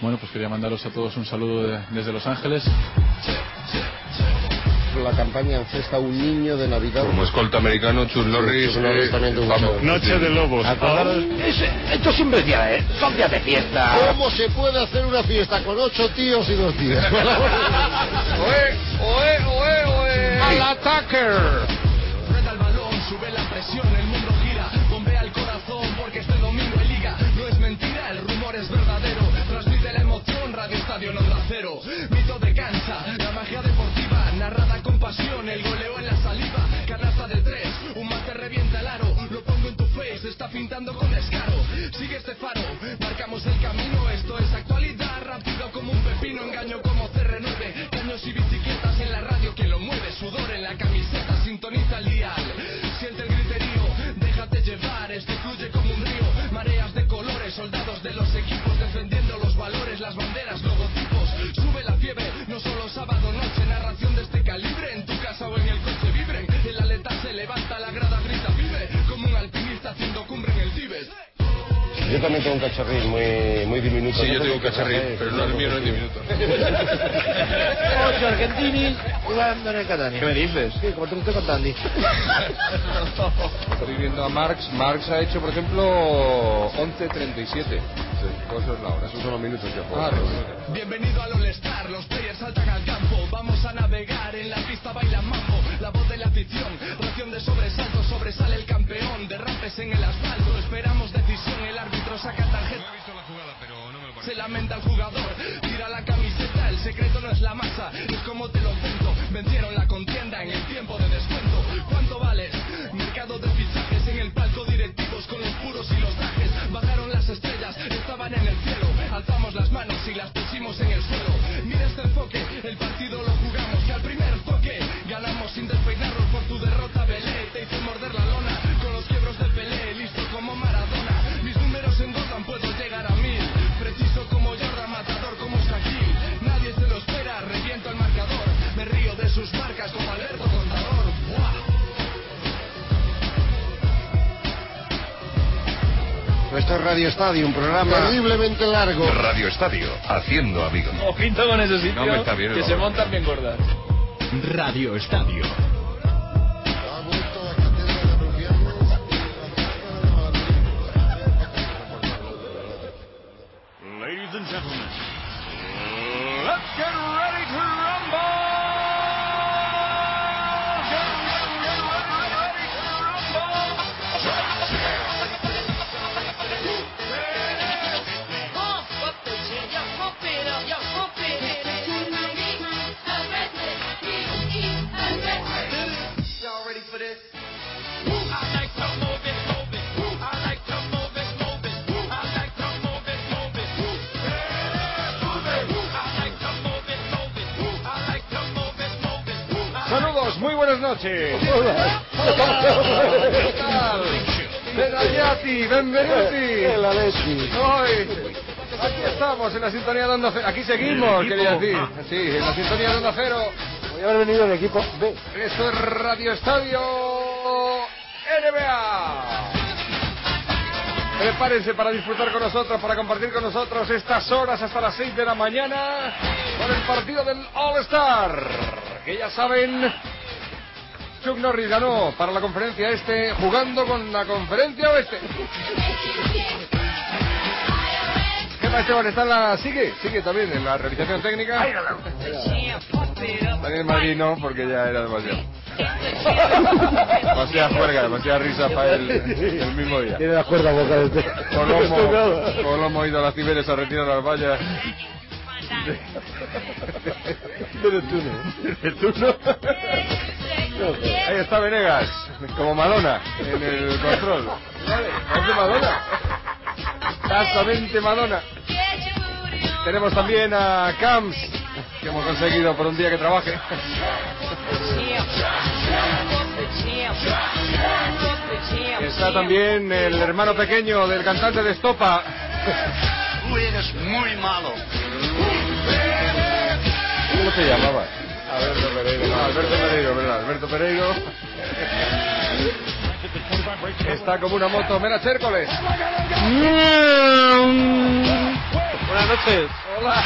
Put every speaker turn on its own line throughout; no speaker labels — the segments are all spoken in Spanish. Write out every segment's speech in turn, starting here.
Bueno, pues quería mandaros a todos un saludo de- desde Los Ángeles.
La campaña encesta un niño de Navidad.
Como escolta americano, Chuck Norris.
Chuck Norris
eh,
también tuvo
vamos.
que ver.
Noche de Lobos.
Acordaros-
esto siempre es día de, son días de fiesta.
¿Cómo se puede hacer una fiesta con ocho tíos y dos tíos?
Oe, oe, oe, oe.
¡Al ataque!
Rueda el balón, sube la presión, el mundo gira, bombea el corazón, porque este domingo hay liga. No es mentira, el rumor es verdadero. Transmite la emoción, Radio Estadio en Onda Cero. Mito de cansa, la magia deportiva, narrada con pasión, el goleo en la saliva. Canasta de tres, un mate revienta el aro. Lo pongo en tu face, está pintando con descaro. Sigue este faro, marcamos el camino, esto es actualidad. Rápido como un pepino, engaño como CR9. Caños y bicicletas en la radio que lo mueve, sudor en la camiseta, sintoniza el dial. Siente el griterío, déjate llevar, este fluye como un río. Mareas de colores, soldados de los equipos defendiendo los valores, las banderas, logotipos. Sube la fiebre, no solo sábado noche, narración de este calibre. En tu casa o en el coche vibren, el aleta se levanta, la grada grita, vive como un alpinista haciendo cumbre en el Tibet.
Yo también tengo un cacharrín muy, muy diminuto.
Sí, yo tengo cacharrín, pero no el mío no es diminuto.
Ocho argentinis jugando en el Catania.
¿Qué me dices?
Sí, como tú con Tandy.
Estoy viendo a Marx. Marx ha hecho, por ejemplo, 11.37. Pues Eso es la hora.
Esos son los minutos que juego.
Ah, no.
Bienvenido al All-Star, los players saltan al campo. Vamos a navegar, en la pista baila mambo. La voz de la afición, ración de sobresalto, sobresale el campeón. Derrapes en el asfalto, esperamos decisión. El árbitro saca tarjeta. Se lamenta el jugador, tira la camiseta, el secreto no es la masa, es como te lo cuento. Vencieron la contienda en el tiempo de descuento. ¿Cuánto vales? Mercado de fichajes en el palco directivos con los puros y los trajes. Bajaron las estrellas, estaban en el cielo. Alzamos las manos y las pusimos en el suelo. Mira este enfoque, el partido lo jugamos y al primer toque ganamos sin despeinarnos por tu derrota, Belé. Te hice morder la lona con los quiebros de Pelé, listo como Maradona. Mis números engordan, puedo llegar a mil. Preciso como Jordan, matador como Shaquille. Nadie se lo espera, reviento el marcador. Me río de sus marcas como Alberto Contador. ¡Buah!
Esto es Radio Estadio, un programa terriblemente largo.
Radio Estadio, haciendo amigos.
Ojito con ese
No, me está bien, no.
montan bien gordas.
Radio Estadio.
Ladies and gentlemen, let's get ready to rumble!
Y'all ready for this? I like to move it, move it. I like to move it, move it. I like to move it, move it. Yeah, move it. I like to move it, move it. I like to move it, move it. I like
Saludos, muy buenas noches. ¿Qué tal? Benagliati, benvenuti.
El Atleti.
Hoy, aquí estamos en la sintonía de Onda Cero. Aquí seguimos, quería decir. Sí, en la sintonía de Onda Cero.
Voy a haber venido el equipo B.
Esto es Radio Estadio NBA. Prepárense para disfrutar con nosotros, para compartir con nosotros estas horas hasta las 6 de la mañana con el partido del All Star. Que ya saben, Chuck Norris ganó para la conferencia este jugando con la conferencia oeste. ¿Qué tal Esteban? ¿Está en la... ¿Sigue? ¿Sigue también en la realización técnica? Daniel Marino, porque ya era demasiado.
é
Demasiada juerga, demasiada risa para él el mismo día.
Tiene las cuerdas vocales.
Colomo, Colomo ha ido a las Ciberes a retirar las vallas.
Pero tú no.
¿De turno? Ahí está Venegas, como Madonna, en el control. Vale, parece Madonna. Exactamente Madonna. Tenemos también a Camps, que hemos conseguido por un día que trabaje. Está también el hermano pequeño del cantante de Estopa. Tú eres muy malo. ¿Cómo te llamabas? Alberto Pereiro. Ah, Alberto Pereiro, ¿verdad? Alberto Pereiro. Está como una moto. Mira, Chércoles.
Buenas noches.
Hola.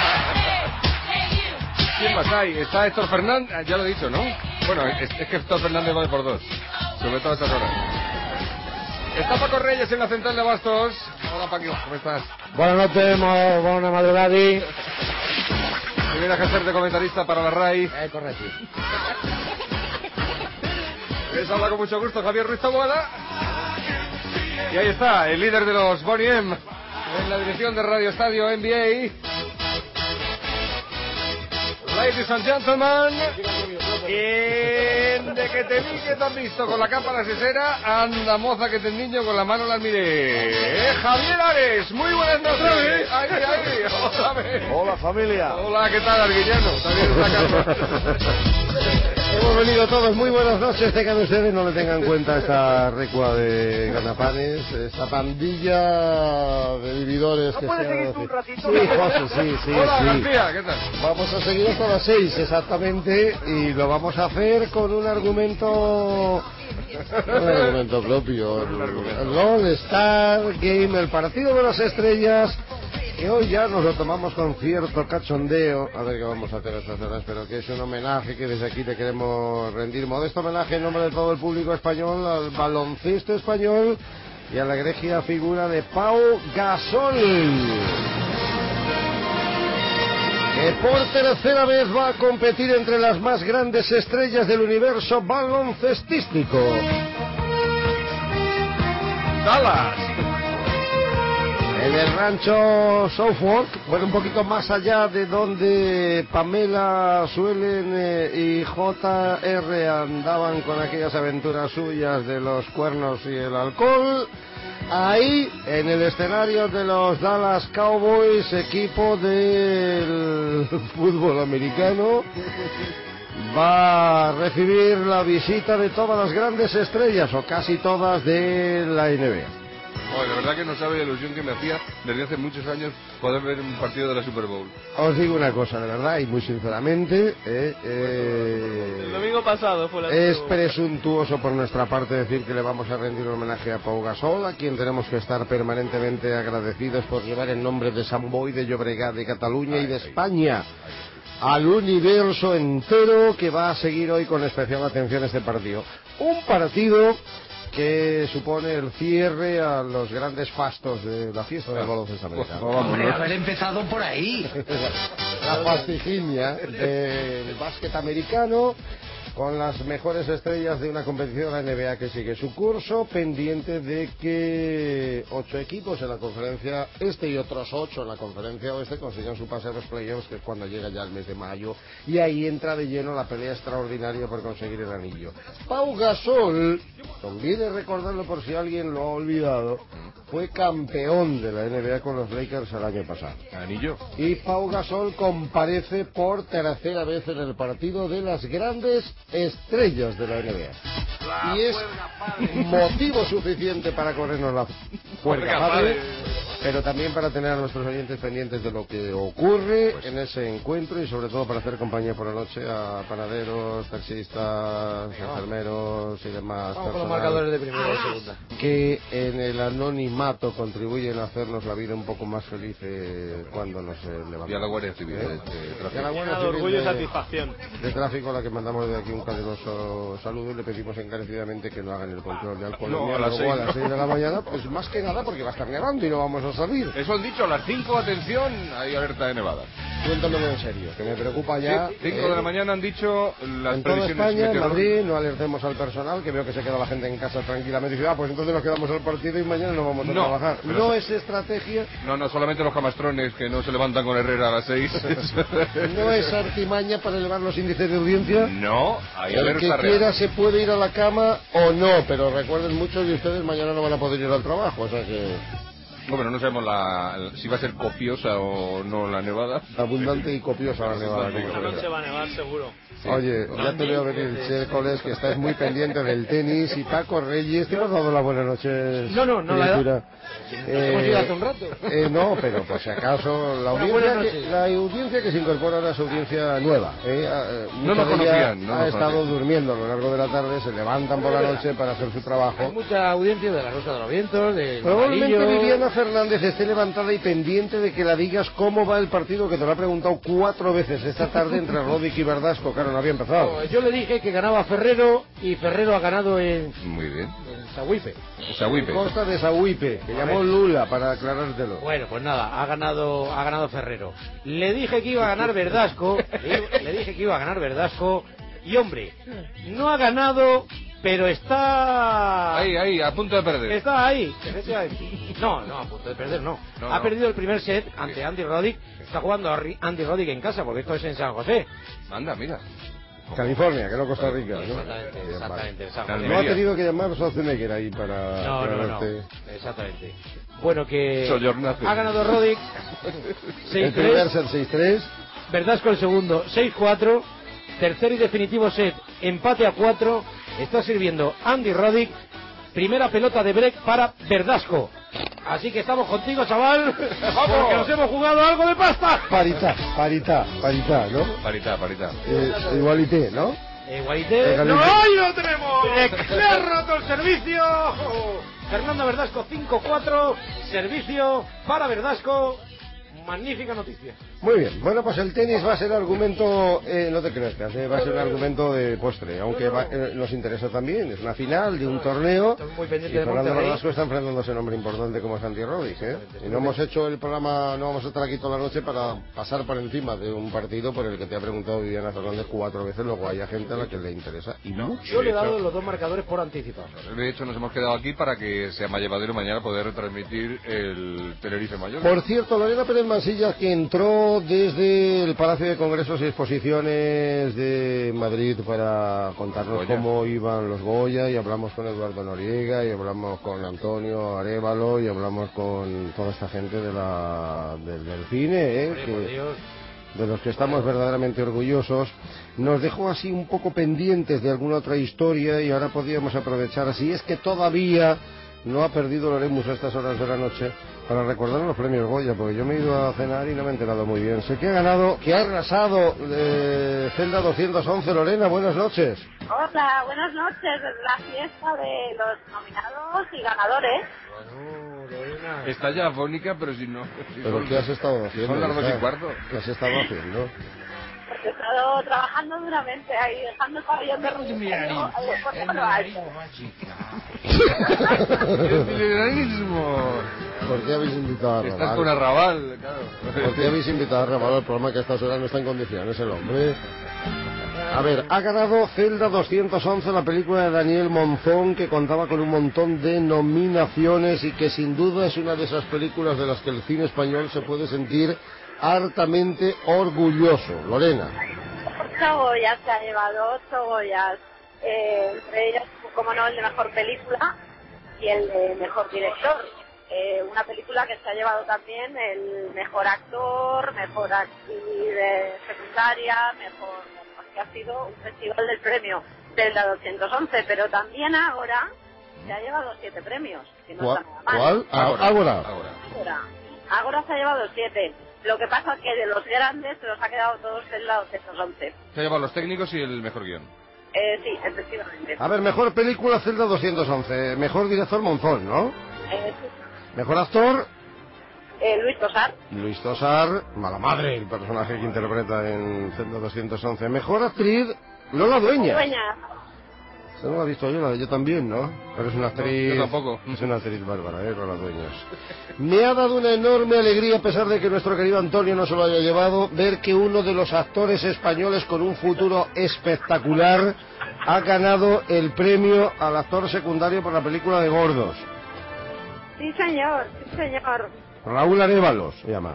¿Quién más hay? Está Héctor Fernández, Ah, ya lo he dicho, ¿no? Bueno, es, es que Héctor Fernández va de por dos, sobre todo a estas horas. Está Paco Reyes en la central de Bastos. Hola Paco, ¿cómo estás?
Buenas noches, mo- buena madrugada.
Y vienes a ser de comentarista para la RAI.
Eh, correcto.
Les habla con mucho gusto Javier Ruiz Taboada. Y ahí está, el líder de los Bonnie M. En la dirección de Radio Estadio NBA. Ladies and gentlemen, en de que te vi que te has visto con la capa a la sesera, anda moza que te niño con la mano la miré. Eh, Javier Ares, muy buenas noches. Ay, ay, otra vez.
Hola, familia.
Hola, ¿qué tal, Arguillano? También está Carlos.
Hemos venido todos. Muy buenas noches. Tengan ustedes, no le tengan en cuenta esta recua de ganapanes, esta pandilla de vividores que se seguir un ratito? Sí, José, sí, sí.
Hola,
sí.
García, ¿qué tal?
Vamos a seguir hasta las seis, exactamente, y lo vamos a hacer con un argumento. Un argumento propio. LOL, Star, Game, el partido de las estrellas. Que hoy ya nos lo tomamos con cierto cachondeo. A ver qué vamos a hacer a estas horas, pero que es un homenaje que desde aquí le queremos rendir. Modesto homenaje en nombre de todo el público español al baloncesto español y a la egregia figura de Pau Gasol que por tercera vez va a competir entre las más grandes estrellas del universo baloncestístico.
Dallas.
En el rancho Southwark, bueno, un poquito más allá de donde Pamela Suelen eh, y JR andaban con aquellas aventuras suyas de los cuernos y el alcohol, ahí, en el escenario de los Dallas Cowboys, equipo del fútbol americano, va a recibir la visita de todas las grandes estrellas, o casi todas, de la NBA.
Oye, la verdad que no sabe la ilusión que me hacía desde hace muchos años poder ver un partido de la Super Bowl.
Os digo una cosa, de verdad y muy sinceramente, eh, eh,
El domingo pasado fue la
Eh,
es
Super Bowl.
presuntuoso por nuestra parte decir que le vamos a rendir un homenaje a Pau Gasol, a quien tenemos que estar permanentemente agradecidos por llevar el nombre de San Boy, de Llobregat, de Cataluña y de España al universo entero que va a seguir hoy con especial atención este partido. Un partido que supone el cierre a los grandes fastos de la fiesta del baloncesto americano.
haber empezado por ahí.
la fastiginia del básquet americano con las mejores estrellas de una competición de la NBA que sigue su curso, pendiente de que ocho equipos en la conferencia este y otros ocho en la conferencia oeste consigan su pase a los playoffs, que es cuando llega ya el mes de mayo, y ahí entra de lleno la pelea extraordinaria por conseguir el anillo. Pau Gasol, conviene recordarlo por si alguien lo ha olvidado, fue campeón de la NBA con los Lakers el año pasado.
Anillo.
Y Pau Gasol comparece por tercera vez en el partido de las grandes estrellas de la NBA. Y es motivo suficiente para corrernos la
Puerca
puerca
padre.
padre, pero también para tener a nuestros oyentes pendientes de lo que ocurre en ese encuentro y sobre todo para hacer compañía por la noche a panaderos, taxistas, enfermeros y demás. personal
de
Ah.
primera y segunda.
que en el anonimato contribuyen a hacernos la vida un poco más feliz eh, cuando nos eh, levantamos.
Y a la Guardia Civil.
¿Eh?
eh, de
Y a la
tráfico.
Guardia
Nada de
Civil
orgullo y
de-
satisfacción.
de tráfico a la que mandamos de aquí un caluroso saludo y le pedimos encarecidamente que no hagan el control de alcohol
No, a las
luego
seis.
a las 6 de la mañana, pues más que nada porque va a estar nevando y no vamos a salir.
Eso han dicho, a las 5, atención, hay alerta de nevada.
Cuéntamelo en serio, que me preocupa ya.
5
eh,
de la mañana han dicho las
en toda
previsiones
España, en
meteorológicas.
Madrid, no alertemos al personal, que veo que se queda la gente en casa tranquilamente. Dice, ah, pues entonces nos quedamos al partido y mañana no vamos a
No,
trabajar.
pero-
No es estrategia,
No, no, solamente los camastrones que no se levantan con Herrera a las 6.
no es artimaña para elevar los índices de audiencia.
No, hay
El que
alerta
quiera
real.
se puede ir a la cama o no, pero recuerden muchos de ustedes mañana no van a poder ir al trabajo, o sea que
No, pero no sabemos la, si va a ser copiosa o no la nevada.
abundante y copiosa la nevada. como
Esta
se
noche
dice.
va a nevar seguro.
Oye, ya te veo venir, Che Coles, que estás muy pendiente del tenis, y Paco Reyes, ¿te hemos dado la buena noche?
No, no, no la he
criatura?
Hemos ido hace un rato.
eh, no, pero por si acaso, la
Una buena
audiencia, que,
noche.
la audiencia que se incorpora ahora es audiencia nueva. eh, ah, eh,
No
mucha
nos
de ella
conocían, no
ha
nos
estado
conocían.
durmiendo a lo largo de la tarde, se levantan por la noche para hacer su trabajo.
mucha audiencia de la Rosa de los Vientos, de
Probablemente Viviana Fernández esté levantada y pendiente de que la digas cómo va el partido que te lo ha preguntado cuatro veces esta tarde entre Rodic y Verdasco. Claro, no había empezado.
Yo le dije que ganaba Ferrero y Ferrero ha ganado en,
Muy bien.
en Sahuife.
Sahuipe.
Costa de Sahuipe, que llamó Lula para aclarártelo.
Bueno, pues nada, ha ganado, ha ganado Ferrero. Le dije que iba a ganar Verdasco, le, le dije que iba a ganar Verdasco, y hombre, no ha ganado, pero está...
Ahí, ahí, a punto de perder.
Está ahí, efectivamente. No, no, a punto de perder, no.
No,
Ah,
ha
no.
perdido el primer set ante Andy Roddick. Está jugando a Ri- Andy Roddick en casa, porque esto es en San José.
Anda, mira.
California, que no Costa Rica. ¿no?
Exactamente,
Bien, vale.
exactamente. en San
Claro,
José.
No ha tenido que llamar Schwarzenegger ahí
No, no,
para...
no, no,
aclararte.
Exactamente. Bueno, que
Soyornazo.
ha ganado Roddick
El primer
6-3,
set 6-3.
Verdasco el segundo 6-4, tercer y definitivo set empate a 4, está sirviendo Andy Roddick, primera pelota de break para Verdasco. Así que estamos contigo, chaval,
¡Vamos!
porque nos hemos jugado algo de pasta.
Paritá, paritá, paritá, ¿no?
Parita, parita.
Eh, igualité, ¿no?
Eh, Guaité.
Venga,
¡No,
Luis.
ahí lo tenemos! ¡Le ha roto el servicio! Fernando Verdasco 5-4, servicio para Verdasco. Magnífica noticia.
Muy bien, bueno, pues el tenis va a ser argumento, eh, no te crezcas, eh, va a ser un argumento de postre, aunque va- eh, nos interesa también, es una final de un torneo.
Estoy muy pendiente
y
de
Fernando
Monterrey.
Velasco está enfrentándose a un hombre importante como Santi Rodríguez. ¿eh? Y no hemos hecho el programa, no vamos a estar aquí toda la noche para pasar por encima de un partido por el que te ha preguntado Viviana Fernández cuatro veces, luego hay gente a la que le interesa. Y no.
Yo le he dado los dos marcadores por anticipado.
De hecho, nos hemos quedado aquí para que sea más llevadero mañana poder transmitir el Tenerife Mayor.
Por cierto, Lorena Pérez Mansilla, que entró desde el Palacio de Congresos y Exposiciones de Madrid para contarnos
Goya.
cómo iban los Goya, y hablamos con Eduardo Noriega, y hablamos con Antonio Arevalo, y hablamos con toda esta gente de la, del, del cine, ¿eh?
Hombre,
que-
por Dios.
de los que estamos verdaderamente orgullosos, nos dejó así un poco pendientes de alguna otra historia y ahora podríamos aprovechar, si es que todavía no ha perdido Loremus a estas horas de la noche, para recordar los premios Goya, porque yo me he ido a cenar y no me he enterado muy bien. Sé que ha ganado, que ha arrasado eh, Celda 211, Lorena, buenas noches.
Hola, buenas noches. La fiesta de los nominados y ganadores.
Bueno,
Ah.
Lorena.
Está ya afónica, pero si no. pues si
¿Pero
son-
qué has estado haciendo?
Son las dos
hija?
y cuarto.
¿Qué has estado haciendo?
Porque he estado trabajando duramente ahí, dejando el pabellón de Rubí.
¡El milenarismo!
¿Por qué habéis invitado a
Estás
Raval?
con arrabal,
¿Por qué
claro.
habéis invitado a Raval al programa que a estas horas no está en condiciones el hombre? A ver, ha ganado Zelda 211 la película de Daniel Monzón que contaba con un montón de nominaciones y que sin duda es una de esas películas de las que el cine español se puede sentir hartamente orgulloso. Lorena,
Ocho Goyas se ha llevado, ocho Goyas. Eh, entre ellos, como no, el de mejor película y el de mejor director. Eh, una película que se ha llevado también el mejor actor, mejor actriz de secundaria, mejor. que ha sido un festival del premio del 211, pero también ahora se ha llevado siete premios, que no
¿cuál?
está nada mal.
¿Cuál? Ah, Ágora.
Ahora.
Ágora. Ágora se ha llevado siete. Lo que pasa es que de los grandes se los ha quedado todos del lado 211.
Se ha llevado los técnicos y el mejor guión.
Eh, sí, efectivamente.
A ver, mejor película Zelda 211, mejor director Monzón, ¿no?
Eh, sí.
Mejor actor
Eh, Luis Tosar,
Luis Tosar, mala madre, el personaje que interpreta en Celda 211. Mejor actriz, Lola Dueñas.
dueña.
Eso no lo ha visto yo, la- yo también, ¿no? Pero es una actriz...
yo tampoco.
Es una actriz bárbara, ¿eh? Con los dueños. Me ha dado una enorme alegría, a pesar de que nuestro querido Antonio no se lo haya llevado, ver que uno de los actores españoles con un futuro espectacular ha ganado el premio al actor secundario por la película de Gordos.
Sí, señor, sí, señor.
Raúl Arévalos se llama.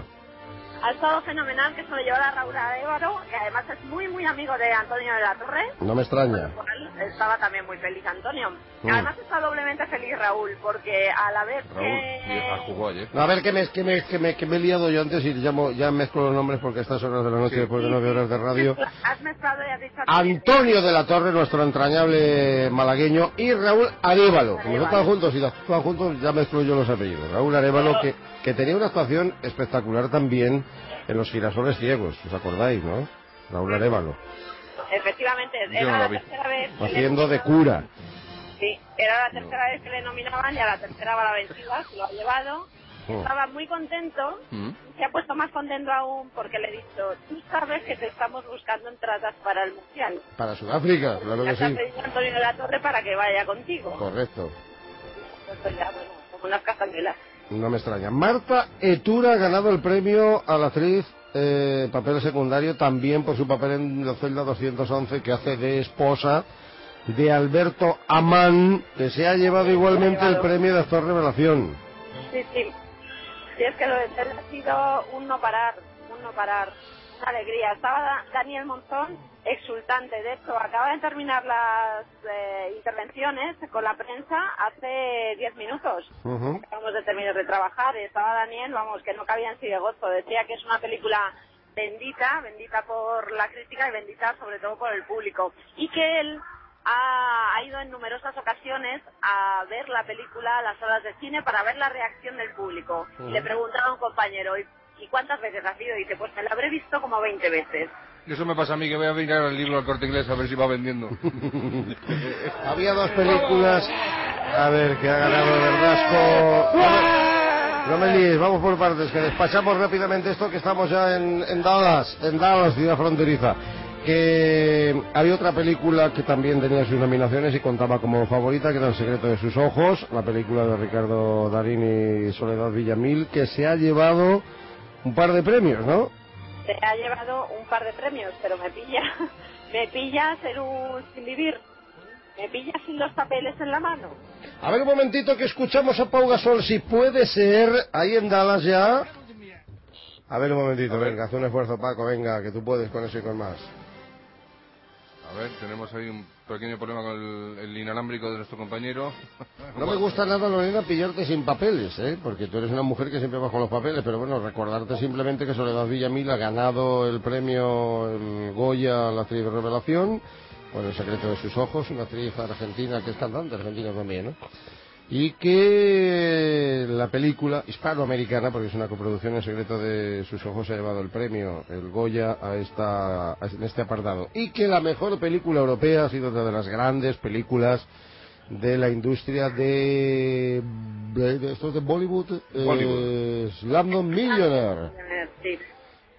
Ha estado fenomenal que se lo llevara Raúl Évaro, que además es muy, muy amigo de Antonio de la Torre.
No me extraña.
Por él Estaba también muy feliz Antonio.
Mm.
Además está doblemente feliz Raúl, porque a la vez
Raúl,
que...
y- jugó ayer.
No, a ver, que me, que, me, que, me, que me he liado yo antes y llamo, ya mezclo los nombres porque a estas horas de la noche,
Sí.
después de nueve horas de radio...
Has mezclado y has dicho...
Ah.
Antonio de la Torre, nuestro entrañable malagueño, y Raúl Arevalo. Como
Arévalo.
no están juntos y actúan juntos, ya me excluyo los apellidos. Raúl Arevalo, que, que tenía una actuación espectacular también en Los Girasoles Ciegos, ¿os acordáis, no? Raúl Arevalo,
Efectivamente,
Yo no
era
lo
la
vi.
tercera vez... que le
haciendo de
nominaban-
cura.
Sí, era la tercera vez que le nominaban y a la tercera va la vencida, se lo ha llevado.
Oh.
estaba muy contento,
Mm.
se ha puesto más contento aún porque le he dicho, tú sabes que te estamos buscando entradas para el Mundial.
Para Sudáfrica, claro
Ya
que
te ha
sí. Oh.
pedido Antonio de la Torre para que vaya contigo.
Correcto.
Entonces ya, bueno, como unas castañuelas.
No me extraña. Marta Etura ha ganado el premio a la actriz eh, papel secundario también por su papel en La celda 211 que hace de esposa de Alberto Amán que se ha llevado igualmente el premio de actor revelación.
Sí, sí. Sí, es que lo de Tel ha sido un no parar, un no parar, una alegría. Estaba Da- Daniel Monzón exultante. De hecho, acaba de terminar las eh, intervenciones con la prensa hace 10 minutos.
Ujú.
Acabamos de terminar de trabajar. Estaba Daniel, vamos, que no cabía en sí de gozo. Decía que es una película bendita, bendita por la crítica y bendita sobre todo por el público. Y que él ha, ha ido en numerosas ocasiones a ver la película a las horas de cine para ver la reacción del público. Y le preguntaba a un compañero, ¿y, y cuántas veces has ido? Y dice, pues me la habré visto como 20 veces.
Eso me pasa a mí, que voy a mirar el libro al corte inglés a ver si va vendiendo.
Había dos películas. A ver, que ha ganado Verdasco. No me- No me líes, vamos por partes, que despachamos rápidamente esto que estamos ya en, en Dallas, en Dallas, ciudad fronteriza. Que había otra película que también tenía sus nominaciones y contaba como favorita, que era El secreto de sus ojos, la película de Ricardo Darín y Soledad Villamil, que se ha llevado un par de premios, ¿no?
Se ha llevado un par de premios, pero me pilla, me pilla ser un sin vivir. Me pilla sin los papeles en la mano.
A ver un momentito que escuchamos a Pau Gasol, si puede ser, ahí en Dallas ya. A ver un momentito, venga, haz un esfuerzo Paco, venga, que tú puedes con eso y con más.
A ver, tenemos ahí un pequeño problema con el, el inalámbrico de nuestro compañero.
No me gusta nada, Lorena, pillarte sin papeles, ¿eh? porque tú eres una mujer que siempre va con los papeles, pero bueno, recordarte simplemente que Soledad Villamil ha ganado el premio el Goya a la actriz de revelación, por El secreto de sus ojos, una actriz argentina que es cantante argentina también, ¿no? Y que la película hispanoamericana, porque es una coproducción en secreto de sus ojos, ha llevado el premio, el Goya, a, esta, a este apartado. Y que la mejor película europea ha sido otra de las grandes películas de la industria de, de, de estos de Bollywood, eh,
Bollywood.
Slumdog Millionaire.
Sí.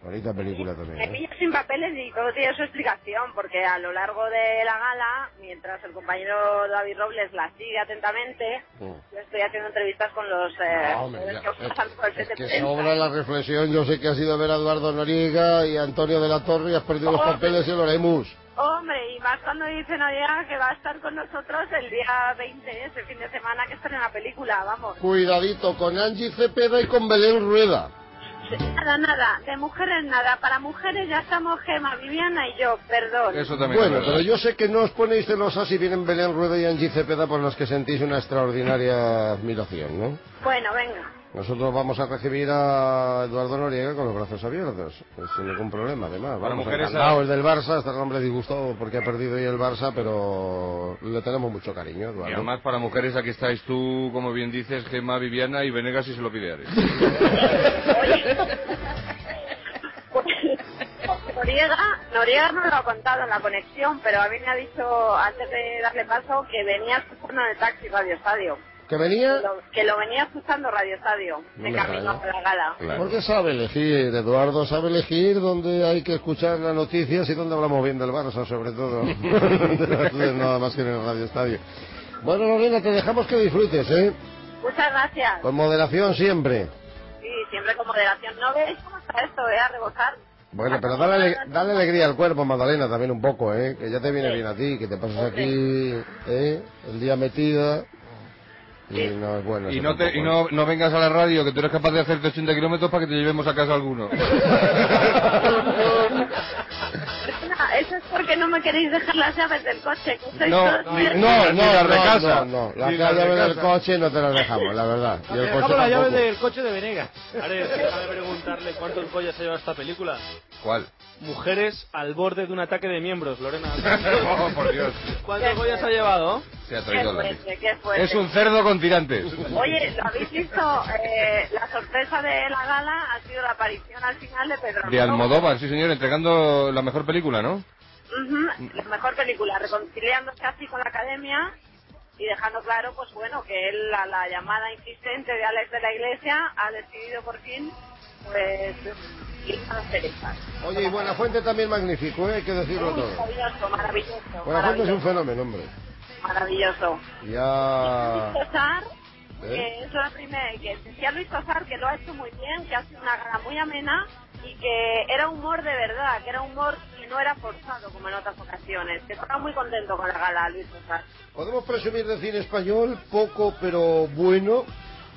Bonita película también.
Me
¿eh?
pillo sin papeles y todo tiene su explicación, porque a lo largo de la gala, mientras el compañero David Robles la sigue atentamente,
Mm.
yo estoy haciendo entrevistas con los eh,
No, Ah, Oh, hombre,
jóvenes
ya,
que pasan por el
es,
set
es
de
que
prensa.
sobra la reflexión. Yo sé que has ido a ver a Eduardo Noriega y a Antonio de la Torre y has perdido los papeles y lo haremos.
Hombre, y más cuando dice Nadia que va a estar con nosotros el día 20, ese fin de semana que en la película, vamos.
Cuidadito con Angie Cepeda y con Belén Rueda.
Nada, nada, de mujeres nada, para mujeres ya estamos Gema, Viviana y yo, perdón.
Eso también.
Bueno,
es verdad.
pero yo sé que no os ponéis celosas si vienen Belén Rueda y Angie Cepeda por las que sentís una extraordinaria admiración, ¿no?
Bueno, venga.
Nosotros vamos a recibir a Eduardo Noriega con los brazos abiertos, pues sin ningún problema, además.
Para
Vamos,
mujeres, ¿eh?
encantado, el del Barça, está el hombre disgustado porque ha perdido hoy el Barça, pero le tenemos mucho cariño,
Y
Eduardo.
además para mujeres aquí estáis tú, como bien dices, Gemma, Viviana y Venegas si se lo pide Ares.
Noriega, Noriega no lo ha contado en la conexión, pero a mí me ha dicho antes de darle paso que venía escuchando en el taxi Radio Estadio.
¿Que venía?
Lo- que lo venía escuchando Radio Estadio de
me
camino
extraña.
a la gala.
Porque sabe elegir, Eduardo sabe elegir dónde hay que escuchar las noticias y dónde hablamos bien del Barça, sobre todo. Nada más que en el Radio Estadio. Bueno, Lorena, te dejamos que disfrutes, ¿eh?
Muchas gracias.
Con moderación siempre.
Sí, siempre con moderación. ¿No veis cómo está esto? eh? A rebosar.
Bueno, pero dale, ale- dale alegría al cuerpo, Magdalena, también un poco, ¿eh? Que ya te viene bien a ti, que te pasas aquí, ¿eh? El día metida. Y no es bueno.
Y
eso
no, te,
tampoco,
y
¿eh?
no, no vengas a la radio, que tú eres capaz de hacerte 80 kilómetros para que te llevemos a casa alguno.
Perdona, Eso es porque no me queréis dejar las llaves del coche. que sois
No,
todos
ni-
bien.
No, no,
Ni las de
no,
casa.
no, no. Las
Ni las de
llaves del
casa.
coche no te las dejamos, la verdad. Y el
Dejamos
coche
la llave
tampoco.
del coche de Venegas.
Ares, déjame preguntarle cuántos pollas se lleva esta película.
¿Cuál?
Mujeres al borde de un ataque de miembros, Lorena.
Oh, por Dios.
¿Cuántos pollas ha llevado?
Se ha
Qué
traído la leche.
fuerte, qué fuerte.
Es un cerdo con tirantes.
Oye, ¿lo habéis visto? Eh, la sorpresa de la gala ha sido la aparición al final de Pedro
De
Almodóvar.
Almodóvar, sí señor, entregando la mejor película, ¿no?
Ujú, La mejor película, reconciliándose así con la academia y dejando claro, pues bueno, que él a la llamada insistente de Alex de la Iglesia ha decidido por fin, pues, ir a las cerezas.
Oye, y Buenafuente también magnífico, ¿eh? hay que decirlo
Uy,
todo.
maravilloso, maravilloso.
pues,
Buenafuente es un
maravilloso,
fenómeno, hombre.
Maravilloso.
Ah.
Ya.
Luis Tosar,
¿Eh?
que es la primera, que decía Luis Tosar que lo ha hecho muy bien, que ha sido una gala muy amena y que era humor de verdad, que era humor que no era forzado como en otras ocasiones, que estaba muy contento con la gala Luis Tosar.
Podemos presumir de cine español, poco pero bueno,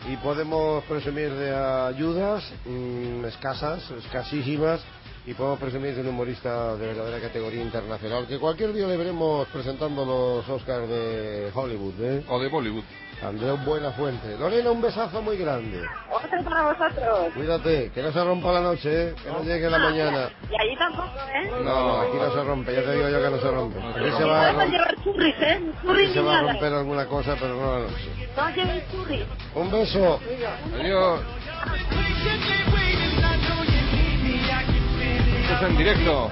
y podemos presumir de ayudas mm, escasas, escasísimas, y podemos presumir de un humorista de verdadera categoría internacional, que cualquier día le veremos presentando los Oscars de Hollywood, ¿eh?
O de Bollywood.
Andreu Buenafuente. Lorena, un besazo muy grande.
Otro para vosotros. Ah,
Cuídate, que no se rompa la noche, ¿eh? Que no llegue la mañana.
Y allí tampoco, ¿eh?
No, no, aquí no se rompe, ya te digo yo que no se rompe. Aquí se va a,
Podemos
romper,
llevar churris, ¿eh? Churris
aquí se va a
niñadas.
romper alguna cosa, pero no la noche.
No llevéis churris.
Un beso.
Adiós. Esto es en directo.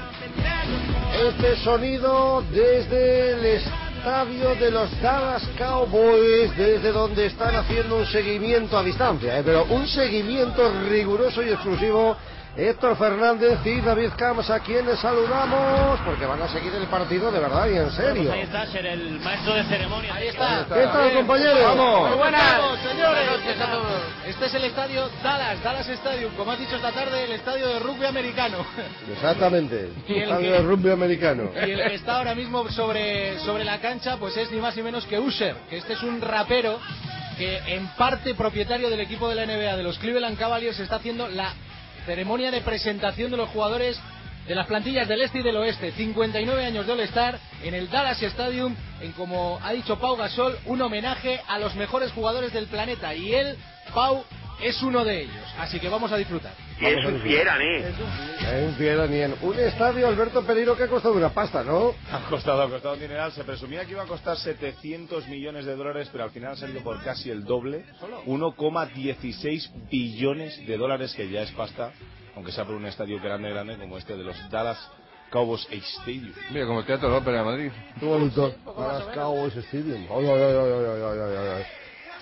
Este sonido desde el estadio de los Dallas Cowboys, desde donde están haciendo un seguimiento a distancia, ¿eh? pero un seguimiento riguroso y exclusivo. Héctor Fernández y David Camps, a quienes saludamos, porque van a seguir el partido de verdad y en serio.
Ahí está Sher, el maestro de ceremonia. Ahí
¿Qué tal, compañeros?
Vamos.
Buenas, noches a todos. Este es el estadio Dallas, Dallas Stadium, como has dicho esta tarde, el estadio de rugby americano.
Exactamente.
Y el
Estadio
que-
de rugby americano.
Y el que está ahora mismo sobre, sobre la cancha, pues es ni más ni menos que Usher, que este es un rapero que en parte propietario del equipo de la NBA, de los Cleveland Cavaliers, está haciendo la ceremonia de presentación de los jugadores de las plantillas del este y del oeste. 59 años de All-Star en el Dallas Stadium, en como ha dicho Pau Gasol, un homenaje a los mejores jugadores del planeta. Y él, Pau, es uno de ellos. Así que vamos a disfrutar.
es un fiera, un fiera, nen. Un estadio, Alberto Pereiro, que ha costado una pasta, ¿no?
Ha costado, ha costado un dineral. Se presumía que iba a costar 700 millones de dólares, pero al final ha salido por casi el doble. 1,16 billones de dólares, que ya es pasta, aunque sea por un estadio grande, grande como este de los Dallas Cowboys Stadium.
Mira, como el Teatro de la Ópera de Madrid.
Qué bonito. Dallas Cowboys Stadium. Ay, ay, ay, ay, ay, ay, ay, ay, ay.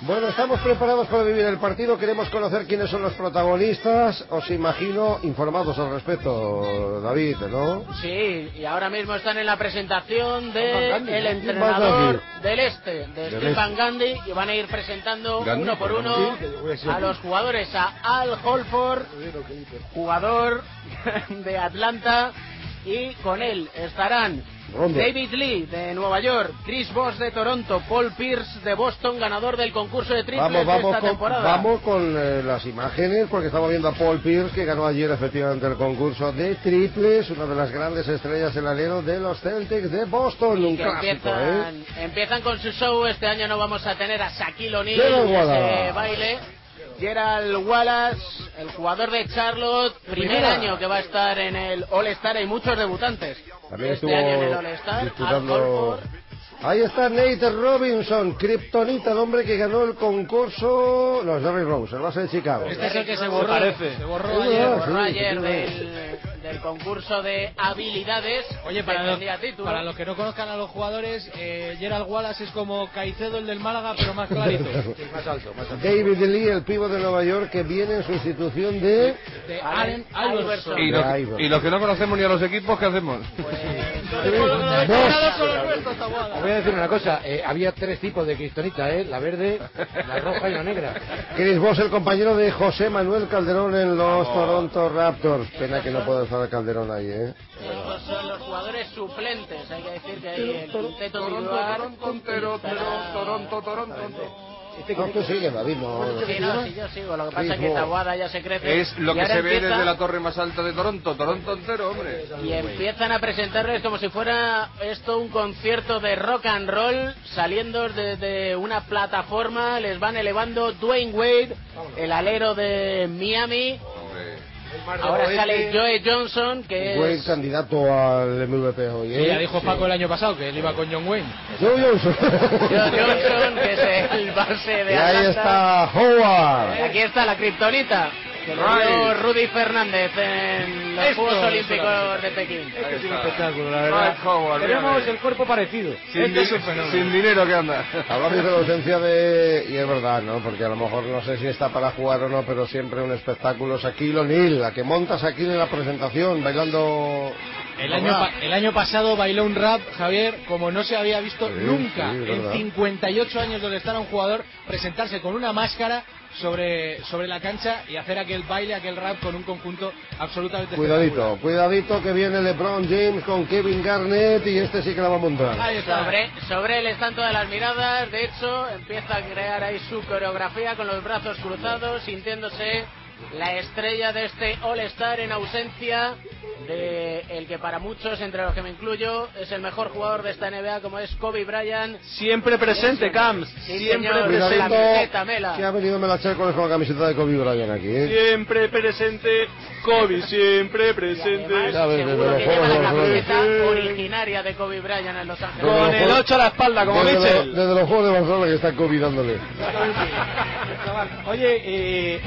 Bueno, estamos preparados para vivir el partido. Queremos conocer quiénes son los protagonistas. Os imagino informados al respecto, David, ¿no?
Sí, y ahora mismo están en la presentación
Steve
del
Ah, Van Gundy.
el
Steve Van
entrenador
Gundy.
del este, de
este.
Steve Van Gandhi, y van a ir presentando
Gandhi,
uno por
perdón.
uno
Sí, que yo voy a ser
a
yo.
los jugadores, a Al Holford, jugador de Atlanta, y con él estarán
Rondo.
David Lee de Nueva York, Chris Bosh de Toronto, Paul Pierce de Boston, ganador del concurso de triples
Vamos,
de
vamos
esta
con,
temporada.
vamos con eh, las imágenes, porque estamos viendo a Paul Pierce, que ganó ayer efectivamente el concurso de triples, una de las grandes estrellas del alero de los Celtics de Boston, un
que
clásico, ¿eh?
empiezan, empiezan con su show. Este año no vamos a tener a Shaquille O'Neal
Gerald
en ese
Wallace.
baile. Gerald Wallace, el jugador de Charlotte, primer
Primera.
año que va a estar en el All-Star. Hay muchos debutantes.
También
este año en el
estuvo
All-Star.
disputando.
Al
Ahí está Nate Robinson, Kryptonita, el hombre que ganó el concurso. No, Jerry Rose, el base de Chicago.
Este es el que se
borró.
Parece.
Se
Es
borró
Horford,
ayer.
verdad,
borró
sí,
ayer
sí,
del, del concurso de habilidades.
Oye, para los,
Defendía título.
para los que no conozcan a los jugadores, eh, Gerald Wallace es como Caicedo, el del Málaga, pero más clarito.
Más alto, más alto.
David Lee, el pivo de Nueva York, que viene en sustitución de.
De
Ah,
Allen Iverson.
Y los, y los que no conocemos ni a los equipos, ¿qué hacemos?
Os voy a decir una cosa, eh, había tres tipos de cristonita, ¿eh? la verde, la roja y la negra.
Chris Voss, el compañero de José Manuel Calderón en los Toronto Raptors. Pena que no pueda estar Calderón ahí, ¿eh?
Estos son los jugadores suplentes. Hay que decir que hay el quinteto titular. estará-
Este no, tú sigue, David, no.
Sí, no, sí, yo sigo. Lo que pasa es que
Béisbol.
Tabuada ya se crece.
Es lo
Y
que
ahora
se ve
empieza-
desde la torre más alta de Toronto. Toronto entero, hombre.
Y empiezan a presentarles como si fuera esto un concierto de rock and roll saliendo desde una plataforma. Les van elevando Dwayne Wade, el alero de Miami.
Hombre.
Ahora sale
Este
Joe Johnson, que
Buen
es.
candidato al MVP hoy,
Sí,
¿eh?
ya dijo Paco el año pasado que él iba con John Wayne.
Joe Johnson.
Joe Johnson, que es el base
Y
de
ahí
Atlanta.
está Howard.
Aquí está la kriptonita. que lo dio Rudy Fernández en los
Esto
Juegos
es
Olímpicos
una-
de Pekín.
Este es un espectáculo, la verdad.
Ah. Mike Howard,
Tenemos
mírale.
el cuerpo parecido.
Sin,
Este es
di-
un fenómeno.
sin dinero que anda.
Hablamos de la ausencia de... Y es verdad, ¿no? Porque a lo mejor no sé si está para jugar o no, pero siempre un espectáculo. Shaquille O'Neal, la que montas aquí en la presentación, bailando...
El año,
Hola.
pa- el año pasado bailó un rap, Javier, como no se había visto
Sí,
nunca
sí,
en
verdad.
58 años donde estar a un jugador presentarse con una máscara sobre, sobre la cancha y hacer aquel baile, aquel rap con un conjunto absolutamente
Cuidadito, cuidadito que viene LeBron James con Kevin Garnett y este sí que la va a montar.
Sobre, sobre él están todas las miradas, de hecho empieza a crear ahí su coreografía con los brazos cruzados, sintiéndose la estrella de este All Star en ausencia de el que para muchos, entre los que me incluyo, es el mejor jugador de esta NBA como es Kobe Bryant.
Siempre presente, Camps.
Sí,
Siempre
señor, la
Cuidadito
camiseta, Mela.
que ha venido Melachércoles con la camiseta de Kobe Bryant aquí, ¿eh?
Siempre presente, Kobe, siempre presente.
Ya ves, desde
Seguro
los
que lleva
juegos,
la
los juegos.
camiseta originaria de Kobe Bryant en Los Ángeles.
Con el 8 a la espalda, como
Desde, lo-
Mitchell.
desde los juegos de Barcelona que está Kobe dándole.
Oye, eh,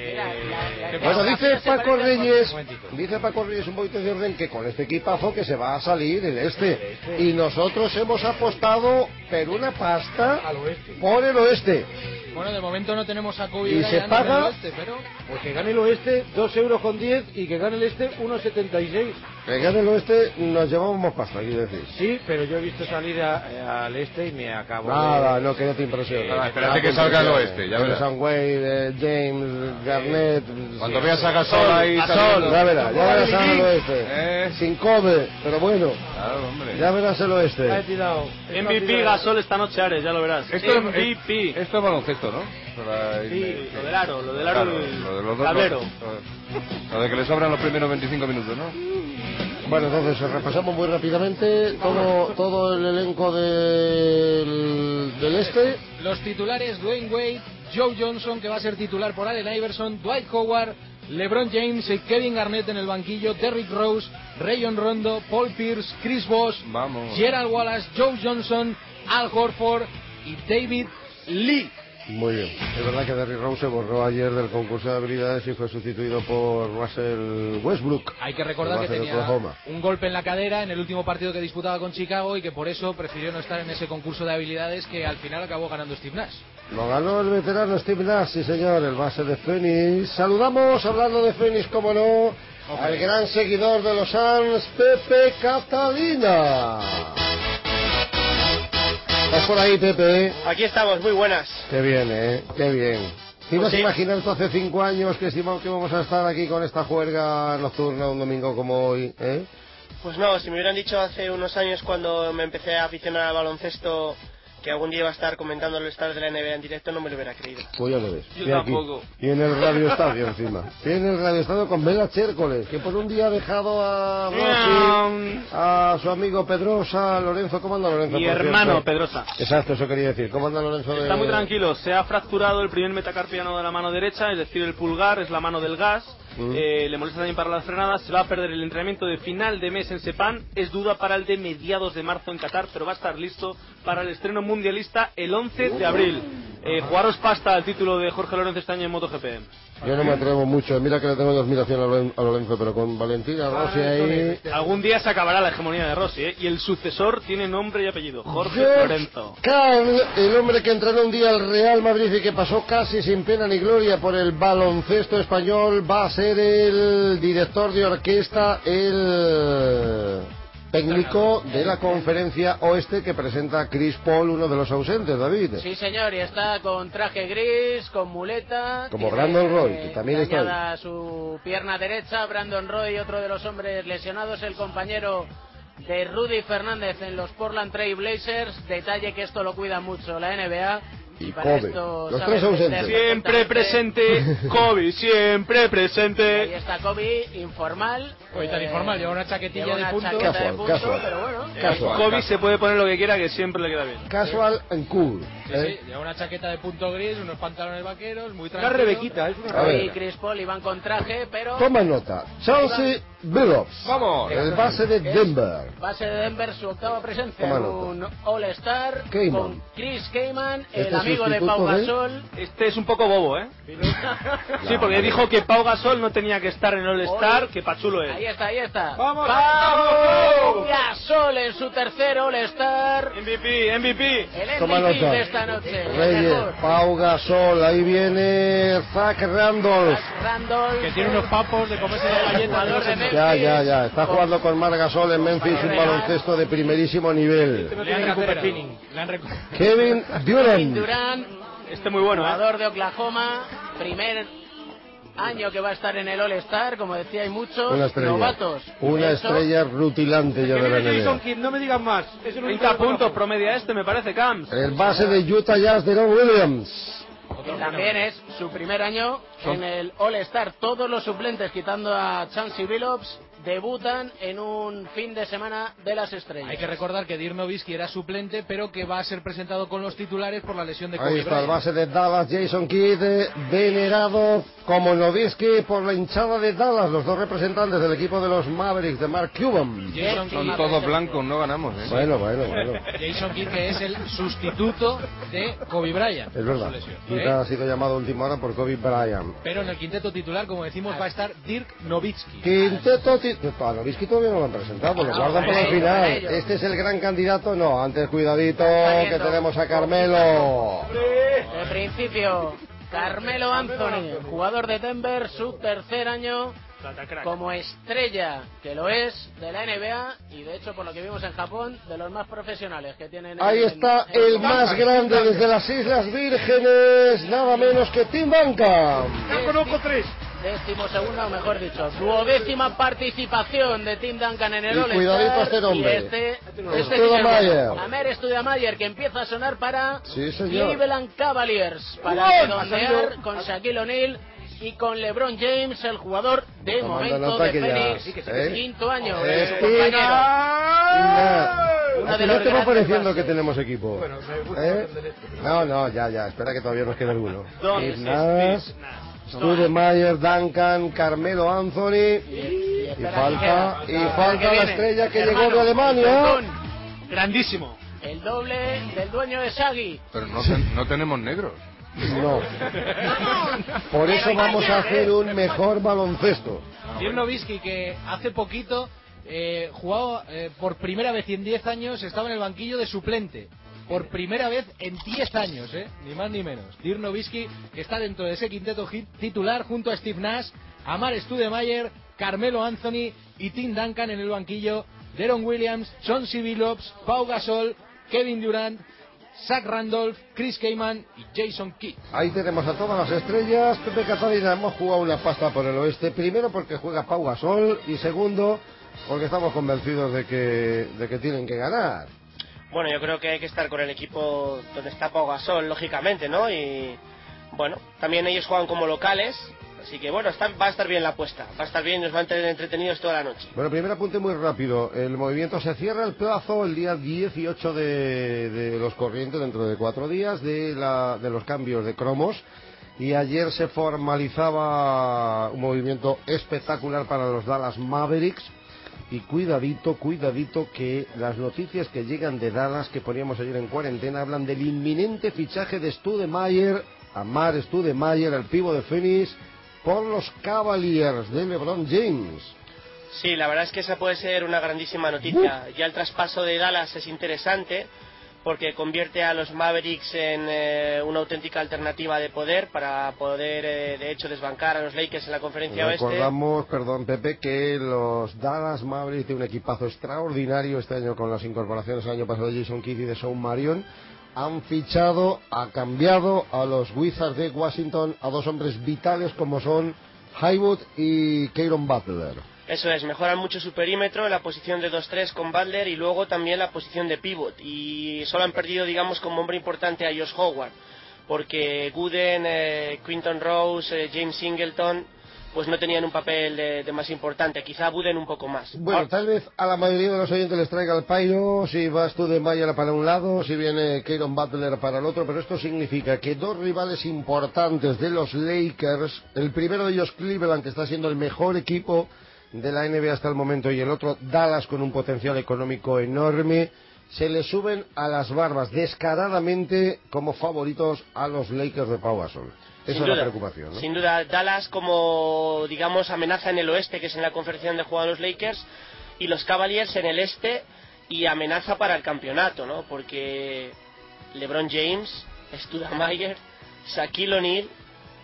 eh,
Bueno, dice Paco Reyes, dice Paco Reyes un poquito de orden que con este equipazo que se va a salir el este. Y nosotros hemos apostado, pero una pasta,
al oeste.
por el oeste.
Bueno, de momento no tenemos a Kobe
Y
Bryant
se
en
paga-
el oeste, pero
Pues que gane el oeste 2 euros con 10 y que gane el este 1,76.
Que gane el oeste, nos llevamos pasta, quiero decir.
Sí, pero yo he visto salir a- eh, al este y me acabo
Nada,
de...
no, que no te impresiona.
Nada, Ah, espérate
No te
que salga el
impresiona.
oeste, ya
Pero
verás.
Sam Wade, eh, James, Garnett...
Cuando
sí,
veas a Gasol
Sol,
ahí
a
saliendo.
Sol, Ya verás, ya verás al oeste.
Eh.
Sin Kobe, pero bueno,
Claro, hombre.
ya verás el
Ha
oeste.
tirado.
MVP Gasol esta noche, Ares, ya lo verás.
Esto,
MVP.
esto es baloncesto, ¿no? Para-
Sí, lo del aro, lo del aro
Claro,
y
lo de los dos.
tablero.
lo- Lo de que le sobran los primeros 25 minutos, ¿no?
Bueno, entonces repasamos muy rápidamente todo, todo el elenco del, del este.
los titulares Dwayne Wade, Joe Johnson que va a ser titular por Allen Iverson, Dwight Howard, LeBron James, y Kevin Garnett en el banquillo, Derrick Rose, Rayon Rondo, Paul Pierce, Chris Bosh,
Vamos.
Gerald Wallace, Joe Johnson, Al Horford y David Lee.
Muy bien. Es verdad que Derry Rose se borró ayer del concurso de habilidades y fue sustituido por Russell Westbrook.
Hay que recordar
el
que
base de
tenía
Oklahoma.
un golpe en la cadera en el último partido que disputaba con Chicago y que por eso prefirió no estar en ese concurso de habilidades que al final acabó ganando Steve Nash.
Lo ganó el veterano Steve Nash, sí señor, el base de Phoenix. Saludamos, hablando de Phoenix, como no, al gran seguidor de los Suns, Pepe Catalina. Estás por ahí, Pepe.
Aquí estamos, muy buenas.
Qué bien, ¿eh? Qué bien. ¿Te ibas
Pues
a
sí.
imaginar tú hace cinco años que estimamos que vamos a estar aquí con esta juerga nocturna un domingo como hoy, eh?
Pues no, si me hubieran dicho hace unos años cuando me empecé a aficionar al baloncesto que algún día iba a estar comentando los stars de la NBA en directo, no me lo hubiera creído.
Pues ya lo ves.
Yo
Y aquí.
tampoco.
Y en el radio estadio encima. Y en el radio estadio con Bela Chércoles, que por un día ha dejado a Rossi, a su amigo Pedrosa, Lorenzo. ¿Cómo anda Lorenzo?
Mi
por
hermano
cierto?
Pedrosa.
Exacto, eso quería decir. ¿Cómo anda Lorenzo? de-
Está muy tranquilo, se ha fracturado el primer metacarpiano de la mano derecha, es decir, el pulgar, es la mano del gas,
Mm.
eh, le molesta también para las frenadas, se va a perder el entrenamiento de final de mes en Sepan, es duda para el de mediados de marzo en Qatar, pero va a estar listo para el estreno mundialista el 11 de abril. Eh, jugaros pasta al título de Jorge Lorenzo este año en MotoGP.
Yo no me atrevo mucho. Mira que le tengo de admiración a Loren- a Lorenzo, pero con Valentina Rossi ahí...
Algún día se acabará la hegemonía de Rossi, ¿eh? y el sucesor tiene nombre y apellido, Jorge
George
Lorenzo.
Karl, el hombre que entrenó un día al Real Madrid y que pasó casi sin pena ni gloria por el baloncesto español, va a ser el director de orquesta, el técnico de la conferencia oeste que presenta Chris Paul, uno de los ausentes, David.
Sí, señor, y está con traje gris, con muleta.
Como
tiene,
Brandon Roy,
eh,
que también está ahí.
dañada su pierna derecha. Brandon Roy, otro de los hombres lesionados, el compañero de Rudy Fernández en los Portland Trail Blazers. Detalle que esto lo cuida mucho la NBA.
Y
para
Kobe.
esto
Los
sabe
tres ausentes.
defender
Siempre
perfectamente.
presente, Kobe, siempre
Ahí
presente.
está Kobe, informal.
Hoy tan
eh,
informal, lleva una chaquetilla
lleva
de
una
punto.
chaqueta de
Casual,
punto,
casual.
pero bueno.
Casual,
Kobe se puede poner lo que quiera, que siempre le queda bien.
casual and cool.
Sí,
¿eh?
sí, lleva una chaqueta de punto gris, unos pantalones vaqueros, muy
Una
tranquilo.
rebequita, es una
A ver.
Kobe y Chris Paul iban con traje, pero...
Toma nota. Chelsea Billups,
Vamos.
el base de Denver.
Base de Denver, su octava presencia
Toma
en
nota.
un All-Star
Kayman.
con Chris Kayman, el
Este es
amigo de Pau Gasol.
Este es un poco bobo, ¿eh? sí, porque dijo que Pau Gasol no tenía que estar en el All-Star, que pachulo es.
Ahí está, ahí está.
¡Vamos,
Pau
vamos!
Gasol en su tercer All-Star.
MVP, MVP.
El
Toma
MVP
nota.
de esta noche. el
Reyes,
mejor.
Pau Gasol, ahí viene Zach Randolph.
Randolph.
Que tiene unos papos de comerse las galletas. de
Jugador
los
de
años.
Ya, ya, ya. Está jugando con Mar Gasol en Memphis un baloncesto de primerísimo
Este
nivel.
Le han recuperado. Le han recu-
Kevin
Kevin
Durant.
Durant,
Este muy bueno, ¿eh?
jugador de Oklahoma, primer año que va a estar en el All-Star, como decíais muchos,
Una estrella.
novatos.
Una
Eso,
estrella rutilante ya de la NBA.
no me digan más. Es el
30 puntos promedia este, me parece, Camps.
El base de Utah Jazz, Deron Williams.
que también es su primer año en el All-Star. Todos los suplentes, quitando a Chancey Billups, debutan en un fin de semana de las estrellas.
Hay que recordar que Dirk Nowitzki era suplente, pero que va a ser presentado con los titulares por la lesión de
Ahí
Kobe
está el
Bryant.
base de Dallas, Jason Kidd, eh, venerado como Novisky por la hinchada de Dallas, los dos representantes del equipo de los Mavericks de Mark Cuban.
Jason,
Son
Kidd-
todos blancos, no ganamos, ¿eh?
Bueno, bueno, bueno.
Jason Kidd, que es el sustituto de Kobe Bryant.
Es verdad.
Su lesión, ¿eh?
Quizá ha sido llamado a última hora por Kobe Bryant.
Pero en el quinteto titular, como decimos, va a estar Dirk Nowitzki.
Quinteto ti- A Novisky todavía no lo han presentado, pues lo guardan para el final. Este es el gran candidato. No, antes cuidadito que tenemos a Carmelo.
De principio, Carmelo Anthony, jugador de Denver, su tercer año como estrella, que lo es, de la NBA y de hecho, por lo que vimos en Japón, de los más profesionales que tienen.
Ahí
en-
está
en-
el más grande desde las Islas Vírgenes, nada menos que Tim Duncan.
Décimo- Décimosegunda, o mejor dicho, duodécima participación de Tim Duncan en el
Y
All-Star.
cuidadito a este hombre.
Y este, este
Studamayer.
Amer Studamayer, que empieza a sonar para
Sí, señor.
Cleveland Cavaliers,
Uy,
para redondear
salido.
con Shaquille O'Neal y con LeBron James, el jugador de
Tomando
momento
nota
de
que ya-
Phoenix.
sí, que sí, que sí.
Quinto año.
Eh,
su
Pina.
compañero. Uno
Al
de
final
los
te va
grandes
pareciendo que
bases.
tenemos equipo. ¿Eh? No, no, ya, ya. Espera que todavía nos queda alguno.
Dos,
Irnas, Studemayer, Duncan, Carmelo Anthony. Y
espera,
falta,
que
y
queda.
falta la
viene.
estrella que
Hermano,
llegó de Alemania.
Falcón,
Grandísimo.
El doble del dueño de Shaggy.
Pero no, ten- no tenemos negros.
No. Por eso Pues vamos a
eh,
hacer un mejor baloncesto.
Dirk Nowitzki, que hace poquito eh, jugaba eh, por primera vez y en 10 años, estaba en el banquillo de suplente. Por primera vez en 10 años, ¿eh? Ni más ni menos. Dirk Nowitzki que está dentro de ese quinteto hit- titular junto a Steve Nash, Amar Studemayer, Carmelo Anthony y Tim Duncan en el banquillo, Deron Williams, John C. Billups, Pau Gasol, Kevin Durant, Zach Randolph, Chris Kaman y Jason Kidd.
Ahí tenemos a todas las estrellas. Pepe Catalina, hemos jugado una pasta por el oeste. Primero porque juega Pau Gasol y segundo porque estamos convencidos de que, de que tienen que ganar.
Bueno, yo creo que hay que estar con el equipo donde está Pau Gasol, lógicamente, ¿no? Y bueno, también ellos juegan como locales, así que bueno, está- va a estar bien la apuesta, va a estar bien, nos van a tener entretenidos toda la noche.
Bueno, primer apunte muy rápido. El movimiento se cierra el plazo el día 18 de, de los corrientes, dentro de cuatro días, de, la- de los cambios de cromos. Y ayer se formalizaba un movimiento espectacular para los Dallas Mavericks. Y cuidadito, cuidadito, que las noticias que llegan de Dallas, que poníamos ayer en cuarentena, hablan del inminente fichaje de Studemayer, Amar Studemayer, el pivo de Phoenix, por los Cavaliers de LeBron James.
Sí, la verdad es que esa puede ser una grandísima noticia. Ya el traspaso de Dallas es interesante porque convierte a los Mavericks en eh, una auténtica alternativa de poder para poder, eh, de hecho, desbancar a los Lakers en la conferencia oeste.
Recordamos, perdón Pepe, que los Dallas Mavericks tienen un equipazo extraordinario este año con las incorporaciones el año pasado de Jason Kidd y de Sean Marion. Han fichado, ha cambiado a los Wizards de Washington a dos hombres vitales como son Highwood y Kieron Butler.
Eso es, mejoran mucho su perímetro, la posición de 2-3 con Butler y luego también la posición de pivot. Y solo han perdido, digamos, como hombre importante a Josh Howard, porque Gooden, eh, Quinton Rose, eh, James Singleton, pues no tenían un papel de, de más importante. Quizá Gooden un poco más.
Bueno, tal vez a la mayoría de los oyentes les traiga el pairo, si vas tú de Mayer para un lado, si viene Kieron Butler para el otro, pero esto significa que dos rivales importantes de los Lakers, el primero de ellos Cleveland, que está siendo el mejor equipo de la NBA hasta el momento, y el otro Dallas con un potencial económico enorme, se le suben a las barbas descaradamente como favoritos a los Lakers de Pau Gasol. Esa
Sin
es la
duda.
preocupación. ¿no?
Sin duda, Dallas como, digamos, amenaza en el oeste, que es en la conferencia donde juegan los Lakers, y los Cavaliers en el este, y amenaza para el campeonato, ¿no? Porque LeBron James, Mayer, Shaquille O'Neal,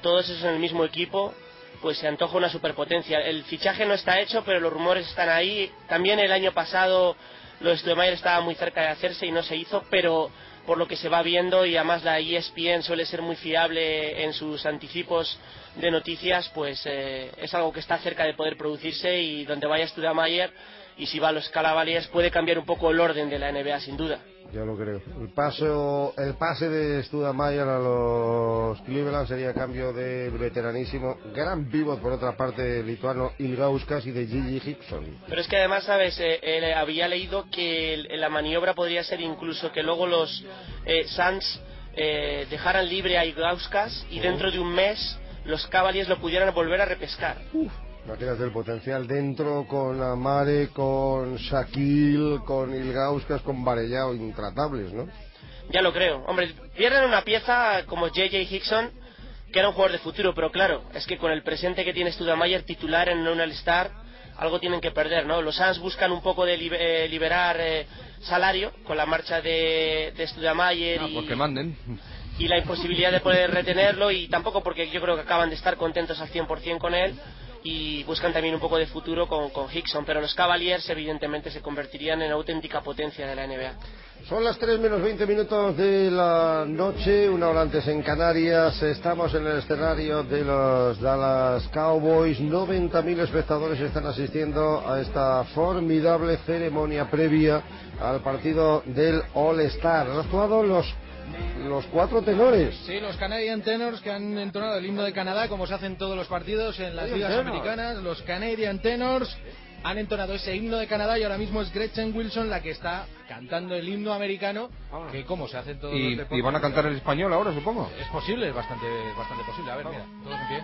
todos esos en el mismo equipo, pues se antoja una superpotencia. El fichaje no está hecho, pero los rumores están ahí. También el año pasado lo de Stoudemire estaba muy cerca de hacerse y no se hizo, pero por lo que se va viendo y además la E ESPN suele ser muy fiable en sus anticipos de noticias, pues eh, es algo que está cerca de poder producirse y donde vaya Studamayer y si va a los Cavaliers puede cambiar un poco el orden de la NBA sin duda.
Yo lo creo. El, paso, el pase de Studamayer a los Cleveland sería cambio de veteranísimo. Gran pivot, por otra parte, lituano Ilgauskas y de Gigi Gibson.
Pero es que además, ¿sabes? Eh, eh, había leído que el- la maniobra podría ser incluso que luego los eh, Suns eh, dejaran libre a Igauskas y
Ujú.
dentro de un mes los Cavaliers lo pudieran volver a repescar.
Imagínate el potencial dentro con Amare, con Shaquille, con Ilgauskas, con Varellao, intratables, ¿no?
Ya lo creo. Hombre, pierden una pieza como JJ Hickson, que era un jugador de futuro, pero claro, es que con el presente que tiene Studamayer titular en un All-Star, algo tienen que perder, ¿no? Los Suns buscan un poco de libe- eh, liberar eh, salario con la marcha de, de Studamayer
Ah,
y...
pues que manden.
y la imposibilidad de poder retenerlo y tampoco porque yo creo que acaban de estar contentos al 100% con él y buscan también un poco de futuro con, con Hickson, pero los Cavaliers evidentemente se convertirían en auténtica potencia de la NBA.
Son las 3 menos 20 minutos de la noche, una hora antes en Canarias. Estamos en el escenario de los Dallas Cowboys. 90.000 espectadores están asistiendo a esta formidable ceremonia previa al partido del All-Star. Han actuado los, los cuatro tenores.
Sí, los Canadian Tenors que han entonado el himno de Canadá, como se hacen todos los partidos en las
Canadian
ligas
Tenors.
americanas. Los Canadian Tenors han entonado ese himno de Canadá y ahora mismo es Gretchen Wilson la que está cantando el himno americano, que como se hacen todos los
Y,
deportes.
y van a cantar en español ahora, supongo.
Es posible, es bastante, bastante posible. A ver, mira, todos en pie.
eh.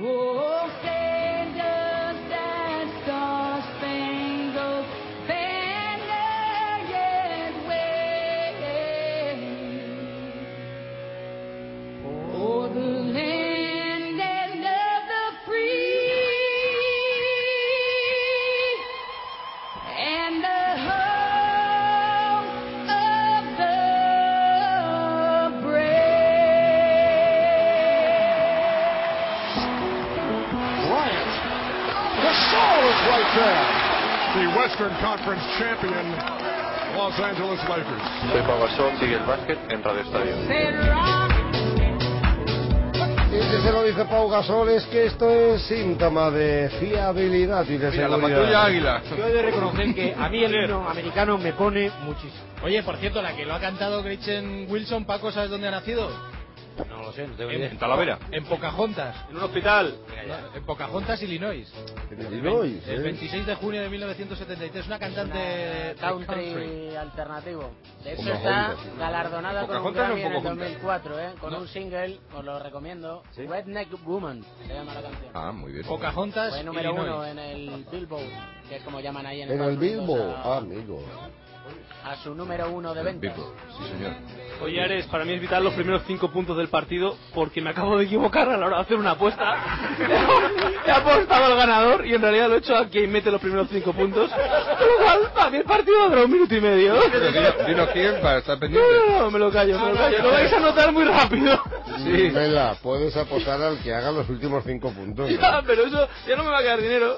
Oh, Oh, And the home of the brave.
The soul is right there. The Western Conference champion, Los Angeles Lakers.
Soy Pau Gasol, sigue el básquet en Radio Estadio.
Y si se lo dice Pau Gasol, es que esto es síntoma de fiabilidad y de
Mira, la
seguridad.
patrulla águila.
Yo he de reconocer que a mí el himno americano me pone muchísimo.
Oye, por cierto, la que lo ha cantado Gretchen Wilson, Paco, ¿sabes dónde ha nacido?
No lo sé, no tengo idea.
En En Pocahontas.
En un hospital.
En Pocahontas, Illinois.
Illinois,
El
¿eh?
26 de junio de 1973. Una cantante
Una
country.
country alternativo. De hecho
Como
está
juntas.
galardonada con un
Pocahontas
Grammy
o
en el
Pocahontas?
2004, ¿eh? con
No.
un single, os lo recomiendo, Redneck Woman, se llama la canción.
Ah, muy bien.
Pocahontas,
Fue número
Illinois.
uno en el Billboard, que es como llaman ahí en,
En el
Estados Unidos
Bilbo,
a-
amigo.
A, su número uno de ventas.
Sí, señor.
Oye, Ares, para mí es vital los primeros cinco puntos del partido porque me acabo de equivocar a la hora de hacer una apuesta. He apostado al ganador y en realidad lo he hecho a quien mete los primeros cinco puntos. Con lo cual, para mí el partido habrá un minuto y medio.
Pero dino- dinos quién para estar
No,
pendiente.
no, no, me lo callo, me lo callo. Lo vais a notar muy rápido.
Sí. Vela, puedes apostar al que haga los últimos cinco puntos. ¿no?
Ya, pero eso ya no me va a quedar dinero.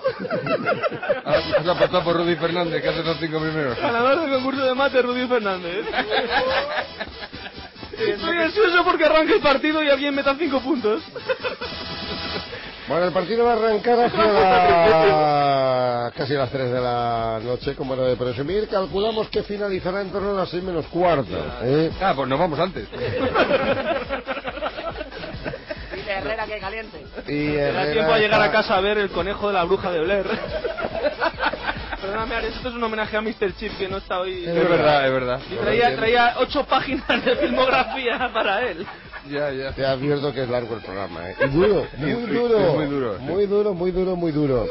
Ahora te vas a apostar por Rudy Fernández, que hace los cinco primeros.
Ganador del concurso de mate, Rudy Fernández. Estoy ansioso porque arranque el partido y alguien meta cinco puntos.
Bueno, el partido va a arrancar hacia la- casi las 3 de la noche, como era de presumir. Calculamos que finalizará en torno a las 6 menos cuarto. ¿eh?
Ah, pues nos vamos antes.
Dile Herrera que caliente.
Y
Te da
Herrera
tiempo a llegar a
está-
casa a ver el conejo de la bruja de Blair. perdóname, Ares, esto es un homenaje a Mr. Chip que no está hoy.
Es verdad, es verdad.
Y traía, traía ocho páginas de filmografía para él.
Ya, ya.
Te advierto que es largo el programa, ¿eh? Y duro, muy duro.
es muy duro, sí.
Muy duro, muy duro, muy duro.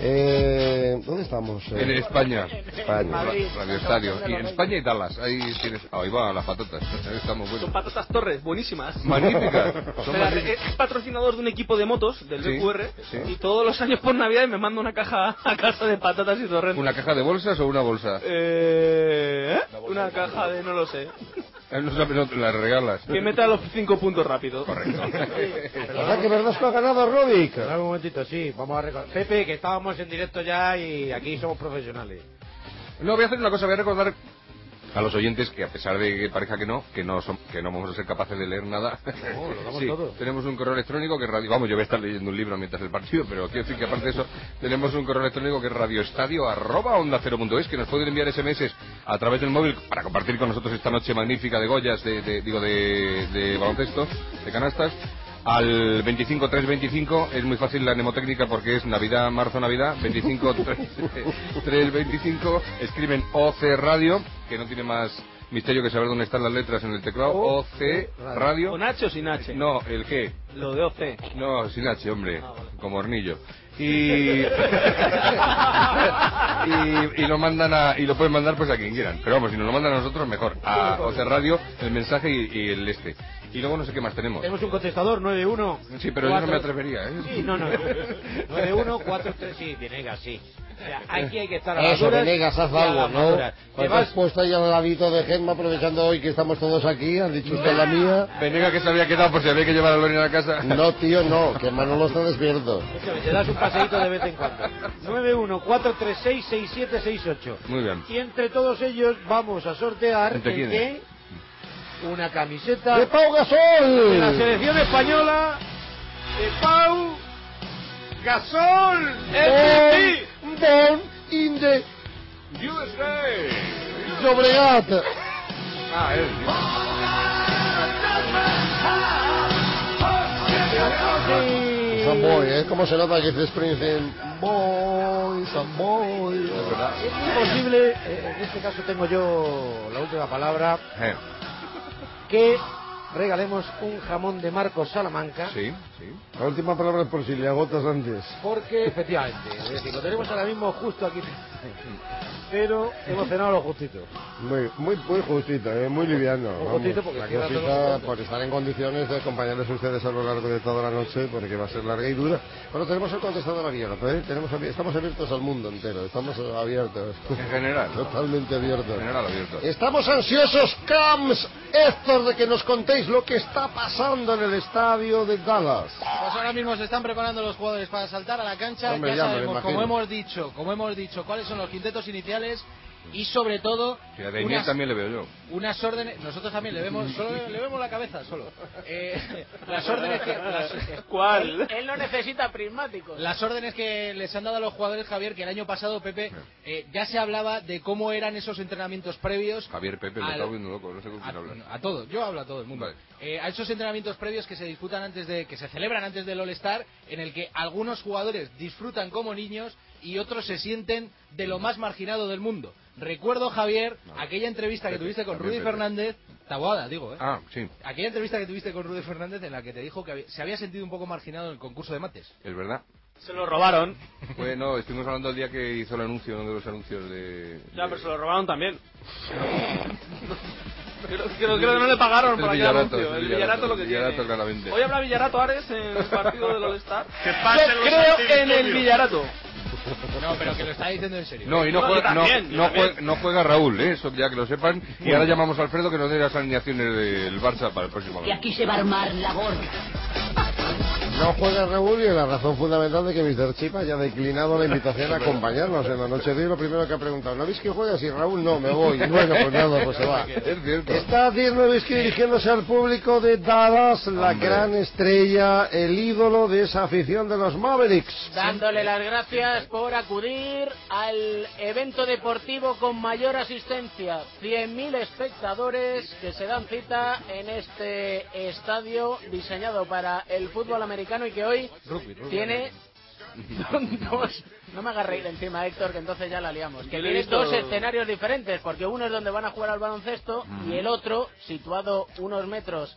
Eh, ¿Dónde estamos? eh?
En España.
España.
Ra- Radio Estadio. Y en España y Dallas. Ahí tienes. Ahí va, las patatas. Ahí estamos buenos.
Son patatas torres, buenísimas.
Magníficas. Son
Espera,
magníficas.
es patrocinador de un equipo de motos, del
Sí,
BQR,
sí.
y todos los años por Navidad me manda una caja a casa de patatas y torres.
¿Una caja de bolsas o una bolsa?
Eh, ¿eh? Una caja de, no lo sé.
Eh, No sabes, no, las regalas.
Que meta los cinco puntos rápido.
Correcto.
¿Verdad que Verdasco ha ganado, Robic?
Espera Ah, un momentito, sí, vamos a recordar. Pepe, que estábamos en directo ya y aquí somos profesionales.
No, voy a hacer una cosa, voy a recordar a los oyentes que a pesar de que parezca que no, que no son, que no vamos a ser capaces de leer nada.
No, lo damos
Sí,
todo.
tenemos un correo electrónico que es radio, vamos, yo voy a estar leyendo un libro mientras el partido, pero quiero decir que aparte de eso, tenemos un correo electrónico que es radioestadio arroba onda cero punto es, que nos pueden enviar SMS a través del móvil para compartir con nosotros esta noche magnífica de Goyas, de, de- digo, de, de baloncesto, de canastas. Al 25325 es muy fácil la mnemotécnica porque es Navidad, marzo, Navidad, 25325 escriben OC Radio, que no tiene más misterio que saber dónde están las letras en el teclado, OC Radio.
¿Con H o sin H?
No, el G.
Lo de OC.
No, sin H, hombre,
Ah,
como hornillo. Y... y, y lo mandan a- y lo pueden mandar pues a quien quieran. Pero vamos, si nos lo mandan a nosotros, mejor. A OC Radio, el mensaje y, y el este. Y luego no sé qué más tenemos.
Tenemos un contestador, 9-1.
Sí, pero yo no me atrevería, ¿eh?
Sí, no, no. 9-1, 4-3, sí, Venegas, sí. O sea, aquí hay que estar a las
Eso,
duras
Venegas, haz
y a
algo,
las
¿no?
maduras. Te
Te has
vas-
puesto ahí al ladito de Gemma, aprovechando hoy que estamos todos aquí, has dicho usted la mía.
Venega que se había quedado por si había que llevar a Lorena a casa.
No, tío, no, que Manolo está despierto.
Te das un paseíto de vez en cuando. 9-1-4-3-6-6-7-6-8.
Muy bien.
Y entre todos ellos vamos a sortear
¿Entre
el
quiénes?
qué? Una camiseta
¡De Pau
de la
Gasol!
selección española de Pau Gasol.
Born, born in the Llobregat.
Ah, él.
Son boy, ¿eh? ¿Cómo se nota que es Springsteen? Boy, son boy.
Es muy posible, eh, en este caso tengo yo la última palabra,
Eh,
que regalemos un jamón de Marcos Salamanca.
Sí, sí.
La última palabra es por si le agotas antes.
Porque, efectivamente, es decir, lo tenemos ahora mismo justo aquí. Pero hemos cenado lo justito.
Muy, muy, muy justito, ¿eh? muy liviano.
Muy
vamos.
justito porque
la
queda todo
cosita
junto.
por estar en condiciones de acompañarles ustedes a lo largo de toda la noche porque va a ser larga y dura. Bueno, tenemos el contestador abierto, ¿eh? tenemos, abi- estamos abiertos al mundo entero, estamos eh, abiertos.
En general.
Totalmente abiertos.
En general abierto.
Estamos ansiosos, Cams, Héctor, de que nos contéis lo que está pasando en el estadio de Dallas.
Pues ahora mismo se están preparando los jugadores para saltar a la cancha.
Hombre,
ya,
ya me lo
sabemos,
imagino.
como hemos dicho, como hemos dicho, cuáles son los quintetos iniciales y sobre todo
Y a Daimiel
unas,
también le veo yo.
unas órdenes. Nosotros también le vemos, solo le, le vemos la cabeza, solo. Eh, las órdenes que las,
¿Cuál?
Él no necesita prismáticos.
las órdenes que les han dado a los jugadores Javier, que el año pasado Pepe eh, ya se hablaba de cómo eran esos entrenamientos previos
Javier Pepe, me
Al-
está volviendo loco, no sé con quién hablar.
a, a todo, yo hablo a todo el mundo.
Vale.
Eh, a esos entrenamientos previos que se disputan antes de, que se celebran antes del All Star, en el que algunos jugadores disfrutan como niños y otros se sienten de lo más marginado del mundo. Recuerdo Javier aquella entrevista que
Pepe,
tuviste con
también
Rudy
Pepe.
Fernández, tabuada digo, ¿eh?
Ah, sí,
Aquella entrevista que tuviste con Rudy Fernández en la que te dijo que había- se había sentido un poco marginado en el concurso de mates.
es verdad.
Se lo robaron.
Bueno, estuvimos hablando el día que hizo el anuncio, uno de los anuncios de...
Ya,
de-
pero se lo robaron también. Creo, creo- creo que no le pagaron
El
por aquel
Villarato,
anuncio.
el
El
Villarato,
Villarato lo que
el Villarato,
tiene.
claramente.
Hoy habrá Villarato Ares en el partido del All-Star.
Que pasen
Yo
los
creo en el
antidisturbios.
Villarato.
No, pero que lo está diciendo en serio.
No, y no
No, yo
juega, no,
también, yo
no
también.
juega- no juega Raúl, ¿eh? eso ya que lo sepan. Y ahora llamamos a Alfredo que nos dé las alineaciones del Barça para el próximo año.
aquí se va a armar la gorda.
No juega Raúl y la razón fundamental de que Mr. Chip haya declinado la invitación a acompañarnos en la noche de hoy, lo primero que ha preguntado, ¿no veis que juega? Si Raúl no, me voy. Bueno, pues nada, pues se va.
Es cierto.
Está Dirk Nowitzki dirigiéndose al público de Dallas, la
Hombre.
gran estrella, el ídolo de esa afición de los Mavericks.
Dándole las gracias por acudir al evento deportivo con mayor asistencia. 100.000 espectadores que se dan cita en este estadio diseñado para el fútbol americano y que hoy tiene Son dos. No me hagas reír encima, Héctor, que entonces ya la liamos. Que
Yo le he
tienes
visto-
dos escenarios diferentes, porque uno es donde van a jugar al baloncesto
Mm.
y el otro, situado unos metros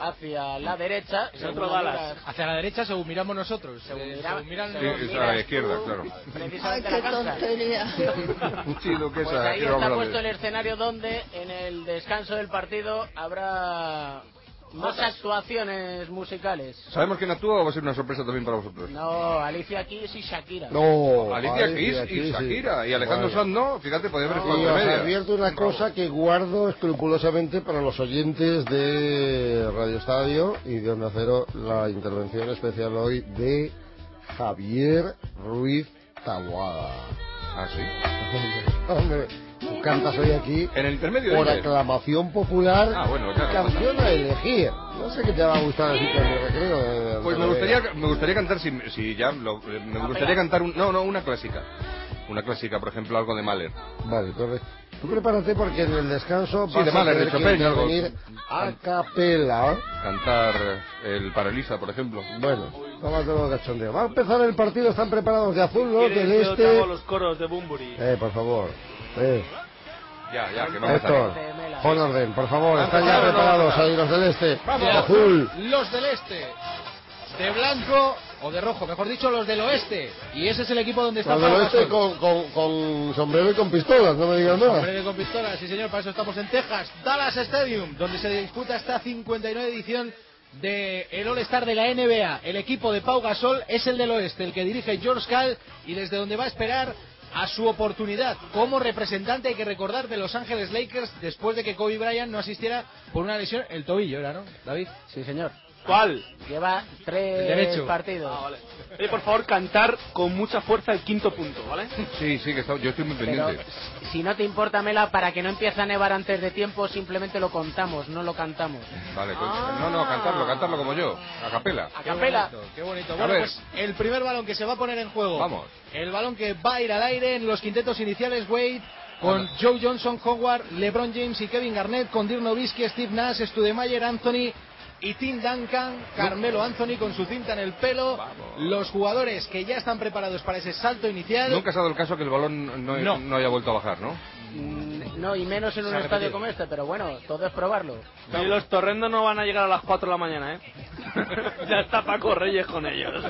hacia la derecha,
El
según
otro
la
Dallas.
liga-
Hacia la derecha según miramos nosotros. eh, Según,
mira-
miran
Sí,
los-
es a la izquierda, claro.
precisamente
Ay, qué
la cancha.
Sí, lo que es
Pues
a-
ahí
quiero
está
hablar
puesto
de-
el escenario donde en el descanso del partido habrá más
Notas.
actuaciones musicales.
¿Sabemos quién actúa o va a ser una sorpresa también para vosotros?
No, Alicia Keys y Shakira.
Alicia
Alicia
Keys y
Keys, sí.
Shakira. Y Alejandro
Bueno.
Sanz no. Fíjate, podía haber
Y
jugado
os
entre medias.
advierto una cosa que guardo escrupulosamente para los oyentes de Radio Estadio y de Onda Cero, la intervención especial hoy de Javier Ruiz Taboada.
¿Ah, sí?
Hombre, tú cantas hoy aquí
En el intermedio.
por
dices.
aclamación popular
Ah, bueno, claro.
canción a elegir. No sé qué te va a gustar así que en el recreo. eh,
Pues me
Andrés.
gustaría, me gustaría cantar, si, si ya, lo- eh, me gustaría cantar un, no, no, una clásica. Una clásica, por ejemplo, algo de Mahler.
Vale, correcto. Tú prepárate porque en el descanso
Sí,
vas
de
a
Mahler, de
tener que
Chopin, algo.
intervenir a capela. ¿eh?
Cantar eh, el Paraliza, por ejemplo.
Bueno, tómatelo de cachondeo. Va a empezar el partido, están preparados de azul, los
¿Quieres
del
que yo te hago
este.
los coros de Bumburi.
Eh, por favor. Eh,
Ya, ya, que vamos a
Héctor, pon orden, por favor,
Ah,
están ya
no, no,
preparados
no.
ahí los del este.
Vamos.
Azul.
Los del este. De blanco o de rojo, mejor dicho, los del oeste. Y ese es el equipo donde está
Los del
Pau
oeste
Gasol.
con, con, con sombrero y con pistolas, no me digas nada.
Hombre, con pistola, sí señor, para eso estamos en Texas, Dallas Stadium, donde se disputa esta 59 edición de el All Star de la NBA. El equipo de Pau Gasol es el del oeste, el que dirige George Cal y desde donde va a esperar a su oportunidad como representante hay que recordar de Los Ángeles Lakers después de que Kobe Bryant no asistiera por una lesión el tobillo era no David
sí señor
¿Cuál?
Lleva tres
El derecho.
partidos.
Ah,
Oye, por favor, cantar con mucha fuerza el quinto punto, ¿vale?
Sí, sí, que está- yo estoy muy
Pero
pendiente.
si no te importa, Mela, para que no empiece a nevar antes de tiempo, simplemente lo contamos, no lo cantamos.
Vale, pues, no, no, cantarlo, cantarlo como yo, a capela.
A capela.
Qué bonito, qué bonito.
A
Bueno,
ver.
pues el primer balón que se va a poner en juego.
Vamos.
El balón que va a ir al aire en los quintetos iniciales, Wade, con Joe Johnson, Howard, LeBron James y Kevin Garnett, con Dirk Nowitzki, Steve Nash, Studemeyer, Anthony y Tim Duncan, Carmelo Anthony con su cinta en el pelo. Los jugadores que ya están preparados para ese salto inicial.
Nunca se ha dado el caso que el balón no,
No.
no haya vuelto a bajar, ¿no?
Mm, No, y menos en
Se
un
ha
estadio
repetido.
como este, pero bueno, todo es probarlo.
Y los torrendos no van a llegar a las 4 de la mañana, ¿eh? ya está Paco Reyes con ellos.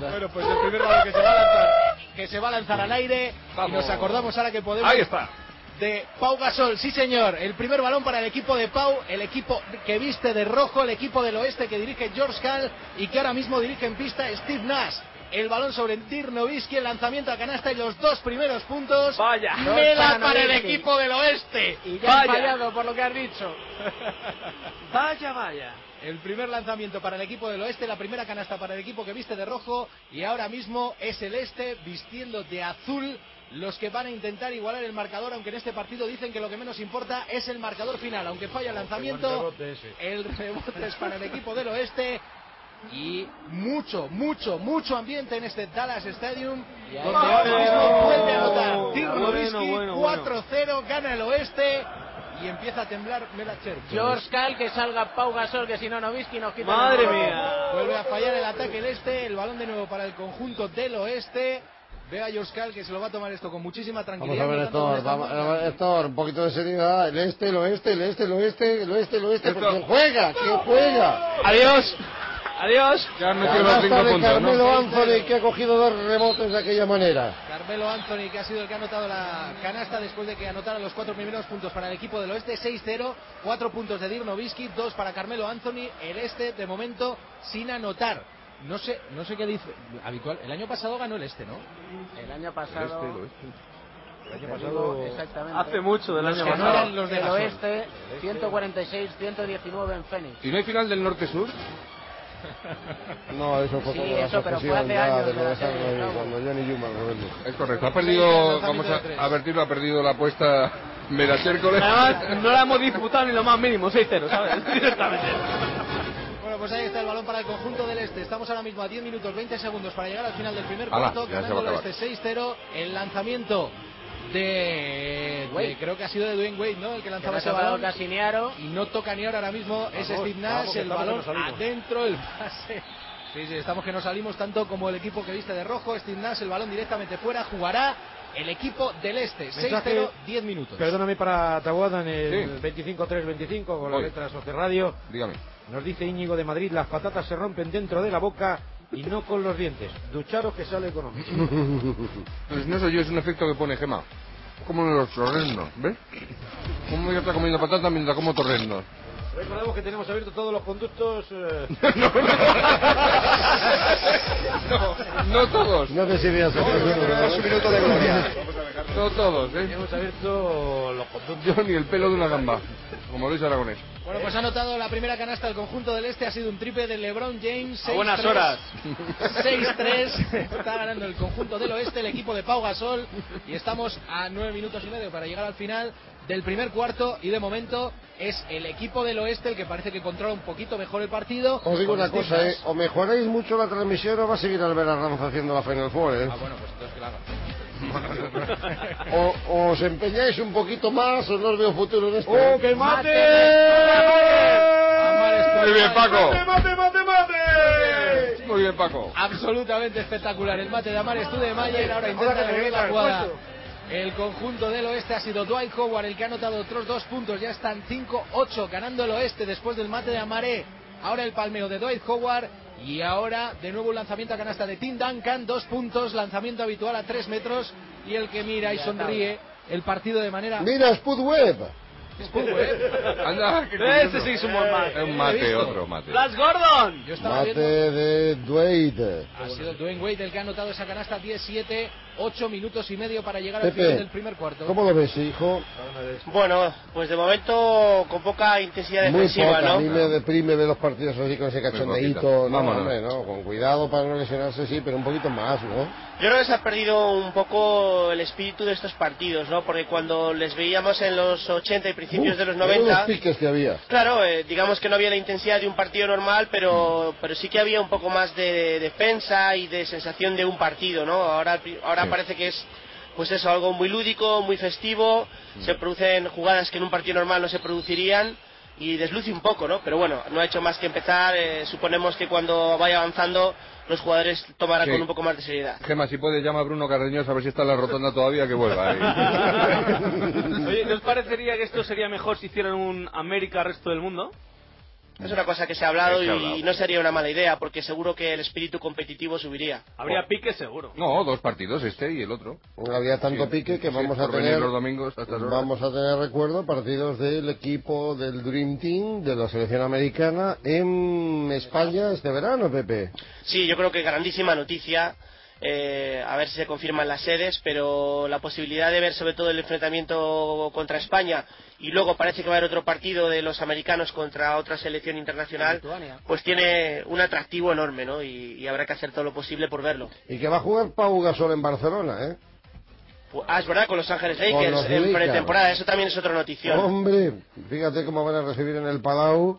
Bueno, pues el primer balón que se va a lanzar, que se va a lanzar al aire y nos acordamos ahora que podemos.
Ahí está.
De Pau Gasol, sí señor. El primer balón para el equipo de Pau, el equipo que viste de rojo, el equipo del oeste que dirige George Cal y que ahora mismo dirige en pista Steve Nash. El balón sobre Dirk Nowitzki, el lanzamiento a canasta y los dos primeros puntos.
Vaya.
Mela para el equipo del oeste.
Y ya han fallado por lo que has dicho.
Vaya, vaya.
El primer lanzamiento para el equipo del oeste, la primera canasta para el equipo que viste de rojo y ahora mismo es el este vistiendo de azul los que van a intentar igualar el marcador, aunque en este partido dicen que lo que menos importa es el marcador final, aunque falla el lanzamiento, el rebote es para el equipo del oeste y mucho, mucho, mucho ambiente en este Dallas Stadium, donde ahora mismo vuelve a anotar Dirk
Bueno,
Nowitzki,
bueno, bueno.
4-0, gana el oeste y empieza a temblar Melachero.
George Cal, que salga Pau Gasol, que si no, Novisky nos quita.
Madre
la-
mía.
Vuelve a fallar el ataque el este, el balón de nuevo para el conjunto del oeste. Ve a Yoscal que se lo va a tomar esto con muchísima
Vamos
tranquilidad.
a ver,
no tanto
Héctor,
molestando.
vamos, a ver, Héctor, un poquito de seriedad. El este, el oeste, el este, el oeste, el oeste, el oeste.
Héctor.
¿Quién juega? ¿Quién juega?
Adiós. Adiós.
Ya han metido los
Canasta
cinco
de
puntos,
Carmelo
¿no? Ah,
Anthony que ha cogido dos rebotes de aquella manera.
Carmelo Anthony, que ha sido el que ha anotado la canasta después de que anotara los cuatro primeros puntos para el equipo del oeste, 6-0, cuatro puntos de Dirk Nowitzki, dos para Carmelo Anthony, el este de momento sin anotar. No sé, no sé qué dice habitual. El año pasado ganó el este, ¿no?
El año pasado.
El año
Te
pasado-
digo exactamente.
Hace mucho del
Los
año
que
pasado.
eran los del
Gasol.
oeste, 146-119 en Phoenix.
¿Y no hay final del norte-sur?
No, eso fue
Sí,
como la
eso, pero fue
sucesión
hace
ya
años
de
de
lo
la
de
serie,
Harden,
vamos.
cuando Johnny Yuma lo vende.
Es correcto, ha
Sí,
perdido,
lanzamiento
vamos
de tres.
a advertirlo, ha perdido la apuesta ¿eh? Merachércoles.
Además, no la hemos disputado ni lo más mínimo, 6-0, ¿sabes? Directamente.
Bueno, pues ahí está el balón para el conjunto del Este. Estamos ahora mismo a 10 minutos 20 segundos para llegar al final del primer
Ala,
cuarto.
ya se
Ganando
va a
el
acabar.
Este 6-0. El lanzamiento de...
Wade.
Creo que ha sido de Dwayne Wade, ¿no? El que
Que no
lanzaba
ha
ese
tocado
balón.
Casiniaro.
Y no toca ni ahora, ahora mismo. es
Vamos,
Steve Nash.
vamos, que
el
estamos
balón
que nos salimos.
adentro. El pase Sí, sí, estamos que no salimos tanto como el equipo que viste de rojo. Steve Nash, el balón directamente fuera. Jugará el equipo del Este.
Mensaje-
6-0, 10 minutos.
Perdóname para Taboada en el
Sí.
25-3-25 con las
Voy.
letras de Radio.
Dígame.
Nos dice Íñigo de Madrid, las patatas se rompen dentro de la boca y no con los dientes. Ducharos que sale económico.
Pues no soy yo, es un efecto que pone Gema. Como los torrendos, ¿ves? Como yo está comiendo patata mientras como torrendos.
Recordemos que tenemos abierto todos los conductos. eh.
No todos.
No te sirvías
minuto de gloria. No todos, ¿eh?
Hemos abierto los
Yo ni el pelo de una gamba, como Luis Aragonés.
Bueno, pues ha anotado la primera canasta del conjunto del Este. Ha sido un triple de LeBron James. 6-3.
A buenas horas.
6-3. Está ganando el conjunto del Oeste, el equipo de Pau Gasol. Y estamos a 9 minutos y medio para llegar al final del primer cuarto. Y de momento es el equipo del Oeste el que parece que controla un poquito mejor el partido.
Os digo
Con
una
Steve
cosa, ¿eh?
Nash.
o mejoráis mucho la transmisión o va a seguir Albert Ramos haciendo la Final Four, ¿eh?
Ah, bueno, pues entonces claro.
O, o os empeñáis un poquito más o no os veo futuro en esto.
¡Oh,
¿eh?
que mate!
Muy bien, Paco.
¡Mate, mate, mate!
Muy bien, Paco.
Absolutamente espectacular el mate de Amar Studemayer. Ahora
Ahora
intenta
que le
devolver
grita
la
el
jugada.
puesto.
El conjunto del oeste ha sido Dwight Howard el que ha anotado otros dos puntos. Ya están 5-8 ganando el oeste después del mate de Amaré. Ahora el palmeo de Dwight Howard. Y ahora de nuevo un lanzamiento a canasta de Tim Duncan. Dos puntos, lanzamiento habitual a tres metros. Y el que mira y sonríe el partido de manera. ¿eh?
Mira, Spudweb.
Anda,
Este sí es un buen mate.
Es un mate, otro mate.
Flash Gordon.
Yo estaba
Mate
viendo-
de Dwayne.
Ha sido Dwayne Wade el que ha anotado esa canasta 17, 8 minutos y medio para llegar al final
Pepe,
del primer cuarto.
¿cómo lo ves, hijo?
Bueno, pues de momento con poca intensidad
Muy
defensiva,
poca, a mí
¿no?
me deprime ver los partidos así con ese cachondeíto.
poquita.
No,
Vámonos.
hombre, no, con cuidado para no lesionarse, sí, pero un poquito más, ¿no?
Yo creo que se ha perdido un poco el espíritu de estos partidos, ¿no? Porque cuando les veíamos en los 80 y principios
Uf,
de los
mira los
90,
piques que había.
claro, eh, digamos que no había la intensidad de un partido normal, pero, pero sí que había un poco más de defensa y de sensación de un partido, ¿no? Ahora, ahora
Sí.
parece que es, pues eso, algo muy lúdico, muy festivo,
Mm.
se producen jugadas que en un partido normal no se producirían y desluce un poco, ¿no? Pero bueno, no ha hecho más que empezar, eh, suponemos que cuando vaya avanzando los jugadores tomarán
Sí.
con un poco más de seriedad.
Gema, si puedes, llama a Bruno Carreñosa a ver si está en la rotonda todavía, que vuelva. ¿eh? ahí.
Oye, ¿nos parecería que esto sería mejor si hicieran un América resto del mundo?
Es una cosa que se ha hablado
Se ha
y
hablado.
no sería una mala idea, porque seguro que el espíritu competitivo subiría.
Habría pique seguro.
No, dos partidos, este y el otro.
Había tanto pique que
sí,
vamos a
por venir
tener
los domingos a estas horas.
vamos a tener recuerdo partidos del equipo del Dream Team de la selección americana en España este verano, Pepe.
Sí, yo creo que grandísima noticia. eh, a ver si se confirman las sedes, pero la posibilidad de ver sobre todo el enfrentamiento contra España y luego parece que va a haber otro partido de los americanos contra otra selección internacional, pues tiene un atractivo enorme, ¿no? Y, y habrá que hacer todo lo posible por verlo.
Y que va a jugar Pau Gasol en Barcelona, ¿eh?
Pues- ah, es verdad, con los Ángeles
Con
Lakers
los
en
Lakers.
pretemporada, eso también es otra notición.
Hombre, fíjate cómo van a recibir en el Palau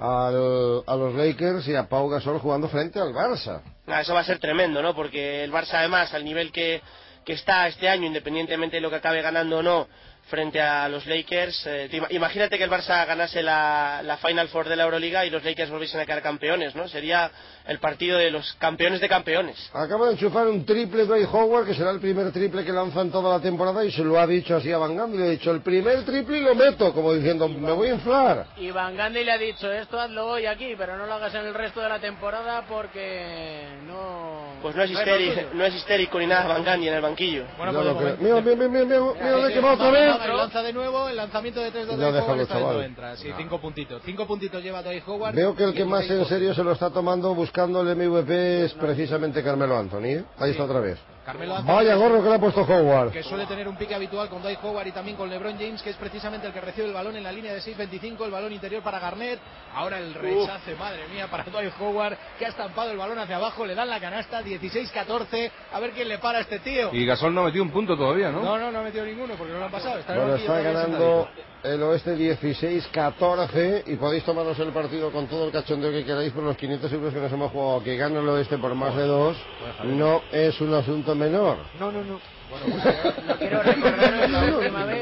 al- a los Lakers y a Pau Gasol jugando frente al Barça.
Ah, Eso va a ser tremendo, ¿no? Porque el Barça, además, al nivel que, que está este año, independientemente de lo que acabe ganando o no frente a los Lakers, eh, te ima- imagínate que el Barça ganase la, la Final Four de la Euroliga y los Lakers volviesen a quedar campeones, ¿no? Sería el partido de los campeones de campeones.
Acaba de enchufar un triple Dwight Howard, que será el primer triple que lanzan toda la temporada, y se lo ha dicho así a Van Gundy, le ha dicho, el primer triple y lo meto, como diciendo, me voy a inflar.
Y Van Gandhi le ha dicho, esto hazlo hoy aquí, pero no lo hagas en el resto de la temporada porque no...
Pues no es,
hay
histérico,
partido".
no es histérico ni nada Van Gandhi en el banquillo.
Yo no creo. Mira, mira, mira, mira, mira,
Sí,
mira
sí,
que va otra vez.
Lanza, lanza de nuevo, el lanzamiento de tres de
Ya
Dwight
déjalo,
Howard esta vez no
chaval.
entra. Sí, cinco puntitos. Cinco puntitos lleva Dwight Howard.
Veo que el
Y
que más en
seis-
serio se lo está tomando buscando el MVP es precisamente Carmelo Anthony. ¿eh? Ahí está otra vez.
Carmelo Anthony,
Vaya gorro que le ha puesto Howard.
que suele tener un pique habitual con Dwight Howard y también con LeBron James, que es precisamente el que recibe el balón en la línea de 6.25, el balón interior para Garnett. Ahora el rechace, madre mía, para Dwight Howard, que ha estampado el balón hacia abajo, le dan la canasta, 16-14. A ver quién le para a este tío.
Y Gasol no ha metido un punto todavía, ¿no?
No, no, no ha metido ninguno porque no lo han pasado. Está en el
Bueno,
banquillo
está
todavía
ganando el oeste 16-14 y podéis tomaros el partido con todo el cachondeo que queráis por los 500 euros que nos hemos jugado. Que gane el oeste por más de dos no es un asunto menor.
No, no, no.
pues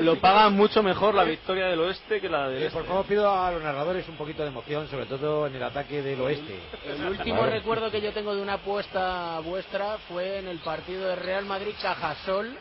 Lo paga mucho mejor la victoria del oeste que la del
Eh,
este.
por favor, pido a los narradores un poquito de emoción, sobre todo en el ataque del oeste.
El último
Vale.
recuerdo que yo tengo de una apuesta vuestra fue en el partido de Real Madrid Cajasol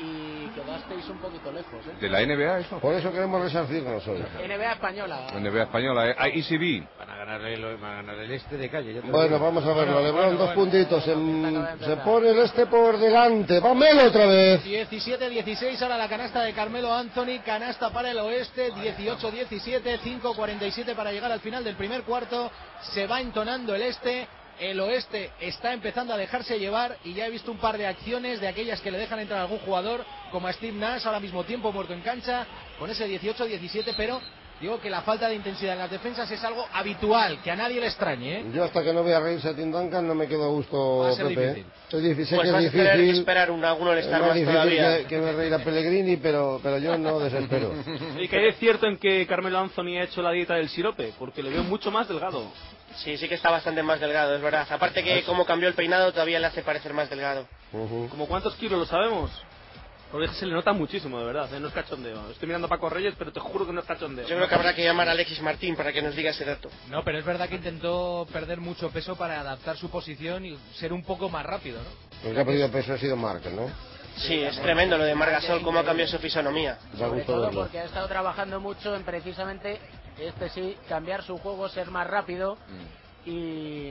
y quedasteis un poquito lejos. ¿eh?
¿De la NBA eso?
Por eso queremos resarcirnos hoy.
NBA española.
NBA española, eh. Ah, ECB.
Van a ganar el, van a ganar el este de calle. ya te lo
Bueno,
digo.
vamos a verlo.
Bueno,
Lebron,
bueno, bueno.
dos puntitos. Se, se pone el este por delante. Va Melo otra vez.
17-16 ahora la canasta de Carmelo Anthony, canasta para el oeste, 18-17, 5-47 para llegar al final del primer cuarto, se va entonando el este, el oeste está empezando a dejarse llevar y ya he visto un par de acciones de aquellas que le dejan entrar a algún jugador, como a Steve Nash, ahora mismo tiempo muerto en cancha, con ese 18-17, pero digo que la falta de intensidad en las defensas es algo habitual, que a nadie le extrañe, ¿eh?
Yo hasta que no vea reírse a Tim Duncan no me quedo a gusto,
Va a ser
Pepe.
difícil.
Es difícil,
Pues
que
vas
es
a tener que
difícil.
esperar un alguno al
Es
estar
más
más
Eh, difícil
todavía.
que, que me reír a Pellegrini, pero, pero yo no desespero.
Y que es cierto en que Carmelo Anthony ha hecho la dieta del sirope, porque le veo mucho más delgado.
Sí, sí que está bastante más delgado, es verdad. Aparte que como cambió el peinado todavía le hace parecer más delgado.
¿Como cuántos kilos lo sabemos? Porque se le nota muchísimo, de verdad, ¿eh? no es cachondeo. Estoy mirando a Paco Reyes, pero te juro que no es cachondeo.
Yo creo que habrá que llamar a Alexis Martín para que nos diga ese dato.
No, pero es verdad que intentó perder mucho peso para adaptar su posición y ser un poco más rápido, ¿no?
El que ha perdido peso ha sido Mark, ¿no?
Sí, es tremendo lo de Margasol, cómo ha cambiado su fisonomía.
Da gusto
Todo
verlo.
porque ha estado trabajando mucho en precisamente, este sí, cambiar su juego, ser más rápido y,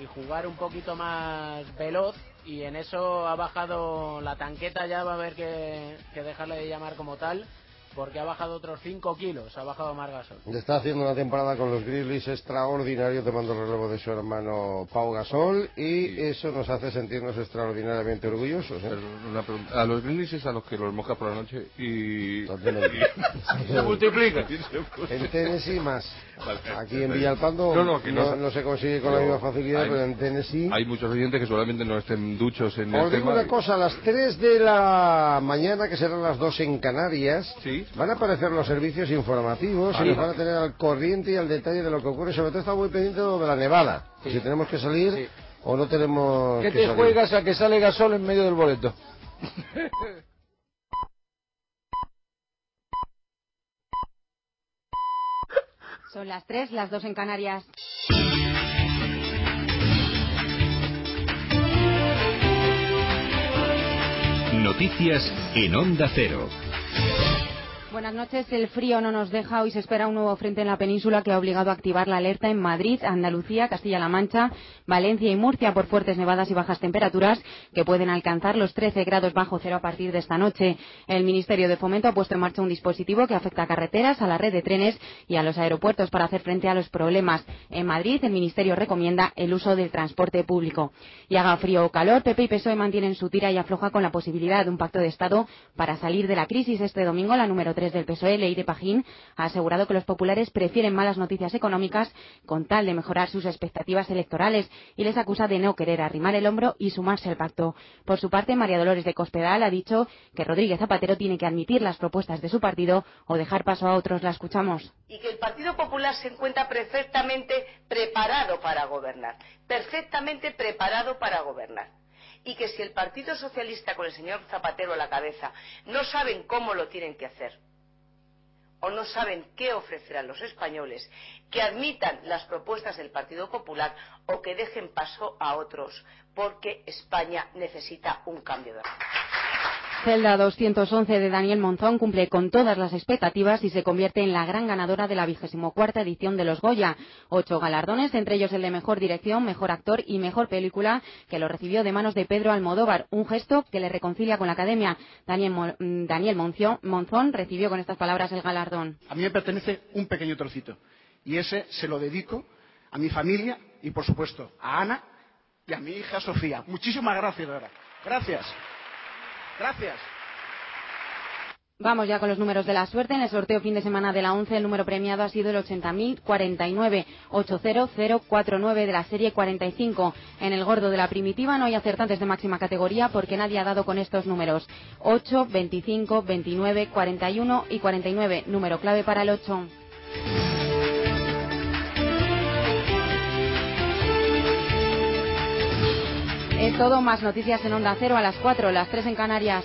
y jugar un poquito más veloz. Y en eso ha bajado la tanqueta, ya va a haber que, que dejarle de llamar como tal, porque ha bajado otros 5 kilos, ha bajado Margasol.
Está haciendo una temporada con los Grizzlies extraordinario tomando el relevo de su hermano Pau Gasol y eso nos hace sentirnos extraordinariamente orgullosos. ¿eh?
Una pregunta. A los grizzlies es a los que los mojas por la noche y...
Se multiplica. En Tennessee más. Aquí en Villalpando
No, no, que no-
no, no se consigue con la
Pero
misma facilidad,
hay-
pero en Tennessee...
Hay muchos oyentes que seguramente no estén duchos en el
Os digo
tema.
una cosa, a las 3 de la mañana, que serán las 2 en Canarias, van a aparecer los servicios informativos
Ah,
y nos
sí.
van a tener al corriente y al detalle de lo que ocurre. Sobre todo está muy pendiente de lo de la nevada, que si tenemos que salir o no tenemos
¿Qué
que
te
salir.
juegas a que sale Gasol en medio del boleto?
Son las 3, las 2 en Canarias.
Noticias en Onda Cero.
Buenas noches. El frío no nos deja. Hoy se espera un nuevo frente en la península que ha obligado a activar la alerta en Madrid, Andalucía, Castilla-La Mancha, Valencia y Murcia por fuertes nevadas y bajas temperaturas que pueden alcanzar los 13 grados bajo cero a partir de esta noche. El Ministerio de Fomento ha puesto en marcha un dispositivo que afecta a carreteras, a la red de trenes y a los aeropuertos para hacer frente a los problemas. En Madrid, el Ministerio recomienda el uso del transporte público. Y haga frío o calor, PP y PSOE mantienen su tira y afloja con la posibilidad de un pacto de Estado para salir de la crisis. Este domingo, la número 3 del PSOE, E, Leire Pajín, ha asegurado que los populares prefieren malas noticias económicas con tal de mejorar sus expectativas electorales y les acusa de no querer arrimar el hombro y sumarse al pacto. Por su parte, María Dolores de Cospedal ha dicho que Rodríguez Zapatero tiene que admitir las propuestas de su partido o dejar paso a otros. La escuchamos.
y que el Partido Popular se encuentra perfectamente preparado para gobernar, perfectamente preparado para gobernar. Y que si el Partido Socialista con el señor Zapatero a la cabeza no saben cómo lo tienen que hacer o no saben qué ofrecer a los españoles, que admitan las propuestas del Partido Popular o que dejen paso a otros, porque España necesita un cambio de rumbo.
Celda 211 de Daniel Monzón cumple con todas las expectativas y se convierte en la gran ganadora de la vigésimo cuarta edición de los Goya. Ocho galardones, entre ellos el de mejor dirección, mejor actor y mejor película, que lo recibió de manos de Pedro Almodóvar, un gesto que le reconcilia con la academia. Daniel, Mo- mm, Daniel Moncio- Monzón recibió con estas palabras el galardón.
A mí me pertenece un pequeño trocito. Y ese se lo dedico a mi familia y, por supuesto, a Ana y a mi hija Sofía. Muchísimas gracias, de verdad. Gracias. Gracias.
Vamos ya con los números de la suerte. En el sorteo fin de semana de la 11, el número premiado ha sido el 80.049-80049 de la serie 45. En el gordo de la primitiva no hay acertantes de máxima categoría porque nadie ha dado con estos números. 8, 25, 29, 41 y 49. Número clave para el 8. Es de todo, más noticias en Onda Cero a las 4, las 3 en Canarias.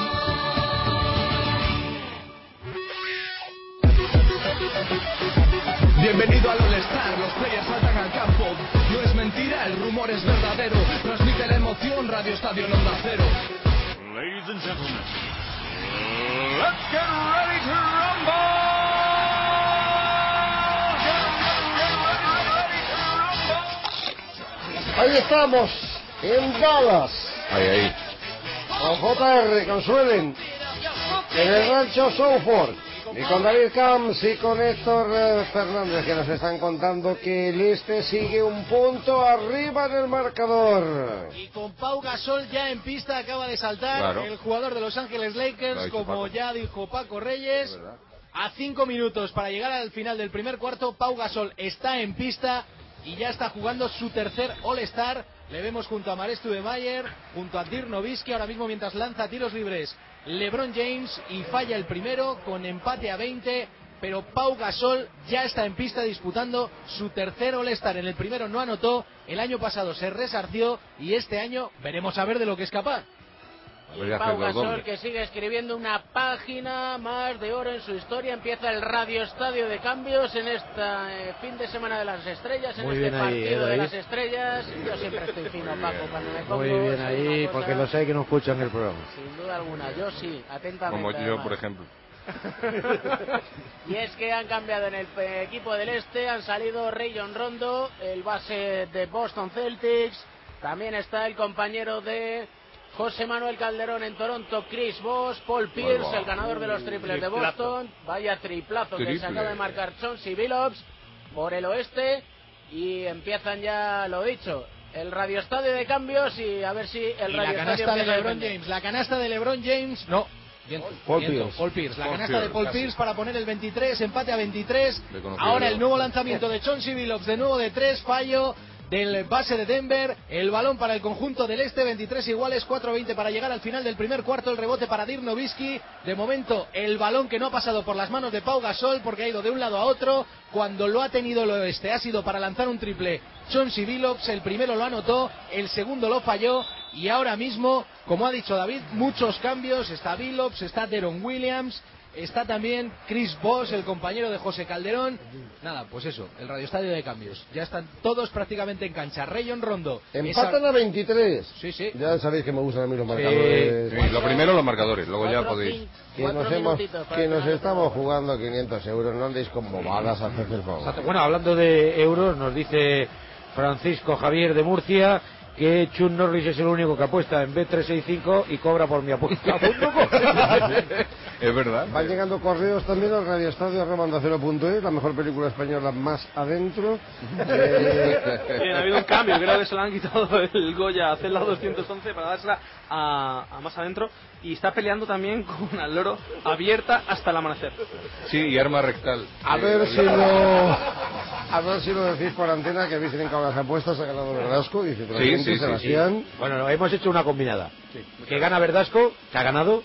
Mm.
Bienvenido al All-Star, los players saltan al campo. No es mentira, el rumor es verdadero. Transmite la emoción, Radio Estadio en Onda Cero.
Ladies and gentlemen, let's get ready to rumble!
Ahí estamos, en Dallas.
Ahí, ahí.
Con JR, con Suelen. En el rancho Southport. Y con David Camps y con Héctor eh, Fernández, que nos están contando que el este sigue un punto arriba en el marcador.
Y con Pau Gasol ya en pista acaba de saltar
Claro.
el jugador de Los Ángeles
Lo ha
Lakers,
dicho
como
Paco.
ya dijo Paco Reyes. A cinco minutos para llegar al final del primer cuarto, Pau Gasol está en pista y ya está jugando su tercer All-Star. Le vemos junto a Marestu de Mayer, junto a Dirk Nowitzki, ahora mismo mientras lanza tiros libres LeBron James y falla el primero con empate a 20. Pero Pau Gasol ya está en pista disputando su tercer All-Star. En el primero no anotó, el año pasado se resarció y este año veremos a ver de lo que es capaz.
Voy a hacer
Pau
dos
Gasol
dobles.
que sigue escribiendo una página más de oro en su historia. Empieza el Radio Estadio de Cambios en esta eh, fin de semana de las estrellas, en
Muy
este
bien ahí,
partido
eh,
de
David.
las estrellas. Yo siempre estoy fino, Paco, cuando me pongo.
Muy bien
soy
ahí,
una cosa,
porque los hay que no escuchan el programa.
Sin duda alguna, yo sí, atentamente.
Como yo,
además.
por ejemplo.
Y es que han cambiado en el eh, equipo del este, han salido Rayon Rondo, el base de Boston Celtics, también está el compañero de José Manuel Calderón en Toronto, Chris Bosh, Paul Pierce,
Ahí va.
el ganador de los triples de
Triplazo.
Boston, vaya triplazo que se
Triple.
acaba de marcar Chauncey Billups por el oeste y empiezan ya, lo dicho, el radioestadio de cambios y a ver si el
Y la
radioestadio empieza
canasta de
a
LeBron
depender.
James, la canasta de LeBron James, no. Viento,
Paul
viento,
Pierce.
Paul Pierce. La
Paul
canasta
Pierce,
de Paul
casi.
Pierce para poner el 23, empate a 23.
Le conocí
Ahora
yo.
el nuevo lanzamiento de Chauncey Billups, de nuevo de tres, fallo del base de Denver, el balón para el conjunto del este, 23 iguales, 4-20 para llegar al final del primer cuarto, el rebote para Dirk Nowitzki, de momento el balón que no ha pasado por las manos de Pau Gasol porque ha ido de un lado a otro, cuando lo ha tenido el oeste ha sido para lanzar un triple Chauncey Billups, el primero lo anotó, el segundo lo falló y ahora mismo, como ha dicho David, muchos cambios, está Billups, está Deron Williams, Está también Chris Boss, el compañero de José Calderón. Nada, pues eso, el radioestadio de cambios. Ya están todos prácticamente en cancha. Rayon Rondo.
Empatan
esa-
a 23.
Sí, sí.
Ya sabéis que me gustan a mí los marcadores.
Sí, lo primero los marcadores, luego ya podéis.
Que nos, hemos- que nos estamos jugando 500 euros, no andéis con bobadas, haced el favor.
Bueno, hablando de euros, nos dice Francisco Javier de Murcia que Chun Norris es el único que apuesta en B365 y cobra por mi apuesta.
Es verdad.
Van llegando correos también al radioestadio.es, la mejor película española más adentro. Eh,
Bien, ha habido un cambio. Creo que se le han quitado el Goya a Cela 211 para dársela a, a más adentro. Y está peleando también con el loro abierta hasta el amanecer.
Sí, y arma rectal.
a
Sí,
ver
la-
si lo... A ver si lo decís por antena, que habéis elencado las apuestas, ha ganado Verdasco, dice tu oyente, Sebastián.
Bueno, no, hemos hecho una combinada. Que gana Verdasco, que ha ganado.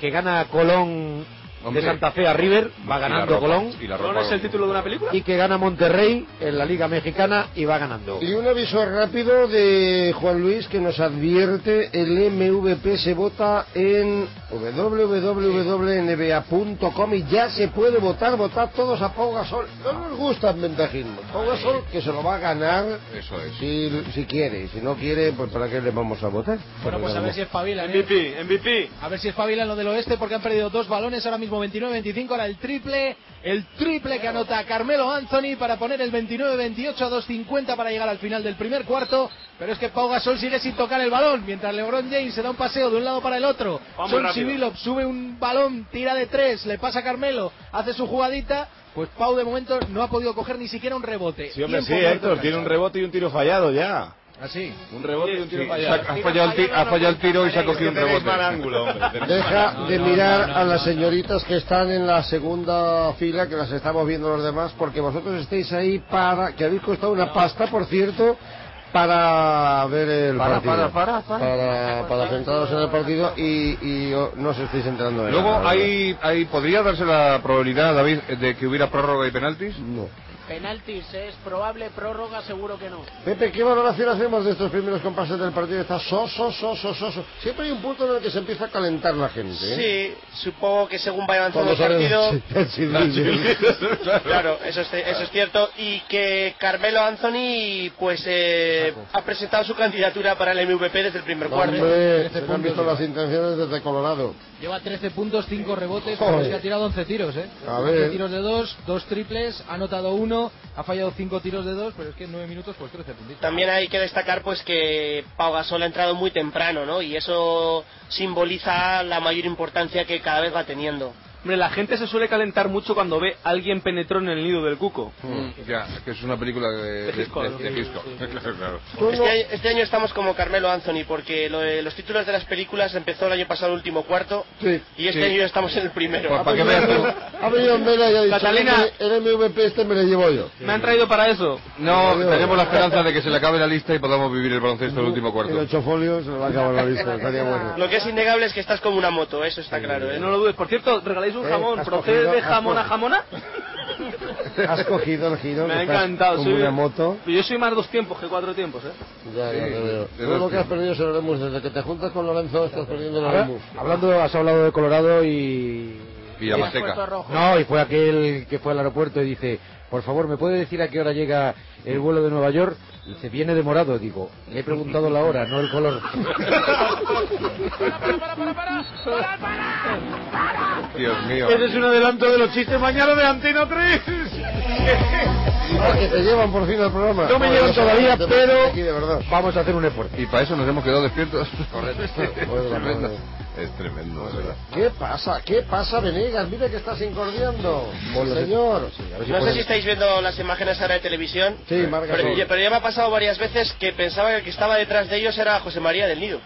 Que gana Colón
Hombre.
de Santa Fe a River, va
Y la
ganando
ropa-
Colón.
y la ropa- ¿Colón es el
título de una película? Y que gana Monterrey en la Liga Mexicana y va ganando.
Y un aviso rápido de Juan Luis que nos advierte el MVP se vota en www.nba.com y ya se puede votar, votad todos a Pau Gasol. No nos gusta el ventajismo. Pau Gasol que se lo va a ganar
Eso es.
si, si quiere. Y Si no quiere, pues ¿para qué le vamos a votar?
Bueno, pues a pues ver si espabilan. ¿eh?
MVP, MVP.
A ver si espabilan lo del oeste porque han perdido dos balones. Ahora mismo como 29-25, ahora el triple, el triple que anota Carmelo Anthony para poner el 29-28 a 2.50 para llegar al final del primer cuarto, pero es que Pau Gasol sigue sin tocar el balón, mientras LeBron James se da un paseo de un lado para el otro,
Vamos
Son
rápido.
Sibilov sube un balón, tira de tres, le pasa a Carmelo, hace su jugadita, pues Pau de momento no ha podido coger ni siquiera un rebote.
Sí, hombre,
Tiempo
sí,
muerto en
Héctor,
cancha.
tiene un rebote y un tiro fallado ya.
Así.
Un rebote y un tiro
Sí,
fallado.
ha- ha fallado el ti- ha fallado el tiro y se ha cogido un
Tenéis
rebote.
mal ángulo, hombre, tenéis mal
Deja
ángulo.
de mirar a las señoritas que están en la segunda fila, que las estamos viendo los demás, porque vosotros estáis ahí para, que habéis costado una pasta, por cierto, para ver el
Para,
partido.
para, para, para.
Para, para centraros en el partido y, y oh, no os estáis entrando en
Luego,
nada.
hay, hay, ¿podría darse la probabilidad, David, de que hubiera prórroga y penaltis?
No.
Penaltis ¿eh? es probable, prórroga seguro que no.
Pepe, ¿qué valoración hacemos de estos primeros compases del partido? Está so, so, so, so, so, so. Siempre hay un punto en el que se empieza a calentar la gente. ¿eh?
Sí, supongo que según vaya avanzando el
Todos
partido.
sabemos- Sí, sí, sí.
Claro, eso es, eso es cierto. Y que Carmelo Anthony pues eh, ha presentado su candidatura para el MVP desde el primer cuarto.
Hombre, se me han visto las intenciones desde Colorado.
Lleva 13 puntos, 5 rebotes,
Joder.
pero es que ha tirado 11 tiros, ¿eh?
A
11
ver.
tiros de 2, 2 triples, ha anotado 1, ha fallado 5 tiros de 2, pero es que en 9 minutos pues 13 puntitos.
También hay que destacar pues que Pau Gasol ha entrado muy temprano, ¿no? Y eso simboliza la mayor importancia que cada vez va teniendo.
Hombre, la gente se suele calentar mucho cuando ve alguien penetró en el nido del cuco.
Mm, Ya, es que es una película de, de,
Hitchcock,
de- de
sí,
Hitchcock. Claro, claro.
Este año, este año estamos como Carmelo Anthony porque lo de los títulos de las películas empezó el año pasado el último cuarto
Sí.
y
Sí.
este
Pues,
año ya estamos en el primero.
Ha venido- Ha venido en vela y ha dicho,
Catalina.
el MVP este me lo llevo yo.
Me han traído para eso.
No, tenemos la esperanza de que se le acabe la lista y podamos vivir el baloncesto el último
El
cuarto.
ocho folios se lo va a acabar la lista, estaría bueno.
Lo que es innegable es que estás como una moto, eso está claro. ¿eh?
No lo dudes. Por cierto, regaláis un
Eh,
jamón.
has
¿Procede
cogido-
de
has
jamón a
cogido.
jamona?
Has cogido el giro,
Me ha
que estás
encantado.
como
soy-
una moto.
Yo soy más dos tiempos que cuatro tiempos, ¿eh?
Ya, ya
Sí,
te veo.
de
Todo
dos
lo que has perdido es el Oremus. Desde que te juntas con Lorenzo estás perdiendo el
Ahora,
Oremus.
hablando, has hablado de Colorado y...
Y Amateca.
No, y fue aquel que fue al aeropuerto y dice, por favor, ¿me puede decir a qué hora llega el vuelo de Nueva York? Y dice, viene demorado. Digo, le he preguntado la hora, no el color.
Dios mío.
Ese es un adelanto de los chistes mañana de Antena 3.
Ah, que te llevan por fin al programa.
No me llevan todavía,
pero vamos a hacer un esfuerzo.
Y para eso nos hemos quedado despiertos. Correcto.
Bueno,
tremendo. Es tremendo, es verdad.
¿Qué pasa? ¿Qué pasa, Venegas? Mira que estás incordiando. Señor.
No sé si estáis viendo las imágenes ahora de televisión.
Sí, Marga
Pero,
Sol.
ya- pero ya me ha pasado varias veces que pensaba que el que estaba detrás de ellos era José María del Nido.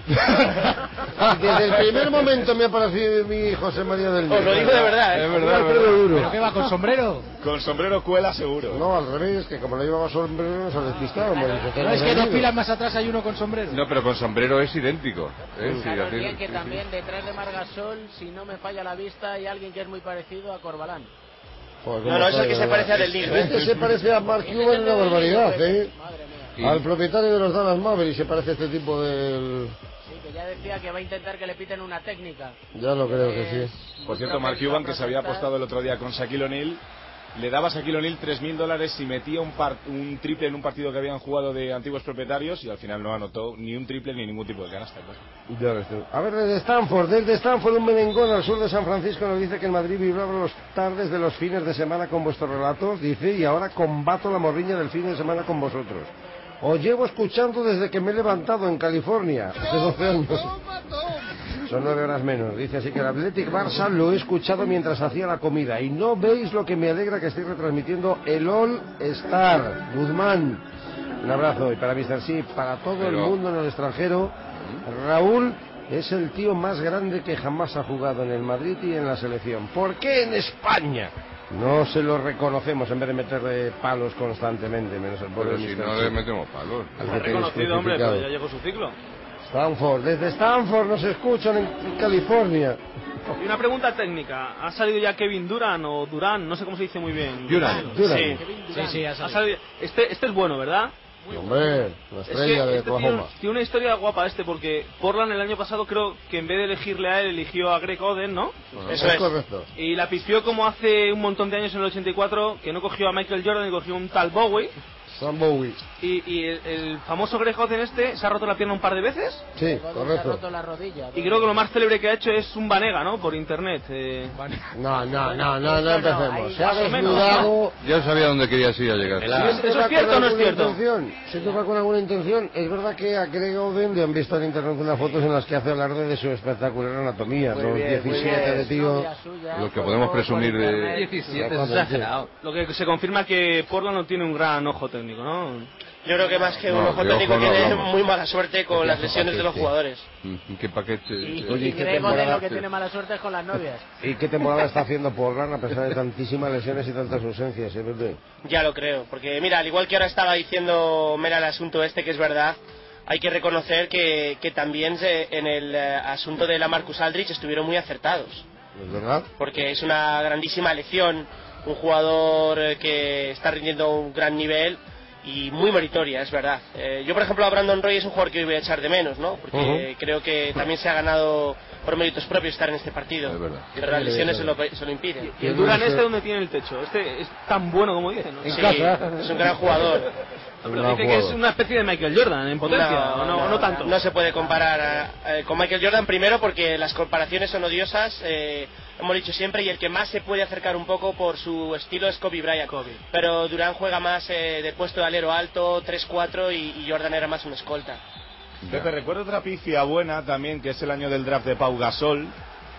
Desde el primer momento me ha parecido mi José María del Nido.
Os lo digo de verdad,
Es
¿eh? Es
verdad,
verdad.
Alfredo Duro.
¿Pero qué va, con sombrero?
Con sombrero cuela seguro.
No, al revés, que como no llevaba sombrero nos despistábamos.
Pero es que dos filas más atrás hay uno con sombrero.
No, pero con sombrero es idéntico. ¿eh? Sí,
Fijaros
así-
bien que
sí, sí.
también detrás de Margasol, si no me falla la vista, hay alguien que es muy parecido a Corbalán.
Joder,
No,
cómo
no,
está,
ese que
de
se
verdad.
parece a Del Nido, ¿eh?
Este se parece a Mark Cuban una barbaridad, ¿eh? Al propietario de los Dallas Mavericks se parece a este tipo del...
Sí, que ya decía que va a intentar que le piten una técnica.
Ya lo creo que sí.
Por cierto, Mark Cuban, que se había apostado el otro día con Shaquille O'Neal, le daba a Shaquille O'Neal 3.000 dólares y metía un, par- un triple en un partido que habían jugado de antiguos propietarios y al final no anotó ni un triple ni ningún tipo de canasta. claro.
Ya ves tú. A ver, desde Stanford, desde Stanford, un merengón al sur de San Francisco nos dice que en Madrid vibraba los tardes de los fines de semana con vuestros relatos, dice, y ahora combato la morriña del fin de semana con vosotros. Os llevo escuchando desde que me he levantado en California, hace 12 años. Son nueve horas menos. Dice así que el Athletic Barça lo he escuchado mientras hacía la comida. Y no veis lo que me alegra que estoy retransmitiendo el All Star. Guzmán, un abrazo. Y para Mr. Sí, para todo el
Pero-
mundo en el extranjero, Raúl es el tío más grande que jamás ha jugado en el Madrid y en la selección. ¿Por qué en España? No se lo reconocemos en vez de meterle palos constantemente, menos el pobre
Pero si
Mr.
no
Sí.
le metemos palos.
Al
Ha
que tenéis
reconocido, hombre,
crucificado.
pero ya llegó su ciclo.
Stanford, desde Stanford nos escuchan en California.
Y una pregunta técnica. ¿Ha salido ya Kevin Duran o Durán? No sé cómo se dice muy bien.
Durant. Durant.
Sí.
Sí, sí, ha
Ha salido. Este, este es bueno, ¿verdad?
Hombre, la
Es
estrella
que
de
este tiene-
Oklahoma.
Tiene, una historia guapa este, porque Portland el año pasado creo que en vez de elegirle a él, eligió a Greg Oden, ¿no?
Eso es. correcto.
Y la pifió como hace un montón de años en el 84, que no cogió a Michael Jordan y cogió a un tal Bowie.
Sam Bowie.
Y, y el, el famoso Greg Oden este se ha roto la pierna un par de veces.
Sí, correcto.
roto la rodilla.
Y creo que lo más célebre que ha hecho es un Vanega, ¿no? Por internet. eh.
No, no, no, no,
Eso
no
no,
empecemos.
ahí
Se ha
más o menos,
desnudado.
Ya sabía dónde querías ir a llegar.
Si
¿Eso es cierto o no es cierto?
Se toca con alguna intención. Es verdad que a Greg Oden le han visto en internet unas fotos en las que hace alarde de su espectacular anatomía.
Muy
los
bien, muy
17 de
bien.
tío.
Lo que podemos presumir de...
Lo que se confirma que Portland no tiene un gran ojo técnico, ¿no?
Yo creo que más que
No,
un ojo
de
técnico
ojo no
tiene
hablamos.
muy mala suerte con las lesiones de los jugadores.
Mm, ¿Qué paquete?
Y,
Oye,
y
¿qué
Greg Oden
temporada?
lo que tiene mala suerte es con las novias.
¿Y qué temporada está haciendo Portland a pesar de tantísimas lesiones y tantas ausencias? eh, Pepe?
Ya lo creo, porque mira, al igual que ahora estaba diciendo Mera el asunto este, que es verdad, hay que reconocer que, que también se- en el eh, asunto de la Marcus Aldrich estuvieron muy acertados,
¿Es verdad?
porque es una grandísima elección, un jugador eh, que está rindiendo un gran nivel y muy meritoria, es verdad. Eh, yo, por ejemplo, a Brandon Roy es un jugador que hoy voy a echar de menos, ¿no? Porque
Ujú.
creo que también se ha ganado por méritos propios estar en este partido. Pero las lesiones se lo, se lo impiden.
Y el Durán este, ¿dónde tiene el techo? Este es tan bueno como dicen. ¿no?
Sí, es un gran jugador.
Pero dice que es una especie de Michael Jordan en potencia, ¿o no, o no tanto?
no se puede comparar a- a- con Michael Jordan primero porque las comparaciones son odiosas, eh, hemos dicho siempre, y el que más se puede acercar un poco por su estilo es Kobe Bryant. Pero Durán juega más eh, de puesto de alero alto, 3-4, y, y Jordan era más un escolta.
Pepe, recuerdo otra pifia buena también, que es el año del draft de Pau Gasol,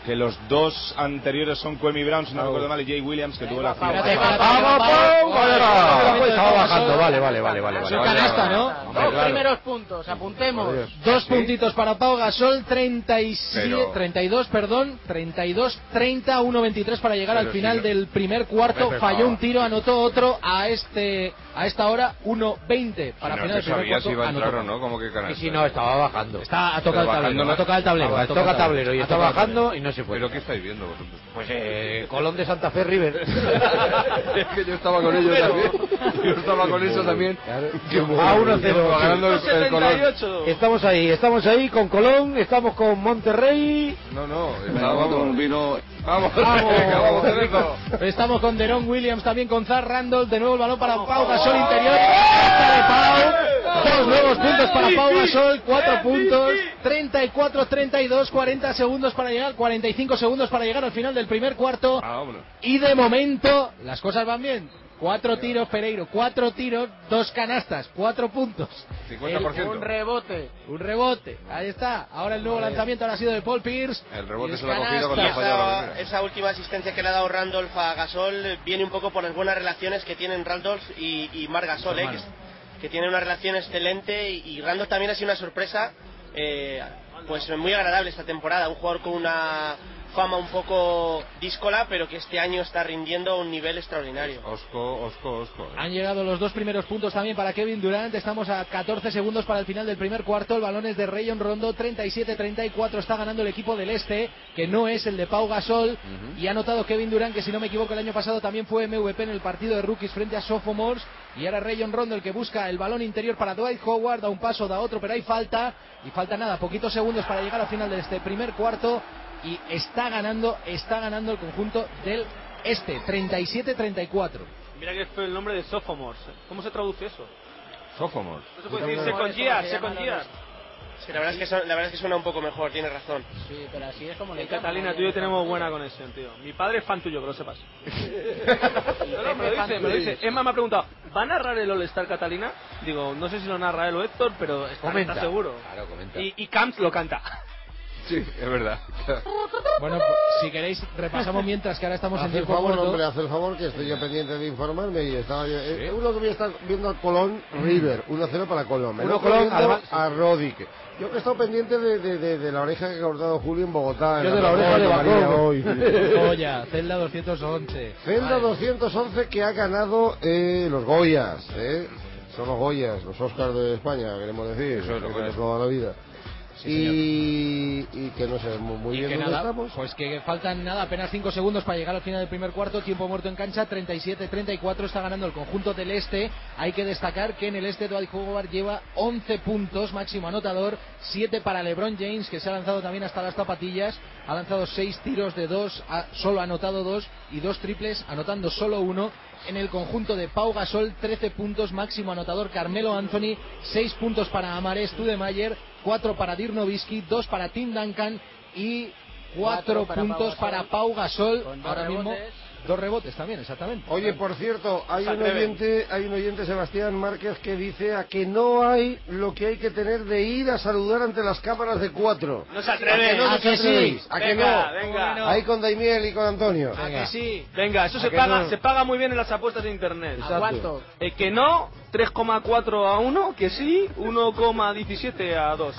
que los dos anteriores son Kwame Brown, si no recuerdo mal, y Jay Williams, que tuvo la
Pau,
final.
Pau, Pau, Pau, Pau, Pau, Pau, Estaba bajando, vale, vale, vale, vale.
Pues
Gasol
vale, vale,
canasta,
vale.
¿no?
Hombre,
Dos
claro.
primeros puntos, apuntemos.
Dos puntitos para Pau Gasol, 37,
Pero-
32, perdón, 32, 30, 1.23 para llegar
Pero
al
si
final
no-
del primer cuarto.
Pepe,
falló
no.
un tiro, anotó otro a este a esta hora, 1.20 para
No,
final
que
del primer
sabía
cuarto.
si iba a entrar
anotó.
o no, como que canasta.
ah, Sí, no, estaba bajando.
Está, ha tocado el
Pero
tablero,
bajando
ha tocado el tablero,
Ah,
ha tocado el tablero y
Ha
está
tocado el
bajando
tablero.
y no se puede.
¿Pero qué estáis viendo vosotros?
Pues eh, Colón de Santa Fe River.
es que yo estaba con ellos también. Yo estaba con eso también. Qué bueno.
A 1-0.
Estaba ganando el- el Colón.
Estamos ahí, estamos ahí con Colón, estamos con Monterrey.
No, no, estaba con vino. Vamos,
Vamos.
venga, vamos, Cerrito.
Estamos con Deron Williams, también con Zar Randolph. De nuevo el balón para Pau Gasol interior. Canasta de Pau. Dos nuevos puntos para Pau Gasol. Cuatro puntos. 34, 32, 40 segundos para llegar. 45 segundos para llegar al final del primer cuarto. Y de momento las cosas van bien. Cuatro tiros, Pereiro. Cuatro tiros, dos canastas, cuatro puntos.
50%.
Un rebote.
Un rebote. Ahí está. Ahora el nuevo lanzamiento ahora ha sido de Paul Pierce.
El rebote
Y
se lo ha cogido
canasta.
cuando ha fallado la
Esa,
primera.
esa última asistencia que le ha dado Randolph a Gasol eh, viene un poco por las buenas relaciones que tienen Randolph y, y Marc Gasol,
Pues
eh, que, es- que tienen una relación excelente y, y Randolph también ha sido una sorpresa, eh, pues muy agradable esta temporada, un jugador con una fama un poco díscola, pero que este año está rindiendo a un nivel extraordinario.
Osco, Osco, Osco.
Han llegado los dos primeros puntos también para Kevin Durant. Estamos a 14 segundos para el final del primer cuarto. El balón es de Rayon Rondo. 37-34 está ganando el equipo del Este, que no es el de Pau Gasol. Y ha notado Kevin Durant que, si no me equivoco, el año pasado también fue MVP en el partido de rookies frente a Sophomores. Y ahora Rayon Rondo el que busca el balón interior para Dwight Howard. Da un paso, da otro, pero hay falta. Y falta nada, poquitos segundos para llegar al final de este primer cuarto. Y está ganando, está ganando el conjunto del Este. 37-34.
Mira que fue el nombre de Sophomores. ¿Cómo se traduce eso?
Sophomores.
No se puede decir second year, second year.
Sí, la, verdad es que su- la verdad es que suena un poco mejor, tienes razón.
Sí, pero así es como
En Catalina tú y yo tenemos buena conexión, tío. Mi padre es fan tuyo, que lo sepas. No, no, me lo dice, me lo dice. Emma me ha preguntado, ¿va a narrar el All-Star Catalina? Digo, no sé si lo narra él o Héctor, pero está,
Comenta.
está seguro.
Claro, comenta.
Y, y Camps lo canta.
Sí, es verdad.
Bueno, pues, si queréis, repasamos mientras que ahora estamos en
Haz el
tiempo
favor,
muerto.
hombre, haz el favor, que estoy yo pendiente de informarme y estaba yo- eh, Uno que voy a estar viendo a Colón River, 1-0 para Colón. El
Uno
otro
Colón,
viendo
además-
a Rodic. Yo que he estado pendiente de, de- de- de la oreja que ha cortado Julio en Bogotá.
Yo
en
de la oreja de
María,
Bacón.
hoy.
Goya, Celda 211.
Celda 211 que ha ganado eh, los Goyas, eh. Son los Goyas, los Oscars de España, queremos decir,
Eso es, los
que
Goyas.
toda la vida. y, y que no sabemos muy
Y
bien
que
dónde
nada,
estamos.
Pues que faltan nada, apenas 5 segundos para llegar al final del primer cuarto. Tiempo muerto en cancha, 37-34 está ganando el conjunto del Este. Hay que destacar que en el Este Dwight Howard lleva 11 puntos, máximo anotador, 7 para LeBron James, que se ha lanzado también hasta las zapatillas. Ha lanzado 6 tiros de 2, solo ha anotado 2 y 2 triples, anotando solo 1. En el conjunto de Pau Gasol, 13 puntos, máximo anotador Carmelo Anthony, 6 puntos para Amares Tudemayer, 4 para Dirk Nowitzki, 2 para Tim Duncan y
Cuatro
cuatro
para
puntos
Pau Gasol.
para Pau Gasol.
Con dos
Ahora mismo
rebotes.
dos rebotes también, exactamente.
Oye, por cierto, hay
Se
un,
atreven.
oyente, hay un oyente, Sebastián Márquez, que dice a que no hay lo que hay que tener de ir a saludar ante las cámaras de cuatro.
No se atreven.
¿A que no
¿A
nos
que sí?
atrevéis? ¿A que
Venga,
no?
venga.
Ahí con Daimiel y con Antonio.
Venga, eso
¿A
se
Ah, que
paga,
no?
se paga muy bien en las apuestas de internet.
Exacto. ¿A cuánto?
El que no, 3,4 a 1, que sí, 1,17 a 2.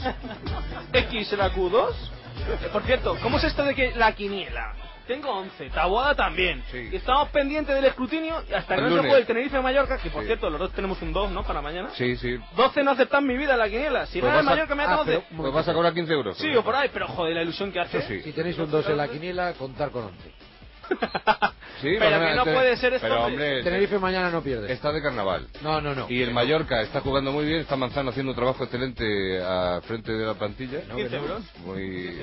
X en la Q2. Eh, Por cierto, ¿cómo es esto de que la quiniela? Tengo 11, Tabuada también. Y estamos pendientes del escrutinio y hasta que
El
no se
lunes.
juegue el Tenerife Mallorca, que por
Sí.
cierto, los dos tenemos un 2, ¿no? Para mañana.
Sí, sí.
12 no aceptan mi vida en la quiniela. Si gana el Mallorca, me da 12.
pues vas a cobrar 15 euros.
Sí, o por ahí, pero joder, la ilusión que hace.
Si tenéis un 2 en la quiniela, contar con 11.
Sí,
Pero
vas a-
que no
te-
puede ser esto,
Pero,
hombre.
hombre, este-
Tenerife mañana no pierde.
está de carnaval.
No, no, no.
Y el Mallorca está jugando muy bien, está Manzano haciendo un trabajo excelente al frente de la plantilla.
15 euros.
Muy...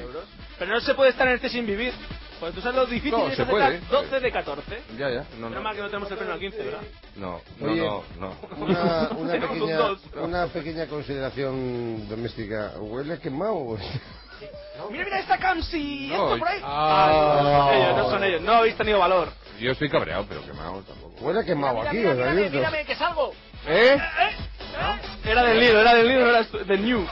Pero no se puede estar en este sin vivir. Porque tú sabes lo difícil
No,
es
se
aceptar
puede. ¿eh?
12 de 14.
Ya, ya. No,
Menos
no.
mal que no tenemos el pleno al 15, ¿verdad?
No, no,
Oye,
no, no.
Una, una
Tenemos un
pequeña,
dos.
una pequeña consideración doméstica. ¿Huele quemado?
Mira,
pues
mira esta Camsi.
No,
esto por ahí.
ah.
Ay, no, no son ellos, no son ellos. No habéis tenido valor.
Yo estoy cabreado, pero quemado tampoco.
Huele quemado aquí, ¿eh?
mira,
os
mira,
advierto.
mira, mira,
que salgo.
Ah, ¿Eh?
Era del Lido, era del Lido, era del New.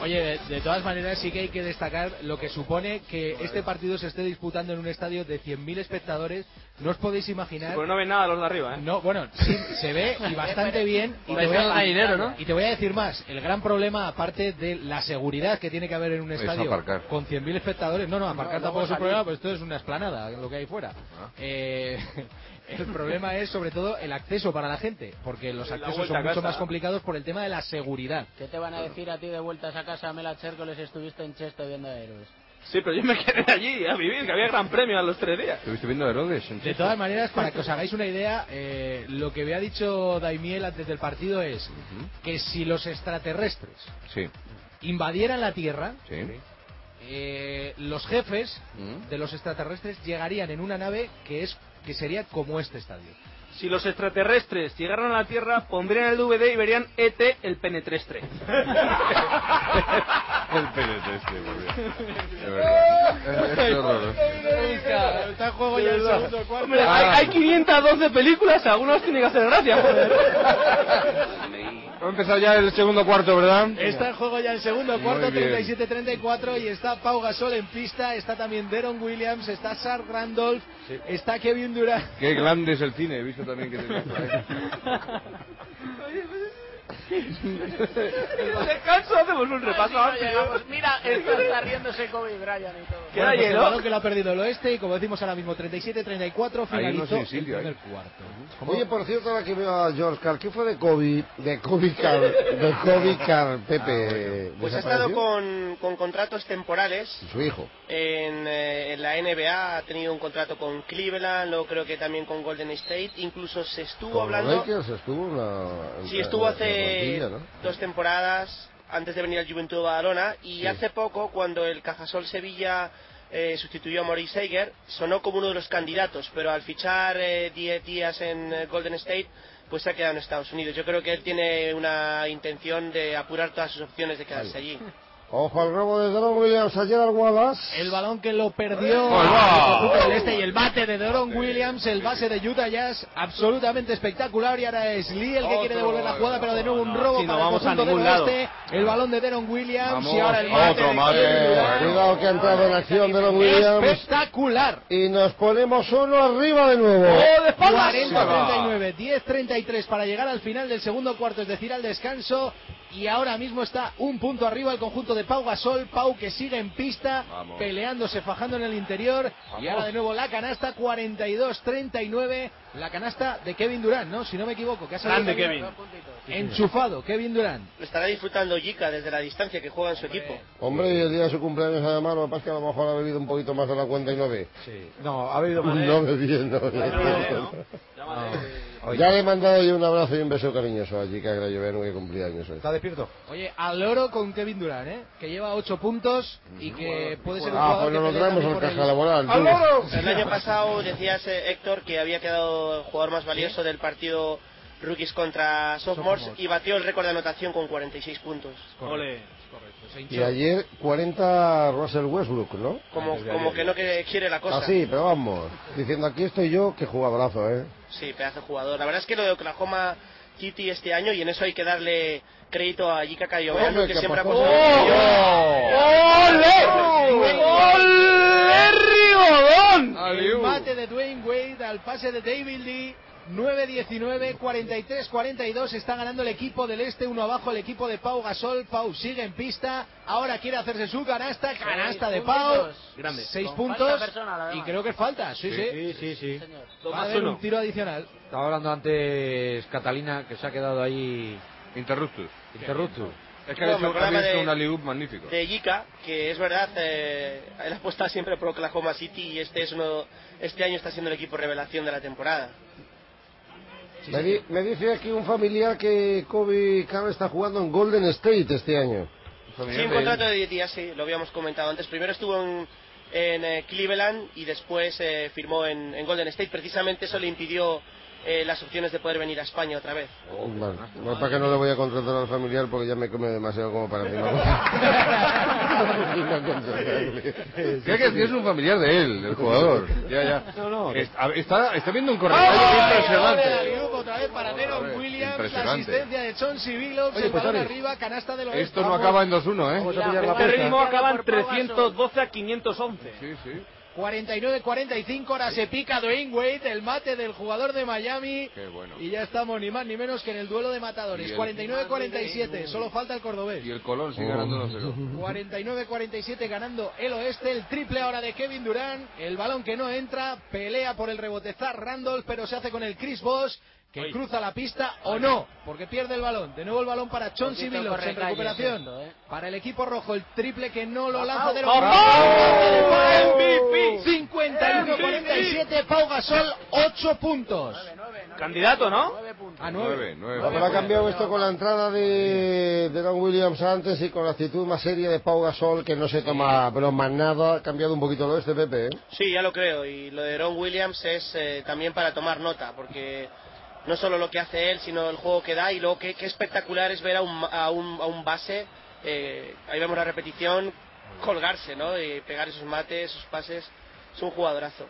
Oye, de, de todas maneras sí que hay que destacar lo que supone que este partido se esté disputando en un estadio de 100.000 espectadores. No os podéis imaginar.
Pues no ven nada los de arriba, ¿eh?
No, bueno, sí, se ve y bastante bien. Y
Por eso hay dinero, ¿no?
y te voy a decir más. El gran problema, aparte de la seguridad que tiene que haber en un
Es
estadio
aparcar.
con 100.000 espectadores, no, no, aparcar
No,
tampoco
luego
es un
salir.
problema, pues esto es una esplanada, lo que hay fuera.
Ah.
Eh, el problema es sobre todo el acceso para la gente, porque los
La
accesos
vuelta
son
a
mucho
casa.
más complicados por el tema de la seguridad.
¿Qué te van a decir a ti de vueltas a casa, Mela Chércoles, estuviste en Cheste viendo a héroes?
Sí, pero yo me quedé allí a vivir, que había gran premio a los tres días.
¿Estuviste viendo a Herodes?
De todas maneras, para que os hagáis una idea, eh, lo que había dicho Daimiel antes del partido es que si los extraterrestres
Sí,
invadieran la Tierra,
sí. Mm.
eh, los jefes de los extraterrestres llegarían en una nave que es que sería como este estadio.
Si los extraterrestres llegaran a la Tierra, pondrían el DVD y verían ET el penetrestre.
El pelete este, por Dios. De verdad. Es horror.
Está en juego ya el segundo cuarto.
Hombre, hay,
Ah.
hay 512 películas, algunas tienen que hacer gracia, joder.
Ha empezado ya el segundo cuarto, ¿verdad?
Está en juego ya el segundo cuarto,
Muy bien.
37-34, y está Pau Gasol en pista, está también Deron Williams, está Sar Randolph, está Kevin Durant.
Qué grande es el cine, he visto también que tenía por ahí.
En el descanso hacemos un repaso
Así no
amplio.
llegamos. Mira, está, está riéndose Kobe Bryant y todo.
Queda
pues el
hielo.
balón que lo ha perdido el oeste, y como decimos ahora mismo, 37-34,
Hay unos
finalizó
sin
el
sitio,
primer
¿eh?
cuarto.
Oye, por cierto, ahora que veo a George Carl, ¿qué fue de Kobe? De Kobe Carl, de Kobe Carl,
Ah,
Pepe.
Pues ha
¿desapareció?
estado con, con contratos temporales
Su hijo.
en, eh, en la NBA, ha tenido un contrato con Cleveland, luego creo que también con Golden State, incluso se estuvo
Con los
hablando...
Lakers estuvo en la- en
Sí,
la-
estuvo
en la
hace
plantilla, ¿no?
dos temporadas antes de venir al Juventud de Badalona y
Sí.
hace poco, cuando el Cajasol Sevilla eh, sustituyó a Maurice Seiger, sonó como uno de los candidatos, pero al fichar 10 días en eh, Golden State, pues se ha quedado en Estados Unidos. Yo creo que él tiene una intención de apurar todas sus opciones de quedarse allí.
Ojo al robo de Don Williams ayer al Wallace.
El balón que lo perdió
¡Gol,
el
gol!
conjunto del este y el bate de Doron Williams, el base de Utah Jazz, absolutamente espectacular. Y ahora es Lee el que quiere devolver la jugada, pero de nuevo un robo
si no
para
vamos
el
a
conjunto del
ningún lado.
oeste. El balón de Deron Williams
Vamos,
y ahora el bate
otro
de
mate.
Kevin Durant.
Cuidado que ha entrado en acción Deron Williams.
Espectacular. Oh,
Y nos ponemos uno arriba Oh, de nuevo.
40-39, 10-33 para llegar al final del segundo cuarto, es decir, al descanso. Y ahora mismo está un punto arriba el conjunto de Pau Gasol. Pau que sigue en pista,
Vamos.
peleándose, fajando en el interior. Y ahora de nuevo la canasta, 42-39. La canasta de Kevin Durant, ¿no? Si no me equivoco, que ha salido
Grande,
también-
Kevin.
Enchufado, Kevin Durant.
Lo estará disfrutando Jica desde la distancia que juega en su equipo.
Hombre, el día de su cumpleaños además, lo que pasa es que a lo mejor ha bebido un poquito más de la cuenta y no ve.
Sí. No, ha bebido más.
No me bien, no
Ya
me
vale,
bien. Ya le he mandado yo un abrazo y un beso cariñoso a Chica Grayovenu que cumplía años hoy.
¿Está despierto?
Oye, al oro con Kevin Durant, ¿eh? Que lleva 8 puntos y que puede ser un
Ah,
jugador
pues no
que
lo
pelea
traemos al
también por
caja
el-
Ah,
laboral.
¡Al
tú.
oro!
El año pasado decías, eh, Héctor, que había quedado el jugador más valioso del partido rookies contra sophomores
Sophomores.
y batió el récord de anotación con 46 puntos.
Ole.
Y ayer 40 Russell Westbrook, ¿no?
Como, como que no que- quiere la cosa.
Así, Ah, pero vamos, diciendo aquí estoy yo, que jugadorazo, ¿eh?
Sí, pedazo de jugador. La verdad es que lo de Oklahoma City este año, y en eso hay que darle crédito a Yika Kayomeanu,
Hombre,
que
que ¡Oh!
siempre ha
pasó.
El mate de Dwayne Wade al pase de David Lee. 9-19, 43-42. Está ganando el equipo del este. Uno abajo el equipo de Pau Gasol. Pau sigue en pista. Ahora quiere hacerse su canasta. Canasta de Pau.
puntitos.
Grande.
Seis
Con
puntos.
falta personal, además.
y creo que falta. Sí, sí.
Sí, sí, sí.
Va a haber un tiro adicional.
Estaba hablando antes Catalina, que se ha quedado ahí...
Interruptus.
Interruptus.
Es que ha hecho,
Bueno,
ha
programa
hecho
de-
un alley-oop magnífico.
de Yika, que es verdad, eh, él apuesta siempre por Oklahoma City y este es uno, este año está siendo el equipo revelación de la temporada.
me, di- me dice aquí un familiar que Kobe Cam está jugando en Golden State este año.
Sí, un contrato de 10 días, sí, lo habíamos comentado antes. Primero estuvo en, en, eh, Cleveland y después eh, firmó en, en Golden State. Precisamente eso le impidió eh, las opciones de poder venir a España otra vez.
Oh, Vale.
Ah,
No, para que no le voy a contratar al familiar porque ya me come demasiado como para mí. ¿no? No contratarle.
Creo que sí es un familiar de él, del jugador. Ya, ya.
No, no.
Es- a- Está, está viendo un corredor impresionante.
Aliup otra vez para Deron Williams. La
impresionante.
asistencia de Chauncey Billups.
Oye,
el
pues,
balón
Ari,
arriba. Canasta de los
Esto no acaba en 2-1, ¿eh?
Vamos a pillar la
Este
apuesta.
ritmo acaba en 312 a 511.
Sí, sí.
49-45, ahora se pica Dwayne Wade, el mate del jugador de Miami.
Qué bueno.
Y ya estamos ni más ni menos que en el duelo de matadores.
Y el-
49-47, solo falta el cordobés.
Y el Colón
Oh.
sigue ganando 1-0.
49-47 ganando el oeste, el triple ahora de Kevin Durant, el balón que no entra, pelea por el rebotezar Randolph, pero se hace con el Chris Bosh, que
Oye.
cruza la pista o no, porque pierde el balón. De nuevo el balón para Chauncey
Poquito
Billups en
correcalles
recuperación.
esto, ¿eh?
Para el equipo rojo, el triple que no lo lanza
Pau.
de
¡Pau!
¡Pau!
MVP.
51-47, Pau Gasol, 8 puntos.
Candidato, ¿no?
A
9,
9.
9.
Habrá cambiado esto con la entrada de, de Don Williams antes y con la actitud más seria de Pau Gasol, que no se toma bromas nada. Ha cambiado un poquito lo de este Pepe. ¿eh?
Sí, ya lo creo. Y lo de Ron Williams es eh, también para tomar nota, porque no solo lo que hace él, sino el juego que da y lo que, qué espectacular es ver a un, a un, a un base, eh, ahí vemos la repetición, colgarse, ¿no? Y pegar esos mates, esos pases. Es un jugadorazo.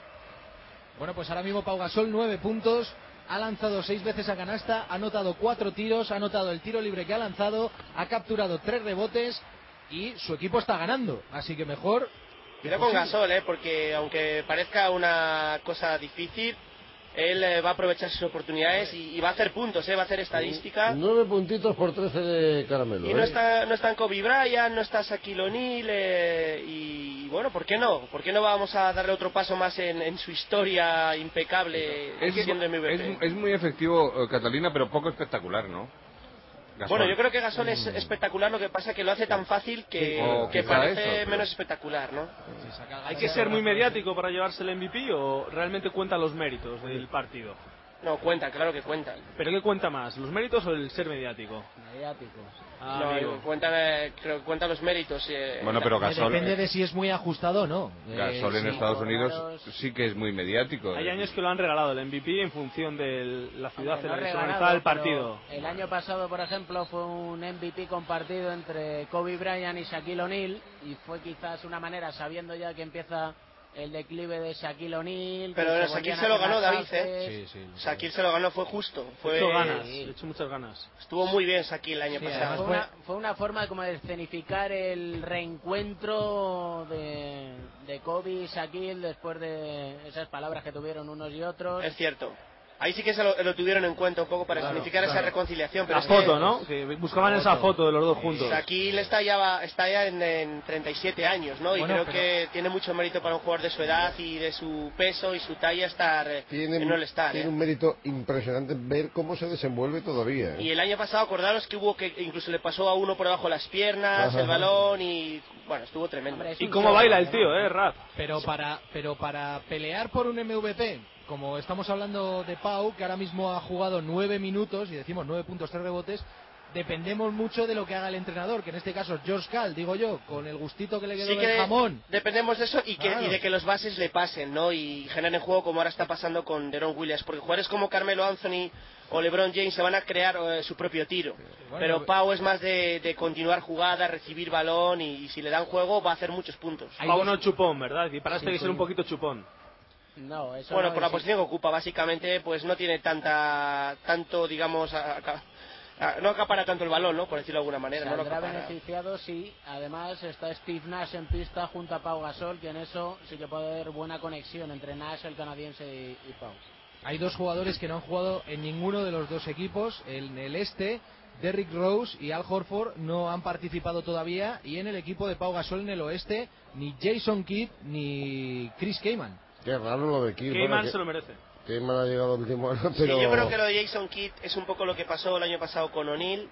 Bueno, pues ahora mismo Pau Gasol, 9 puntos. Ha lanzado seis veces a canasta, ha anotado cuatro tiros, ha anotado el tiro libre que ha lanzado, ha capturado tres rebotes y su equipo está ganando. Así que mejor. eh,
Cuidado con
imposible.
Gasol, ¿eh? porque aunque parezca una cosa difícil, él eh, va a aprovechar sus oportunidades y, y va a hacer puntos, ¿eh? va a hacer estadística.
Nueve puntitos por trece de caramelo.
Y no
¿eh?
está, no están Kobe Bryant, no está Shaquille O'Neal, eh, y bueno, ¿por qué no? ¿Por qué no vamos a darle otro paso más en, en su historia impecable
Es,
siendo MVP?
es- es muy efectivo eh, Catalina, pero poco espectacular, ¿no? Gasol.
Bueno, yo creo que Gasol es espectacular, lo que pasa que lo hace tan fácil que,
O
que
quizá
parece
eso, pero-
menos espectacular, ¿no?
¿Hay que ser muy mediático para llevarse el MVP o realmente cuenta los méritos del partido?
No, cuenta, claro que cuenta.
¿Pero qué cuenta más, los méritos o el ser mediático?
Mediático.
Ah,
No,
amigo.
cuentan, eh, creo que cuentan los méritos. eh,
Bueno,
la-
pero Gasol,
Depende de si es muy ajustado o no. Eh,
Gasol en
sí.
Estados Unidos sí que es muy mediático. eh.
Hay años que lo han regalado el MVP en función de la ciudad
Aunque
en
no
la que se
regalado,
organizaba el
pero
partido.
El año pasado, por ejemplo, fue un MVP compartido entre Kobe Bryant y Shaquille O'Neal y fue quizás una manera, sabiendo ya que empieza el declive de Shaquille O'Neal. que
Pero
se
Shaquille
volvían a
se lo
hacer
ganó,
las
David, ¿eh?
paces.
Shaquille se lo ganó, fue justo.
He hecho ganas,
Fue,
he hecho muchas ganas.
estuvo muy bien Shaquille el año
Sí,
pasado.
Fue
además
una, fue una forma como de escenificar el reencuentro de, de Kobe y Shaquille después de esas palabras que tuvieron unos y otros.
Es cierto. Ahí sí que se lo, lo tuvieron en cuenta un poco para
Claro,
significar esa
claro.
reconciliación. Pero
La
es que-
foto, ¿no? Que buscaban esa foto de los dos juntos.
Pues Aquí le está ya, va- está ya en, en 37 años, ¿no? Y
Bueno,
creo
pero-
que tiene mucho mérito para un jugador de su edad y de su peso y su talla estar eh, en no estar.
tiene
¿eh?
un mérito impresionante ver cómo se desenvuelve todavía. ¿eh?
Y el año pasado, acordaros que hubo que incluso le pasó a uno por debajo de las piernas,
Ajá.
el balón y bueno, estuvo tremendo.
Hombre, es ¿Y un cómo show, baila el ¿no? tío,
eh, rap?
Pero para, pero para pelear por un MVP, como estamos hablando de Pau, que ahora mismo ha jugado nueve minutos y decimos nueve puntos, tres rebotes, dependemos mucho de lo que haga el entrenador, que en este caso es George Cal, digo yo, con el gustito que le quedó
Sí
del
que
jamón.
dependemos de eso y, que,
Claro.
y de que los bases le pasen, ¿no? Y generen juego como ahora está pasando con Deron Williams. Porque jugadores como Carmelo Anthony o LeBron James se van a crear eh, su propio tiro. Pero Pau es más de, de continuar jugada, recibir balón y, y si le dan juego va a hacer muchos puntos.
Pau no chupón, ¿verdad? Y paraste
Sí,
que ser
sí.
un poquito chupón.
No, eso
Bueno,
no
por la
existe.
posición que ocupa, básicamente, pues no tiene tanta, tanto, digamos, a- a- a- no acapara tanto el balón, ¿no? Por decirlo de alguna manera. no lo
Saldrá
acapara.
beneficiado si además está Steve Nash en pista junto a Pau Gasol, que en eso sí que puede haber buena conexión entre Nash, el canadiense y, y Pau.
Hay dos jugadores que no han jugado en ninguno de los dos equipos. En el este, Derrick Rose y Al Horford no han participado todavía. Y en el equipo de Pau Gasol en el oeste, ni Jason Kidd ni Chris Kaman.
Qué raro lo de Kim.
Keyman
que-
se lo
merece.
Keyman ha llegado al último año, pero...
Sí, yo creo que lo de Jason Kidd es un poco lo que pasó el año pasado con O'Neill,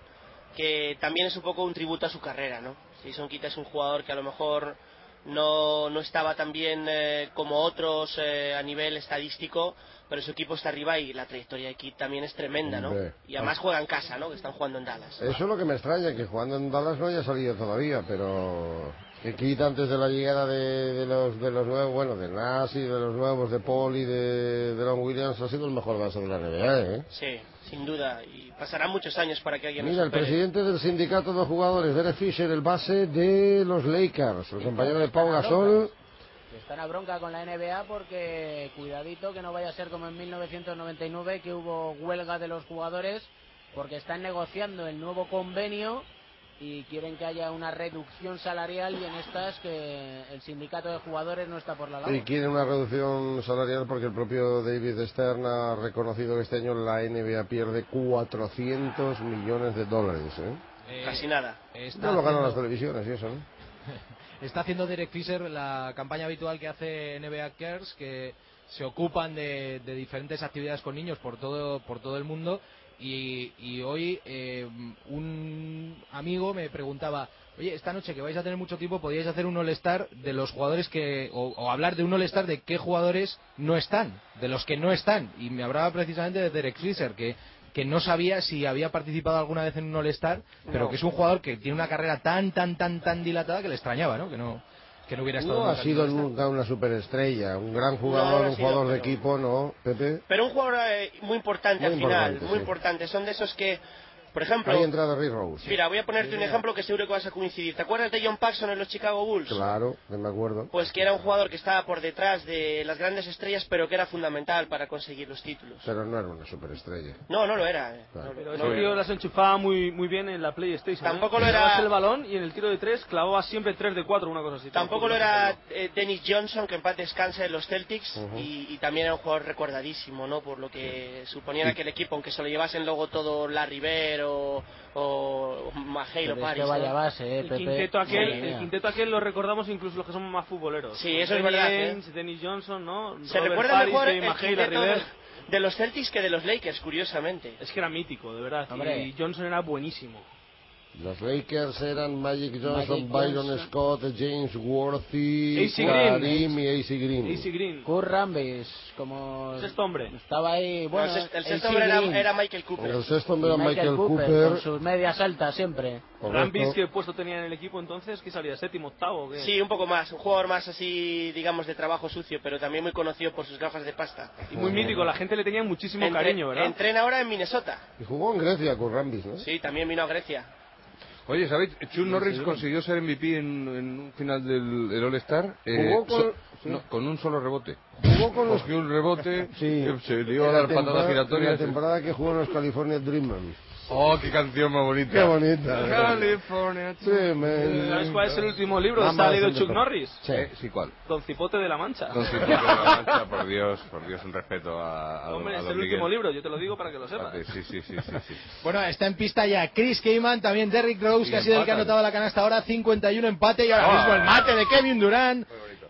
que también es un poco un tributo a su carrera, ¿no? Jason Kidd es un jugador que a lo mejor no, no estaba tan bien eh, como otros eh, a nivel estadístico, pero su equipo está arriba y la trayectoria de Kidd también es tremenda, ¿no?
Hombre.
Y además juega en casa, ¿no? Que están jugando en Dallas.
Eso es lo que me extraña, que jugando en Dallas no haya salido todavía, pero... Que quita antes de la llegada de, de los, de los nuevos, bueno, de Nasi, de los nuevos, de Paul y de, de Ron Williams, ha sido el mejor base de la NBA, ¿eh?
Sí, sin duda. Y pasarán muchos años para que alguien nos
Mira, el
supere.
presidente del sindicato de jugadores, Derek Fisher, el base de los Lakers, el compañero de Pau Gasol,
Que está una bronca con la NBA porque cuidadito que no vaya a ser como en 1999 que hubo huelga de los jugadores porque están negociando el nuevo convenio y quieren que haya una reducción salarial y en estas que el sindicato de jugadores no está por la labor.
y quiere una reducción salarial porque el propio David Stern ha reconocido que este año la NBA pierde 400 millones de dólares, ¿eh?
Casi nada.
No lo ganan las televisiones y eso, ¿no?
Está haciendo Derek Fisher la campaña habitual que hace NBA Cares, que se ocupan de, de diferentes actividades con niños por todo, por todo el mundo. Y, y hoy eh, un amigo me preguntaba, oye, esta noche que vais a tener mucho tiempo, ¿podríais hacer un All-Star de los jugadores que, o, o hablar de un All-Star de qué jugadores no están, de los que no están? Y me hablaba precisamente de Derek Fisher, que, que no sabía si había participado alguna vez en un All-Star, pero
No.
que es un jugador que tiene una carrera tan, tan, tan, tan dilatada que le extrañaba, ¿no? Que no, que no hubiera estado
No
nunca
ha
en un
sido
All-Star.
nunca una superestrella, un gran
No,
jugador,
no ha
un
sido,
jugador de
pero-
equipo, ¿no, Pepe?
Pero un jugador eh, muy importante
Muy
al final,
importante,
muy
sí.
importante. Son de esos que, por ejemplo,
Ahí entrada Ray Rose.
Mira, voy a ponerte un ejemplo que seguro que vas a coincidir. ¿Te acuerdas de John Paxson en los Chicago Bulls?
Claro, no me acuerdo.
Pues que era un jugador que estaba por detrás de las grandes estrellas, pero que era fundamental para conseguir los títulos.
Pero no era una superestrella.
No, no lo era. eh. No lo-
Pero
no lo
ese tío las enchufaba muy, muy bien en la PlayStation. ¿eh?
Tampoco lo
Le dabas
era-
el balón y en el tiro de tres clavaba siempre tres de cuatro, una cosa así.
Tampoco lo era eh, Dennis Johnson, que en paz descansa de los Celtics, y, y también era un jugador recordadísimo, ¿no? Por lo que suponía en aquel equipo, aunque se lo llevasen luego todo Larry Bird o, o Mahalo
Pero es
Paris.
que vaya
¿no?
base, eh,
El
Pepe.
quinteto, aquel,
Madre
el
mía.
quinteto aquel lo recordamos incluso los que somos más futboleros.
Sí, eso es
Danny
verdad, ¿eh?
Ainge, Dennis Johnson, ¿no?
Se
Robert
recuerda
Parrish,
mejor
Dave
el
Majeira,
quinteto
River.
de, de los Celtics que de los Lakers, curiosamente.
Es que era mítico, de verdad.
Hombre.
Y Johnson era buenísimo.
Los Lakers eran Magic Johnson,
Magic
Byron
Johnson.
Scott, James Worthy,
A.C. Green.
Karim y AC Green.
Green.
Kurt Rambis, como...
Sexto hombre.
Estaba ahí, bueno...
el sexto- el
AC
sexto hombre era-
Green.
era Michael Cooper.
El sexto hombre
Y
era Michael Cooper.
Con sus medias altas siempre.
Correcto.
Rambis, ¿qué puesto tenía en el equipo entonces? ¿Qué salía? ¿Séptimo, octavo? qué?
Sí, un poco más. Un jugador más así, digamos, de trabajo sucio, pero también muy conocido por sus gafas de pasta.
Y muy mítico, la gente le tenía muchísimo
Entre-
cariño, ¿verdad?
Entrena ahora en Minnesota.
Y jugó en Grecia con Rambis, ¿no?
Sí, también vino a Grecia.
Oye, ¿sabéis? Chun Norris
Sí.
consiguió ser MVP en, en un final del el All-Star eh,
Jugó con- sí.
no, con un solo rebote.
Jugó con los-
Cogió un rebote,
Sí.
se dio a
En la
dar patadas
temporada- en
giratorias.
La temporada que jugó en los California Dreamers.
Oh, qué canción más bonita.
Qué bonita.
California.
Sí, me...
¿Sabes cuál es el último libro?
Nada
¿Está
más
leído
en
Chuck
el-
Norris?
Sí. Eh, sí, ¿cuál?
Don Cipote de la Mancha.
Don Cipote de la Mancha, por Dios, por Dios, un respeto a, a,
Hombre,
a
es
don
el
Miguel.
último libro, yo te lo digo para que lo sepas.
Sí, sí, sí, sí, sí.
Bueno, está en pista ya Chris Keyman, también Derrick Rose,
Y
que ha sido el que ha
empatan.
anotado la canasta ahora, 51 empate y ahora
Ah.
mismo el mate de Kevin Durant.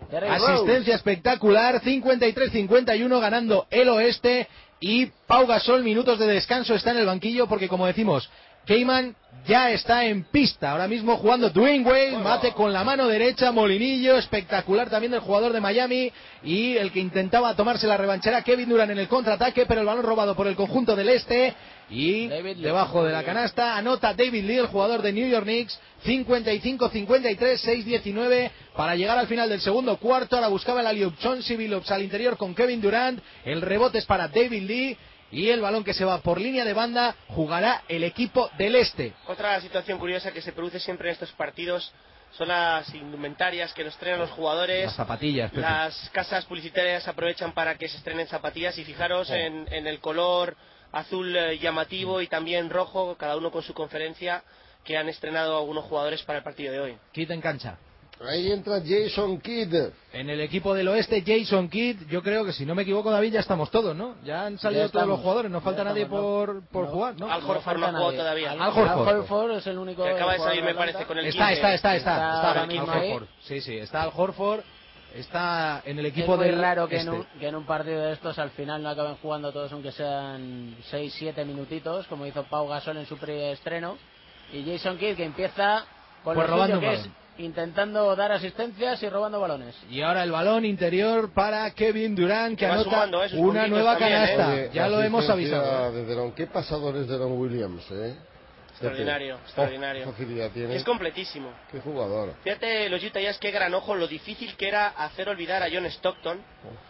Derrick
Asistencia espectacular, 53-51 ganando el oeste y Pau Gasol minutos de descanso está en el banquillo porque como decimos, Keyman ya está en pista, ahora mismo jugando Dwayne Wade, mate con la mano derecha, Molinillo, espectacular también del jugador de Miami y el que intentaba tomarse la revanchera Kevin Durant en el contraataque, pero el balón robado por el conjunto del este y debajo de la canasta anota David Lee, el jugador de New York Knicks, 55-53, 6-19 para llegar al final del segundo cuarto. Ahora buscaba el Aliup John Sibilops al interior con Kevin Durant. El rebote es para David Lee y el balón que se va por línea de banda jugará el equipo del este.
Otra situación curiosa que se produce siempre en estos partidos son las indumentarias que nos estrenan los jugadores.
Las zapatillas, Pepe.
Las casas publicitarias aprovechan para que se estrenen zapatillas y fijaros en, en el color azul eh, llamativo y también rojo, cada uno con su conferencia, que han estrenado algunos jugadores para el partido de hoy.
Kid en cancha.
Ahí entra Jason Kidd.
En el equipo del oeste, Jason Kidd, yo creo que si no me equivoco, David, ya estamos todos, ¿no? Ya han salido
Ya
todos
estamos.
los jugadores, no
Ya
falta nadie
estamos,
por, por jugar, ¿no?
Al Horford no ha jugado todavía.
Al Horford.
es el único.
Que acaba de
jugador
salir, me
Atlanta.
parece, con el
Está,
15.
está, está, está.
Está
Está
ahora
Al
mismo
Horford. Sí, sí, está al Horford. Está en el equipo
es muy
del
raro que, en
este.
un, que en un partido de estos al final no acaben jugando todos aunque sean 6-7 minutitos como hizo Pau Gasol en su preestreno y Jason Kidd que empieza con
Pues
lo
robando
suyo,
un
que es
balón.
intentando dar asistencias y robando balones
Y ahora el balón interior para Kevin Durant que
Va
anota
sumando, eh, sus
una
puntitos
nueva
también,
canasta.
Oye,
Ya
la
lo hemos
asistencia
avisado.
de Deron. Qué pasador es Deron Williams, ¿eh?
Extraordinario,
Oh,
extraordinario.
qué facilidad tiene.
Es completísimo.
Qué jugador.
Fíjate, los Utah Jazz, qué gran ojo, lo difícil que era hacer olvidar a John Stockton,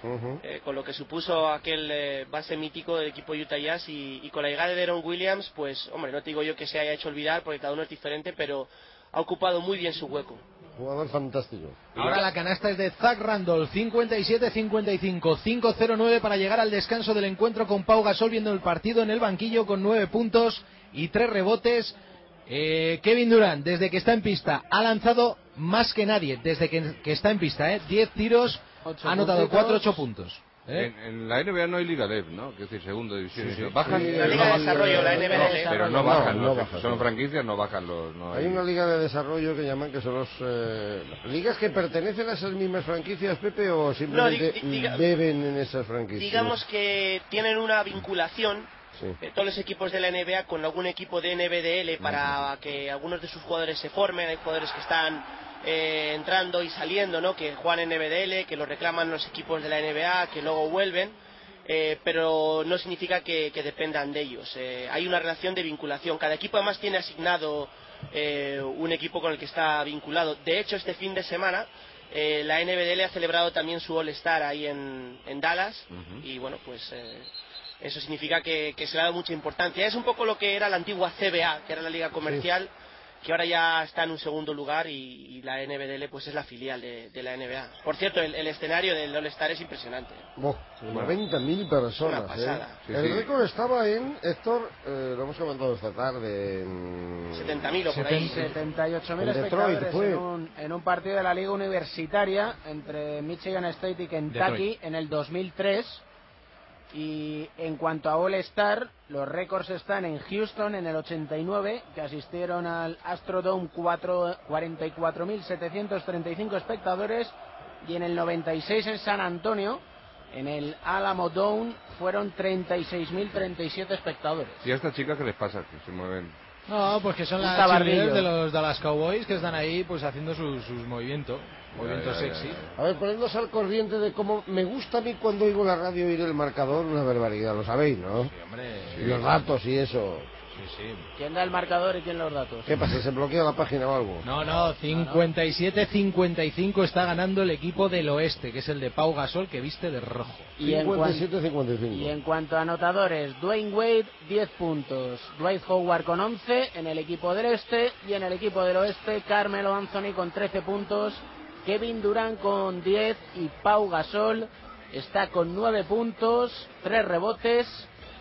Ujú.
eh, con lo que supuso aquel eh, base mítico del equipo Utah Jazz y, y con la llegada de Deron Williams, pues hombre, no te digo yo que se haya hecho olvidar porque cada uno es diferente, pero ha ocupado muy bien su hueco.
Jugador fantástico.
Ahora la canasta es de Zach Randolph, 57-55, 5-0-9 para llegar al descanso del encuentro con Pau Gasol viendo el partido en el banquillo con 9 puntos y 3 rebotes. Eh, Kevin Durant, desde que está en pista, ha lanzado más que nadie, desde que, que está en pista, ¿eh? 10 tiros, ha anotado
puntitos.
4-8 puntos. ¿eh?
En, en la NBA no hay Liga Dev, ¿no? Que es decir, segunda división.
Sí, sí.
Bajan.
Sí, La Liga de
no,
Desarrollo, la
no,
NBL.
Pero no
No,
bajan,
no
los-
baja,
Son
sí.
franquicias, no bajan los. No
Hay
hay...
una liga de desarrollo que llaman que son los eh, ligas que pertenecen a esas mismas franquicias, Pepe, o simplemente
di- diga-
beben en esas franquicias.
Digamos que tienen una vinculación
Sí.
eh, todos los equipos de la NBA con algún equipo de NBDL para que algunos de sus jugadores se formen. Hay jugadores que están eh, entrando y saliendo, ¿no? Que juegan NBDL, que lo reclaman los equipos de la NBA, que luego vuelven. eh, pero no significa que, que dependan de ellos. Eh, hay una relación de vinculación. Cada equipo además tiene asignado eh, un equipo con el que está vinculado. De hecho, este fin de semana eh, la NBDL ha celebrado también su All-Star ahí en, en Dallas. Y bueno, pues eh, eso significa que, que se le ha dado mucha importancia. Es un poco lo que era la antigua CBA, que era la liga comercial, que ahora ya está en un segundo lugar y, y la NBDL pues es la filial de, de la NBA. Por cierto, el, el escenario del All-Star es impresionante.
Buah, 90.000 personas.
Una
¿eh?
pasada.
Sí,
El
sí.
récord estaba en, Héctor, eh, lo hemos comentado esta tarde, en...
70.000 o por ahí.
78.000
En Detroit
espectadores
fue.
en un, en un partido de la Liga Universitaria entre Michigan State y Kentucky
Detroit.
en el 2003. Y en cuanto a All-Star, los récords están en Houston en el 89, que asistieron al Astrodome cuatro- 44.735 espectadores, y en el 96 en San Antonio, en el Alamo Dome, fueron 36.037 espectadores.
¿Y a estas chicas qué les pasa? Que se mueven.
No, pues que son
Un
las
tabardillo.
cheerleaders de los Dallas Cowboys que están ahí pues haciendo sus, sus movimientos, movimientos
ya, ya,
sexy.
A ver, ponernos al corriente de cómo me gusta a mí cuando oigo la radio oír el marcador, una barbaridad, lo sabéis, ¿no?
Hombre,
Y los datos y eso.
sí, sí.
¿Quién da el marcador y quién los datos?
¿Qué pasa? ¿Se bloquea la página o algo?
No, no, 57-55 está ganando el equipo del oeste, que es el de Pau Gasol, que viste de rojo.
Y en cuan-
57-55.
Y en cuanto a anotadores, Dwayne Wade 10 puntos, Dwight Howard con 11 en el equipo del este y en el equipo del oeste Carmelo Anthony con 13 puntos, Kevin Durant con 10 y Pau Gasol está con 9 puntos, 3 rebotes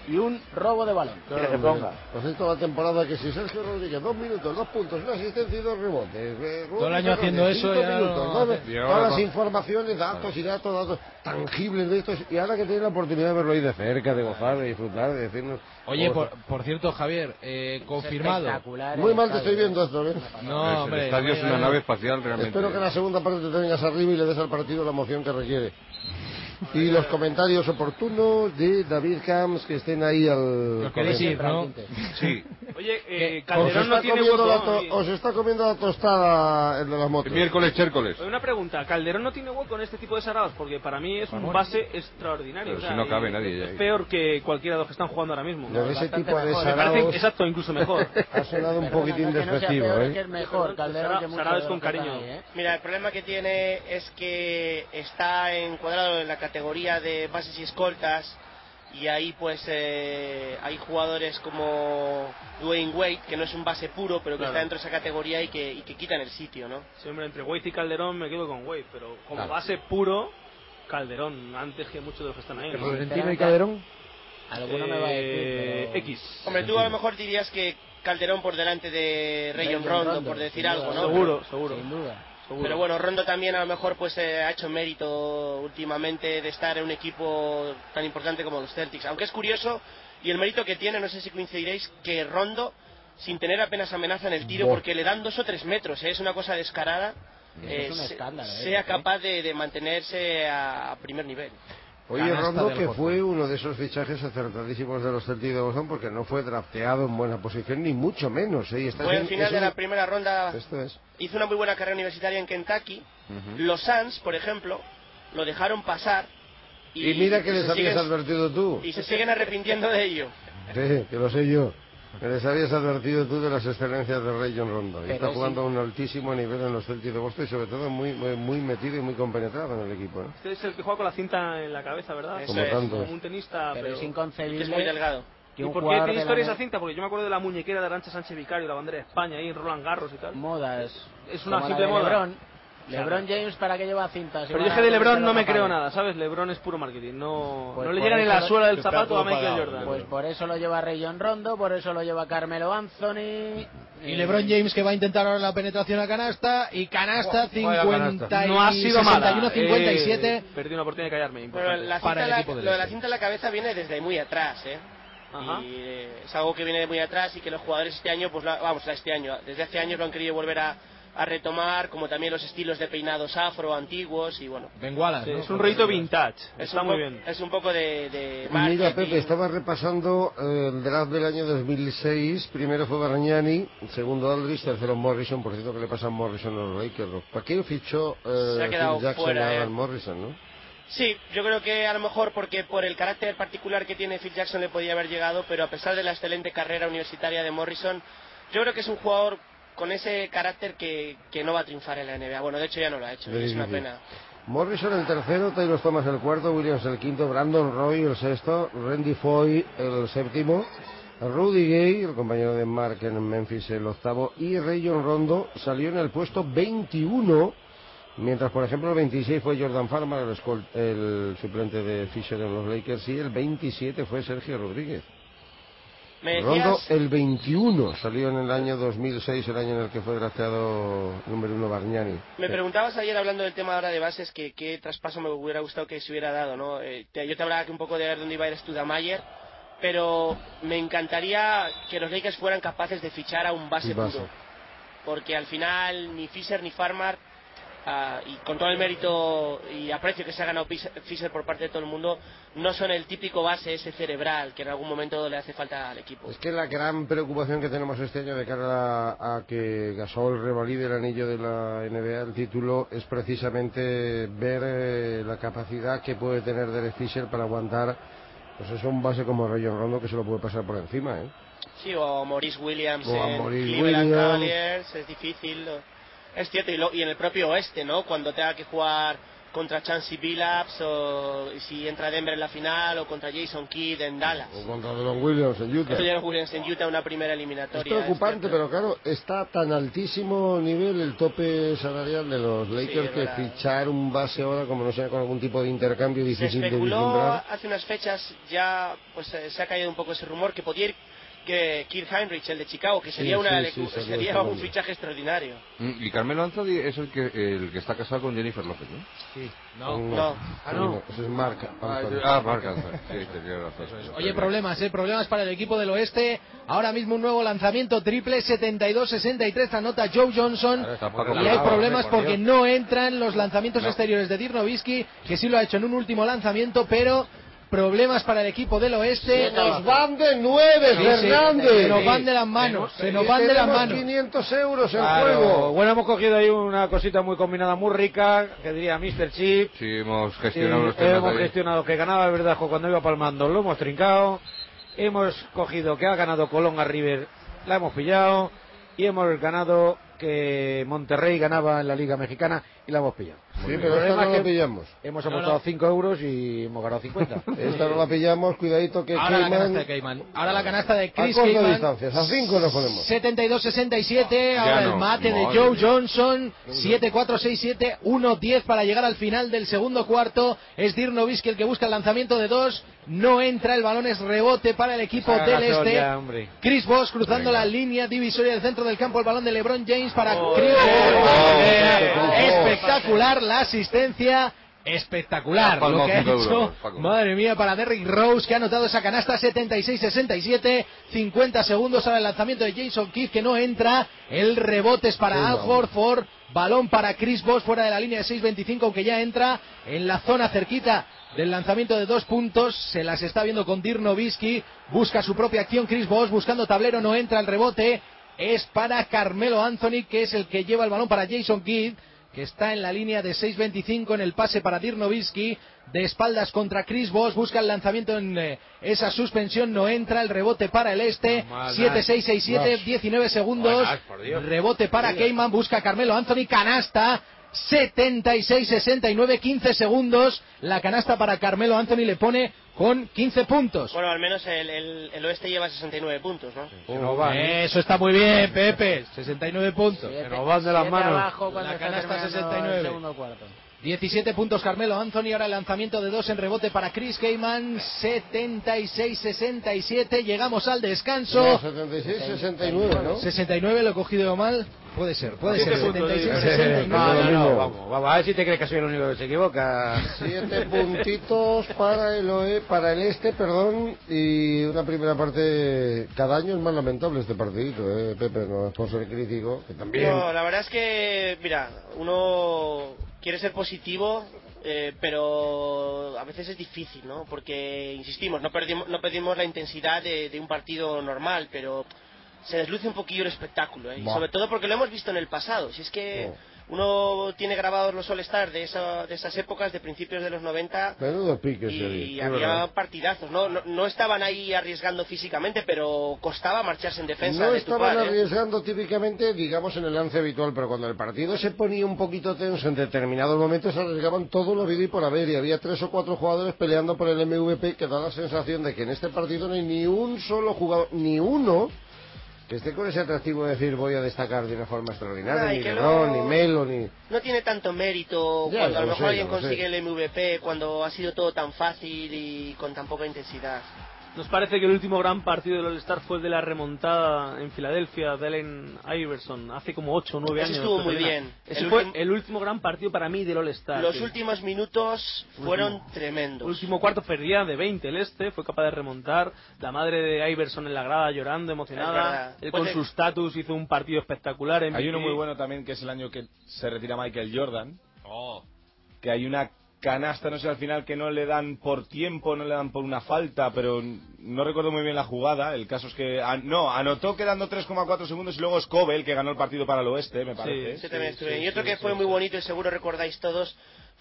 y un robo de balón.
Claro, hombre. Pues es toda la temporada que si Sergio Rodríguez, dos minutos, dos puntos, una asistencia y dos rebotes. eh,
Todo el
rebotes,
año haciendo
rebotes,
eso,
cinco
ya
minutos,
no-
¿sabes?
Y ahora
Todas las
con-
informaciones, datos y datos, datos tangibles de estos. Y ahora que tiene la oportunidad de verlo ahí de cerca, de gozar, de disfrutar, de decirnos.
Oye,
cómo-
por, por cierto, Javier, eh, confirmado.
espectacular
Muy mal te estoy viendo esto, ¿eh?
No, hombre.
estadio es una nave espacial realmente.
Espero que en la segunda parte te tengas arriba y le des al partido la emoción que requiere. Y los comentarios oportunos de David Camps que estén ahí al.
Los queréis ir, ¿no?
Sí.
Oye, eh,
Os
Calderón no
está,
tiene
comiendo
hueco.
la
¿no?
eh.
to- os está comiendo la tostada el de las motos.
miércoles, chércoles.
Una pregunta, Calderón no tiene hueco en este tipo de sarados porque para mí es un
Vamos.
base extraordinario.
Pero
o sea,
si no cabe
y-
nadie ya
Es
ahí.
peor que cualquiera de los que están jugando ahora mismo.
Lo de ese
Bastante
tipo de
mejor. Me
saraos-
parece- exacto, incluso mejor.
Ha sonado un poquitín
que no sea
despectivo,
peor,
¿eh?
que es mejor, Calderón, que mucho
Saraos
de
con
lo que está
cariño.
ahí, ¿eh?
Mira, el problema que tiene es que está encuadrado en la categoría de bases y escoltas y ahí pues eh, hay jugadores como Dwayne Wade, que no es un base puro, pero que
Claro.
está dentro de esa categoría y que, y que quitan el sitio, ¿no?
Sí, hombre, entre Wade y Calderón me quedo con Wade, pero como
Claro.
base puro, Calderón, antes que muchos de los que están ahí. ¿no?
Alguno me va a
Eh,
decir, pero-
X.
Hombre, tú a lo mejor dirías que Calderón por delante de
Rayon
Rayon Rondo,
Rondo,
por decir
sin duda,
algo, ¿no?
Seguro, seguro.
Sin duda.
Pero bueno, Rondo también a lo mejor pues eh, ha hecho mérito últimamente de estar en un equipo tan importante como los Celtics. Aunque es curioso, y el mérito que tiene, no sé si coincidiréis, que Rondo, sin tener apenas amenaza en el tiro,
Buah.
porque le dan dos o tres metros, ¿eh? es una cosa descarada,
Eso
eh,
es un
se-
escándalo, ¿eh?
sea capaz de, de mantenerse a, a primer nivel.
Oye,
Canasta
Rondo,
del
que
Hotspur.
fue uno de esos fichajes acertadísimos de los Celtics de Boston porque no fue drafteado en buena posición, ni mucho menos. ¿eh? Y está
Fue
en-
al final
es
de
un-
la primera ronda,
Esto es.
hizo una muy buena carrera universitaria en Kentucky.
Ujú.
Los Suns, por ejemplo, lo dejaron pasar
Y, mira que
y
les
se
habías
siguen-
advertido tú.
y se siguen arrepintiendo de ello.
Sí, que lo sé yo. Que les habías advertido tú de las excelencias de Ray John Rondo. Y
Pero
está
es
jugando a un altísimo nivel en los Celtics de Boston y sobre todo muy, muy, muy metido y muy compenetrado en el equipo. ¿eh?
Este es el que juega con la cinta en la cabeza, ¿verdad?
Como Eso es. tantos.
Como un tenista,
Pero
pero...
es inconcebible.
Es muy delgado.
que
¿Y
un
por qué
jugador
tiene
de la
historia
ne-
esa cinta? Porque yo me acuerdo de la muñequera de Arancha Sánchez Vicario, la bandera de España, ahí en Roland Garros y tal.
Moda es.
Es una
como la
simple
de
moda.
LeBron.
O sea,
LeBron James, ¿para qué lleva cintas?
Pero
Igual
yo es que
a
de
veces
LeBron
se
no
lo
me
tapan.
creo nada, ¿sabes? LeBron es puro marketing. No,
Pues
no le
por
llega ni
eso
la
lo-
suela del
está
zapato a
todo
Michael
pagado.
Jordan.
Pues por eso lo lleva Rayon Rondo, por eso lo lleva Carmelo Anthony.
Y
Eh.
LeBron James que va a intentar ahora la penetración a canasta. Y canasta
Vaya
50
canasta.
y
No ha sido mala.
61, 57.
Eh, perdí una oportunidad de callarme.
Bueno,
Importante.
la cinta en la- lo de la cinta en la cabeza viene desde muy atrás, ¿eh? Y eh, es algo que viene de muy atrás y que los jugadores este año, pues la- vamos, la- este año, desde hace años lo han querido volver a, a retomar, como también los estilos de peinados afro antiguos y bueno.
Ben Wallace,
Sí,
¿no?
es un rollito vintage.
Es
Está
un
muy
po-
bien.
Es un poco de, de
Mira,
marketing.
Pepe, estaba repasando eh, el draft del año 2006. Primero fue Barrañani, segundo Aldridge, tercero Morrison. Por cierto, que le pasa a Morrison a los Lakers? ¿Para qué fichó eh,
Se ha quedado
Phil Jackson
fuera,
a
eh.
Alan Morrison, no?
Sí, yo creo que a lo mejor porque por el carácter particular que tiene Phil Jackson le podía haber llegado, pero a pesar de la excelente carrera universitaria de Morrison, yo creo que es un jugador con ese carácter que, que no va a triunfar en la NBA. Bueno, de hecho ya no lo ha hecho,
Muy
es una
difícil.
pena.
Morrison el tercero, Taylor Thomas el cuarto, Williams el quinto, Brandon Roy el sexto, Randy Foy el séptimo, Rudy Gay, el compañero de Mark en Memphis el octavo y Rayon Rondo salió en el puesto 21, mientras por ejemplo el 26 fue Jordan Farmer, el, escol- el suplente de Fisher en los Lakers y el 27 fue Sergio Rodríguez.
Me decías-
Rondo el 21 salió en el año 2006, el año en el que fue drafteado número uno Bargnani.
Me preguntabas ayer hablando del tema ahora de bases que qué traspaso me hubiera gustado que se hubiera dado, ¿no? Eh, te- yo te hablaba que un poco de ver dónde iba a ir Studamayer, pero me encantaría que los Lakers fueran capaces de fichar a un base
Y base.
puro, porque al final ni Fisher ni Farmer ah, y con todo el mérito y aprecio que se ha ganado Pis- Fisher por parte de todo el mundo, no son el típico base ese cerebral que en algún momento le hace falta al equipo.
Es que la gran preocupación que tenemos este año de cara a, a que Gasol revalide el anillo de la NBA, el título, es precisamente ver eh, la capacidad que puede tener Derek Fisher para aguantar, pues eso, un base como Rayon Rondo que se lo puede pasar por encima, ¿eh?
Sí, o Maurice Williams
O a
en
Maurice
Cleveland
Williams.
Cavaliers, es difícil. Es cierto, y, lo- y en el propio oeste, ¿no? Cuando tenga que jugar contra Chancey Billups o si entra Denver en la final o contra Jason Kidd en Dallas.
O contra Don Williams en Utah.
Eso ya no Williams en Utah una primera eliminatoria.
Es preocupante, pero claro, está a tan altísimo nivel el tope salarial de los Lakers
es
que
verdad.
fichar un base ahora, como no sea con algún tipo de intercambio
Se
difícil de
especuló
vislumbrar.
hace unas fechas ya pues eh, se ha caído un poco ese rumor que podía ir que Kirk Heinrich, el de Chicago, que
Sí,
sería una
sí,
lecu-
sí, salió ese
sería un
nombre.
fichaje extraordinario.
Mm, Y Carmelo Anthony es el que, el que está casado con Jennifer López, ¿no?
Sí.
No.
No. Ah, no.
Eso es marca.
Ah,
Anthony.
yo- ah, Marc Anthony. Sí, tenía razón.
Oye, problemas, ¿eh? Problemas para el equipo del oeste. Ahora mismo un nuevo lanzamiento triple, 72-63, anota Joe Johnson. Y hay problemas porque no entran los lanzamientos exteriores de Dirnovski, que sí lo ha hecho en un último lanzamiento, pero problemas para el equipo del oeste.
Se nos van de nueve,
Sí, sí,
Fernández.
Se nos van de las manos, se nos van de las
Tenemos
manos.
500 euros en
Claro.
juego.
Bueno, hemos cogido ahí una cosita muy combinada, muy rica, que diría Mr. Chip.
Sí, hemos
Sí,
Eh,
gestionado los temas
hemos
ahí.
gestionado que ganaba el verdajo cuando iba palmando, lo hemos trincado. Hemos cogido que ha ganado Colón a River, la hemos pillado. Y hemos ganado que Monterrey ganaba en la Liga Mexicana y la hemos pillado.
Sí,
El
pero esta
problema
no
es
la
que
pillamos.
Hemos
No,
apostado
no.
5 euros y hemos ganado 50.
Esta no la pillamos, cuidadito que
Ahora la
Keyman-
canasta de Cayman. Ahora la canasta de Chris
a corta
Kayman.
distancia, a 5 nos ponemos.
72-67,
Ya
ahora el
no,
mate de
madre
Joe
mía.
Johnson, 7-4-6-7, 1-10 para llegar al final del segundo cuarto, es Dirnovski el que busca el lanzamiento de dos, no entra, el balón es rebote para el equipo
Haga
del
sol
este,
ya, Ah, hombre.
Chris Boss cruzando la línea divisoria del centro del campo, el balón de LeBron James para Chris
¡Oh!
Bosh.
¡Oh!
Espectacular la asistencia. Espectacular
Ha palmado
lo que ha
Ah, cinco euros,
hecho.
Paco.
Madre mía, para Derrick Rose que ha anotado esa canasta 76-67. 50 segundos ahora el lanzamiento de Jason Kidd que no entra. El rebote es
Sí,
para
no.
Alford Ford. Balón para Chris Bosh fuera de la línea de 6-25 aunque ya entra en la zona cerquita del lanzamiento de dos puntos. Se las está viendo con Dirk Nowitzki. Busca su propia acción Chris Bosh buscando tablero. No entra el rebote. Es para Carmelo Anthony que es el que lleva el balón para Jason Kidd que está en la línea de 6.25 en el pase para Dirnovski, de espaldas contra Chris Boss, busca el lanzamiento en eh, esa suspensión, no entra, el rebote para el este,
Mal,
7-6-6-7,
Nash.
19 segundos,
Mal, Nash, por Dios.
rebote para
Dios.
Keyman, busca Carmelo Anthony, canasta, 76-69, 15 segundos, la canasta para Carmelo Anthony le pone con 15 puntos.
Bueno, al menos el, el- el oeste lleva 69 puntos, ¿no?
Eso está muy bien, Pepe, 69 puntos.
Se
nos van de las manos.
abajo cuando
La
está
canasta
terminando
69.
el segundo cuarto.
17 puntos Carmelo Anthony, ahora el lanzamiento de dos en rebote para Chris Gaiman, 76-67, llegamos al
No,
descanso.
76-69, ¿no?
69 lo he cogido mal, puede ser, puede
Siete
ser,
puntos,
76-69.
No, no, no, vamos, vamos, a ver si te crees que soy el único que se equivoca.
Siete puntitos para el oe- para el este, perdón, y una primera parte cada año es más lamentable este partidito, eh, Pepe, no es por ser crítico, que también.
No, la verdad es que, mira, uno quiere ser positivo, eh, pero a veces es difícil, ¿no? Porque, insistimos, no perdimos, no perdimos la intensidad de, de un partido normal, pero se desluce un poquillo el espectáculo, ¿eh? Y
Buah.
sobre todo porque lo hemos visto en el pasado. Si es que uno tiene grabados los All-Stars de, esa- de esas épocas, de principios de los 90,
Menudo pique ese
y
día, es
había
verdad.
partidazos, ¿no? No, no estaban ahí arriesgando físicamente, pero costaba marcharse en defensa
No
de tu
estaban
par, ¿eh?
arriesgando típicamente, digamos, en el lance habitual, pero cuando el partido se ponía un poquito tenso en determinados momentos, arriesgaban todo lo habido y por haber, y había tres o cuatro jugadores peleando por el MVP, que da la sensación de que en este partido no hay ni un solo jugador, ni uno, que esté con ese atractivo de decir voy a destacar de una forma extraordinaria,
Ay,
ni
que
LeBron,
no.
ni Melo, ni...
no tiene tanto mérito
Ya,
cuando a
lo
lo mejor
sé,
alguien
ya lo
consigue
sé.
el MVP, cuando ha sido todo tan fácil y con tan poca intensidad.
Nos parece que el último gran partido del All-Star fue el de la remontada en Filadelfia de Allen Iverson hace como 8 o 9
Ese
años.
estuvo muy
Carolina.
bien.
Ese
El
fue
ultim-
el último gran partido para mí del All-Star.
Los
sí.
últimos minutos fueron tremendos.
Último cuarto perdía de 20 el este, fue capaz de remontar. La madre de Iverson en la grada llorando,
Es
emocionada.
verdad.
Él con
Pues,
su status hizo un partido espectacular. En
Hay uno muy bueno también que es el año que se retira Michael Jordan.
Oh.
Que hay una canasta, no sé, al final que no le dan por tiempo, no le dan por una falta, pero no recuerdo muy bien la jugada. El caso es que. ah, no, anotó quedando 3,4 segundos y luego Scobel, que ganó el partido para el oeste, me parece.
Ese también estuvo bien. y otro que fue muy bonito y seguro recordáis todos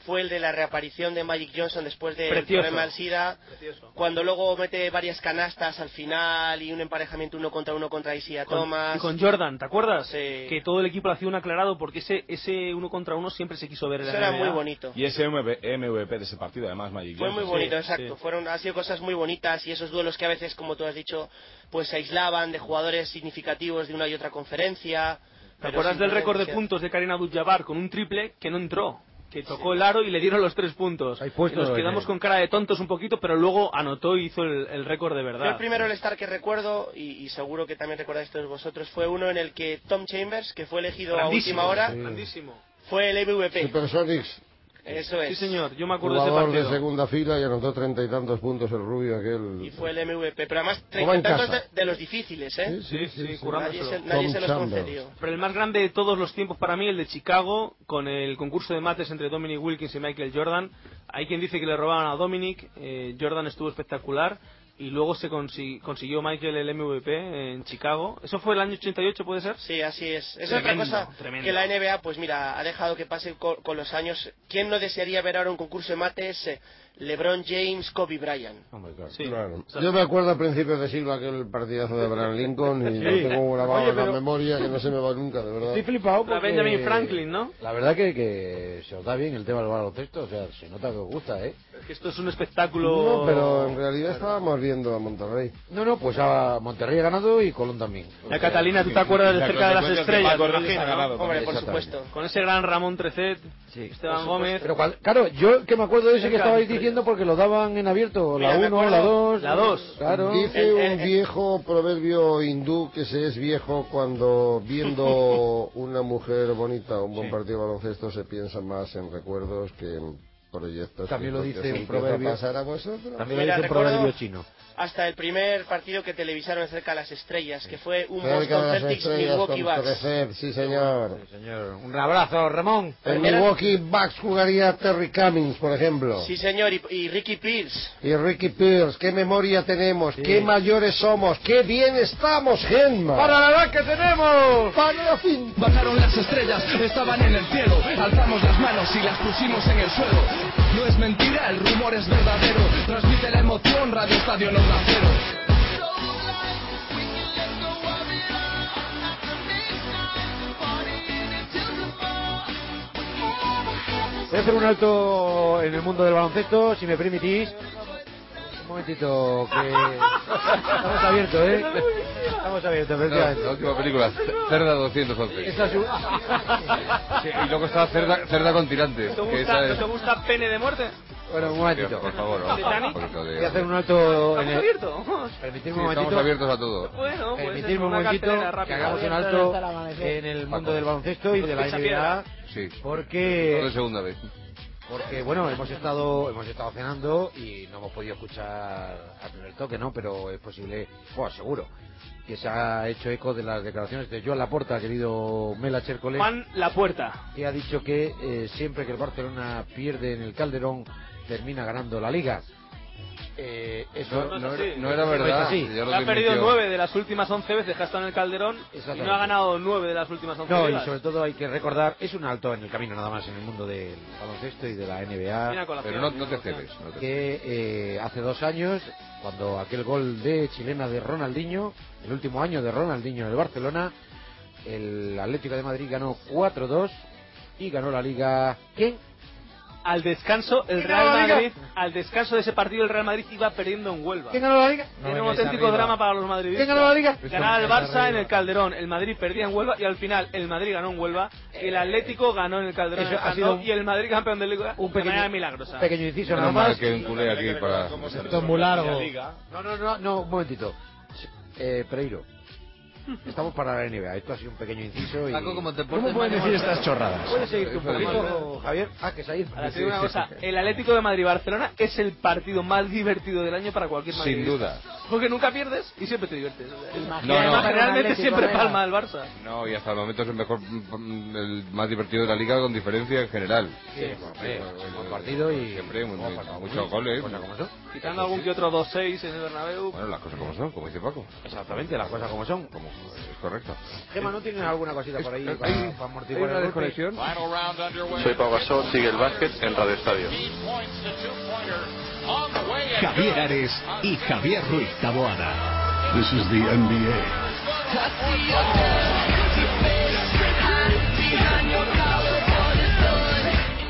fue el de la reaparición de Magic Johnson después del
Precioso.
problema del SIDA,
Precioso.
cuando luego mete varias canastas al final y un emparejamiento uno contra uno contra Isiah
Con-
Thomas.
y con Jordan, ¿te acuerdas?
Sí.
Que todo el equipo lo hacía un aclarado porque ese, ese uno contra uno siempre se quiso ver. en la
Eso era
NBA.
muy bonito.
Y ese MVP, de ese partido, además, Magic
Fue
Johnson.
muy bonito, exacto. Fueron, han sido cosas muy bonitas y esos duelos que a veces, como tú has dicho, pues se aislaban de jugadores significativos de una y otra conferencia.
¿Te
pero
acuerdas
sin
del récord de
diferencia.
puntos de Karina Abdul-Jabbar con un triple que no entró? Que tocó el aro y le dieron los tres puntos.
puesto
Y nos
en
quedamos
el-
con cara de tontos un poquito, pero luego anotó y hizo el, el récord de
Yo el
verdad.
primero el estar que recuerdo, y, y seguro que también recordáis todos vosotros, fue uno en el que Tom Chambers, que fue elegido a
Grandísimo,
última hora,
sí. grandísimo.
fue el MVP.
Supersonics,
Eso es.
Sí, señor, yo me acuerdo de ese
jugador de
partido.
segunda fila y anotó treinta y tantos puntos el rubio aquel.
Y fue el MVP. Pero además,
Como en
treinta y tantos
casa.
de, de los difíciles, ¿eh?
Sí, sí, sí, sí.
Nadie
currándoselo.
se, nadie
Tom
se los
Chambers.
concedió.
Pero el más grande de todos los tiempos para mí, el de Chicago, con el concurso de mates entre Dominic Wilkins y Michael Jordan. Hay quien dice que le robaban a Dominic, eh, Jordan estuvo espectacular y luego se consi- consiguió Michael el MVP en Chicago. ¿Eso fue el año 88, puede ser?
Sí, así es. Es
Tremendo,
otra cosa
tremendo.
que la NBA, pues mira, ha dejado que pase co- con, los años. ¿Quién no desearía ver ahora un concurso de mates? eh, LeBron James, Kobe Bryant.
Claro. Yo me acuerdo a principios de siglo aquel partidazo de Abraham Lincoln y
Sí.
lo tengo grabado
Oye,
en la
pero-
memoria que no se me va nunca, de verdad.
Estoy flipado porque...
La Benjamin Franklin, ¿no?
La verdad que, que se os da bien el tema del baloncesto, o sea, se nota que os gusta, ¿eh?
Es que esto es un espectáculo...
No, pero en realidad estábamos viendo a Monterrey.
No, no, pues a Monterrey ha ganado y Colón también.
Ya, Catalina, ¿tú te acuerdas de
La
cerca de las
consecuencia
estrellas?
que Paco Ragín ha ganado
Hombre,
también,
por
exactamente.
supuesto. Con ese gran Ramón Trecet, Esteban
Por supuesto.
Gómez.
Pero cual- claro, yo que me acuerdo de ese que
Cerca
estabais
de las
diciendo porque lo daban en abierto,
Mira, me
la 1,
acuerdo-
la eh, 2.
la dos.
Claro.
Dice un viejo proverbio hindú que se es viejo cuando viendo una mujer bonita o un buen partido de baloncesto se piensa más en recuerdos que en proyectos.
También lo
que
dice
os
un
empieza a
proverbio-
pasar a vosotros.
También lo Mira, dice un recuerdo- proverbio chino.
Hasta el primer partido que televisaron cerca de las estrellas, que fue un
Cerca de
Boston
las
Celtics
estrellas
Milwaukee
con
Bucks.
Tercer, sí señor.
Un abrazo, Ramón.
En
Eran-
Milwaukee Bucks jugaría Terry Cummings, por ejemplo.
Sí, señor, y, y Ricky Pierce.
Y Ricky Pierce, qué memoria tenemos, qué mayores somos, qué bien estamos, Genma.
la edad que tenemos!
Bajaron las estrellas, estaban en el cielo. Alzamos las manos y las pusimos en el suelo. No es mentira, el rumor es verdadero. Transmite la emoción, Radio Estadio en Onda Cero.
Voy a hacer un alto en el mundo del baloncesto, si me permitís. Un momentito, que estamos abiertos, ¿eh? Estamos abiertos, efectivamente.
la última película, C- Cerda 211.
Esa es un-
Sí, y luego estaba Cerda, Cerda con tirantes.
¿Te
que esa
gusta,
es...
¿Te gusta pene de muerte?
Bueno, un momentito.
Por favor, vamos,
¿Titanic?
por favor,
Voy a hacer un alto en
¿Estamos
el...
abiertos?
Permitidme
Sí,
un
estamos
momentito.
abiertos a todo.
Bueno, pues es
Permitidme un
una
momentito
cartelera
que
rápida.
hagamos un
Hasta el
alto en
amanecer.
el mundo del baloncesto y de la
Pisa
NBA.
piedra.
Sí.
Porque-
Todo de segunda vez.
Porque bueno, hemos estado hemos estado cenando y no hemos podido escuchar al primer toque, ¿no? Pero es posible, bueno, seguro, que se ha hecho eco de las declaraciones de Joan Laporta, querido Mela Chercole,
Juan La Puerta.
que ha dicho que eh, siempre que el Barcelona pierde en el Calderón, termina ganando la Liga. Eh, eso
No, no es así.
no era
eso es
verdad,
así.
ya lo
Ha perdido nueve de las últimas once veces que ha estado en el Calderón y no ha ganado nueve de las últimas once
No, y
ligas.
sobre todo hay que recordar, es un alto en el camino nada más en el mundo del baloncesto y de la
Viene a
NBA.
colación, Pero no-
no te celes, no te
que eh, hace dos años, cuando aquel gol de chilena de Ronaldinho, el último año de Ronaldinho en el Barcelona, el Atlético de Madrid ganó 4-2 y ganó la Liga. ¿Quién?
Al descanso, el
¿Quién ganó la
Real
liga?
Madrid, al descanso de ese partido, el Real Madrid iba perdiendo en Huelva.
¿Quién ganó la Liga?
Era un auténtico drama para los madridistas.
¿Quién ganó la liga?
Ganaba el
Vengáis arriba.
Barça en el Calderón, el Madrid perdía en Huelva y al final el Madrid ganó en Huelva, el Atlético ganó en el Calderón en
Eh, Eso
el
ha sido
Camp Nou, y el Madrid campeón de Liga
un
de
pequeño-
manera milagrosa.
un pequeño inciso
Menos
nada
mal
más.
que un culé aquí para...
Esto es muy largo. No, no, no, no, un momentito. Eh, Pereiro, estamos para la NBA. Esto ha sido un pequeño inciso. Y...
Paco, como te portes
¿Cómo pueden
mal,
decir
te
estas
maltrato.
chorradas? Eh, pues,
Puedes seguir tú
un
un poquito,
poquito, Javier? Ah, que se ha ido.
Ahora te digo una cosa, el Atlético de Madrid-Barcelona es el partido más divertido del año para cualquier
Sin
madridista.
duda.
Porque nunca pierdes y siempre te diviertes.
No, no.
Además, generalmente
Atlético,
siempre
venga.
palma el Barça.
No, y hasta el momento es el mejor, mm, el más divertido de la liga con diferencia en general.
Sí,
eh,
hombre, es un buen partido y-
Siempre, muy-
buen partido.
muchos goles.
Cosa como son.
Quitando algún que otro 2-6 en el Bernabéu.
Bueno, las cosas como son, como dice Paco.
Exactamente, las cosas como son.
Como, es correcto.
Gema, ¿no tienes alguna cosita por ahí
Es-
para,
hay-
para amortiguar
hay una
el golpe?
desconexión.
Soy Pau Gasol, sigue el básquet en Radio Estadio.
Javier Ares y Javier Ruiz Taboada. This is the NBA.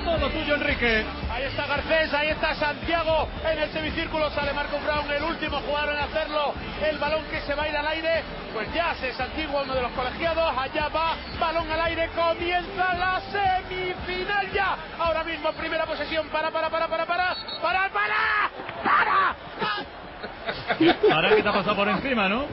Todo tuyo, Enrique. Ahí está Garcés, ahí está Santiago. En el semicírculo sale Marco Brown, el último jugador en hacerlo. El balón que se va a ir al aire. Pues ya se santigua uno de los colegiados. Allá va, balón al aire. Comienza la semifinal ya. Ahora mismo, primera posesión. Para, para, para, para, para. Para, para. Para.
Ahora que te ha pasado por encima, ¿no?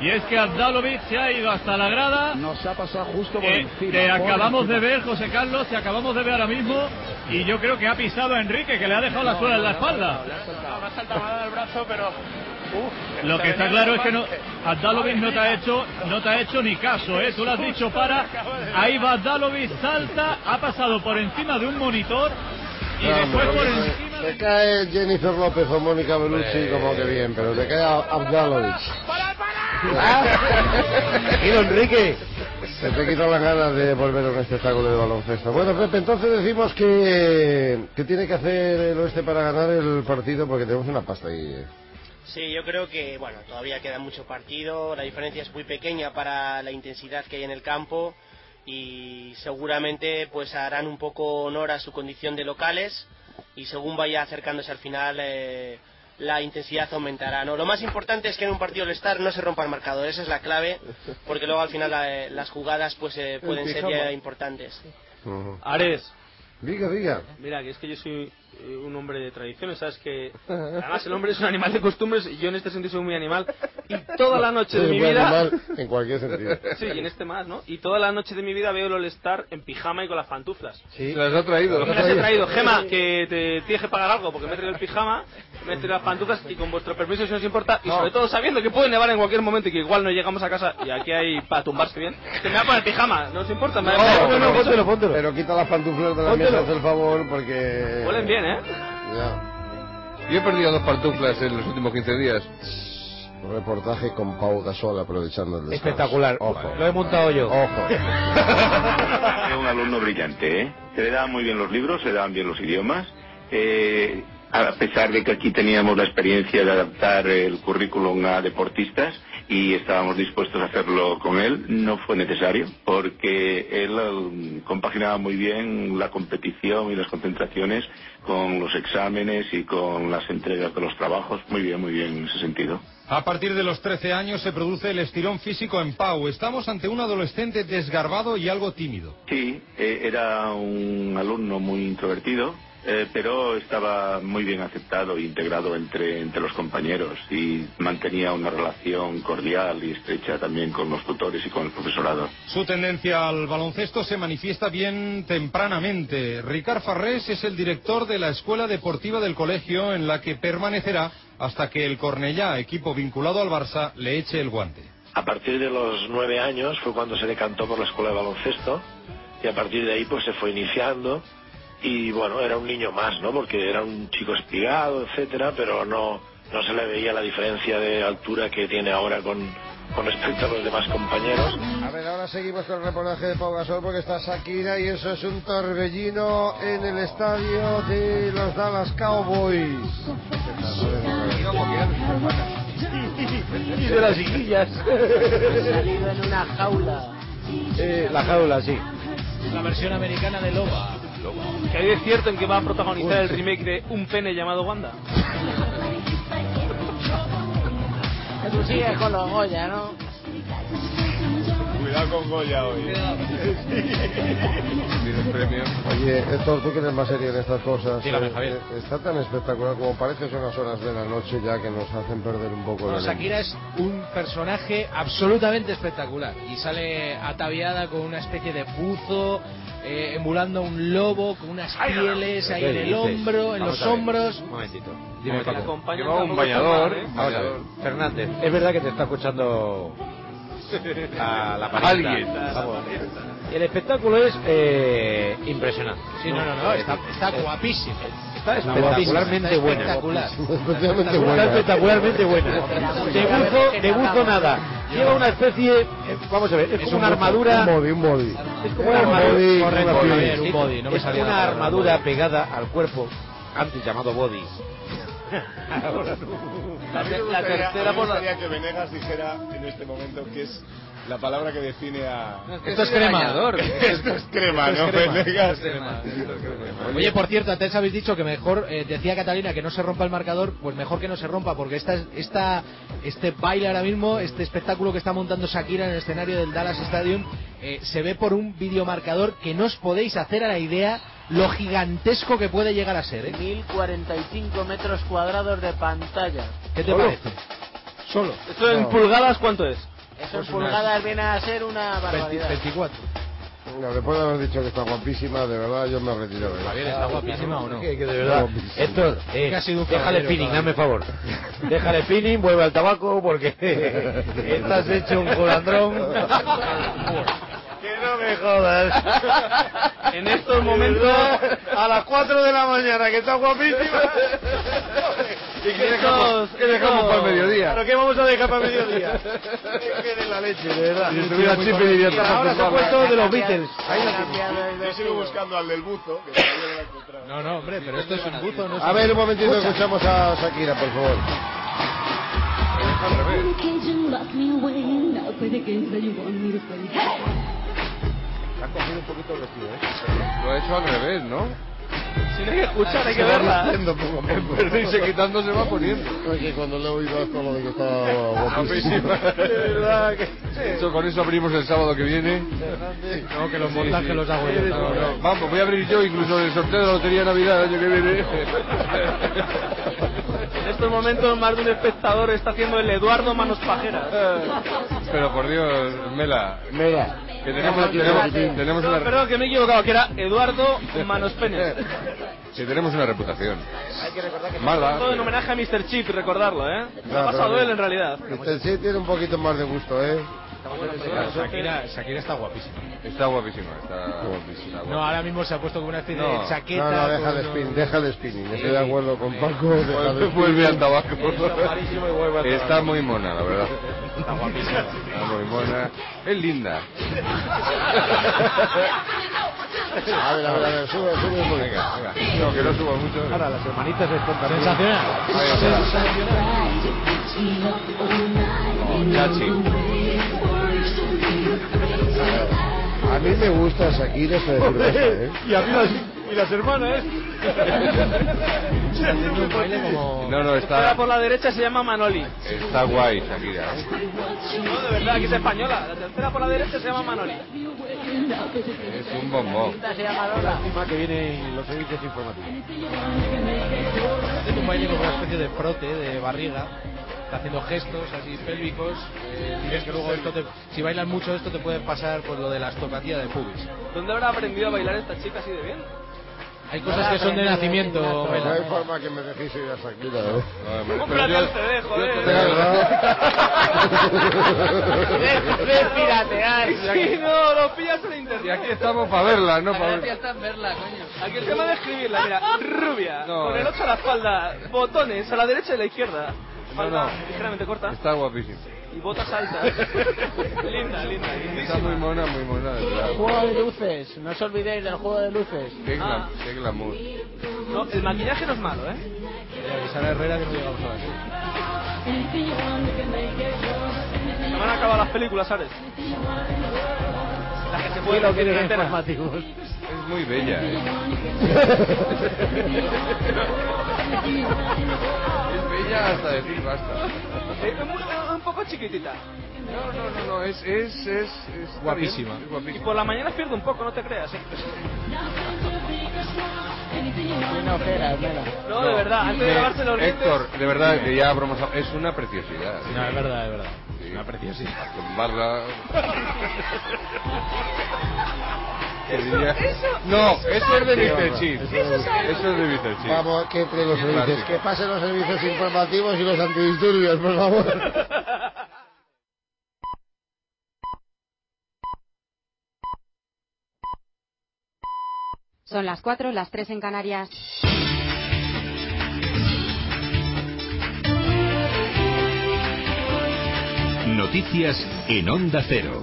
Y es que Abdalovic se ha ido hasta la grada. Nos ha pasado justo
por encima,
Te
por
acabamos
encima.
de ver, José Carlos, te acabamos de ver ahora mismo. Y yo creo que ha pisado a Enrique, que le ha dejado la suela en la espalda.
Habrá saltado mal el brazo, pero. Uf,
Lo
se
que está
venía
claro es
el
que no,
remate.
Abdalovic no te ha hecho, no te ha hecho ni caso, ¿eh? Tú lo has dicho para. Ahí va Abdalovic, salta, ha pasado por encima de un monitor y después por encima.
Te cae Jennifer López o Mónica Bellucci
Hombre.
como que bien, pero te cae Ab- Abdalovich.
Tranquilo,
Enrique. Ah. Se te quitan las ganas de volver a un espectáculo de baloncesto. Bueno, Pepe, entonces decimos que, que tiene que hacer el oeste para ganar el partido porque tenemos una pasta ahí. eh.
Sí, yo creo que bueno, todavía queda mucho partido, la diferencia es muy pequeña para la intensidad que hay en el campo y seguramente pues harán un poco honor a su condición de locales y según vaya acercándose al final eh, la intensidad aumentará. ¿no? Lo más importante es que en un partido al estar no se rompa el marcador, esa es la clave, porque luego al final la- las jugadas pues eh, pueden ser
pijama.
ya importantes.
Ares.
Diga, diga.
Mira, que es que yo soy eh, un hombre de tradiciones, ¿sabes? que Además, el hombre es un animal de costumbres y yo en este sentido soy muy animal. Y toda la noche de
Es
mi
buen
vida...
animal en cualquier sentido.
Sí, y en este más, ¿no? Y toda la noche de mi vida veo el All-Star en pijama y con las pantuflas.
Sí.
Las ha traído.
Me las he traído, Gema, que te tienes que pagar algo porque me he traído el pijama, me he traído las pantuflas y con vuestro permiso, si no os importa, y
No.
sobre todo sabiendo que puede nevar en cualquier momento y que igual no llegamos a casa y aquí hay para tumbarse bien, que me voy a poner pijama, no os importa, me voy a poner-
Oh, Pero quita las pantuflas de la
Póntelo.
mesa, haz el favor, porque...
Huelen bien, ¿eh?
Yo he perdido dos pantuflas en los últimos 15 días.
Reportaje con Pau Gasol aprovechando el descanso.
Espectacular.
Ojo.
Lo he montado yo.
Era un alumno brillante, ¿eh? Se le daban muy bien los libros, se le daban bien los idiomas. Eh, a pesar de que aquí teníamos la experiencia de adaptar el currículum a deportistas y estábamos dispuestos a hacerlo con él, no fue necesario porque él eh, compaginaba muy bien la competición y las concentraciones con los exámenes y con las entregas de los trabajos. Muy bien, muy bien en ese sentido.
A partir de los 13 años se produce el estirón físico en Pau. Estamos ante un adolescente desgarbado y algo tímido.
Sí, eh, era un alumno muy introvertido, eh, pero estaba muy bien aceptado e integrado entre, entre los compañeros y mantenía una relación cordial y estrecha también con los tutores y con el profesorado.
Su tendencia al baloncesto se manifiesta bien tempranamente. Ricard Farrés es el director de la escuela deportiva del colegio en la que permanecerá hasta que el Cornellá, equipo vinculado al Barça, le eche el guante.
A partir de los nueve años fue cuando se decantó por la escuela de baloncesto y a partir de ahí pues se fue iniciando y bueno, era un niño más, ¿no? Porque era un chico espigado, etcétera, pero no, no se le veía la diferencia de altura que tiene ahora con, con respecto a los demás compañeros.
A ver, ahora seguimos con el reportaje de Pau Gasol porque está Shakira y eso es un torbellino en el estadio de los Dallas Cowboys.
Y de las
chiquillas.
Salido en una jaula.
la jaula, sí.
La versión americana de Loba.
Que hay de cierto en que va a protagonizar el remake de Un pene llamado Wanda.
Que tú sigues con los Goya, ¿no?
Cuidado con Goya hoy.
Oye, Héctor, tú que eres más serio en estas cosas.
Dígame,
eh,
Javier.
eh, Está tan espectacular como parece son las horas de la noche ya que nos hacen perder un poco
Bueno,
el ánimo.
Shakira es un personaje absolutamente espectacular y sale ataviada con una especie de buzo, eh, emulando un lobo con unas
Ay, no, no.
pieles ahí
¿Qué
en el
dices?
hombro, en
Vamos
los
a ver.
hombros.
Un momentito.
Dime, Paco.
Llevaba un bañador.
¿eh?
Vamos a ver. Fernández, es verdad que te está escuchando a la parienta.
Alguien.
Vamos. El espectáculo es eh, impresionante. Eh,
Sí, no, no, no, está, está guapísimo.
Está espectacularmente buena.
Espectacular.
Espectacularmente buena. Está espectacularmente buena. De buzo, de buzo nada. Lleva una especie, eh, vamos a ver, es, como una armadura.
Un body, un body.
Es como una armadura,
body,
correcto,
un body.
Javier,
Un body, no me
es
salía la
una
palabra,
armadura
body.
pegada al cuerpo, antes llamado body.
A mí me
La
gustaría-
tercera
a mí me
por la-
gustaría que Venegas dijera en este momento que es la palabra que define a.
que Esto es soy crema. bañador.
Esto es crema,
Esto
¿no?
es crema.
Venegas.
Oye, por cierto, antes habéis dicho que mejor, eh, decía Catalina que no se rompa el marcador, pues mejor que no se rompa, porque esta, esta, este baile ahora mismo, este espectáculo que está montando Shakira en el escenario del Dallas Stadium, eh, se ve por un videomarcador que no os podéis hacer a la idea lo gigantesco que puede llegar a ser. ¿eh?
1045 metros cuadrados de pantalla.
¿Qué te
Solo.
parece? Solo.
¿Esto en pulgadas cuánto es?
Eso
Pues
en
unas-
pulgadas viene a ser una barbaridad.
24.
No, después de haber dicho que está guapísima, de verdad yo me retiro. de
Javier,
verdad.
¿está guapísima
o no?
Que, que de verdad, Héctor, eh,
Que ha sido un
déjale
caballero,
spinning,
caballero.
dame favor. Déjale spinning, vuelve al tabaco porque estás hecho un colandrón. que no me jodas.
En estos momentos,
a las 4 de la mañana, que está guapísima.
¿Y qué dejamos? ¿Qué dejamos para el mediodía?
¿Pero qué vamos a dejar para el mediodía? Es que de la leche, de verdad.
Si estuviera
Y pues,
Chipper, iría tras
Ahora se ha
confirmarla.
puesto de los Beatles.
Yo sigo buscando al del buzo.
No, no, hombre, pero esto es un buzo, no es
A ver, un momentito,
Escucha.
escuchamos a Shakira, por favor.
Can't you lock me away? Now play the games that you want me to play. Hey!
Ha cogido un poquito el vestido, ¿eh? Lo ha hecho al revés, ¿no?
Si no hay que escuchar, hay
Se
que
va
verla.
luciendo poco a poco.
En vez de irse quitando, se va poniendo.
Es que cuando le he oído esto lo de que estaba guapísima.
Eso, con eso abrimos el sábado que viene.
No, que los
Sí,
montajes
sí.
los hago yo.
Sí,
no,
no,
no.
no. Vamos, voy a abrir yo incluso el sorteo de la lotería de Navidad el año que viene.
En estos momentos, más de un espectador está haciendo el Eduardo Manos
Eh,
Pajeras.
Pero por Dios, Mela.
Mela.
Que tenemos, tenemos, tenemos
No,
una... Eh,
perdón, que me he equivocado, que era Eduardo Manos Penes.
Si tenemos una reputación.
Hay que recordar
que- Mala.
Todo en homenaje a Mr. Chip, recordarlo, ¿eh? Lo
Claro,
ha pasado
claro.
él en realidad.
Este sí tiene un poquito más de gusto, ¿eh?
Shakira, Shakira está guapísima.
Está guapísima, está guapísima.
No, ahora mismo se ha puesto con una especie
No.
de chaqueta. pues,
No, no, deja
con
el
unos-
spinning, deja el spinning. Estoy de acuerdo con Paco. deja el
Vuelve- Pues, Vuelve al
spinning.
tabaco.
malísimo y vuelve al tabaco.
Está muy mona, la verdad. Está guapísima. Está muy mona. Es linda.
A ver, a ver, a ver, sube, sube un poquito.
No, que no suba mucho.
Ahora, las hermanitas de Spontan.
A mí me gusta Shakira, eso de cerveza, ¿eh?
Y a mí las, y las hermanas.
No, no,
Ahora
está,
por la derecha se llama Manoli.
está guay, Shakira. ¿eh?
No, de verdad, aquí es española. La tercera por la derecha se llama Manoli.
Es un bombón.
Esta se llama Lola.
Lástima que vienen los servicios informativos.
Haciendo un baile como una especie de frote, de barriga. Está haciendo gestos así pélvicos. eh, dices que luego esto te- si bailas mucho esto te puede pasar pues lo de la astopatía de pubis.
¿Dónde habrá aprendido a bailar esta chica así de bien?
Hay cosas que son de nacimiento.
No hay
Mela.
forma que me dejéis ir a Shakira, ¿eh?
Cómprate el CD,
¿eh?
joder.
de piratear.
Sí, no, lo pillas en internet.
Y aquí estamos para verla, no para ver.
está en verla, coño. Aquí el tema de escribirla, mira, rubia, con el 8 a la espalda, botones a la derecha y a la izquierda. Falda
no.
ligeramente corta
Está guapísima.
y botas altas. linda,
Está
linda, lindísima.
muy mona, muy mona, de verdad.
Juego de luces, no os olvidéis del juego de luces. Ah.
Qué, glam- qué glamour.
No, el maquillaje no es malo, ¿eh?
Sara Herrera que no llegamos a ver.
Se van a acabar las películas, ¿sabes? Las que se pueden ver enteras.
Es muy bella, ¿eh? ¿eh? es bella hasta decir basta.
Eh, un- Un poco chiquitita.
No, no, no, no, es, es, es, es- está
Guapísima.
bien, es
Y
guapísima.
por la mañana pierde un poco, no te creas, ¿eh?
Tiene ojeras, Mela.
No, de verdad, antes de
Eh,
me-
lavarse los dientes...
Héctor, de verdad, que ya bromas, es una preciosidad.
No, es verdad, es verdad.
Una preciosidad. Tumbarla.
que diría-
eso-
no,
eso
eso es de
es
Mr.
arte.
Chip.
Eso es arte.
Eso es de Mr. Chip.
Vamos, que entre los
Qué
servicios,
clásico.
que pasen los servicios informativos y los antidisturbios, por favor.
Son las 4, las 3 en Canarias.
Noticias en Onda Cero.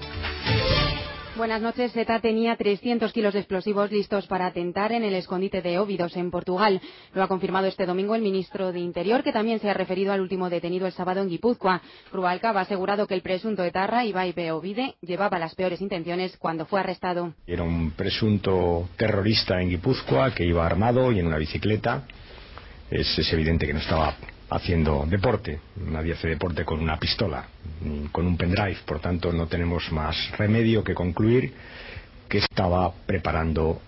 Buenas noches. ETA tenía 300 kilos de explosivos listos para atentar en el escondite de Óvidos, en Portugal. Lo ha confirmado este domingo el ministro de Interior, que también se ha referido al último detenido el sábado en Guipúzcoa. Rubalcaba ha asegurado que el presunto etarra Ibai Beovide llevaba las peores intenciones cuando fue arrestado.
Era un presunto terrorista en Guipúzcoa que iba armado y en una bicicleta. Es, es evidente que no estaba haciendo deporte. Nadie hace deporte con una pistola, ni con un pendrive. Por tanto, no tenemos más remedio que concluir que estaba preparando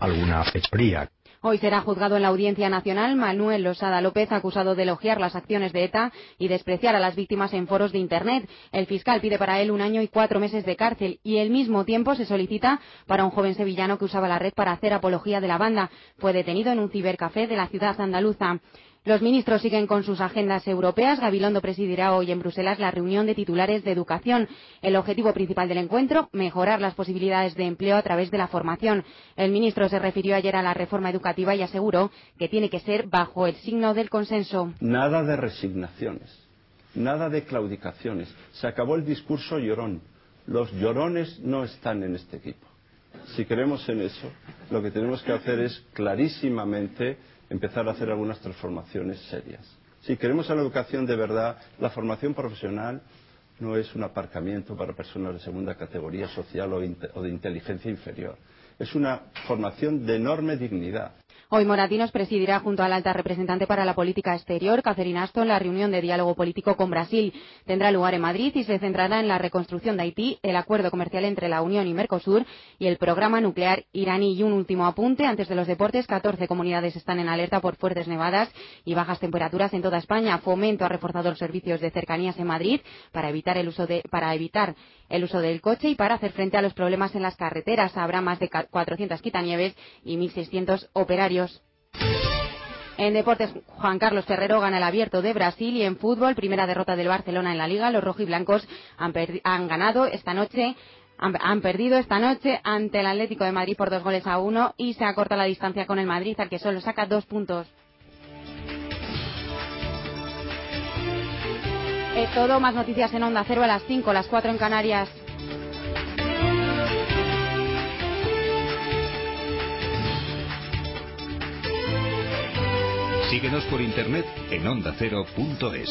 alguna fechoría.
Hoy será juzgado en la Audiencia Nacional Manuel Losada López, acusado de elogiar las acciones de ETA y despreciar a las víctimas en foros de Internet. El fiscal pide para él un año y cuatro meses de cárcel y el mismo tiempo se solicita para un joven sevillano que usaba la red para hacer apología de la banda. Fue detenido en un cibercafé de la ciudad andaluza. Los ministros siguen con sus agendas europeas. Gabilondo presidirá hoy en Bruselas la reunión de titulares de educación. El objetivo principal del encuentro, mejorar las posibilidades de empleo a través de la formación. El ministro se refirió ayer a la reforma educativa y aseguró que tiene que ser bajo el signo del consenso.
Nada de resignaciones, nada de claudicaciones. Se acabó el discurso llorón. Los llorones no están en este equipo. Si queremos en eso, lo que tenemos que hacer es clarísimamente empezar a hacer algunas transformaciones serias. Si queremos a la educación de verdad, la formación profesional no es un aparcamiento para personas de segunda categoría social o inte- o de inteligencia inferior. Es una formación de enorme dignidad.
Hoy Moratinos presidirá junto a la alta representante para la política exterior, Catherine Aston, la reunión de diálogo político con Brasil. Tendrá lugar en Madrid y se centrará en la reconstrucción de Haití, el acuerdo comercial entre la Unión y Mercosur y el programa nuclear iraní. Y un último apunte, antes de los deportes, 14 comunidades están en alerta por fuertes nevadas y bajas temperaturas en toda España. Fomento ha reforzado los servicios de cercanías en Madrid para evitar el uso de- para evitar el uso del coche y para hacer frente a los problemas en las carreteras. Habrá más de ca- 400 quitanieves y 1.600 operarios. En deportes, Juan Carlos Ferrero gana el abierto de Brasil y en fútbol, primera derrota del Barcelona en la liga. Los rojiblancos han, perdi- han ganado esta noche. Han, han perdido esta noche ante el Atlético de Madrid por dos goles a uno y se acorta la distancia con el Madrid, al que solo saca dos puntos. Es todo, más noticias en Onda Cero a las 5, las 4 en Canarias.
Síguenos por internet en ondacero.es.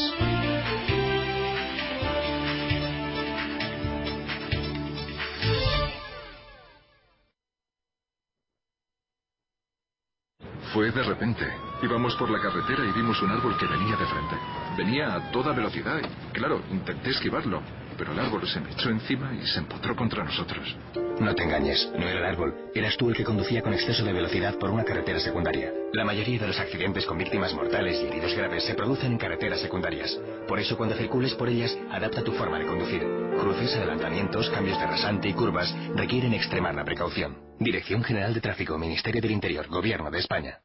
Fue de repente. Íbamos por la carretera y vimos un árbol que venía de frente. Venía a toda velocidad y, claro, intenté esquivarlo, pero el árbol se me echó encima y se empotró contra nosotros.
No te engañes, no era el árbol. Eras tú el que conducía con exceso de velocidad por una carretera secundaria. La mayoría de los accidentes con víctimas mortales y heridos graves se producen en carreteras secundarias. Por eso cuando circules por ellas, adapta tu forma de conducir. Cruces, adelantamientos, cambios de rasante y curvas requieren extremar la precaución. Dirección General de Tráfico, Ministerio del Interior, Gobierno de España.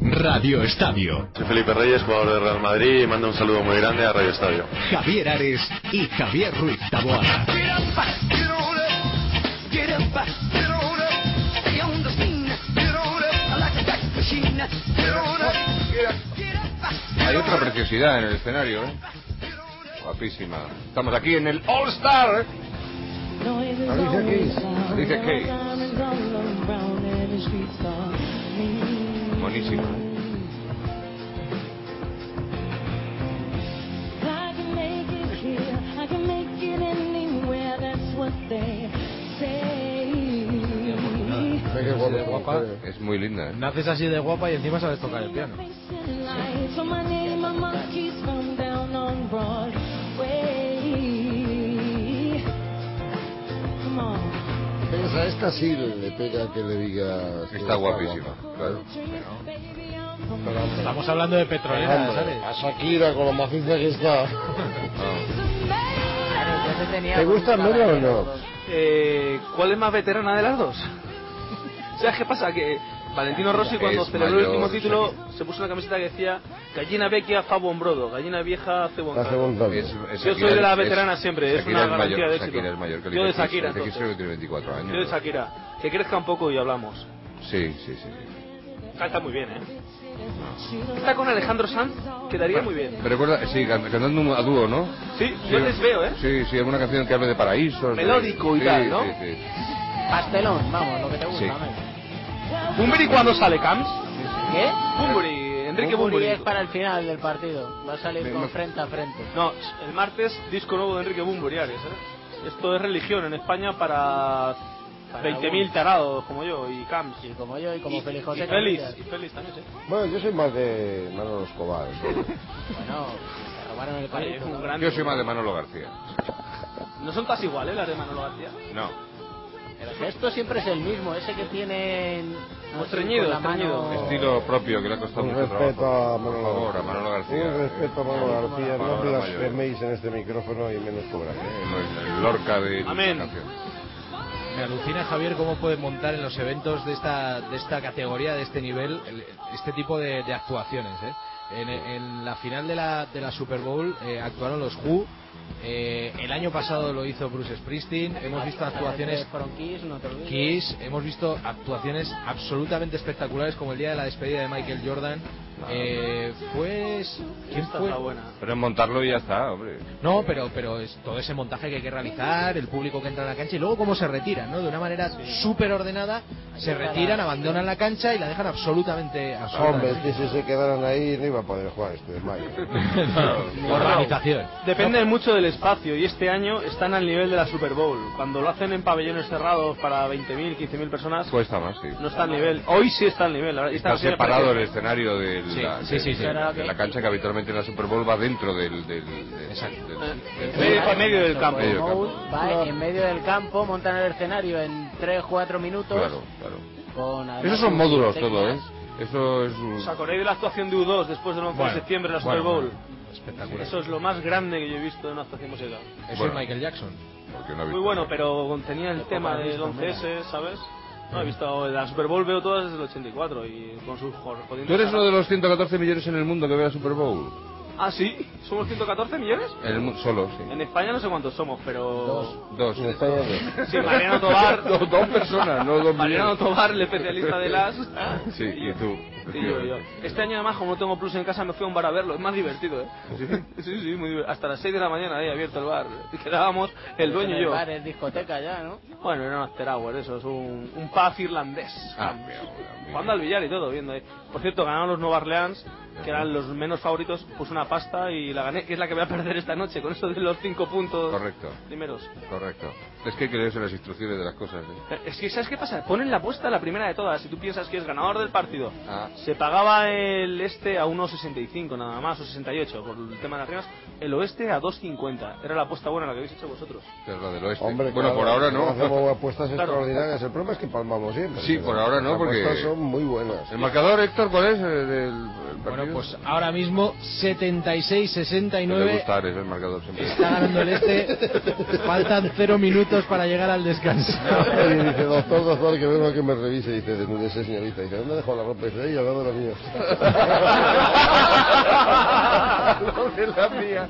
Radio Estadio.
Soy Felipe Reyes, jugador de Real Madrid, y mando un saludo muy grande a Radio Estadio.
Javier Ares y Javier Ruiz Taboada.
Hay otra preciosidad en el escenario, ¿eh? Guapísima. Estamos aquí en el All Star.
Alicia Keys.
Alicia Keys. Buenísimo. ¿eh?
guapa.
Es muy linda, ¿eh?
Naces así de guapa y encima sabes tocar el piano.
Esa a esta sí le pega que le diga. que
Está guapísima.
guapa.
claro.
Estamos hablando de petrolera,
Hombre,
¿sabes?
A Shakira con lo maciza que está. ¿Te gusta Mela o no?
Eh, ¿Cuál es más veterana de las dos? ¿Sabes qué pasa? Que Valentino Rossi cuando
Es
celebró el último
mayor,
título se puso una camiseta que decía Gallina vecchia fa buon brodo, gallina vieja hace buen caldo". Yo soy de la veterana siempre, es una garantía de éxito.
Shakira es mayor que
Yo de Shakira,
Shakira
entonces.
creo que tiene 24 años.
Yo de Shakira. Que crezca un poco y hablamos.
Sí, sí, sí.
Canta muy bien, ¿eh? Está con Alejandro Sanz, quedaría muy bien.
Me recuerda, sí, can- cantando un- a dúo, ¿no?
Sí, yo les veo, ¿eh?
Sí, sí, es una canción que habla de paraísos. de-
Melódico y
sí,
tal, ¿no?
Sí, sí.
Pastelón, vamos, lo que te
Sí.
gusta. venga.
Bumburi cuando sale Camps.
¿Qué?
Bumburi, Enrique Bumburi.
es para el final del partido. Va a salir
Me-
con frente a frente.
No, el martes disco nuevo de Enrique Bumburi, Ares, ¿eh? Esto es religión en España para,
Para
20.000
un-
tarados como yo y Camps. Y
como yo y como Félix José
Y Félix,
Casillas.
y Félix también, sí.
Bueno, yo soy más de Manolo Escobar. ¿no?
Bueno, se robaron el
Oye, es
palito.
un
¿no?
gran-
Yo soy más de Manolo García.
No son todas iguales las de Manolo García.
No.
El gesto siempre es el mismo, ese que tienen... así,
Estreñido,
con la
estreñido.
mano-
Estilo propio que le ha costado
Un
mucho
respeto
trabajo.
a Manolo
Por favor, a
García.
Manolo García.
Un respeto a Manolo
Eh,
García. No
palabra mayor. Eh,
blasfeméis en ¿eh? este micrófono y menos cobrar.
El, el Lorca de...
Amén. Me alucina, Javier, cómo puede montar en los eventos de esta, de esta categoría, de este nivel, el- este tipo de, de actuaciones. ¿eh? En, en la final de la, de la Super Bowl eh, actuaron los Who. eh, el año pasado lo hizo Bruce Springsteen. Hemos visto actuaciones
Fueron Kiss, no te olvides.
Kiss, hemos visto actuaciones absolutamente espectaculares como el día de la despedida de Michael Jordan. Eh, pues, ¿quién fue?
Pero en montarlo y ya está, hombre.
No, pero, pero es todo ese montaje que hay que realizar, el público que entra en la cancha y luego cómo se retiran, ¿no? De una manera súper ordenada, se retiran, abandonan la cancha y la dejan absolutamente,
Hombre,
absolutamente
es que si se quedaran ahí no iba a poder jugar este desmayo.
Organización.
Dependen mucho del espacio y este año están al nivel de la Super Bowl. Cuando lo hacen en pabellones cerrados para 20.000, 15.000 personas,
Cuesta más, sí.
no está al nivel. Hoy sí está al nivel. la verdad, y
Está
esta canción me
separado el
parece-
escenario de
Sí,
la,
sí,
de-
sí, sí.
de la- de la cancha que habitualmente en la Super Bowl va dentro del... del, del- del- del-
medio- para Eh, medio del campo.
Medio del campo.
Va en medio del campo, montan el escenario en 3-4 minutos.
Claro, claro.
Con, además,
Esos son
sus
módulos
técnicas.
todo, ¿eh? Eso es un...
¿Os acordáis de la actuación de U2 después del 11
Bueno,
de septiembre en la
bueno,
Super Bowl?
espectacular.
Eso es lo más grande que yo he visto en una actuación musical.
Eso
Bueno.
es Michael Jackson.
Porque no ha
Muy
visto-
bueno, pero contenía el tema del
visto,
11S, ¿sabes? No, he visto la Super Bowl, veo todas desde el 84 y con sus correspondientes.
¿Tú eres uno de los 114 millones en el mundo que ve la Super Bowl?
Ah, sí, somos 114 millones.
En el mu- solo, sí.
En España no sé cuántos somos, pero.
Dos.
Sí, Mariano Tobar.
dos, dos personas, no dos
Mariano
millones.
Tobar, el especialista de las.
Sí, y tú.
Sí, yo, yo. Este año, además, como no tengo plus en casa, me fui a un bar a verlo. Es más divertido, ¿eh? Sí, sí, muy divertido. Hasta las 6 de la mañana ahí abierto el bar. Quedábamos el dueño
En
y yo.
bar, es discoteca ya, ¿no?
Bueno, era un after hour, eso. Es un, un pub irlandés. Jugando al billar y todo, viendo ahí. Por cierto, ganaron los Nueva Orleans, que eran los menos favoritos. Puse una pasta y la gané, que es la que voy a perder esta noche, con eso de los 5 puntos
Correcto,
primeros.
correcto. Es que hay que leerse las instrucciones de las cosas, ¿eh?
Es que, ¿sabes qué pasa? Ponen la apuesta la primera de todas. Si tú piensas que es ganador del partido, se pagaba el este a 1,65 nada más, o 68 por el tema de las rimas. El oeste a 2,50. Era la apuesta buena la que habéis hecho vosotros.
Pero la del oeste.
Hombre,
bueno,
claro,
por ahora
Hacemos
no.
apuestas extraordinarias. El problema es que palmamos siempre.
Sí, por ahora no,
Las
porque-
apuestas son muy buenas.
¿El marcador, Héctor, cuál es? eh, del- el
Bueno,
partido?
pues ahora mismo
Me
76-69.
gusta Ares, el marcador siempre.
Está ganando el este. Faltan 0 minutos para llegar al descanso.
Y dice, doctor, doctor, que vengo a que me revise. Y dice, ¿dónde se señorita? Y dice, ¿dónde dejó la ropa? Y dice, ahí, al lado de la mía.
Lo de la mía.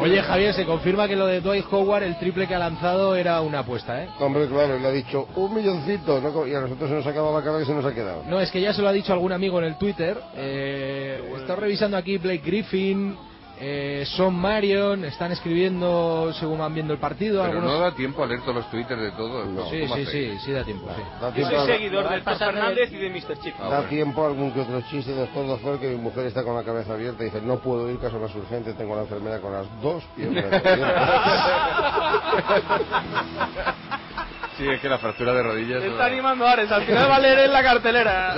Oye, Javier, se confirma que lo de Dwight Howard, el triple que ha lanzado, era una apuesta, ¿eh?
Hombre, claro, le ha dicho, un milloncito. ¿no? Y a nosotros se nos ha acabado la cara que se nos ha quedado.
No, es que ya se lo ha dicho algún amigo en el Twitter. Eh, está revisando aquí Blake Griffin, eh, Son Marion, están escribiendo según van viendo el partido.
Pero
algunos...
no da tiempo a leer todos los twitters de todos. No,
sí,
¿cómo
sí,
hacéis?
sí, sí da tiempo. sí.
Yo soy
Claro.
seguidor de Héctor
pasar de-
Fernández y de Mr. Chip.
da tiempo a algún que otro chiste, doctor, doctor, que mi mujer está con la cabeza abierta y dice, no puedo ir, caso más urgente, tengo a la enfermera con las dos piernas
Sí, es que la fractura de rodillas.
Se
no
está
da.
animando Ares, al final va a leer en la cartelera.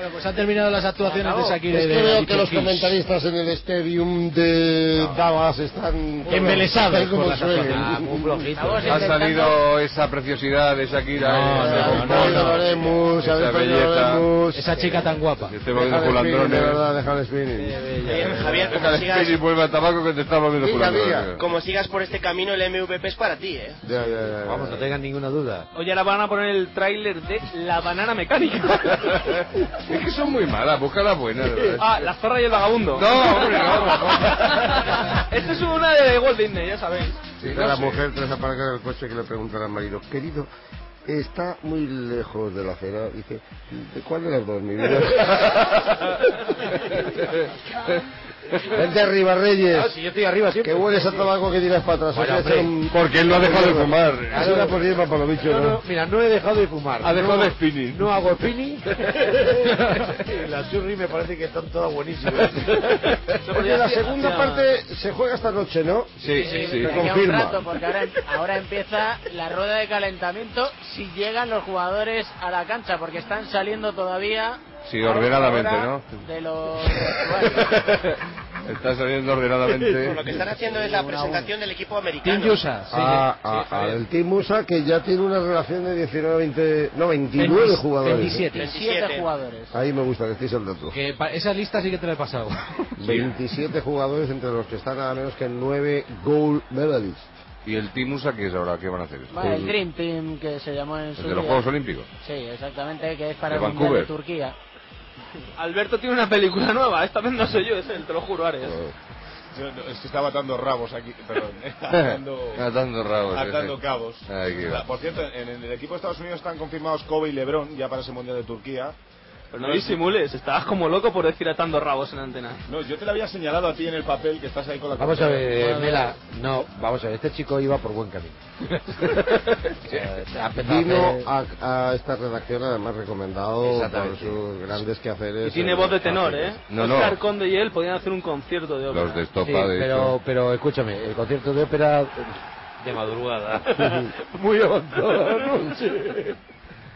Bueno, pues han terminado las actuaciones de Shakira
Es
y
que
de
veo
Alicia
que los
Keys.
comentaristas en el stadium de Dallas están
Embelesados
como
por las
suelen.
actuaciones. Ha
Ha salido
salido esa preciosidad de Shakira.
No,
eh,
no,
con
no,
bolas,
no, Loremus,
esa
Alberto
belleza.
Loremus.
Esa chica tan guapa.
Este va
Deja
con
de spinning, de
culandrones.
verdad, deja de spinning.
Javier, como
Déjale
sigas-
spinning y vuelve al tabaco que te estamos viendo
Diga,
culandrones.
diga. Como sigas por este camino, el MVP es para ti, ¿eh?
Vamos, no tengan ninguna duda.
Hoy ahora van a poner el tráiler de La Banana Mecánica.
Es que son muy malas, busca la buena. de verdad.
ah, La Zorra y el Vagabundo.
No, hombre, no, por
Esto es una de Walt Disney, ya sabéis.
Sí, la mujer tras aparcar el coche que le preguntan al marido, querido, está muy lejos de la acera. Dice, ¿de cuál de las dos, mi vida? Vente arriba, Reyes.
Ah, sí, yo estoy arriba siempre.
Que hueles a tabaco que tiras para atrás.
Bueno,
O sea,
hombre,
es un-
porque él no ha dejado de fumar.
Es una poliema para los bichos,
No,
¿no?
no, mira, no he dejado de fumar.
Ha dejado
no,
de spinning.
No hago spinning.
Las churri me parece que están todas buenísimas.
Oye,
Oye, la segunda
hacía-
parte se juega esta noche, ¿no? Me
de aquí a un rato,
confirma.
porque ahora, em, ahora empieza la rueda de calentamiento si llegan los jugadores a la cancha, porque están saliendo todavía
Sí, ordenadamente,
ahora
¿no?
de los...
Está saliendo ordenadamente.
Lo que están haciendo es la presentación del equipo americano.
Team Yusa, sí. Ah, ah, ah, el Team USA que ya tiene una relación de 19, 20, no, 29 jugadores.
27 jugadores.
Ahí me gusta que estéis al dato.
Que pa- esa lista sí que te la he pasado.
27 jugadores entre los que están nada menos que 9 gold medalists.
¿Y el Team USA qué es ahora? ¿Qué van a hacer?
Vale, el Dream Team que se llamó en su
¿El de los
día.
Juegos Olímpicos?
Sí, exactamente, que es para
¿De
el Mundial de
Vancouver?
Turquía.
Alberto tiene una película nueva, esta vez no soy yo, es él, te lo juro, Ares.
Yo no- es que estaba atando rabos aquí, perdón. atando,
Atando rabos,
atando
sí.
cabos.
Ahí que va.
Por cierto, en el equipo de Estados Unidos están confirmados Kobe y LeBron ya para ese mundial de Turquía.
Pero no disimules, estabas como loco por decir atando rabos en la antena.
No, yo te lo había señalado a ti en el papel que estás ahí con la
Vamos a ver, eh,
Bueno,
Mela, no, vamos a ver, este chico iba por buen camino.
Eh,
Vino a, a esta redacción además recomendado por
Exactamente.
sus grandes quehaceres.
Y tiene
en
voz de
los
tenor, ¿eh?
pasillos.
Oscar Conde y él podían hacer un concierto de ópera.
Sí, pero, pero escúchame, el concierto de ópera
De madrugada.
muy
avanzada
avanzado.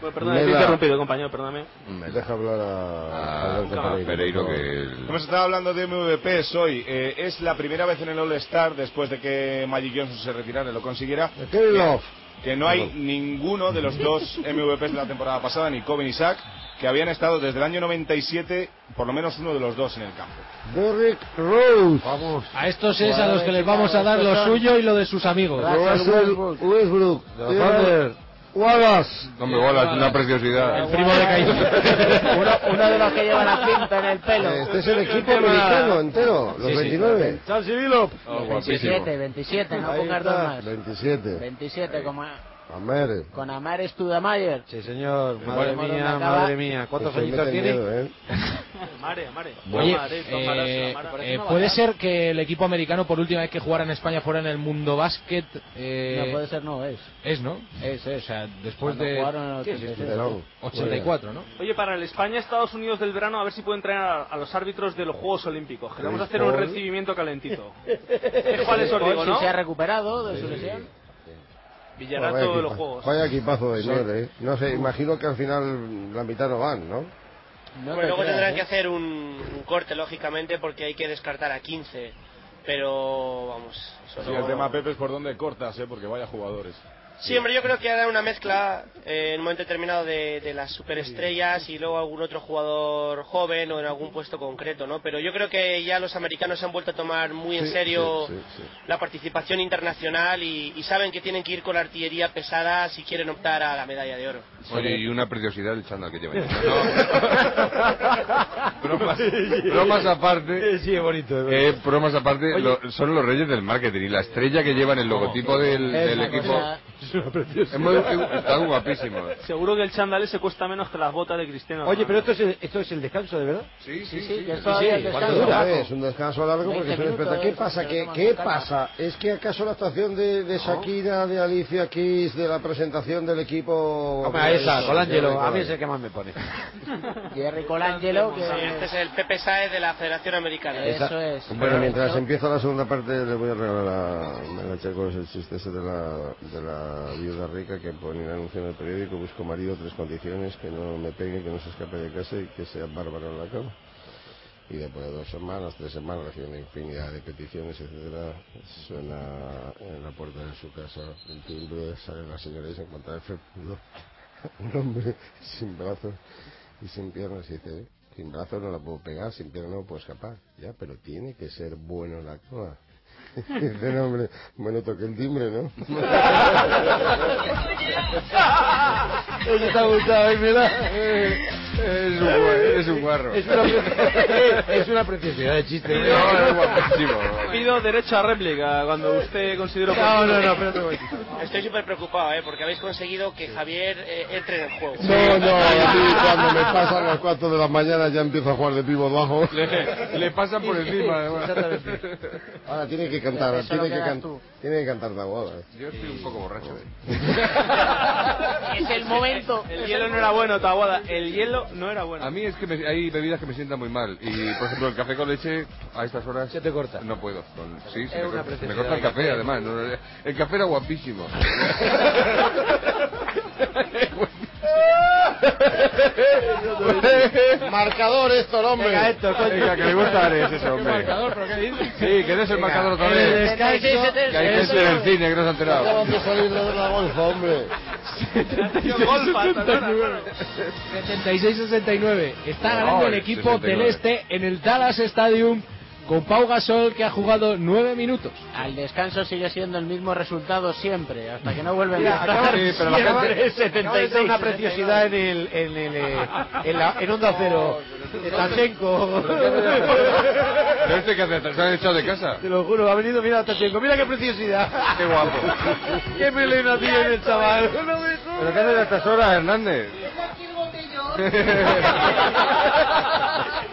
Bueno, perdona, te he
Mela.
interrumpido, compañero, perdóname.
Deja hablar
Ah,
a, Alberto Pereiro, por favor.
Hemos estado Pues hablando de MVPs hoy. Eh, es la primera vez en el All-Star después de que Magic Johnson se retirara y lo consiguiera.
Kevin Love.
que no hay ninguno de los dos MVPs de la temporada pasada, ni Kobe ni Sack, que habían estado desde el año 97, por lo menos uno de los dos en el campo.
Derrick Rose. Vamos.
A estos es a los que les vamos a dar lo suyo y lo de sus amigos.
Russell Westbrook.
Los Thunder.
Wallace.
Hombre, bolas, una preciosidad. El primo de
uno, uno de los que lleva la cinta en el pelo.
Este es el equipo americano entero, los
Sí, sí.
29.
Charles Billup.
27, 27, no
Ahí
pongas
está,
dos más.
27.
27, como a-
Amere.
con Amar Studamayer.
Sí, señor,
Madre
madre
mía,
mía,
acaba-
madre mía, ¿cuántos
Pues se
añitos
mete
tiene?
miedo, ¿eh?
Mare, mare.
Eh,
Oye,
Mare, tomarás,
eh,
mare.
eh, puede ser que el equipo americano por última vez que jugara en España fuera en el mundo básquet. eh,
No puede ser, no es.
Es, ¿no?
Es, es. O sea,
después
Cuando
de
jugaron en el
¿Qué es este? esto?
84.
84, ¿no?
Oye, para el España-Estados Unidos del verano, a ver si pueden traer a, a los árbitros de los Juegos Olímpicos. Que le vamos a hacer un
Paul.
recibimiento calentito. Es Juan Esor, digo,
Si
¿no?
se ha recuperado de su lesión.
Villarato
Vaya
de los
equipa-
Juegos.
Vaya equipazo de
Sí.
nieve, ¿eh? No sé, imagino que al final la mitad no van, ¿no? ¿eh?
Hombre, luego tendrán que hacer un, un corte, lógicamente, porque hay que descartar a 15. Pero, vamos. eso
Sí,
no-
el tema Pepe es por dónde cortas, eh, porque vaya jugadores.
Sí, hombre, yo creo que hará una mezcla eh, en un momento determinado de, de las superestrellas y luego algún otro jugador joven o en algún puesto concreto, ¿no? Pero yo creo que ya los americanos se han vuelto a tomar muy en
Sí,
serio
sí, sí,
la participación internacional y, y saben que tienen que ir con la artillería pesada si quieren optar a la medalla de oro.
Oye, y una preciosidad el chándal que lleva. No. bromas, bromas aparte.
Sí, bonito.
Eh, bromas aparte, lo- son los reyes del marketing y la estrella que llevan el logotipo del,
Es
del
una
equipo.
cosa-
Es muy- está guapísimo.
Seguro que el chándal se cuesta menos que las botas de Cristiano.
Oye, pero
Ronaldo.
esto es, el, esto es el descanso, ¿de verdad?
Sí,
sí, sí,
ya
es todavía el descanso.
¿Cuánto dura? ¿eh?
Largo.
Es un descanso largo porque
20
se despierta. ¿Qué
minutos,
pasa?
pero
¿Qué,
toma
qué
su calma.
pasa? ¿Es que acaso la actuación de, de Shakira, de Alicia Keys, de la presentación del equipo...
Hombre, a esa, Colangelo, a mí es
se
el que más me pone.
Jerry Colangelo,
Sí, este
que...
es el Pepe Saez de la Federación Americana.
Eso es.
Bueno, mientras empieza la segunda parte le voy a regalar a Melache con el chiste ese de la, de la la viuda rica que pone el anuncio en el periódico, busco marido, tres condiciones, que no me pegue, que no se escape de casa y que sea bárbaro en la cama. Y después de dos semanas, tres semanas, recibiendo infinidad de peticiones, etcétera, suena en la puerta de su casa el timbre, sale la señora y se encuentra fecundo, un hombre sin brazos y sin piernas y dice, sin brazos no la puedo pegar, sin piernas no puedo escapar, ya, pero tiene que ser bueno en la cama. Dice, no, hombre, bueno, toqué el timbre, ¿no?
Eso está gustado, ¿eh? mira.
Eh,
Es un, gua- es un guarro.
Es una, es una preciosidad de chiste. ¿eh?
No, es guapísimo.
Pido derecho a réplica cuando usted considere
No,
oportuno.
no, no, espérate un Estoy súper preocupado, ¿eh? Porque habéis conseguido que Javier eh, entre en el juego.
No, no, a mí cuando me pasan las 4 de la mañana ya empiezo a jugar de pivo bajo.
Le, le pasa por encima. eh, además.
Ahora tiene que cantar, Eso lo tiene que, quedas can- tú. tiene que cantar la boda.
Yo estoy un poco borracho. eh.
Es el momento.
El hielo no era bueno, Taboada. El hielo no era bueno.
A mí es que me- hay bebidas que me sientan muy mal. Y, por ejemplo, el café con leche a estas horas... ¿Se te corta? No puedo. Con- sí,
Es
se me,
una
corta, me
preciosidad
corta el
de
café,
café.
además. No, no, El café era guapísimo.
Marcador esto, el hombre.
Venga,
esto,
coño.
Venga, que le gusta Ares ese hombre.
marcador?
¿Pero qué dices? Sí, que des el
Venga,
marcador otra
en
vez.
el descanso-
que hay gente en el cine que no se ha enterado.
Acaban de salir de la golfa, hombre.
¿eh? 76-69. Está
No,
ganando el
el
equipo
69.
del Este en el Dallas Stadium con Pau Gasol que ha jugado nueve minutos.
Al descanso sigue siendo el mismo resultado siempre, hasta que no vuelven
Mira,
a
acaba-
estar.
Sí, pero la gente-
Acaba de ser una preciosidad en el en el eh, en, la, en onda cero. Tachenko.
Pero este que hace, se han echado de casa.
Te lo juro, ha venido, mira Tachenko, mira qué preciosidad.
Qué guapo.
Qué melena tiene el chaval.
¿Pero qué haces a estas horas, Hernández?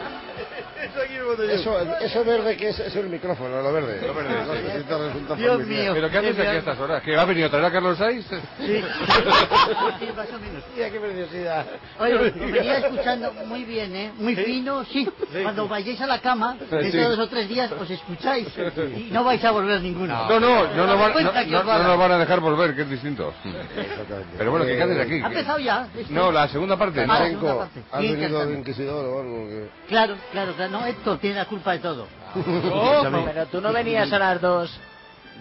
Eso, eso verde que es, es el micrófono, lo verde. Lo verde.
Dios mío. ¿Pero qué haces aquí a estas horas? ¿Que ha venido a traer a Carlos Sainz?
Sí.
más o menos.
Mira qué preciosidad.
Oye, os venía escuchando muy bien, ¿eh? Muy fino, sí. Cuando vayáis a la cama, dentro
Sí.
de dos o tres días os escucháis y no vais a volver ninguno.
No, no, no, nos van- no,
Cuenta que
no,
os va a
no
dar.
nos van a dejar volver, que es distinto. Pero bueno, ¿qué qué haces aquí?
Ha empezado ya. esto.
No, la segunda parte.
Ah, la segunda parte.
¿Has
Sí,
venido de
exactamente.
inquisidor o algo? que-
Claro, claro, claro. No, Héctor tiene la culpa de todo.
Escúchame.
Pero tú no venías a las dos.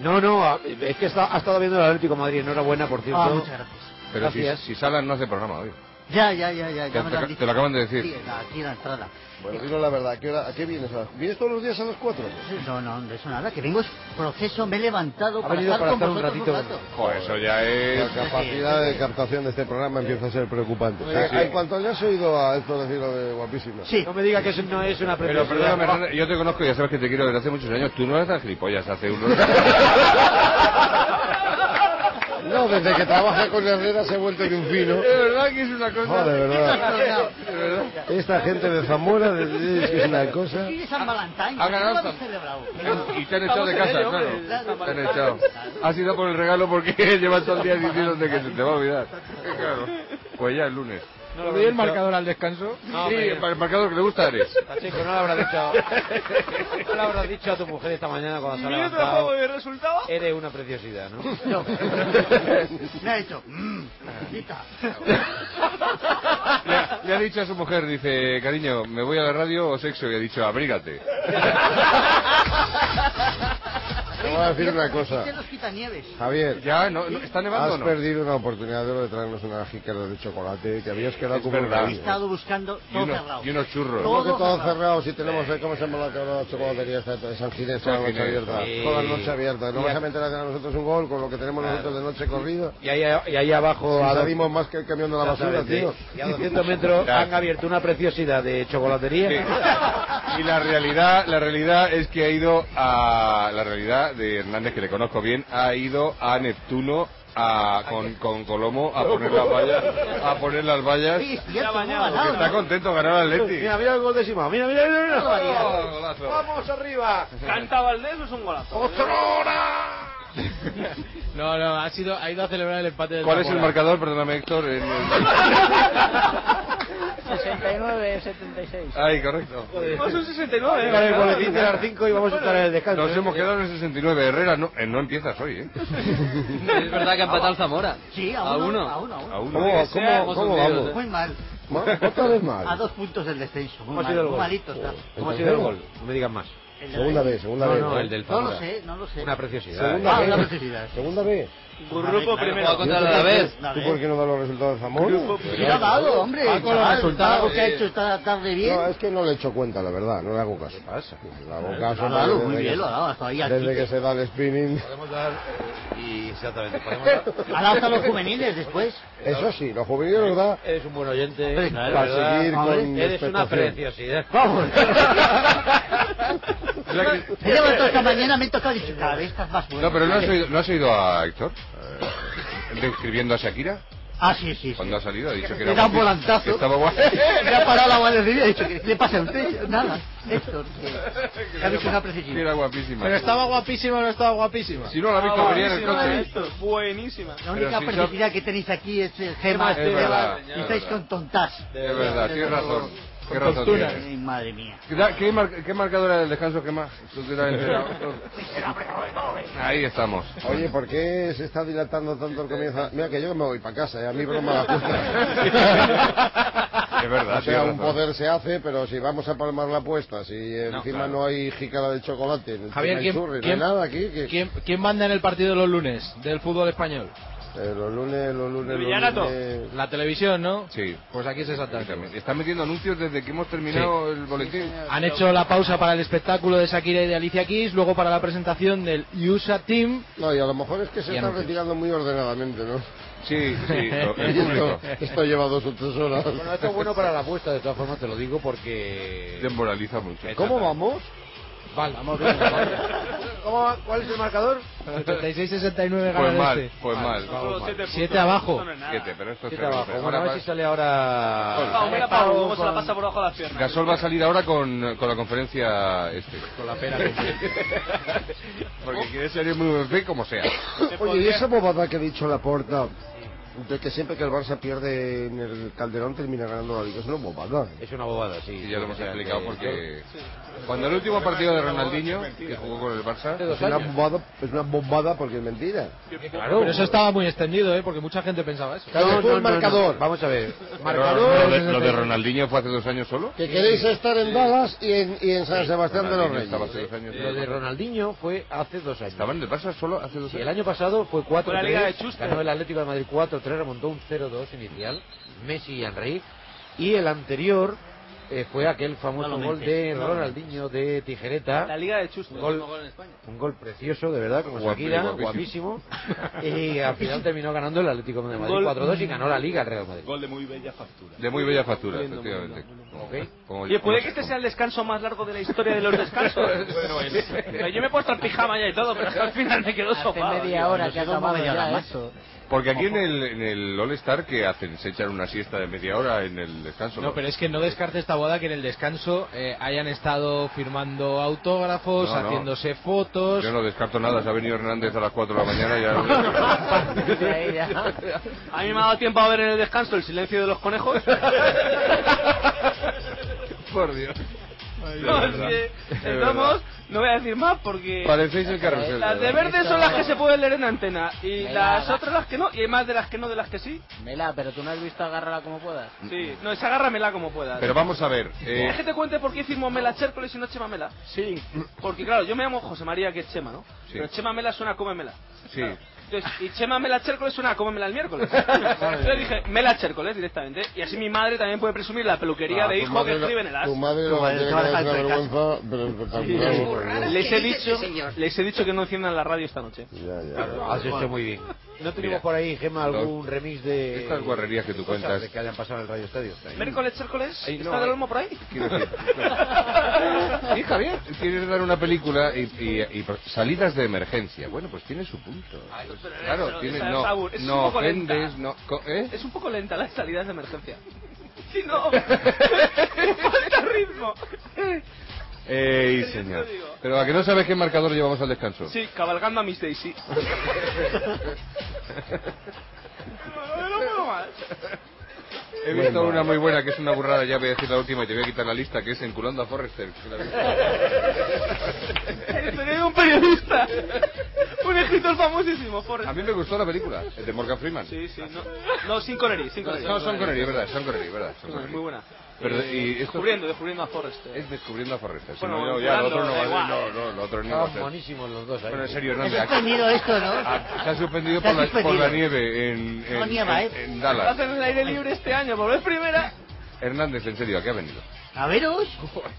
No, no, a- es que está- ha estado viendo el Atlético de Madrid, enhorabuena, por cierto.
Ah, muchas gracias.
Pero si,
Gracias.
si Salas no hace programa hoy.
Ya, ya, ya, ya.
Te,
ya me lo han
te-
dicho.
te lo acaban de decir.
Sí, aquí en la entrada.
Bueno, dinos la verdad, ¿a qué, hora- a qué vienes? ¿A- ¿Vienes todos los días a las 4?
No, no, de eso nada, que vengo es proceso, me he levantado
Ha
para
venido
estar
para
con
estar un
vosotros
ratito.
rato.
Joder, Pues eso ya es...
La capacidad de captación de este programa empieza a ser preocupante.
Sí, sí.
En cuanto ya has oído a esto decir lo de guapísima.
No me diga que eso no es una
Pero
preciosidad.
perdóname, Hernández, yo te conozco, ya sabes que te quiero desde hace muchos años. Tú no eres tan gilipollas hace unos...
No, desde que trabaja con Herrera se ha vuelto de un fino.
De verdad que es una cosa...
Joder, de verdad.
De verdad.
Esta gente de Zamora desde- es que es una cosa.
Sí, de San Valentín.
Ha ganado
¿cómo lo
San-
habéis celebrado?
Y te han echado de casa,
Estamos en ello,
claro.
hombre.
Te han echado. Has ido por el regalo porque llevas todo el día diciéndote que se te va a olvidar. Claro. Pues ya el lunes.
¿No lo veis el marcador al descanso?
sí, el marcador que le gusta eres.
Pacheco, Ah, pues no lo habrás dicho. No lo habrás dicho a tu mujer esta mañana cuando se ha
Minuto de
levantado.
juego y el resultado.
Eres una preciosidad, ¿no?
No. Me ha hecho. Mmm, maldita.
Le ha, le ha dicho a su mujer, dice, cariño, ¿me voy a la radio o sexo? Y ha dicho, abrígate.
Te voy a decir una cosa.
¿Quién los quita nieves?
Javier.
Ya, no, no, ¿está nevando
Has
o no?
perdido una oportunidad de traernos unas jícaras de chocolate que habías quedado
Es
como
verdad.
He estado buscando
Y
todo
unos-
cerrado.
Y unos churros.
Todo, que todo
cerrado.
cerrado, si tenemos, eh, ¿cómo se llama la cabra de la chocolatería esta de San Ginés? Toda
San
la noche
Ginés.
abierta.
Sí.
Toda la noche abierta. No
Y
vas
a-
a meter a nosotros un gol con lo que tenemos
Claro.
nosotros de noche corrida.
Y ahí, y ahí abajo...
Si
a dos-
salimos más que el camión de la basura, tío.
Y a 200 metros han abierto una preciosidad de chocolatería.
Y la realidad, la realidad es que ha ido a la realidad de Hernández que le conozco bien, ha ido a Neptuno a con, con Colomo a poner las vallas, a poner las vallas.
Sí, es cierto, muy
Porque
ganado,
está
¿no?
contento ganar al Atleti.
Mira, mira el gol de Simao. Mira, mira, mira. mira.
Oh, golazo.
Vamos arriba.
Canta Valdés o es un golazo.
No, no, ha, sido, ha ido a celebrar el empate del
¿Cuál es el
Zamora.
marcador? Perdóname, Héctor. en el-
69, 76.
Ay, correcto.
Vamos en 69, ¿eh?
Con el boletín de las
5
y vamos a estar en el descanso. Nos hemos quedado en el 69. Herrera, no, eh, no empiezas hoy, ¿eh?
Es verdad que ha empatado el Zamora.
Ah, Sí, a
A
uno,
uno.
a uno, a uno.
A uno.
¿Cómo-
Sí,
pues,
hemos
cómo
hundido,
vamos?
¿eh?
Muy mal.
Otra vez mal.
A dos puntos del descenso. Muy,
¿Cómo ha
mal,
sido el
muy
gol?
malito está.
¿Cómo ha sido el gol? No me digas más.
El de
Segunda
la-
vez, segunda
No,
vez.
no, el del
No lo
Zamora.
sé, no lo sé.
Una preciosidad. ¿eh?
Segunda
Ah,
vez.
una preciosidad.
Segunda vez.
Grupo primero.
Yo
Contra
te-
la vez.
¿Tú por qué no das los resultados Pues de Zamora?
Sí, lo ha dado, hombre.
Ah, con los
chaval,
resultados.
algo que ha hecho esta tarde bien.
No, es que no le echo cuenta, la verdad, no le hago caso. ¿Qué
pasa?
Le hago caso.
Lo ha dado
porque
muy
desde
bien,
que-
lo ha dado, hasta ahí al
Desde
quite.
que se da el spinning.
Podemos dar. eh, y exactamente. Podemos dar.
Ha dado hasta los juveniles después.
Eso sí, los juveniles los da
Eres un buen oyente.
claro,
la
para seguir
Hombre,
con
Eres una
expectación.
preciosidad. Vamos.
Me he levantado esta mañana, me he tocado y he dicho, cada vez estás más bueno.
No, pero ¿no has oído, ¿no has oído a Héctor? Eh, describiendo a Shakira.
Ah, sí, sí.
Cuando ha salido ha dicho que
Le
era
da un
guapísima,
volantazo.
que estaba guapa.
Le ha parado la guardería y ha dicho, ¿qué le pasa a usted? Nada, Héctor. que- que ha dicho una precisión.
Que era guapísima.
Pero estaba guapísima o no estaba ¿eh? guapísima.
Si no, la ha visto venir en el coche.
Buenísima.
La
Pero
única
si
precisidad que tenéis aquí es el Gema.
Es verdad,
Esteban,
es
y estáis
verdad.
con tontas.
Es verdad, tienes razón. Qué
Con
razón
tonturas.
tienes.
Ay, Madre mía.
¿Qué, da- qué mar- qué marcador era el descanso que más? Tú que te has enterado. Ahí estamos.
Oye, ¿por qué se está dilatando tanto el comienzo? Mira que yo me voy para casa, ¿eh? a mí broma la apuesta.
Es verdad,
O sea,
tienes
un
razón.
poder se hace, pero si vamos a palmar la apuesta, si encima
claro.
no hay jícara de chocolate, no
Javier,
hay
¿quién-
churri, no hay
quién-
nada aquí, que...
¿Quién, quién manda en el partido los lunes del fútbol español?
Eh, los lunes, los lunes, los
Villarato.
lunes-
La televisión, ¿no?
Sí.
Pues aquí se salta.
Están metiendo anuncios desde que hemos terminado el boletín.
Han hecho la pausa para el espectáculo de Shakira y de Alicia Keys, luego para la presentación del USA Team.
No, y a lo mejor es que se
Y
están
anuncios.
retirando muy ordenadamente, ¿no?
Sí,
sí, lo- el
esto,
público.
esto lleva dos o tres horas.
Bueno, esto es bueno para la apuesta, de todas formas te lo digo porque.
Desmoraliza mucho.
¿Cómo
vamos?
Vale, vamos
bien.
¿Cómo va? ¿Cuál es el marcador?
86-69 gana
Pues
el
mal,
este.
pues mal.
Solo siete puntos. Siete abajo.
Siete, pero esto es
Siete abajo.
terrible.
Bueno, a ver si sale ahora.
Hola.
Pau, mira, Pau, cómo se la pasa por abajo de las piernas.
Gasol va a salir ahora con, con la conferencia este.
Con la pera.
Porque quiere salir muy USB como sea.
Oye, ¿y esa bobada que ha dicho la porta de que siempre que el Barça pierde en el Calderón termina ganando la Liga? Es una bobada.
Es una bobada, sí.
Y ya lo hemos
O sea,
explicado
que-
porque... Cuando el último partido de Ronaldinho, que jugó con el Barça...
Es una bobada, es una bobada porque es mentira.
Claro, pero eso estaba muy extendido, ¿eh? porque mucha gente pensaba eso.
Claro, después el marcador.
Vamos a ver.
Marcador. Lo de, lo de Ronaldinho fue hace dos años solo.
Que queréis estar en Dallas y en, y en San Sebastián de los
Ronaldinho
Reyes.
estaba hace dos años
Lo de
solo.
Ronaldinho fue hace dos años.
Estaba en el Barça solo hace dos
Sí,
años.
el año pasado fue 4-3.
Fue la Liga de Schuster.
Ganó el Atlético de Madrid 4-3, remontó un 0-2 inicial. Messi y Henry. Y el anterior eh, fue aquel famoso
Malamente,
gol de
malamente.
Ronaldinho de Tijereta.
La Liga de Chusco.
Gol.
Último en España.
Un gol precioso, de verdad, como
Guapi-
Shakira,
guapísimo.
guapísimo. Y al final terminó ganando el Atlético de Madrid
Gol-
4-2 y ganó la Liga el Real Madrid.
Gol de muy bella factura.
De muy bella factura, efectivamente. Como-
Oye, puede
como-
que este sea el descanso más largo de la historia de los descansos.
Bueno, es-
Pero Yo me he puesto el pijama ya y todo, pero es que al final me quedo
Hace
sopado.
media
tío.
hora
No
que
sé cómo
acababa
me
ya,
llaman.
¿eh?
Porque aquí en el, en el All-Star, que hacen? ¿Se echan una siesta de media hora en el descanso?
No, pero es que no descarte esta boda que en el descanso eh, hayan estado firmando autógrafos,
No, no.
haciéndose fotos.
Yo no descarto nada. Se ha venido Hernández a las 4 de la mañana y ya...
A mí me ha dado tiempo a ver en el descanso el silencio de los conejos.
Por Dios.
No, es que estamos, no voy a decir más porque.
Parecéis el carrusel.
Las de
verdad.
verde son las que se pueden leer en antena y
Venga,
las
va.
otras las que no, y hay más de las que no de las que sí.
Mela, pero tú no has visto agárrala como puedas.
Sí, no, es agárramela como puedas.
Pero vamos a ver.
¿Quieres que
Eh,
te cuente por qué firmó Mela Chércoles y no Chema Mela?
Sí.
Porque claro, yo me llamo José María, que es Chema, ¿no?
Sí.
Pero Chema Mela suena a Come Mela.
sí.
Entonces, y Chema Mela Chércoles suena a Cómemela el miércoles. Entonces le dije, Mela Chércoles directamente. Y así mi madre también puede presumir la peluquería
Ah,
de
tu
hijo
madre
que
lo-
escribe en el as.
Tu madre lo
Tu
va a
madre
tener
te
que
va a
dar
dejar
una
de casa.
vergüenza, pero espectacular.
Sí.
por Dios.
Les he,
¿Qué dice
dicho,
este señor?
les he dicho que no enciendan la radio esta noche.
Claro,
ah,
has hecho muy bien. ¿No tenemos
Mira,
por ahí, Gema, algún
dos-
remix de...
estas guarrerías que tú
de cosas
cuentas.
de que hayan pasado en el Radio Estadio.
Miércoles, Chércoles,
Ay, no,
¿está del
eh.
olmo por ahí?
Quiero decir, Sí, Javier, quieres dar una película y, y- y por- salidas de emergencia. Bueno, pues tiene su punto. Claro,
Pero
tiene-
esa-
no,
esa bur- es
no
un poco lenta.
ofendes, no... co- ¿eh?
Es un poco lenta las salidas de emergencia. Sí, no. Falta ritmo.
Ey,
Yo
señor.
te digo.
Pero a que no sabes qué marcador llevamos al descanso.
Sí, cabalgando a Miss Daisy. No puedo más.
He
Muy
visto
mal.
una muy buena que es una burrada, ya voy a decir la última y te voy a quitar la lista, que es enculando a Forrester.
de un periodista.
Un escritor famosísimo, Forrest.
A mí me gustó la película, el de Morgan Freeman.
Sí, sí, no, no sin Connery, sin Connery.
No, son Connery, es verdad, son Connery, es verdad. son Connery.
Muy buena.
Pero,
Eh,
y esto
descubriendo, descubriendo a Forrester.
es descubriendo a Forrester. Si
Bueno,
no, yo ya, lo otro no
da
va a
igual.
ser, no, no, lo otro no va a
Estaban
ser.
buenísimos los dos ahí.
Bueno, en serio, Hernández.
Está
aquí-
suspendido esto, ¿no?
Ah, Se ha suspendido
Se
por
ha
la, por
suspendido.
la nieve en, en,
No nieva,
en-
¿eh?
en
Va a ser
Dallas.
el aire libre este año, por vez primera.
Hernández, en serio, ¿a qué ha venido?
A veros.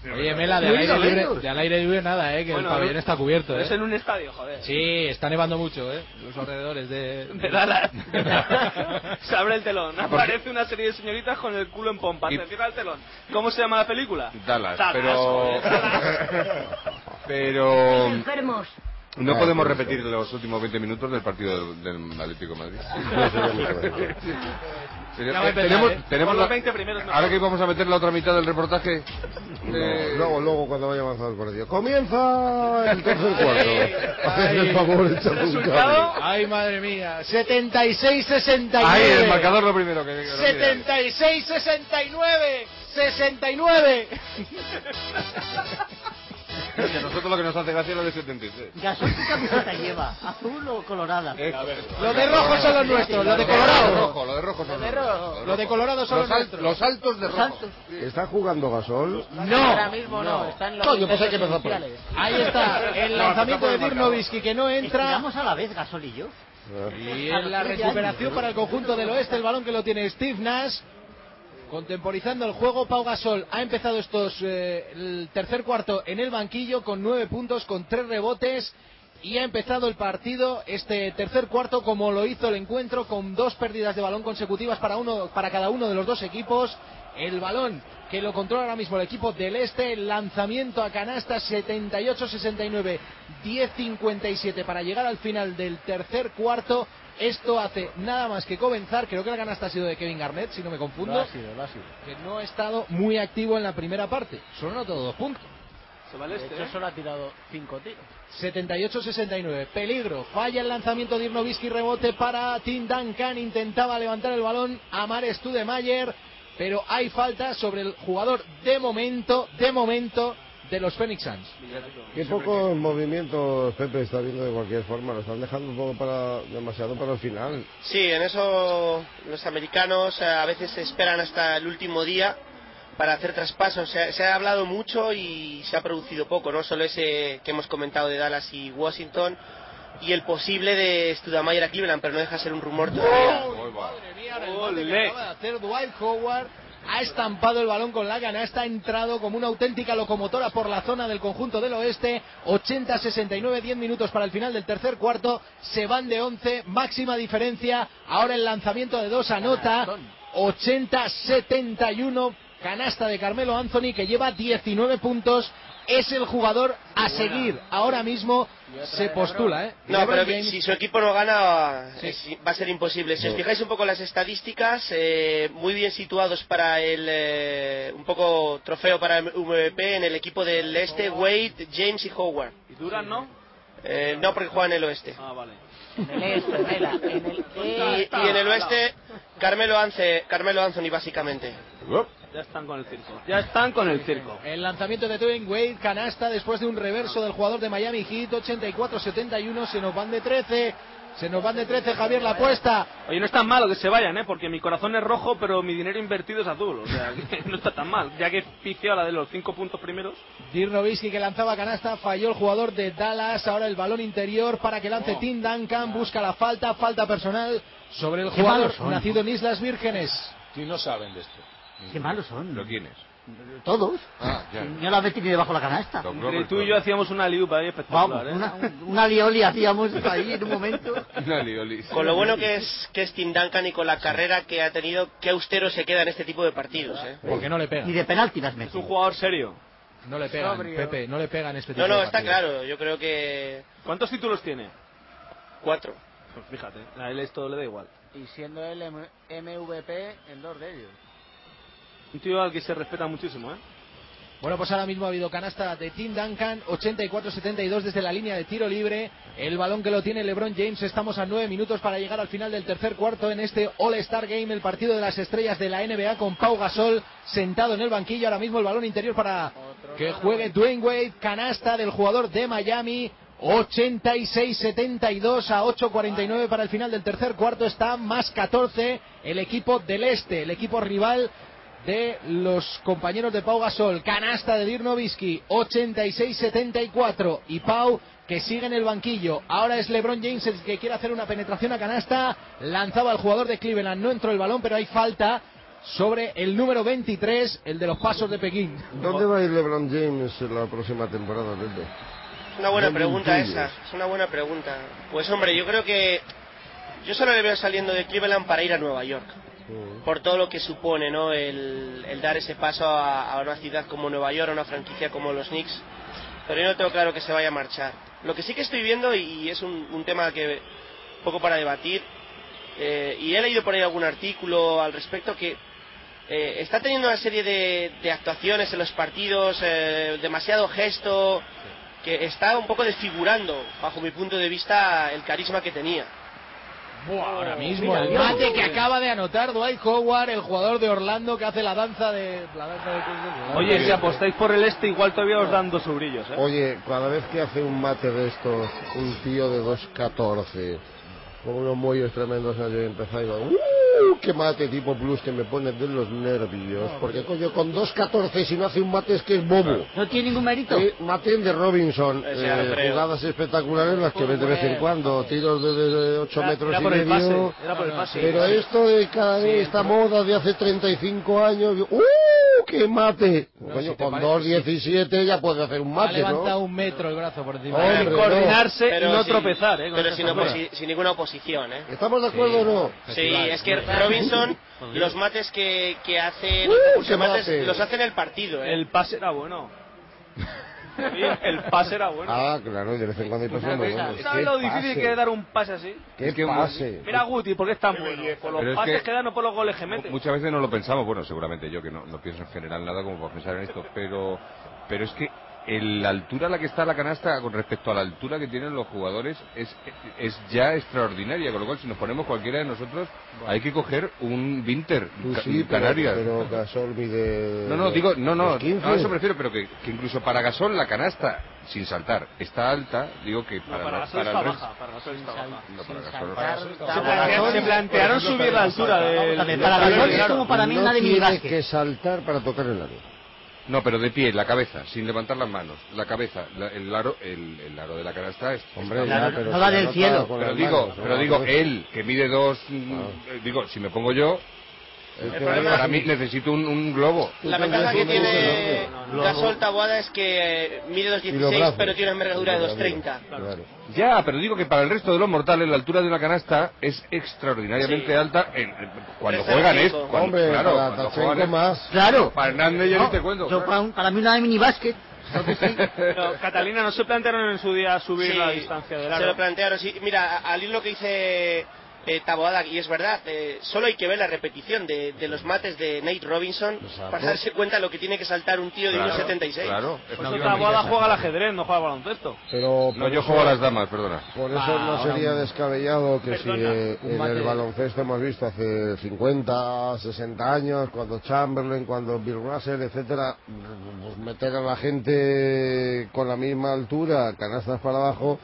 Oye, Mela, de al,
Muy
aire libre,
novenos.
de al aire libre nada, eh, que
Bueno,
el pabellón
no-
está cubierto.
Pero
Eh.
es en un estadio, joder.
Sí, está nevando mucho, eh, los alrededores de...
De Dallas. se abre el telón. Aparece una serie de señoritas con el culo en pompa.
Y-
Se cierra el telón. ¿Cómo se llama la película?
Dallas,
Dallas,
pero...
joder,
pero...
Enfermos.
No
Ah,
podemos
sí, sí.
repetir los últimos 20 minutos del partido del, del Atlético de Madrid. Sería-
Ya
eh,
va a empezar,
tenemos,
¿eh?
tenemos
Con
la-
los 20 primeros mejor.
ahora que vamos a meter la otra mitad del reportaje.
No,
eh,
luego, luego, cuando vaya avanzado el partido. ¡Comienza el tercer cuarto! Haced el
Ay.
favor, echad un cable.
Ay, madre mía. 76-69.
Ahí, el marcador lo primero que...
76-69. 69.
Que a nosotros lo que nos hace gracia es lo de 76.
Gasol, ¿qué camiseta lleva? ¿Azul o colorada?
Eh, Lo
de rojo son los nuestros, lo de colorado.
Lo de rojo, lo de rojo son los nuestros.
Los de Colorado son los,
al-
nuestros.
Los altos de rojo.
¿Está jugando Gasol?
Ahora mismo no, están los
Coño, pues hay que
intentos
empezar por ahí.
iniciales.
Ahí está el lanzamiento de Dirnovski que no entra.
Estiramos a la vez, Gasol y yo.
Y en la recuperación para el conjunto del oeste, el balón que lo tiene Steve Nash. Contemporizando el juego, Pau Gasol ha empezado estos eh, el tercer cuarto en el banquillo con nueve puntos, con tres rebotes y ha empezado el partido este tercer cuarto como lo hizo el encuentro con dos pérdidas de balón consecutivas para uno para cada uno de los dos equipos. El balón que lo controla ahora mismo el equipo del Este, el lanzamiento a canasta 78-69, 10-57 para llegar al final del tercer cuarto. Esto hace nada más que comenzar. Creo que la canasta ha sido de Kevin Garnett, si no me confundo.
Lo
Ah,
ha sido, lo ha sido.
Que no ha estado muy activo en la primera parte. Solo anotó dos puntos.
Se vale de hecho, solo ha tirado cinco tiros.
78-69. Peligro. Falla el lanzamiento de Irnovisky. Rebote para Tim Duncan. Intentaba levantar el balón. Amar Studemayer. Pero hay falta sobre el jugador de momento, de momento, de los Phoenix Suns.
Qué pocos movimientos Pepe está viendo de cualquier forma. Lo están dejando un poco para demasiado para el final.
Sí, en eso los americanos eh, a veces esperan hasta el último día para hacer traspasos. Se ha, se ha hablado mucho y se ha producido poco, no solo ese que hemos comentado de Dallas y Washington y el posible de Studamayer a Cleveland, pero no deja de ser un rumor todavía.
rebote que acaba de hacer Dwight Howard. Ha estampado el balón con la canasta, ha entrado como una auténtica locomotora por la zona del conjunto del oeste. 80-69, 10 minutos para el final del tercer cuarto. Se van de 11, máxima diferencia. Ahora el lanzamiento de dos anota. 80-71, canasta de Carmelo Anthony que lleva 19 puntos. Es el jugador a seguir. Ahora mismo se postula, ¿eh?
No,
LeBron
pero
James-
si su equipo no gana es- va a ser imposible. Si os
Sí.
fijáis un poco en las estadísticas, eh, muy bien situados para el eh, un poco trofeo para el MVP en el equipo del este, Wade, James y Howard.
¿Y Duran no?
Eh, no, porque juegan en el oeste.
Ah, vale.
En el este, Mela, en el E.
Y,
Eh,
y en el oeste, Carmelo, Anthony, Carmelo Anthony, básicamente.
Ya están con el circo. Ya están con el circo.
El lanzamiento de Dwayne Wade, canasta después de un reverso del jugador de Miami Heat, 84-71, se nos van de 13, se nos van de 13 Javier la apuesta.
Oye, no es tan malo que se vayan, ¿eh? Porque mi corazón es rojo, pero mi dinero invertido es azul. O sea, que no está tan mal. Ya que he pifiado la de los cinco puntos primeros.
Dirnovitsky que lanzaba canasta, falló el jugador de Dallas, ahora el balón interior para que lance Tim Duncan, busca la falta, falta personal sobre el
Qué
jugador
malos son.
nacido en Islas Vírgenes.
Y no saben de esto.
Qué malos son.
Lo tienes.
Todos.
Ah, ya.
Yo la metí debajo de la canasta.
Entre tú y yo hacíamos una liupa ahí espectacular, ¿eh?
Una, una lioli hacíamos ahí en un momento.
Con lo bueno que es que es Tim Duncan y con la carrera que ha tenido, qué austero se queda en este tipo de partidos. ¿eh?
Porque no le pega.
Y de penalti las
Es un jugador serio.
No le pegan, Pepe, no le pegan este tipo
No, no,
de
está
partidos.
claro. Yo creo que
¿Cuántos títulos tiene?
cuatro.
Pues fíjate, a él esto le da igual.
Y siendo el M- MVP en dos de ellos.
Un tío al que se respeta muchísimo, ¿eh?
Bueno, pues ahora mismo ha habido canasta de Tim Duncan, 84-72 desde la línea de tiro libre. El balón que lo tiene LeBron James. Estamos a nueve minutos para llegar al final del tercer cuarto en este All-Star Game, el partido de las estrellas de la NBA con Pau Gasol sentado en el banquillo. Ahora mismo el balón interior para que juegue Dwayne Wade. Canasta del jugador de Miami. 86-72 a 8-49 para el final del tercer cuarto. Está más 14 el equipo del este, el equipo rival de los compañeros de Pau Gasol. Canasta de Dirk Nowitzki, 86-74. Y Pau que sigue en el banquillo. Ahora es LeBron James el que quiere hacer una penetración a canasta. Lanzaba al jugador de Cleveland. No entró el balón, pero hay falta sobre el número 23, el de los pasos de Pekín.
¿Dónde va a ir LeBron James en la próxima temporada, Pepe?
Es una buena
¿Dónde
pregunta
intuyes?
esa, es una buena pregunta. Pues hombre, yo creo que yo solo le veo saliendo de Cleveland para ir a Nueva York, por todo lo que supone, ¿no? El, el dar ese paso a, a una ciudad como Nueva York, a una franquicia como los Knicks. Pero yo no tengo claro que se vaya a marchar. Lo que sí que estoy viendo y es un, un tema que poco para debatir. eh, y he leído por ahí algún artículo al respecto que eh, está teniendo una serie de, de actuaciones en los partidos, eh, demasiado gesto, que está un poco desfigurando, bajo mi punto de vista, el carisma que tenía.
ahora mismo el mate que acaba de anotar Dwight Howard, el jugador de Orlando que hace la danza de... La danza de...
Oye, si apostáis por el este, igual todavía os dan dos eurillos, ¿eh?
Oye, cada vez que hace un mate de estos, un tío de 2.14, con unos muellos tremendos, yo empezaba y va, "Uh, ¡Qué mate tipo plus que me pone de los nervios! Porque coño, con 2.14 si no hace un mate es que es bobo.
No tiene ningún mérito.
Sí, mate de Robinson,
Ese ya
eh,
lo creo.
jugadas espectaculares las que ves de vez en cuando, tiros de, de- de 8
Era-
metros
era
y
por el
medio.
pase, era por el pase.
Pero
Sí.
esto de cada
Sí,
vez, esta
el-
moda de hace 35 años, ¡uh! ¡Qué mate! Coño,
si te
con
parece-
2.17 ya puede hacer un
ha
mate, ¿no?
levantado un metro el brazo por encima.
Hombre, no. Coordinarse
Pero
y no
sin-
tropezar, ¿eh? con
Pero
esas
sin,
alturas.
oposi- sin ninguna oposición, ¿eh?
¿Estamos de acuerdo o no?
Sí, es que Robinson, los mates que, que hace,
¡Uh,
los
qué
mates
mate!
los hace en el partido, ¿eh?
El pase era bueno. Sí, el pase era bueno.
Ah, claro, y de vez en cuando hay personas.
¿Sabes lo difícil que es dar un pase así?
¿Qué pase?
Mira a Guti, ¿por qué es tan bueno? Por
Pero
los
es
pases
que-
que dan o por los goles que mete.
Muchas veces no lo pensamos, bueno, seguramente yo que no, no pienso en general nada como para pensar en esto, pero, pero es que el- la altura a la que está la canasta con respecto a la altura que tienen los jugadores es, es ya extraordinaria, con lo cual si nos ponemos cualquiera de nosotros hay que coger un Winter,
Tú
ca-
sí, pero,
Canarias.
pero Gasol mide...
No, no, digo, no, no,
los 15.
a eso me refiero, pero que, que incluso para Gasol la canasta, sin saltar, está alta, digo que para,
para
no-
Gasol
para
está
el resto-
baja, para Gasol está baja.
No, para Gasol no.
Se plantea- se plantearon subir la altura del...
no tiene que saltar para tocar el aro.
No, pero de pie, la cabeza, sin levantar las manos. La cabeza, la- el, aro, el, el aro de la canasta es...
Hombre,
está-
ya, pero No si va del anota cielo. con
Pero
las
digo,
manos,
pero
no,
digo,
no.
él, que mide dos...
Ah.
mm, eh, Digo, si me pongo yo... eh,
problema
para
es-
mí necesito un, un globo.
La ventaja que tiene Gasol Taboada es que eh, mide
Y los
2.16
brazos.
pero tiene una envergadura de 2.30.
Ya, pero digo que para el resto de los mortales la altura de una canasta es extraordinariamente
Sí.
alta en- en- cuando
305.
juegan es cuando,
Hombre,
claro,
para
cuando
Tachenko
juegan es-
más.
Claro.
Para Hernández yo
No,
ni te cuento.
yo para, un- para mí una de minibásquet.
No, Catalina, ¿no se plantearon en su día subir
Sí,
la distancia del
Se lo
aro?
plantearon, sí. Mira, a- al hilo que dice eh, Taboada, y es verdad, eh, solo hay que ver la repetición de, de los mates de Nate Robinson para darse cuenta lo que tiene que saltar un tío de
Pues Claro,
1,76.
claro,
Pues otra boda juega al ajedrez, no juega al baloncesto.
Pero
No,
por
yo
eso-
juego a las damas, perdona.
Por eso
Ah,
no
ahora
sería
un-
descabellado que si
Perdona,
eh,
un
en
mate.
el baloncesto hemos visto hace 50, 60 años, cuando Chamberlain, cuando Bill Russell, etcétera, pues meter a la gente con la misma altura, canastas para abajo.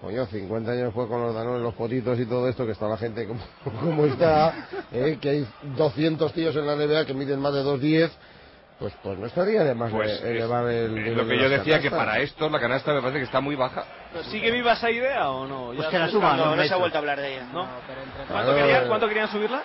Coño, 50 años después con los danones, los potitos y todo esto, que está la gente como, como está, eh, que hay 200 tíos en la NBA que miden más de 2'10, pues pues no estaría de más
Pues
eh, elevar el...
Es
nivel
lo
de
que yo
las
decía, que
canastas.
para esto la canasta me parece que está muy baja.
¿Sigue viva esa idea o no?
Pues
Ya
que la
se
suban,
descartó.
no, no se ha vuelto a hablar de ella.
¿No?
Claro.
¿Cuánto, querían, cuánto querían subirla?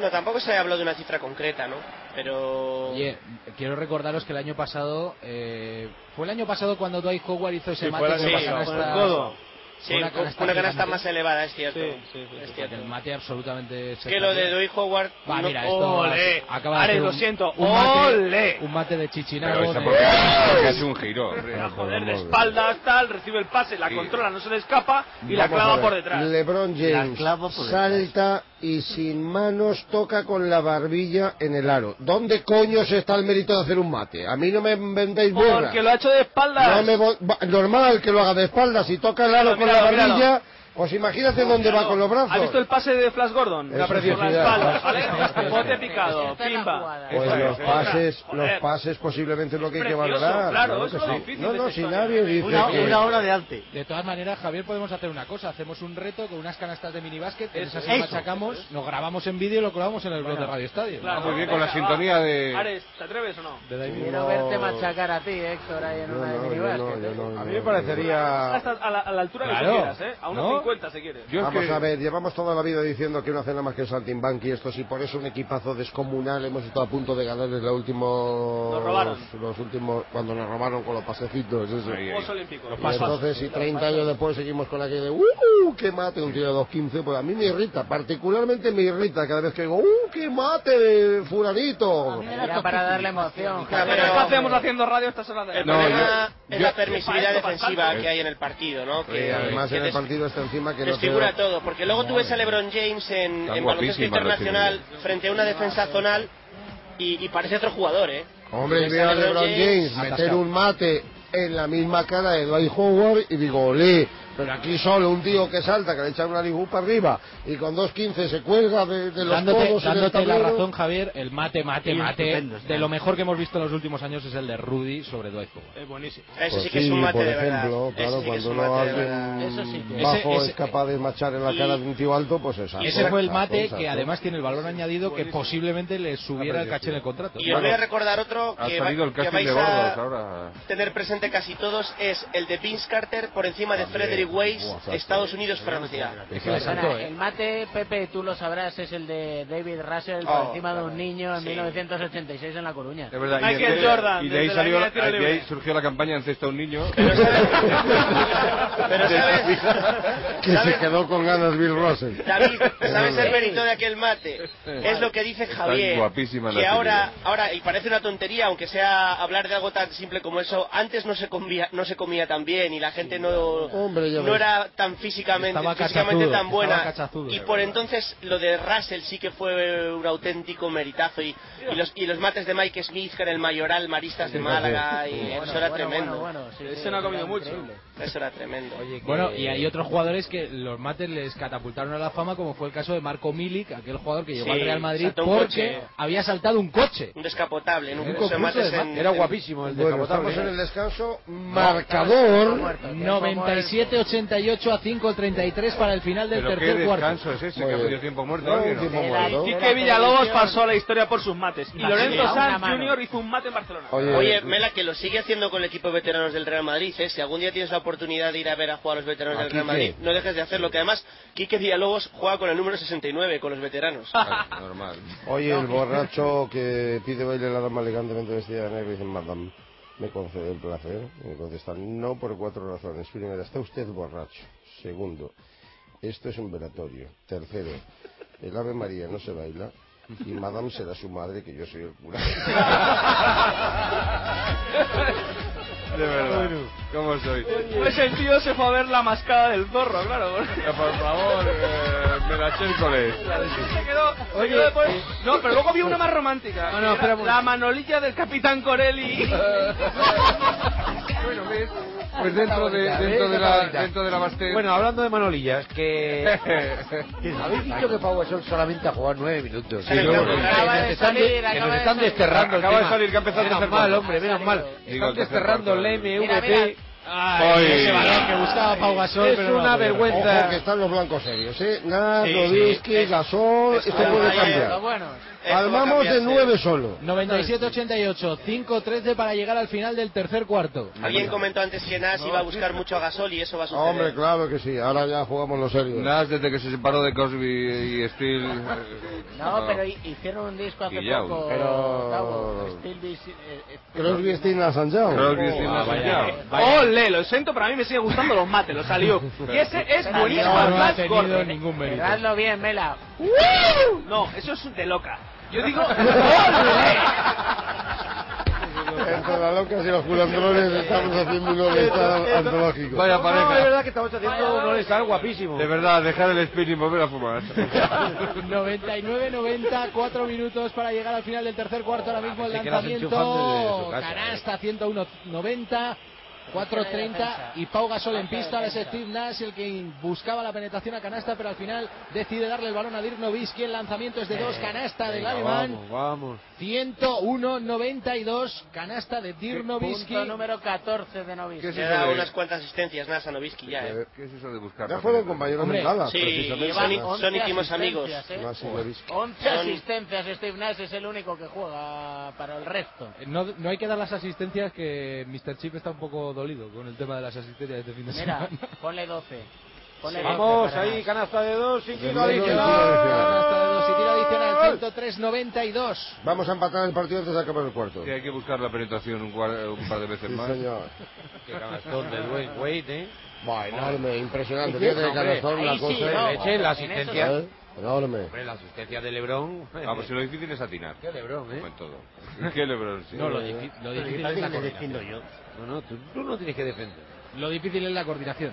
No, tampoco se habló de una cifra concreta, ¿no? Pero...
Oye, quiero recordaros que el año pasado, eh, fue el año pasado cuando Dwight Howard hizo ese
Sí,
mate
fue el
con
año
la
pasado,
canasta-
con el codo. Sí,
con una
con-
canasta
una canasta
gigante.
más elevada, es cierto.
Sí, sí,
Es cierto.
El mate absolutamente
Que lo de
sensacional.
Dwight Howard...
Va,
no-
mira, esto
¡Ole!
acaba de
Ares,
hacer un-
lo siento.
un mate-
¡Ole!
un mate de
Pero
chichinago.
esa
de-
porque, porque hace un giro.
Joder, de espaldas, tal, recibe el pase, la controla, no se le escapa y la
Vamos a
clava
ver,
por detrás.
LeBron James
La clava por detrás.
salta y sin manos toca con la barbilla en el aro. ¿Dónde coño se está el mérito de hacer un mate? A mí no me inventéis burla.
Porque lo ha hecho de espaldas.
No me vo- va- normal que lo haga de espaldas. Si toca el aro con la
míralo,
barbilla,
míralo.
pues imagínate dónde va con los brazos.
¿Has visto el pase de Flash Gordon?
Una
Por
preciosidad.
la espalda, ¿vale? Bote picado, pimba.
Pues
Eso
los
es,
pases,
venga.
los pases posiblemente es lo que hay que
precioso,
valorar.
claro,
que
eso es
sí.
lo difícil
No,
de
no,
esta
si
historia.
nadie dice
Una-
que...
una
de arte.
De todas maneras, Javier, podemos hacer una cosa. Hacemos un reto con unas canastas de minibásquet, en
Eso,
esas
eso.
machacamos, nos grabamos en vídeo y lo colgamos en el blog de Radio Estadio.
Claro,
muy bien con la
venga,
sintonía
va.
de-
Ares, ¿te atreves o no?
De David.
Quiero verte machacar a ti, Héctor, ahí en una de minibásquet, ¿eh?
A mí me parecería...
Hasta a la, a la altura
Claro,
que tú quieras, ¿eh? A
¿no?
1,50 si quieres.
Vamos a ver, llevamos toda la vida diciendo que no hacen nada más que el saltimbanqui esto sí, por eso un equipazo descomunal, hemos estado a punto de ganarles la últimos,
Nos robaron.
los últimos, cuando nos robaron con los pasecitos, eso.
Juegos Olímpicos.
Y entonces, si 30 años después seguimos con aquello de ¡Uh, qué mate! Un tiro de 2.15, pues a mí me irrita, particularmente me irrita cada vez que digo ¡Uh, qué mate de fulanito!
Era para darle emoción.
Pero,
Javier.
¿qué hacemos haciendo radio a estas horas de la
El
tarde?
problema
yo-
es
yo-
la permisividad
Para esto, para
defensiva
tanto.
que hay en el partido, ¿no?
Y
Que,
además
que
en el
des-
partido está encima que no te
desfigura todo, porque luego tú ves a LeBron James en,
Está
en baloncesto
guapísima la
internacional frente a una defensa zonal y, y parece otro jugador, ¿eh?
Hombre,
Ves a
veo a
LeBron
LeBron
James
James meter
atascado.
un mate en la misma cara de Dwight Howard y digo, olé, pero aquí solo un tío que salta, que le echa una ligupa arriba y con 2.15 se cuelga de, de los
Dándote,
codos en el
dándote la
tablero.
razón, Javier, el mate, mate,
Sí,
mate.
estupendo,
De lo mejor que hemos visto en los últimos años es el de Rudy sobre Dwight Howard.
Es buenísimo.
Pues por ejemplo, claro, cuando no alguien bajo
Ese- ese-
es capaz de machar en la
y-
cara de un tío alto, pues esa.
Y ese fue el mate
cosa,
que
¿no?
además tiene el valor añadido que posiblemente le subiera el caché en el contrato.
Y os voy a recordar otro
ha
que, va-
salido el
que
casting
vais
de
a
gordos ahora.
tener presente casi todos, es el de Vince Carter por encima de
También.
Frederick Weiss,
Buah, este- exacto.
Estados Unidos-Francia.
Es que le
Bueno,
saltó, ¿eh?
El mate, Pepe, tú lo sabrás, es el de David Russell
Oh,
por encima de un niño en 1986 en La Coruña.
Es verdad, y de- Y de ahí, salió, la- de ahí surgió la campaña Encesta un niño.
Pero sabes,
Que se quedó con ganas Bill Russell.
David, ¿sabes el mérito de aquel mate? Es lo que dice
Está
Javier.
guapísima la
que ahora,
serie.
ahora, y parece una tontería, aunque sea hablar de algo tan simple como eso, antes no se comía, no se comía tan bien y la gente no,
Hombre, ya
no
ves.
era tan físicamente,
Estaba
físicamente
cachazudo,
tan buena.
estaba cachazudo,
y
de
por
verdad.
entonces lo de Russell sí que fue un auténtico meritazo. Y, y los, y los mates de Mike Smith con el mayoral Maristas de
Sí,
Málaga,
sí.
y
Bueno,
eso era
bueno,
tremendo.
bueno, bueno, sí,
Ese no ha comido mucho.
Eso era tremendo.
Bueno, y
Eh,
hay otros jugadores que los mates les catapultaron a la fama, como fue el caso de Marco Milic, aquel jugador que llegó
Sí,
al Real Madrid
saltó un
porque
coche.
había saltado un coche.
Un descapotable, en un
Un
curso de
concurso
mates
de
en-
mates. Era
en-
guapísimo el
Bueno,
descapotable.
estamos en el descanso.
Marcador
Muerto, tiempo
97-88 a 5-33 para el final del
Pero qué
tercer cuarto.
descanso es ese, que ha pedido tiempo muerto.
No,
alguien, ¿no?
tiempo muerto.
Y que Villalobos pasó la historia por sus mates. Y Lorenzo Sanz Jr. hizo un mate en Barcelona.
Oye, Mela, que lo sigue haciendo con el equipo de veteranos del Real Madrid. ¿eh? Si algún día tienes la oportunidad de ir a ver a jugar a los veteranos
¿A
del Real
Quique?
Madrid, no dejes de hacerlo. Que además, Quique Villalobos juega con el número 69, con los veteranos.
normal.
Oye, el borracho que pide baile a la dama elegantemente vestida de negro y dice, madame, me concede el placer. Y me contestan, no por cuatro razones. Primera, está usted borracho. Segundo, esto es un velatorio. Tercero, el Ave María no se baila. Y madame será su madre, que yo soy el cura.
De verdad. ¿Cómo soy?
Pues el tío se fue a ver la mascada del zorro, claro.
Por favor, eh, Melachércoles.
Se quedó, se
Oye,
quedó después-
eh.
No, pero luego vi una más romántica.
No, no,
que era
espera un
la manolilla del Capitán Corelli.
bueno, ves. Pues dentro de, dentro de la, dentro de la baste-
Bueno, hablando de manolillas, que... Habéis dicho que Pau Gasol solamente ha jugado nueve minutos.
Sí, luego-
que nos están, de- que nos están desterrando el
Acaba de
tema.
salir, que ha empezado el
Menos
tercer
mal,
cuarto.
hombre, menos mal.
Digo,
Están
el tercer
desterrando
cuarto.
el
Mira, mira.
MVP.
Ay, ese balón que
buscaba Pau Gasol,
Es
pero no
una
lo pudieron.
vergüenza.
Ojo, que están los blancos serios, ¿eh? Nada,
Sí,
Nowitzki, Gasol, esto puede cambiar. Palmamos de nueve solo.
97-88, 5-13 para llegar al final del tercer cuarto.
Alguien comentó antes que Nas iba a buscar mucho a Gasol y eso va a suceder.
Hombre, claro que sí. Ahora ya jugamos los serios.
Eh, Nas, desde que se separó de Cosby y Steel.
No, pero hi- hicieron un disco hace
Guillaume.
poco.
Pero-
Cabo, Still Be- eh, eh,
Crosby, Stills, Nash and Young.
Crosby, Stills, Nash and Young.
Ole, lo siento, pero a mí me sigue gustando los mates, lo salió. Y ese es
Salió,
buenísimo.
no ha
Flash
tenido
Gordon.
ningún
Pero hazlo bien, Mela.
No, eso es de loca. Yo digo, ¡ole!
Entre las locas y los culantrones estamos haciendo un
Esto-
bienestar
esto-
antológico.
Vaya pareja.
No, es verdad que estamos haciendo un olestar guapísimo.
De verdad, dejar el spin y volver a fumar.
99-90, 4 minutos para llegar al final del tercer cuarto. Ahora mismo el
pensé que eras enchufante de
lanzamiento.
su casa.
Canasta 101-90. 4.30 y Pau Gasol en pista. Ahora es Steve Nash el que buscaba la penetración a canasta, pero al final decide darle el balón a Dirk Nowitzki. El lanzamiento es de dos. Canasta del alemán.
Eh, Vamos, vamos.
101-92. Canasta de Dirk Nowitzki.
Punto número 14 de
Le
Novisky.
ha dado unas cuantas asistencias Nasa Novisky ya, ¿eh?
¿Qué es eso de buscar?
Ya fueron compañeros
Hombre,
en Dallas,
sí,
precisamente.
llevan once Son íntimos amigos.
asistencias, ¿eh?
No ha sido visto.
11 asistencias, Steve Nash es el único que juega para el resto.
No, no hay que dar las asistencias que Mr. Chip está un poco dolido con el tema de las asistencias este fin de semana.
Mira, ponle 12. Ponle 12
Vamos,
para
ahí,
Nash.
canasta de dos y
Del
tiro
medio y tiro
adicional.
Canasta de dos y tiro adicional 103-92.
Vamos a empatar el partido antes de acabar el cuarto.
Que hay que buscar la penetración un, cuar- un par de veces
Sí,
más.
señor.
Qué canastón de Dwayne Wade, ¿eh?
Enorme, impresionante. Fíjate que canastón, una cosa.
Leche, la asistencia.
¿Eh? Enorme.
Hombre, la asistencia de Lebron. eh.
Ah, pues si lo difícil es atinar.
Qué Lebron, ¿eh?
Como en todo. Qué Lebron, sí.
No, lo difí- lo
Pero
difícil
¿qué tal si
es la
le
coordinación.
defiendo yo?
No, no, tú, tú no tienes que defender.
Lo difícil es la coordinación.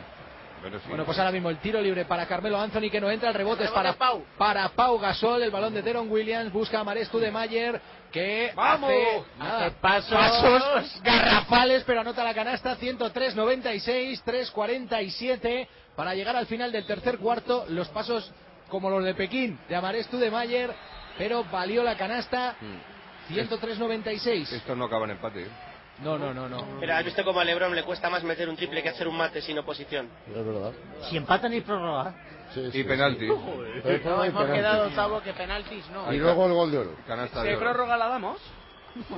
Bueno, sí.
Bueno, pues ahora mismo el tiro libre para Carmelo Anthony que no entra, el rebote es
Rebote
para Pau. para Pau Gasol, el balón de Teron Williams busca a Marestu de Mayer que
¡Vamos!
hace,
Hace pasos.
pasos garrafales, pero anota la canasta 103-96, 3-47 para llegar al final del tercer cuarto, los pasos como los de Pekín de Amarestu de Mayer, pero valió la canasta 103-96.
Hmm. Esto no acaba en empate. ¿eh?
No, no, no, no.
Pero has visto como a Lebron le cuesta más meter un triple que hacer un mate sin oposición.
Es verdad.
Si empatan y prórroga.
Y penalti.
Pero esto no
No,
hay
hemos
penalti.
quedado octavo que penaltis no.
Y luego el gol de oro.
Canasta
¿Qué
de oro.
prórroga la damos?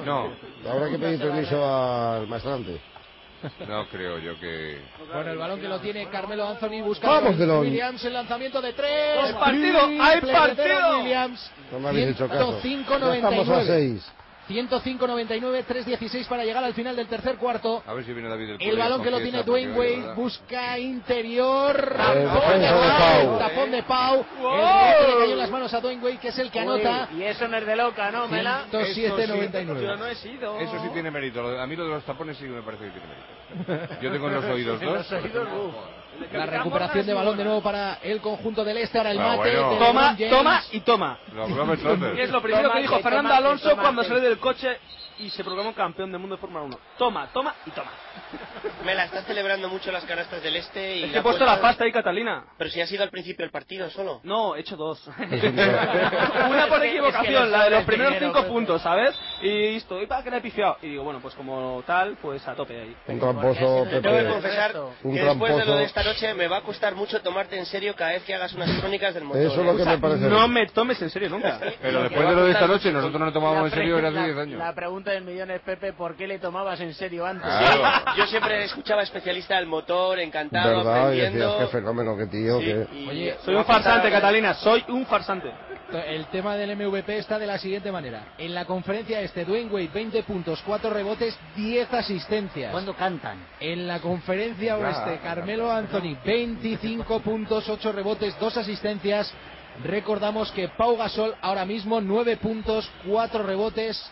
No,
Habrá que pedir permiso al maestrante.
no creo yo que...
Bueno, el balón que lo tiene Carmelo Anthony busca
Vamos,
a
Delon.
Williams el lanzamiento de tres.
¡Hay partido! ¡Hay
Triple de Delon
partido!
Williams.
No me habéis hecho caso.
105-99.
Ya estamos a 6.
105-99, 3-16 para llegar al final del tercer cuarto.
A ver si viene David del
El balón que lo tiene Dwayne Wade busca interior.
Eh,
Tapón de
defensa de
Pau.
Pau.
Tapón de Pau.
Wow.
El rebote le cayó en las manos a Dwayne Wade, que es el que anota.
Uy, y eso no es de loca, ¿no, Mela?
107-99.
Yo no he sido.
Eso sí tiene mérito. Lo de- A mí lo de los tapones sí me parece que tiene mérito. Yo tengo en los oídos
En
dos.
los oídos,
uh,
uf.
La recuperación de balón de nuevo para el conjunto del Este. Ahora el
Ah,
mate.
bueno.
Toma,
de LeBron James.
toma y toma.
Los Globetrotters.
Y es lo primero
Tomate,
que dijo Fernando
tomate,
Alonso
tomate.
cuando salió del coche y se proclamó campeón del mundo de Fórmula 1. Toma, toma y toma.
Mela, está celebrando mucho las canastas del este y...
Es que
la
he puesto
puesta-
la pasta ahí, Catalina.
Pero si ha sido al principio el partido solo.
No, he hecho dos.
Es
Una
que- es
por
que
equivocación,
le
la de
sobra
los
el
primeros
dinero,
cinco
pues.
puntos, ¿sabes? Y listo, y para que la he pifiado. Y digo, bueno, pues como tal, pues a tope ahí.
Un tramposo,
Tengo que
Pepe.
confesar
Un
que después de lo
tramposo.
de esta noche me va a costar mucho tomarte en serio cada vez que hagas unas crónicas del motor.
Eso es lo
¿eh?
que me parece.
No me tomes en serio nunca.
Pero después de lo de esta noche, nosotros no tomábamos en serio desde hace 10 años.
La pregunta del millón es, Pepe, ¿por qué le tomabas en serio antes?
Claro.
Yo siempre escuchaba especialista del motor, encantado,
¿Verdad? Y decías,
aprendiendo.
qué fenómeno, qué tío. qué-
Oye,
Soy un farsante, Catalina, soy un farsante.
El tema del MVP está de la siguiente manera. En la conferencia este, Dwayne Wade, 20 puntos, 4 rebotes, 10 asistencias.
Cuando cantan.
En la
Ya,
conferencia oeste,
ya,
Carmelo Anthony, 25 puntos, 8 rebotes, 2 asistencias. Recordamos que Pau Gasol ahora mismo 9 puntos, 4 rebotes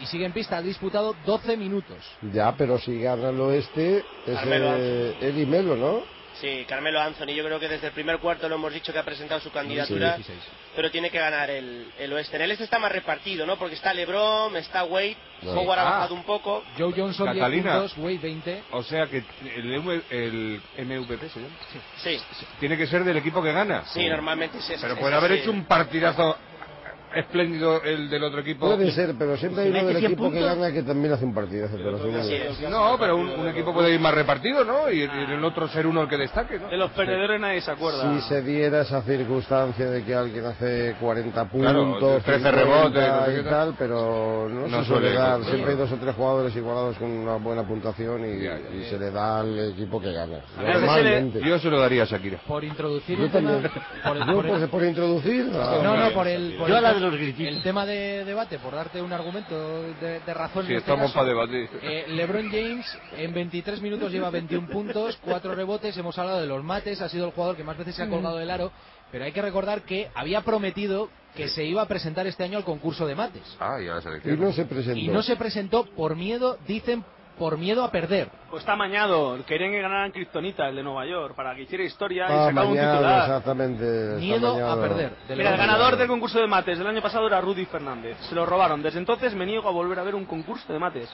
y sigue en pista. Ha disputado 12 minutos.
Ya, pero si gana el oeste, es
Carmelo
eh, Eddie Melo, ¿no?
Sí, Carmelo Anthony, yo creo que desde el primer cuarto lo hemos dicho que ha presentado su candidatura,
Sí, sí, sí.
pero tiene que ganar el, el oeste. En el este está más repartido, ¿no? Porque está LeBron, está Wade,
No.
Howard ha
Ah.
bajado un poco.
Joe Johnson, 10
Catalina.
puntos, Wade, 20.
O sea que el, M- el MVP se llama.
Sí,
Tiene que ser del equipo que gana.
sí, normalmente es ese-
Pero
es
puede haber
ese.
hecho un partidazo espléndido el del otro equipo.
Puede ser, pero siempre hay
Si
uno
mete
del
100
equipo que
puntos.
gana que también hace un partidazo. Pero sí,
Sí,
no.
No, pero un, un equipo puede ir más repartido, ¿no? Y, y el otro ser uno el que destaque, ¿no?
De los perdedores nadie se acuerda.
Si se diera esa circunstancia de que alguien hace 40
Claro,
puntos,
13
50
rebotes, no sé qué
y tal, pero no,
No
se suele,
suele
dar.
ocurrir.
Siempre hay dos o tres jugadores igualados con una buena puntuación y, y se le da al equipo que gana. Normalmente.
Yo se lo daría a Shakira.
Por introducir
Yo
un tema-
también.
por el-
Yo
por el-
por, por introducir. ah,
No, no, por el, por
Yo a
el-
la de los grititos.
el tema de debate, por darte un argumento de, de razón.
Si
en este
estamos
caso.
para debatir.
Eh, LeBron James en 23 minutos lleva 21 puntos, 4 rebotes. Hemos hablado de los mates, ha sido el jugador que más veces se ha colgado del aro. Pero hay que recordar que había prometido que se iba a presentar este año al concurso de mates.
Ah, y ahora se Y no se presentó.
Y no se presentó por miedo, dicen, por miedo a perder.
Pues está mañado. Querían que ganaran Kryptonita, el de Nueva York, para que hiciera historia y
Ah,
sacaba un
mañana,
titular.
exactamente. está
Miedo
mañana.
a perder. Mira, el ganador del concurso de mates del año pasado era Rudy Fernández. Se lo robaron. Desde entonces me niego a volver a ver un concurso de mates.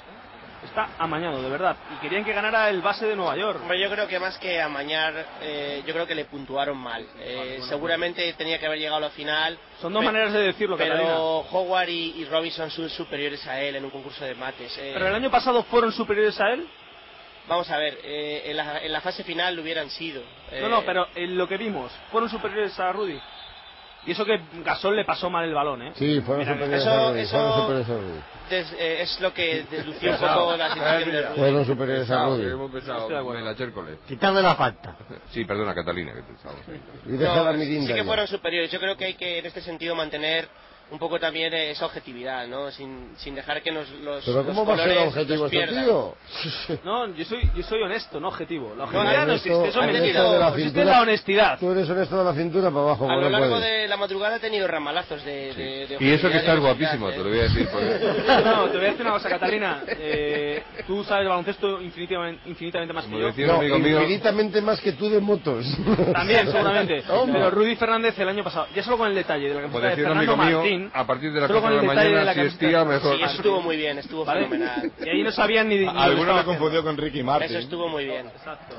Está amañado, de verdad. Y querían que ganara el base de Nueva York.
Hombre, yo creo que más que amañar, eh, yo creo que le puntuaron mal. Eh,
pues.
seguramente tenía que haber llegado a la final.
Son dos
Pe-
maneras de decirlo,
Pero
Catalina.
Howard y, y Robinson son superiores a él en un concurso de mates. eh.
Pero el año pasado fueron superiores a él.
Vamos a ver, eh, en, la, en la fase final lo hubieran sido.
No,
Eh,
no, pero en lo que vimos, fueron superiores a Rudy. Y eso que Gasol le pasó mal el balón, ¿eh?
Sí, fueron
Mira,
superiores
eso-
a Rudy,
eso-
fueron superiores a Rudy.
des- eh, es lo que deslució un poco la situación de Rudy.
Fueron superiores a Rudy.
Hemos pensado en la Chércole.
Quitarle la falta.
Sí, perdona, Catalina, que pensamos.
Y deja la
No,
mirinda
sí que
ya.
fueron superiores. Yo creo que hay que, en este sentido, mantener un poco también eh, esa objetividad, ¿no? Sin, sin dejar que nos, los,
Pero
los
¿cómo va a ser
colores
objetivo
nos
este
pierdan.
tío?
No, yo soy, yo soy honesto, no objetivo. La objetividad no
Ernesto-
existe, eso es
Ernesto
mentira.
de la
Existe
cintura-
la honestidad.
Tú eres honesto de la cintura para abajo,
A
no
lo largo
puedes.
de la madrugada he tenido ramalazos de... de- de
Y eso que
objetividad,
estás
de
guapísimo, te lo voy a decir. porque-
No, te voy a decir una cosa, Catalina. Eh, tú sabes baloncesto infinitamente, infinitamente más que yo.
No, infinitamente más que tú de motos.
También, seguramente.
Toma.
Pero Rudy Fernández el año pasado, ya solo con el detalle de la
Como
camiseta de
decía un
Fernando
amigo mío,
Martín,
a partir de las
solo
4
con
de
el
la
detalle
mañana,
de la
si es
camiseta.
tía, mejor.
Sí, eso estuvo muy bien, estuvo
¿Vale?
fenomenal.
Y ahí no sabían ni... ni lo
Alguno
estaba
le confundió con Ricky Martin.
Eso estuvo muy bien.
Exacto.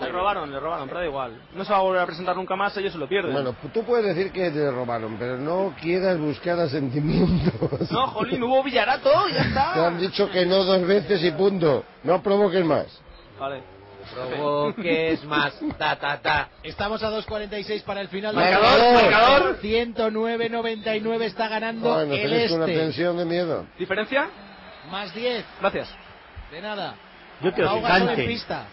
Le robaron, le robaron, pero da igual. No se va a volver a presentar nunca más, ellos se lo pierden.
Bueno, tú puedes decir que te robaron, pero no quieras buscar asentimientos.
No, jolín, hubo Villarato, ya está.
Te han dicho que no dos veces y punto. No provoques más.
Vale.
Provoques más. Ta, ta, ta.
Estamos a 2.46 para el final.
Marcador, marcador.
109.99 está ganando
Bueno,
el
tenés una
este.
tensión de miedo.
¿Diferencia?
Más 10.
Gracias.
De nada.
Yo creo
Pau
que
Gasol
Dante.
en pista.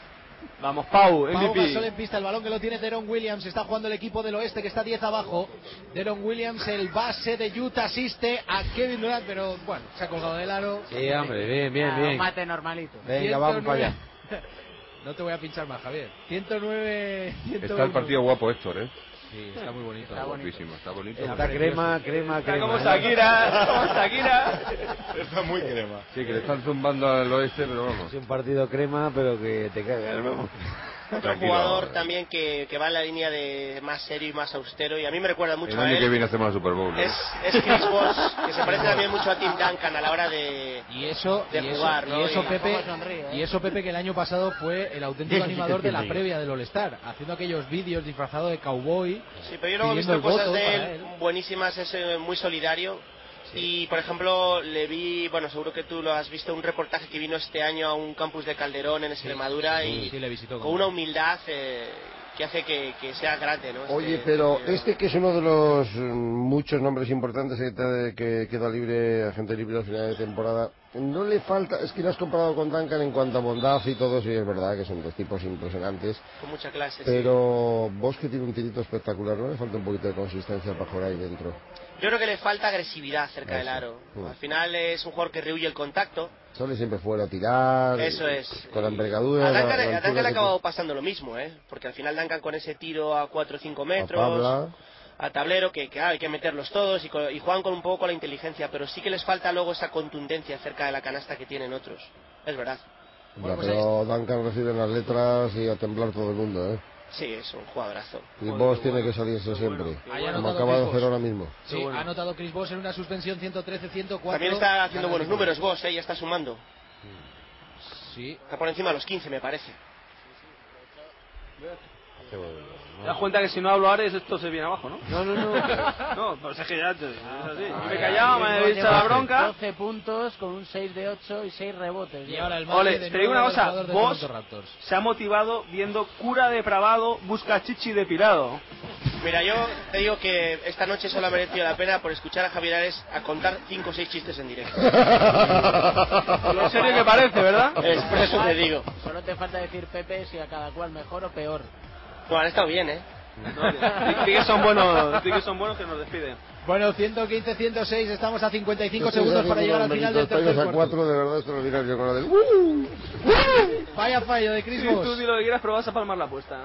Vamos, Pau,
Pau
MVP.
Gasol en pista. El balón que lo tiene Deron Williams. Está jugando el equipo del oeste que está 10 abajo. Deron Williams, el base de Utah, asiste a Kevin Durant, pero bueno, se ha colgado del aro.
Sí, hombre, bien, bien,
Ah,
bien.
un mate normalito.
Venga, vamos para allá.
No te voy a pinchar más, Javier. 109.
Está el partido guapo, Héctor, ¿eh?
Sí, está muy bonito.
Está guapísimo, está bonito.
Está crema, crema,
Está
crema.
como
Shakira, como Shakira.
Está muy crema.
Sí, que le están zumbando al oeste, pero vamos.
Es un partido crema, pero que te cagas, vamos.
Otro jugador también que, que va en la línea de más serio y más austero, y a mí me recuerda mucho
El
a
año
él.
que viene hacemos la Super Bowl. ¿no?
Es, es Chris Bosh, que se parece también mucho a Tim Duncan a la hora de,
y eso,
de
y eso-
jugar,
y
¿no?
eso,
Y-
Pepe,
tampoco sonríe, ¿eh?
y eso Pepe que el año pasado fue el auténtico
Sí, sí, sí,
animador de la
sonríe.
previa del All Star, haciendo aquellos vídeos disfrazado de cowboy.
Sí, pero yo luego he
pidiendo
visto
el
cosas
voto
de
para
él buenísimas, es eh, muy solidario. Y, por ejemplo, le vi, bueno, seguro que tú lo has visto, un reportaje que vino este año a un campus de Calderón en Extremadura y
Sí, le visitó
con una humildad eh, que hace que, que sea grande, ¿no?
Oye,
Este-
pero este que es uno de los mm, muchos nombres importantes que, te- que queda libre, agente libre al final de temporada, no le falta, es que lo has comparado con Duncan en cuanto a bondad y todo eso, y es verdad que son dos tipos impresionantes,
Con mucha clase,
Eh,
sí.
pero vos que tiene un tirito espectacular, ¿no le falta un poquito de consistencia para jugar ahí dentro?
Yo creo que le falta agresividad cerca del aro.
Mm.
Al final es un jugador que rehuye el contacto.
Sale siempre fuera a tirar,
Eso es.
con la
A
envergadura. la-
Duncan,
la
a Duncan
altura
le ha
que
acabado pasando lo mismo, ¿eh? Porque al final Duncan con ese tiro a 4 o 5
tiene.
metros...
A Pabla.
a tablero que, que, ah, hay que meterlos todos y, co- y juegan con un poco con la inteligencia, pero sí que les falta luego esa contundencia cerca de la canasta que tienen otros. Es verdad.
Ya, pero Duncan recibe las letras y a temblar todo el mundo, ¿eh.
Sí, es un jugadorazo.
Y vos tiene que salirse siempre,
Ahí ha
como
anotado
acaba de
Chris
hacer
Bosh.
ahora mismo.
Sí, ha anotado Chris Bosh en una suspensión 113-104.
También está haciendo
Gana
buenos
Chris
números vos, ¿eh? ya está sumando.
Sí.
Está por encima de los 15, me parece.
Te das cuenta que si no hablo ahora esto se viene abajo, ¿no?
No, no,
no. no, pues es que ya te- es así. Yo me
Ay,
he callado,
ay,
me
ay,
he echado la
lleva
bronca.
12 puntos con un 6 de 8 y 6 rebotes.
Y ahora el Madrid
Ole,
de
te digo
nuevo
una
el
cosa,
jugador de
vos
Toronto Raptors.
se ha motivado viendo cura depravado, busca chichi depilado.
Mira, yo te digo que esta noche solo ha merecido la pena por escuchar a Javier Ares a contar 5 o 6 chistes en directo.
Lo serio que parece, ¿verdad?
Es por eso te digo.
Solo te falta decir, Pepe, si a cada cual mejor o peor.
Bueno, han estado bien, ¿eh?
Di di que son buenos, di que son buenos que nos despiden.
Bueno, 115-106, estamos a 55
Yo estoy
segundos para
haciendo
llegar al
unos
final este del
este
méritos,
tercer
fallos a
cuarto.
cuatro, de verdad extraordinario con la del...
Vaya fallo de Chris
Sí,
Voss.
tú di lo que quieras, pero vas a palmar la apuesta.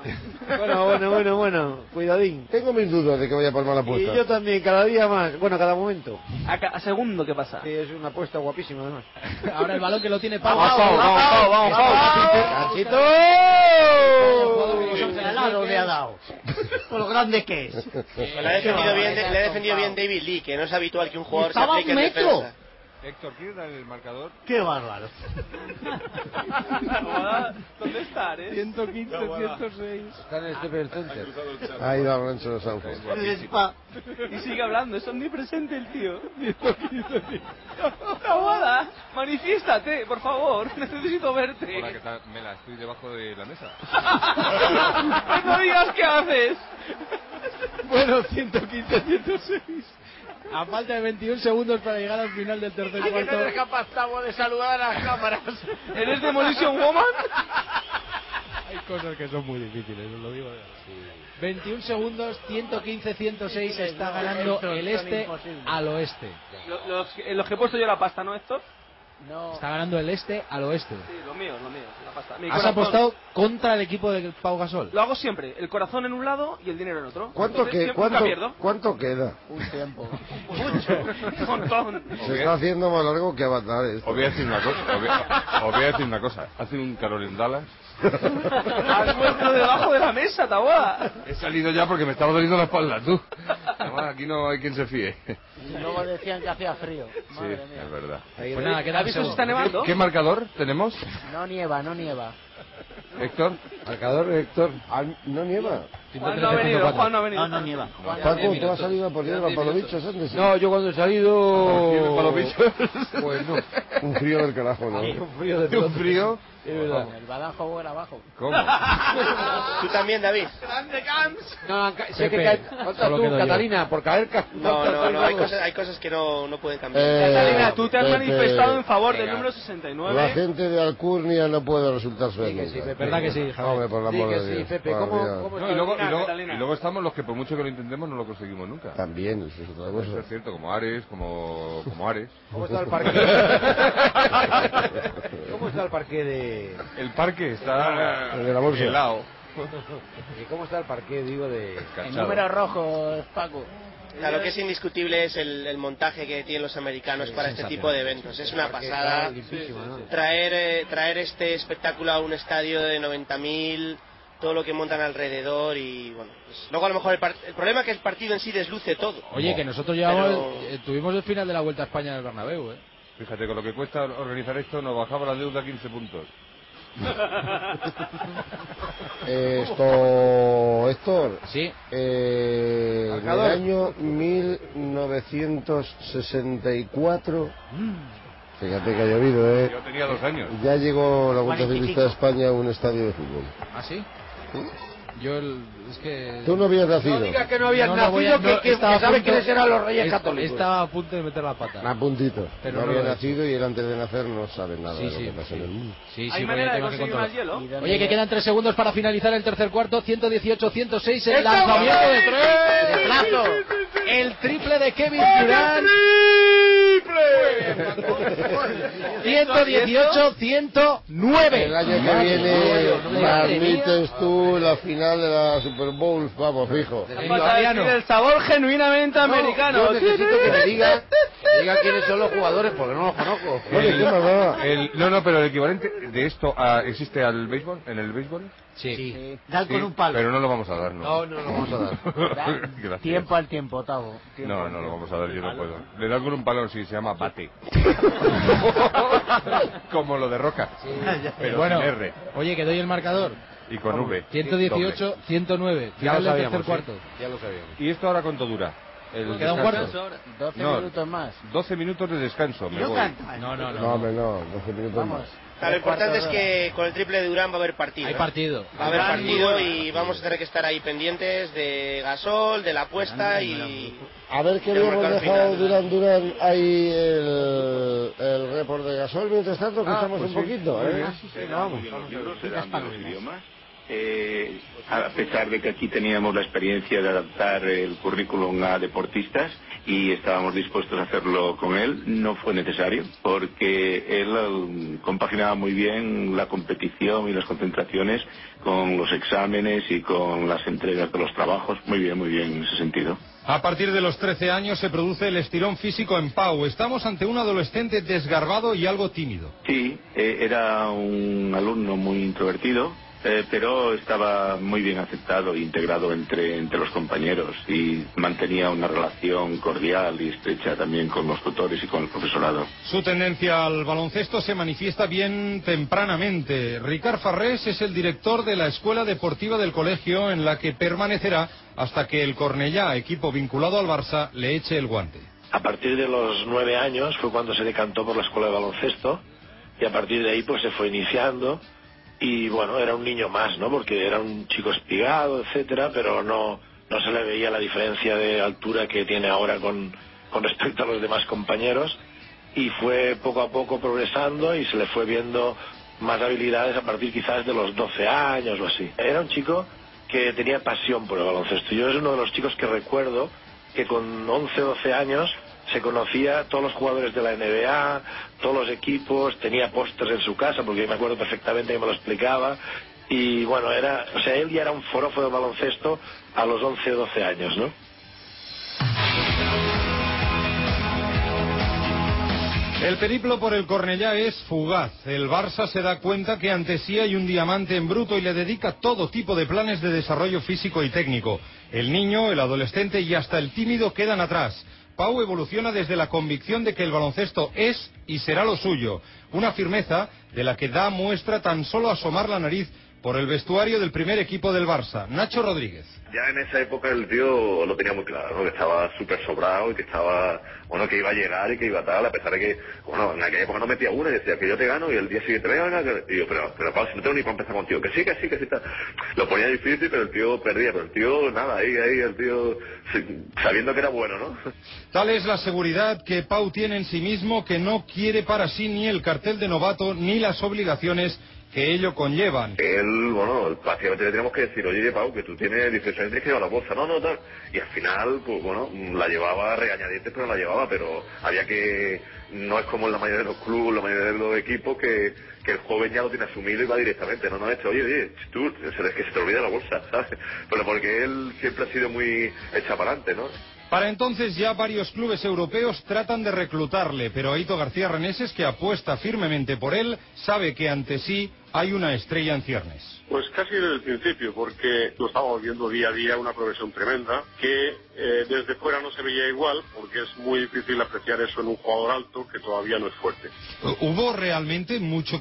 Bueno, bueno, bueno, bueno. Cuidadín.
Tengo mis dudas de que vaya a palmar la
Y
apuesta.
yo también, cada día más. Bueno, cada momento.
A, ca- a segundo que pasa.
Sí, es una apuesta guapísima, además.
Ahora el balón que lo
Ah,
tiene Pau.
Vamos, Pau, vamos, Pau, vamos, Pau.
Cachito.
Regalado le ha dado. Por lo grande que es.
Pues le ha defendido bien, le ha defendido bien David Lee, que no es habitual que un jugador se
Estaba a
aplique en
un metro.
defensa.
Héctor, ¿quieres dar el marcador?
Qué bárbaro.
¿Dónde está, eh?
115,
106.
Está en el Staples Center.
Ha ido al rancho de Sanford.
Y sigue hablando, es omnipresente el tío. Aguada, manifiéstate, por favor, necesito verte.
Hola, ¿qué tal? Mela, estoy debajo de la mesa.
no digas qué haces.
Bueno, 115-106. A falta de 21 segundos para llegar al final del tercer
Hay que
cuarto.
tener capaz Tavo, de saludar a las cámaras.
¿Eres Demolition Woman?
Hay cosas que son muy difíciles, os lo digo. de verdad.
21 segundos, 115-106 está
no,
ganando
esto
el
es
este
imposible.
al oeste.
Lo- Los, eh, los que he puesto yo la pasta, ¿no, Héctor? No.
Está ganando el este al oeste.
Sí, los míos, los míos, la pasta. Mi
Has
corazón.
apostado contra el equipo de Pau Gasol.
Lo hago siempre, el corazón en un lado y el dinero en otro.
¿Cuánto,
Entonces,
que,
siempre-
cuánto,
nunca pierdo.
¿Cuánto queda?
Un tiempo.
Un montón.
Se está haciendo más largo que Avatar esto.
Os voy a decir una cosa. Os voy a, os voy a decir una cosa. Hace un calor en Dallas.
Has puesto debajo de la mesa, Taboada.
He salido ya porque me estaba doliendo la espalda, tú. Además, aquí no hay quien se fíe.
Y luego decían que hacía frío.
Sí,
Madre mía.
es verdad.
Ahí, Pues nada, queda ¿Has visto un si está segundo. nevando?
¿Qué, qué marcador tenemos,
No nieva, no nieva.
Héctor?
Marcador, Héctor. Ah, ¿No nieva?
Juan no ha venido, Juan no ha venido. No, no nieva.
Paco, ¿tú has salido a por hierba para los bichos antes?
No, yo cuando he
Ah,
salido...
¿Para los bichos?
Pues no.
Un frío del carajo, ¿no?
Un frío
de Un frío.
El Badajoz vuela abajo.
¿Cómo?
Tú también, David.
No, ca- sé que
Pepe,
cae... Falta
solo
tú,
quedo yo.
Catalina, por caer... ca-
No,
faltas
no,
tú,
no, hay
vamos.
cosas, hay cosas que no, no pueden cambiar.
Eh,
Catalina, tú te has
Pepe.
manifestado en favor del
Venga.
número 69.
La gente de Alcurnia no puede resultar feliz.
que sí,
nunca.
Pepe. ¿Verdad que sí, Javier?
Hombre, por el
Di
amor
que
de
sí,
Dios.
Pepe,
Por
¿cómo-
Dios.
cómo
No, y, luego, y,
Catalina,
luego,
Catalina.
y luego estamos los que por mucho que lo intentemos no lo conseguimos nunca.
También, eso es otra
Eso
cosa.
es cierto, como Ares, como, como Ares.
¿Cómo está el parque? ¿Cómo está el parque de...? Ah,
El parque está
El de la bolsa.
helado.
¿Y cómo está el parque, digo, de...?
El
número
rojo es Paco.
Claro, lo que es indiscutible es el, el montaje que tienen los americanos
Sí,
para este
sensacional.
tipo de eventos. Es una
Porque
pasada.
está limpísimo, ¿no?
Traer, eh, traer este espectáculo a un estadio de 90.000, todo lo que montan alrededor y bueno. pues, luego a lo mejor el, par- el problema es que el partido en sí desluce todo.
Oye, que nosotros
Pero-
llevamos, eh, tuvimos el final de la Vuelta a España en el Bernabéu, ¿eh?
Fíjate, con lo que cuesta organizar esto nos bajaba la deuda 15 puntos.
Esto, Héctor.
Sí.
Eh, en el
Marcador.
año 1964.
Mm.
Fíjate que ha llovido, ¿eh?
Yo tenía dos años.
Ya llegó la Vuelta
45.
Ciclista de España a un estadio de fútbol.
¿Ah, sí? Yo, el- es que...
Tú no habías nacido.
voy a- no, estaba a punto- es- Estaba
Estaba
a punto de meter la pata.
A puntito.
Ah. Pero
no
no
había
lo he
nacido y él antes de nacer no sabe nada
Sí,
de lo
sí,
que pasa en el mundo.
Sí,
¿Hay
sí,
manera de
porque tengo
conseguir
que
más
controlar.
hielo?
Oye, que quedan 3 segundos para finalizar el tercer cuarto. 118-106, el
¡Está
lanzamiento de
bueno!
tres.
¡Sí,
De plazo.
sí,
El triple de Kevin
¡Vaya
Durant. 118-109.
El año que
Madre
viene
mía, no me
transmites tú la final de la Super Bowl, vamos, fijo.
Falta decir el sabor genuinamente americano.
yo necesito que me diga, me diga quiénes son los jugadores, porque no los conozco.
El- el- no, no, pero el equivalente de esto a- existe al béisbol, en el béisbol.
Sí.
Dal con
Sí,
un palo.
Pero no lo vamos a dar, ¿no?
No, no lo vamos a
Da
dar. Gracias.
Tiempo al tiempo, Tavo. Tiempo
No,
al
no lo
tiempo.
vamos a dar, yo no puedo. Le da con un palo, sí, se llama bate. Como lo de Roca. Pero
bueno,
sin R
oye, que doy el marcador.
y con V. Doble.
118-109. Final del
¿eh?
tercer cuarto.
Ya lo sabíamos.
¿Y esto ahora cuánto dura? El
Queda un
descanso.
cuarto.
12
No.
minutos más.
12 minutos de descanso, me
no
voy.
cantan.
No, no,
No, hombre, no, 12 minutos más.
Claro, lo importante es que con el triple de Durán va a haber partido.
Hay
¿eh?
partido.
Va a haber
Durán,
partido
Durán.
y vamos a tener que estar ahí pendientes de Gasol, de la apuesta y...
A ver qué
Pero
bien hemos
marcar
dejado
final.
Durán Durán ahí el, el report de Gasol. Mientras tanto, que
Ah,
estamos
pues
un
sí.
poquito,
Muy
¿eh?
bien.
Sí,
Muy
vamos.
bien, los libros serán de los idiomas
eh, a pesar de que aquí teníamos la experiencia de adaptar el currículum a deportistas y estábamos dispuestos a hacerlo con él, no fue necesario, porque él um, compaginaba muy bien la competición y las concentraciones con los exámenes y con las entregas de los trabajos, muy bien, muy bien en ese sentido.
A partir de los 13 años se produce el estirón físico en Pau. Estamos ante un adolescente desgarbado y algo tímido.
Sí, eh, era un alumno muy introvertido, eh, pero estaba muy bien aceptado e integrado entre, entre los compañeros y mantenía una relación cordial y estrecha también con los tutores y con el profesorado.
Su tendencia al baloncesto se manifiesta bien tempranamente. Ricard Farrés es el director de la escuela deportiva del colegio en la que permanecerá hasta que el Cornellá, equipo vinculado al Barça, le eche el guante.
A partir de los nueve años fue cuando se decantó por la escuela de baloncesto y a partir de ahí pues se fue iniciando y bueno, era un niño más, ¿no? Porque era un chico espigado, etcétera, pero no, no se le veía la diferencia de altura que tiene ahora con, con respecto a los demás compañeros y fue poco a poco progresando y se le fue viendo más habilidades a partir quizás de los 12 años o así. Era un chico que tenía pasión por el baloncesto. Yo es uno de los chicos que recuerdo que con 11 o 12 años se conocía a todos los jugadores de la NBA, todos los equipos, tenía pósters en su casa, porque yo me acuerdo perfectamente que me lo explicaba. Y bueno, era, o sea, él ya era un forofo de baloncesto a los 11 o 12 años, ¿no?
El periplo por el Cornellá es fugaz. El Barça se da cuenta que ante sí hay un diamante en bruto y le dedica todo tipo de planes de desarrollo físico y técnico. El niño, el adolescente y hasta el tímido quedan atrás. Pau evoluciona desde la convicción de que el baloncesto es y será lo suyo, una firmeza de la que da muestra tan solo asomar la nariz por el vestuario del primer equipo del Barça, Nacho Rodríguez.
Ya en esa época el tío lo tenía muy claro, ¿no? que estaba súper sobrado y que estaba, bueno, que iba a llegar y que iba a tal, a pesar de que, bueno, en aquella época no metía una y decía que yo te gano y el día siguiente venga, venga, que- y yo, pero, pero Pau, si no tengo ni para empezar contigo, que sí, que sí, que sí, tal. Lo ponía difícil, pero el tío perdía, pero el tío, nada, ahí, ahí, el tío, sí, sabiendo que era bueno, ¿no?
Tal es la seguridad que Pau tiene en sí mismo que no quiere para sí ni el cartel de novato ni las obligaciones que ello conllevan.
Él, bueno, prácticamente le tenemos que decir, oye, Pau, que tú tienes 18 años, tienes que llevar la bolsa, no, no, tal. Y al final, pues bueno, la llevaba a regañadientes, pero la llevaba, pero había que, no es como en la mayoría de los clubes, la mayoría de los equipos, que, que el joven ya lo tiene asumido y va directamente, no, no, este, oye, oye, tú, se- es que se te olvida la bolsa, ¿sabes? Pero porque él siempre ha sido muy hecha para adelante, ¿no?
Para entonces ya varios clubes europeos tratan de reclutarle, pero Aito García Reneses, que apuesta firmemente por él, sabe que ante sí hay una estrella en ciernes.
Pues casi desde el principio, porque lo estamos viendo día a día una progresión tremenda, que eh, desde fuera no se veía igual, porque es muy difícil apreciar eso en un jugador alto que todavía no es fuerte.
Eh, ¿Hubo realmente mucho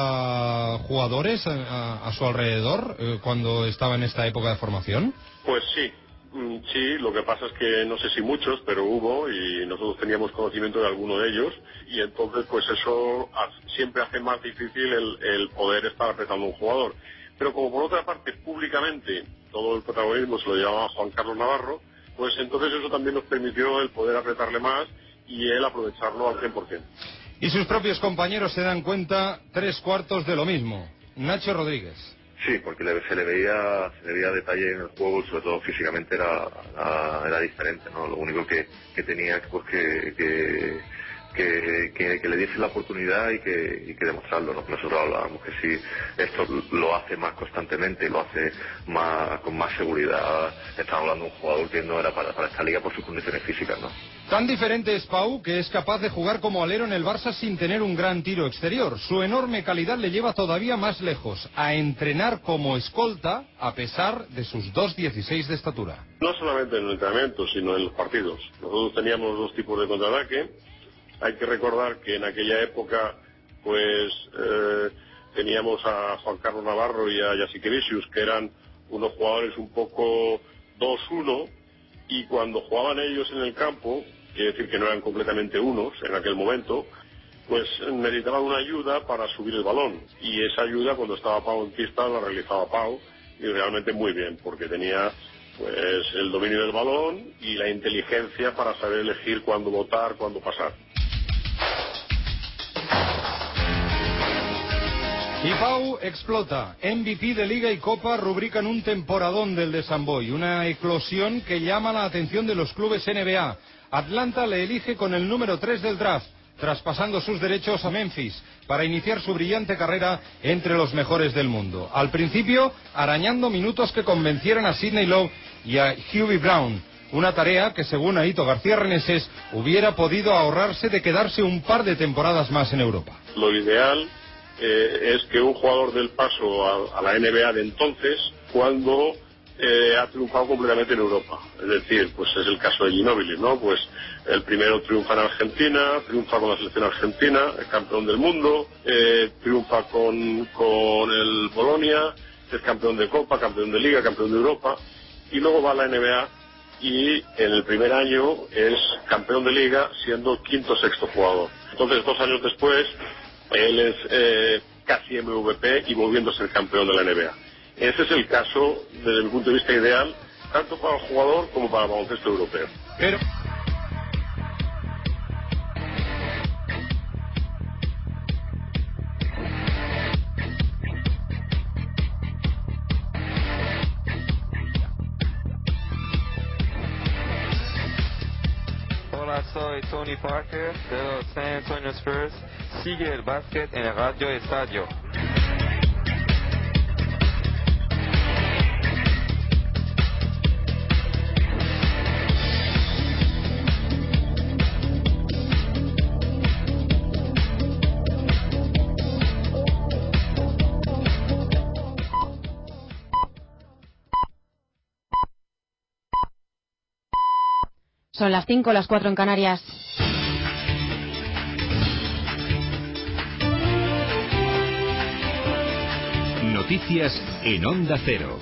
caza jugadores a, a- a su alrededor eh, cuando estaba en esta época de formación?
Pues sí, mm, sí, lo que pasa es que no sé si muchos, pero hubo y nosotros teníamos conocimiento de alguno de ellos y entonces pues eso ha- siempre hace más difícil el, el poder estar apretando a un jugador. Pero como por otra parte públicamente todo el protagonismo se lo llevaba Juan Carlos Navarro, pues entonces eso también nos permitió el poder apretarle más y él aprovecharlo al 100%.
Y sus propios compañeros se dan cuenta tres cuartos de lo mismo. Nacho Rodríguez.
Sí, porque le- se le veía, se le veía detalle en el juego, sobre todo físicamente era, era, era diferente, ¿no? Lo único que, que tenía pues que, que, que, que- que le diese la oportunidad y que, y que demostrarlo, ¿no? Nosotros hablábamos que sí, esto lo hace más constantemente, lo hace más, con más seguridad. Estamos hablando de un jugador que no era para, para esta liga por sus condiciones físicas, ¿no?
Tan diferente es Pau que es capaz de jugar como alero en el Barça sin tener un gran tiro exterior. Su enorme calidad le lleva todavía más lejos, a entrenar como escolta a pesar de sus 2.16 de estatura.
No solamente en el entrenamiento, sino en los partidos. Nosotros teníamos dos tipos de contraataque. Hay que recordar que en aquella época, pues, eh, teníamos a Juan Carlos Navarro y a Yasikevicius, que eran unos jugadores un poco 2-1, y cuando jugaban ellos en el campo, quiere decir que no eran completamente unos en aquel momento, pues necesitaban una ayuda para subir el balón. Y esa ayuda, cuando estaba Pau en pista, la realizaba Pau, y realmente muy bien, porque tenía pues el dominio del balón y la inteligencia para saber elegir cuándo votar, cuándo pasar.
Y Pau explota. MVP de Liga y Copa rubrican un temporadón del de Samboy, una eclosión que llama la atención de los clubes NBA. Atlanta le elige con el número 3 del draft, traspasando sus derechos a Memphis para iniciar su brillante carrera entre los mejores del mundo. Al principio, arañando minutos que convencieran a Sidney Lowe y a Hughie Brown. Una tarea que, según Aito García Reneses, hubiera podido ahorrarse de quedarse un par de temporadas más en Europa.
Lo ideal eh, es que un jugador del paso a, a la NBA de entonces, cuando eh, ha triunfado completamente en Europa. Es decir, pues es el caso de Ginóbili, ¿no? Pues el primero triunfa en Argentina, triunfa con la selección argentina, es campeón del mundo, eh, triunfa con, con el Bolonia, es campeón de Copa, campeón de Liga, campeón de Europa, y luego va a la NBA y en el primer año es campeón de Liga siendo quinto sexto jugador. Entonces, dos años después, él es eh, casi MVP y volviendo a ser campeón de la NBA. Ese es el caso, desde mi punto de vista, ideal, tanto para el jugador como para el baloncesto europeo.
Pero...
Hola, soy Tony Parker de los San Antonio Spurs. Sigue el básquet en el Radio Estadio.
Son las 5, las 4 en Canarias.
Noticias en Onda Cero.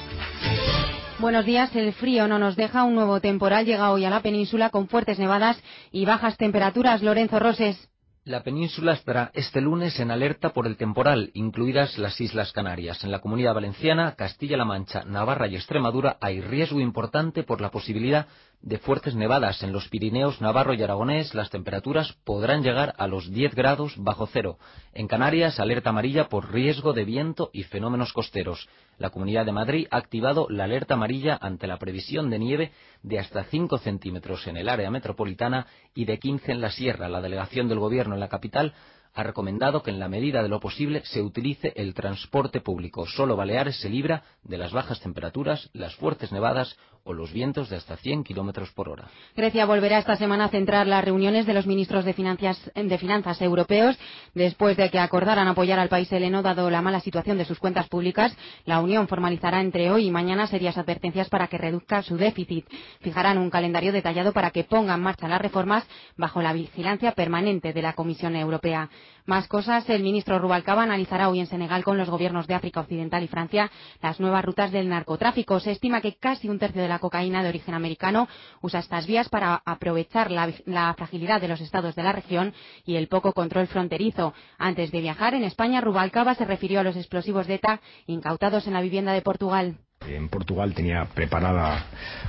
Buenos días. El frío no nos deja. Un nuevo temporal llega hoy a la península con fuertes nevadas y bajas temperaturas. Lorenzo Roses.
La península estará este lunes en alerta por el temporal, incluidas las Islas Canarias. En la Comunidad Valenciana, Castilla-La Mancha, Navarra y Extremadura hay riesgo importante por la posibilidad de fuertes nevadas. En los Pirineos, Navarro y Aragonés las temperaturas podrán llegar a los 10 grados bajo cero. En Canarias, alerta amarilla por riesgo de viento y fenómenos costeros. La Comunidad de Madrid ha activado la alerta amarilla ante la previsión de nieve de hasta 5 centímetros en el área metropolitana y de 15 en la sierra. La delegación del Gobierno en la capital ha recomendado que en la medida de lo posible se utilice el transporte público. Solo Baleares se libra de las bajas temperaturas, las fuertes nevadas o los vientos de hasta 100 kilómetros por hora.
Grecia volverá esta semana a centrar las reuniones de los ministros de finanzas, de finanzas europeos después de que acordaran apoyar al país heleno dado la mala situación de sus cuentas públicas. La Unión formalizará entre hoy y mañana serias advertencias para que reduzca su déficit. Fijarán un calendario detallado para que ponga en marcha las reformas bajo la vigilancia permanente de la Comisión Europea. Más cosas, el ministro Rubalcaba analizará hoy en Senegal con los gobiernos de África Occidental y Francia las nuevas rutas del narcotráfico. Se estima que casi un tercio de la cocaína de origen americano usa estas vías para aprovechar la, la fragilidad de los estados de la región y el poco control fronterizo. Antes de viajar en España, Rubalcaba se refirió a los explosivos de ETA incautados en la vivienda de Portugal.
En Portugal tenía preparada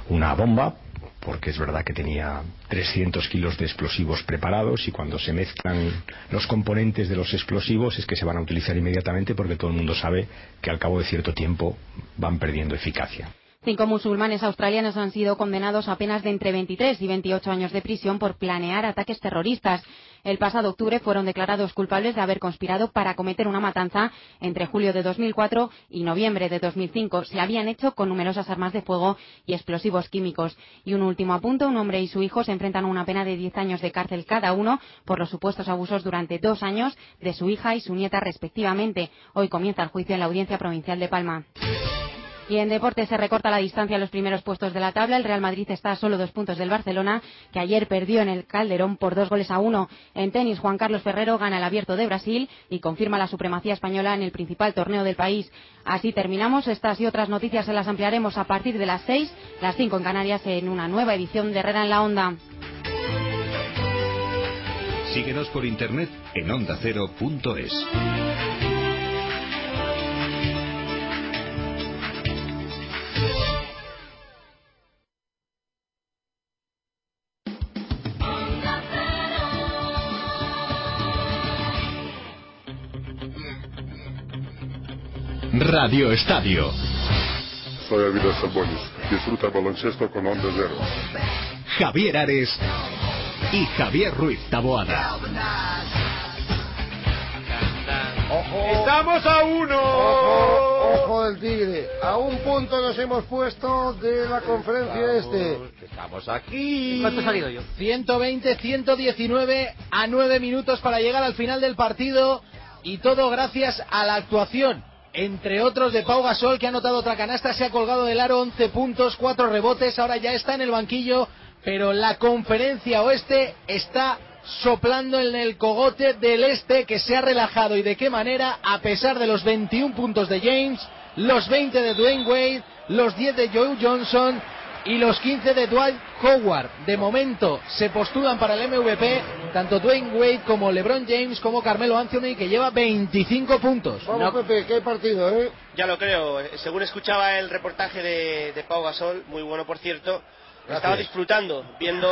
una bomba, porque es verdad que tenía 300 kilos de explosivos preparados y cuando se mezclan los componentes de los explosivos es que se van a utilizar inmediatamente porque todo el mundo sabe que al cabo de cierto tiempo van perdiendo eficacia.
Cinco musulmanes australianos han sido condenados a penas de entre 23 y 28 años de prisión por planear ataques terroristas. El pasado octubre fueron declarados culpables de haber conspirado para cometer una matanza entre julio de 2004 y noviembre de 2005. Se habían hecho con numerosas armas de fuego y explosivos químicos. Y un último apunto, un hombre y su hijo se enfrentan a una pena de 10 años de cárcel cada uno por los supuestos abusos durante dos años de su hija y su nieta respectivamente. Hoy comienza el juicio en la Audiencia Provincial de Palma. Y en deporte se recorta la distancia a los primeros puestos de la tabla. El Real Madrid está a solo dos puntos del Barcelona, que ayer perdió en el Calderón por dos goles a uno. En tenis, Juan Carlos Ferrero gana el Abierto de Brasil y confirma la supremacía española en el principal torneo del país. Así terminamos. Estas y otras noticias se las ampliaremos a partir de las seis, las cinco en Canarias, en una nueva edición de Herrera en la Onda.
Síguenos por internet en ondacero.es.
Radio Estadio.
Soy Avilés Sabonis. Disfruta el baloncesto con Onda Cero.
Javier Ares y Javier Ruiz Taboada.
¡Estamos a uno!
Ojo del tigre. A un punto nos hemos puesto de la conferencia este.
Estamos aquí.
¿Cuánto he salido yo? 120, 119 a 9 minutos para llegar al final del partido y todo gracias a la actuación. Entre otros de Pau Gasol, que ha anotado otra canasta, se ha colgado del aro 11 puntos, 4 rebotes, ahora ya está en el banquillo, pero la conferencia oeste está soplando en el cogote del este, que se ha relajado y de qué manera, a pesar de los 21 puntos de James, los 20 de Dwayne Wade, los 10 de Joe Johnson y los 15 de Dwight Howard. De momento se postulan para el MVP tanto Dwayne Wade como LeBron James como Carmelo Anthony que lleva 25 puntos.
pues.
Vamos, Pepe, que hay partido, ¿eh?
Ya lo creo. Según escuchaba el reportaje de, de Pau Gasol, muy bueno por cierto, estaba disfrutando viendo.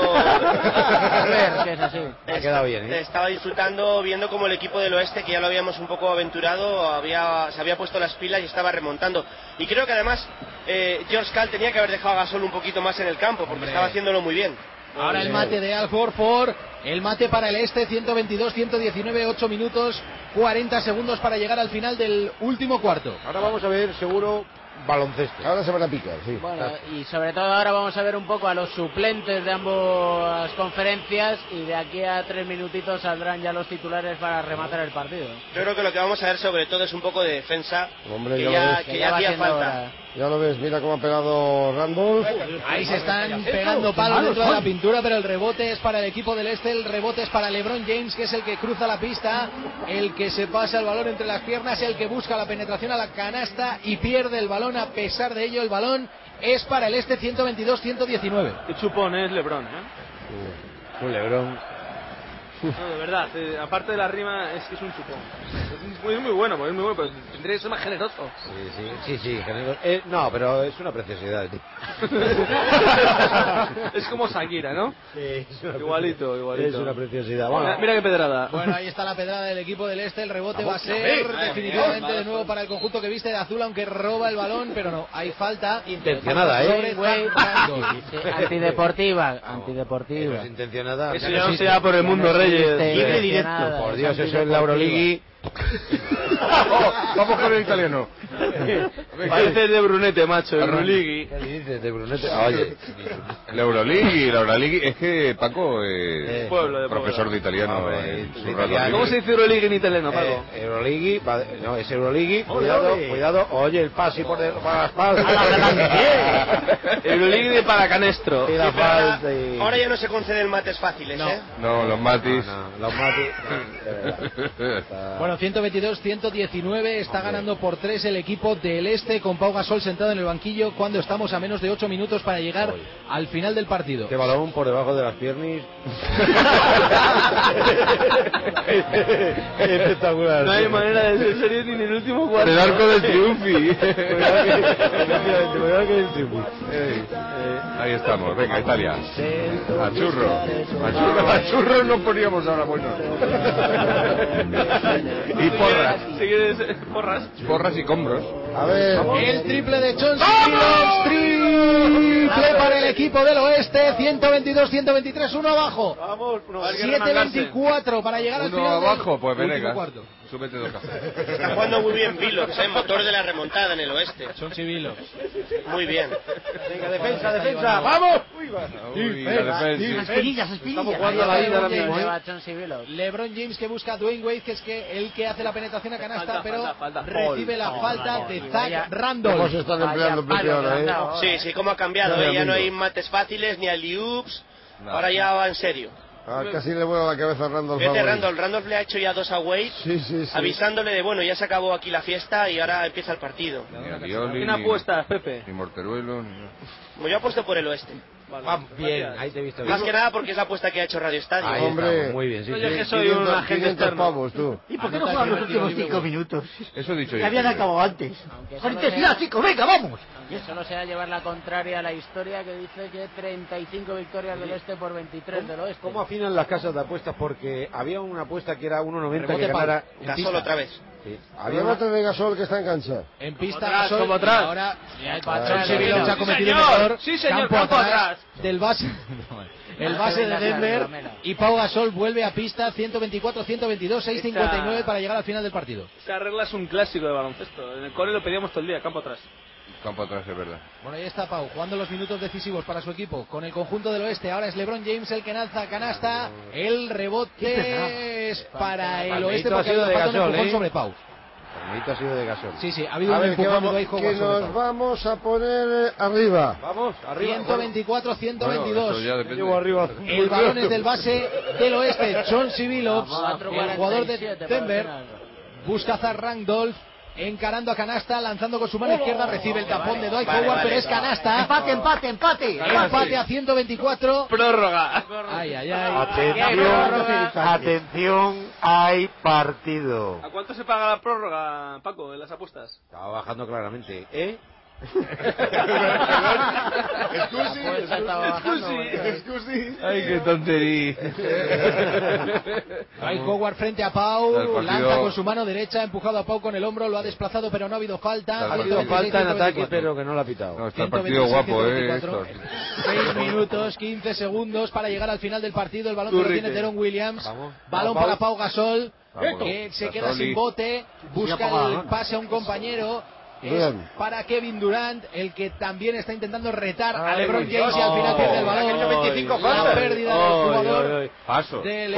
Ha quedado bien, ¿eh?
Estaba disfrutando viendo como el equipo del oeste, que ya lo habíamos un poco aventurado, había, se había puesto las pilas y estaba remontando. Y creo que además eh, George Cal tenía que haber dejado a Gasol un poquito más en el campo, porque
Hombre.
estaba haciéndolo muy bien.
Ahora el mate de Al Horford, el mate para el este, 122-119, 8 minutos, 40 segundos para llegar al final del último cuarto.
Ahora vamos a ver, seguro, baloncesto.
Ahora se van a picar, sí.
Bueno, y sobre todo ahora vamos a ver un poco a los suplentes de ambas conferencias y de aquí a tres minutitos saldrán ya los titulares para rematar el partido.
Yo creo que lo que vamos a ver sobre todo es un poco de defensa,
Hombre,
que
ya,
ya-
lo ves.
que ya hacía falta.
Ya lo ves, mira cómo ha pegado Randolph.
Ahí se están pegando palos dentro de la pintura, pero el rebote es para el equipo del este, el rebote es para LeBron James, que es el que cruza la pista, el que se pasa el balón entre las piernas, el que busca la penetración a la canasta y pierde el balón. A pesar de ello, el balón es para el este, 122-119.
Qué chupón es Lebron, ¿eh?
Un Lebrón.
No, de verdad, eh, aparte de la rima, es que es un chupón. Es muy, es muy bueno, es muy bueno, pero tendría que ser más generoso.
Sí, sí, sí, sí, generoso. Eh, no, pero es una preciosidad.
es como Shakira, ¿no? igualito, igualito.
Es una preciosidad.
Mira,
Bueno,
mira qué pedrada.
Bueno, ahí está la pedrada del equipo del este. El rebote va a
Vamos,
ser
David.
definitivamente
Vamos.
de nuevo para el conjunto que viste de azul, aunque roba el balón, pero no, hay falta.
Intencionada, ¿eh?
Sobre Frank Randolph.
Antideportiva, antideportiva.
intencionada.
Eso ya no se da por el mundo, Reyes.
Libre
Libre
directo.
directo.
Por Dios, eso es
Antideportiva.
la Euroligui.
Vamos con el italiano.
Parece Este de Brunete, macho, el Brunigui.
¿Qué dices de Brunete? Ah, Oye,
La Euroleague, la Euroleague, es que Paco eh,
Eh, pueblo de
profesor de italiano en su rato
italiano.
libre.
¿Cómo se dice Euroleague en italiano, Paco?
Eh, Euroligui, va- no, es Euroligui,
Ole,
cuidado,
ole.
cuidado, oye, el pase por de, para las faltas.
Euroleague de Paracanestro.
Y la
Pero ahora,
falta y...
ahora ya no se conceden mates fáciles, ¿eh?
No, los matis.
los matis. Está-
Bueno, 122-119 está ganando por 3 el equipo del Este con Pau Gasol sentado en el banquillo cuando estamos a menos de 8 minutos para llegar al final del partido.
Qué Este balón por debajo de las piernas. Espectacular.
No hay manera de ser serio ni en el último cuarto.
el arco del
triunfi.
Efectivamente, por el arco del triunfi.
Ahí estamos, venga, Italia. A churro. A churro, a churro nos poníamos ahora, bueno. Y porras.
¿Sigues porras?
Porras y combros.
A ver,
El triple de Johnson Williams, triple para el equipo del Oeste, 122-123, uno abajo.
Vamos, no, hay que remangarse.
7-24 para llegar al
Uno
final del
abajo, pues
último
Venegas.
cuarto.
Súbete dos
Está jugando muy bien Vilos, ¿eh? Motor de la remontada en el oeste.
Son civilos.
Muy bien.
Venga, defensa, defensa, vamos.
Uy, la defensa.
Estamos
jugando a la ida ahora mismo, ¿eh?
LeBron James que busca a Dwayne Wade, que es que el que hace la penetración a canasta,
Falta,
pero
falta, falta.
recibe la
Foul.
falta de
Foul.
Zach
Vaya-
Randolph.
se están empleando Pepe ahora, eh?
Sí, sí, cómo ha cambiado.
Ya,
¿eh? Ya no
amigo.
hay mates fáciles ni aliups.
No.
Ahora ya va en serio.
Ah, casi le vuela la cabeza a Randolph.
Vete
ahora.
Randolph. Randolph le ha hecho ya dos a Wade,
Sí, sí, sí.
avisándole de bueno, ya se acabó aquí la fiesta y ahora empieza el partido.
Ni a Dioli,
¿Quién
ni-
apuestas, Pepe?
Ni Morteruelo, ni nada.
Como yo apuesto por el oeste.
Bien, ahí te he visto.
Más que nada porque es la apuesta que ha hecho Radio Estadio.
Ahí estamos, muy bien, sí.
Oye, que
sí.
soy un agente
500
externo.
pavos, tú.
¿Y por qué no
Anota
juegan
el
los
tiro
últimos
libre,
cinco minutos?
Eso he dicho
Que
yo.
habían acabado antes. Con
solo
intensidad,
sea-
chicos, venga, vamos.
Que solo sea llevar la contraria a la historia que dice que 35 victorias del este por 23 del oeste.
¿Cómo afinan las casas de apuestas? Porque había una apuesta que era 1.90 que
Rebote,
ganara...
Pau.
Gasol otra vez.
Sí, Había
Rebate de Gasol que está en cancha.
En pista
atrás,
Gasol,
como
y
atrás.
ahora ya
Vale,
el Pachón
vale,
Sevilla
vale.
se ha
Sí,
cometido el
señor.
error.
Sí, señor,
campo,
campo
atrás
atrás.
del base el base de Denver y Pau Gasol vuelve a pista 124 122 659 para llegar al final del partido.
Esta regla es un clásico de baloncesto. En el cole lo pedíamos todo el día, campo atrás.
Campo atrás, es verdad.
Bueno, ahí está Pau, jugando los minutos decisivos para su equipo con el conjunto del oeste. Ahora es LeBron James el que lanza canasta. El rebote es para el
Palmeito
oeste
ha
porque ha
sido
habido
de
falta un
Gasol,
empujón
¿eh?
sobre Pau.
Palmeito ha sido de gasol.
Sí, sí, ha habido
A
un
ver, que,
empujón
vamos-
de Ijo
que
Gasol de
nos
Pau.
vamos a poner eh, arriba.
Vamos,
124, 122.
Bueno, eso ya depende. Llevo arriba.
¿eh?
El balón es del base del oeste, John Sibilovs, el jugador de
4.47
Denver.
para el
Busca a Randolph. Encarando a canasta, lanzando con su mano izquierda, recibe el tapón de Dwight
Vale,
Howard,
vale,
pero es
vale.
canasta.
Empate, empate, empate.
Empate a 124.
Prórroga.
Ay, ay, ay.
Atención, atención, hay partido.
¿A cuánto se paga la prórroga, Paco, en las apuestas?
Estaba bajando claramente, ¿eh?
Excusi,
Ay, qué tontería.
Dwight Howard frente a Pau,
El partido-
lanza con su mano derecha, ha empujado a Pau con el hombro, lo ha desplazado, pero no ha habido falta.
Ha habido
126,
falta en ataque,
124.
pero que no la ha pitado.
No, está el partido guapo, eh,
124.
Héctor.
6 minutos, 15 segundos para llegar al final del partido. El balón que lo
Currite.
tiene Teron Williams.
Vamos.
Balón
Vamos,
para Pau Gasol,
Vamos.
que se
Gasol
queda
y-
sin bote.
Sí,
Busca
apagado,
el
¿no?
pase a un compañero. Es
Bien.
para Kevin Durant, el que también está intentando retar a
Ay,
LeBron James y al
oh,
final pierde el
ha hecho
balón.
25
la
faltas.
pérdida
Ay,
del jugador
ay, ay. Paso.
del-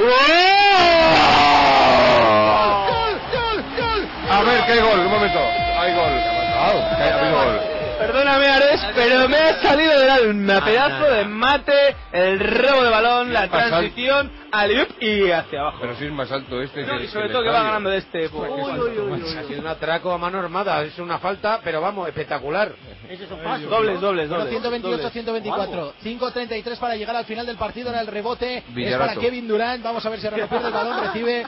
¡Oh!
A ver, que hay gol, un momento. Hay gol. Que hay- ha habido gol.
Perdóname, Ares, pero me ha salido del alma. Pedazo de mate, el rebo de balón, la
pasado.
transición, al y hacia abajo.
Pero si es más alto este.
No,
que-
y sobre
el
todo que va
estadio.
ganando este. pues.
Ha sido un atraco a mano armada, es una falta, pero vamos, espectacular.
Eh,
Dobles, dobles,
Bueno,
dobles.
128,
dobles.
124. 5.33 para llegar al final del partido. Ahora el rebote es
Villarato.
para Kevin Durant. Vamos a ver si ahora no pierde el balón. Recibe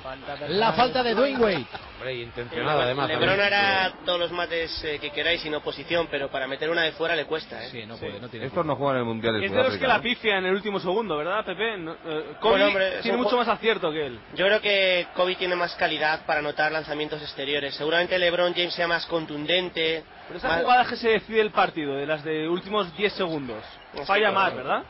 la falta de Dwayne Wade.
Hombre, y intencionada además.
Lebron
también.
hará todos los mates eh, que queráis sin oposición, pero para meter una de fuera le cuesta, ¿eh?
Sí, no
puede, no
Estos no juegan el mundial de
Es de los que
Sudáfrica,
la
¿no?
pifia en el último segundo, ¿verdad, Pepe? No, eh, Kobe
Bueno, hombre,
tiene
eso-
mucho más acierto que él.
Yo creo que Kobe tiene más calidad para anotar lanzamientos exteriores. Seguramente LeBron James sea más contundente.
Pero esas
más-
jugadas que se decide el partido, de las de últimos 10 segundos,
Pues
falla
claro.
más, ¿verdad?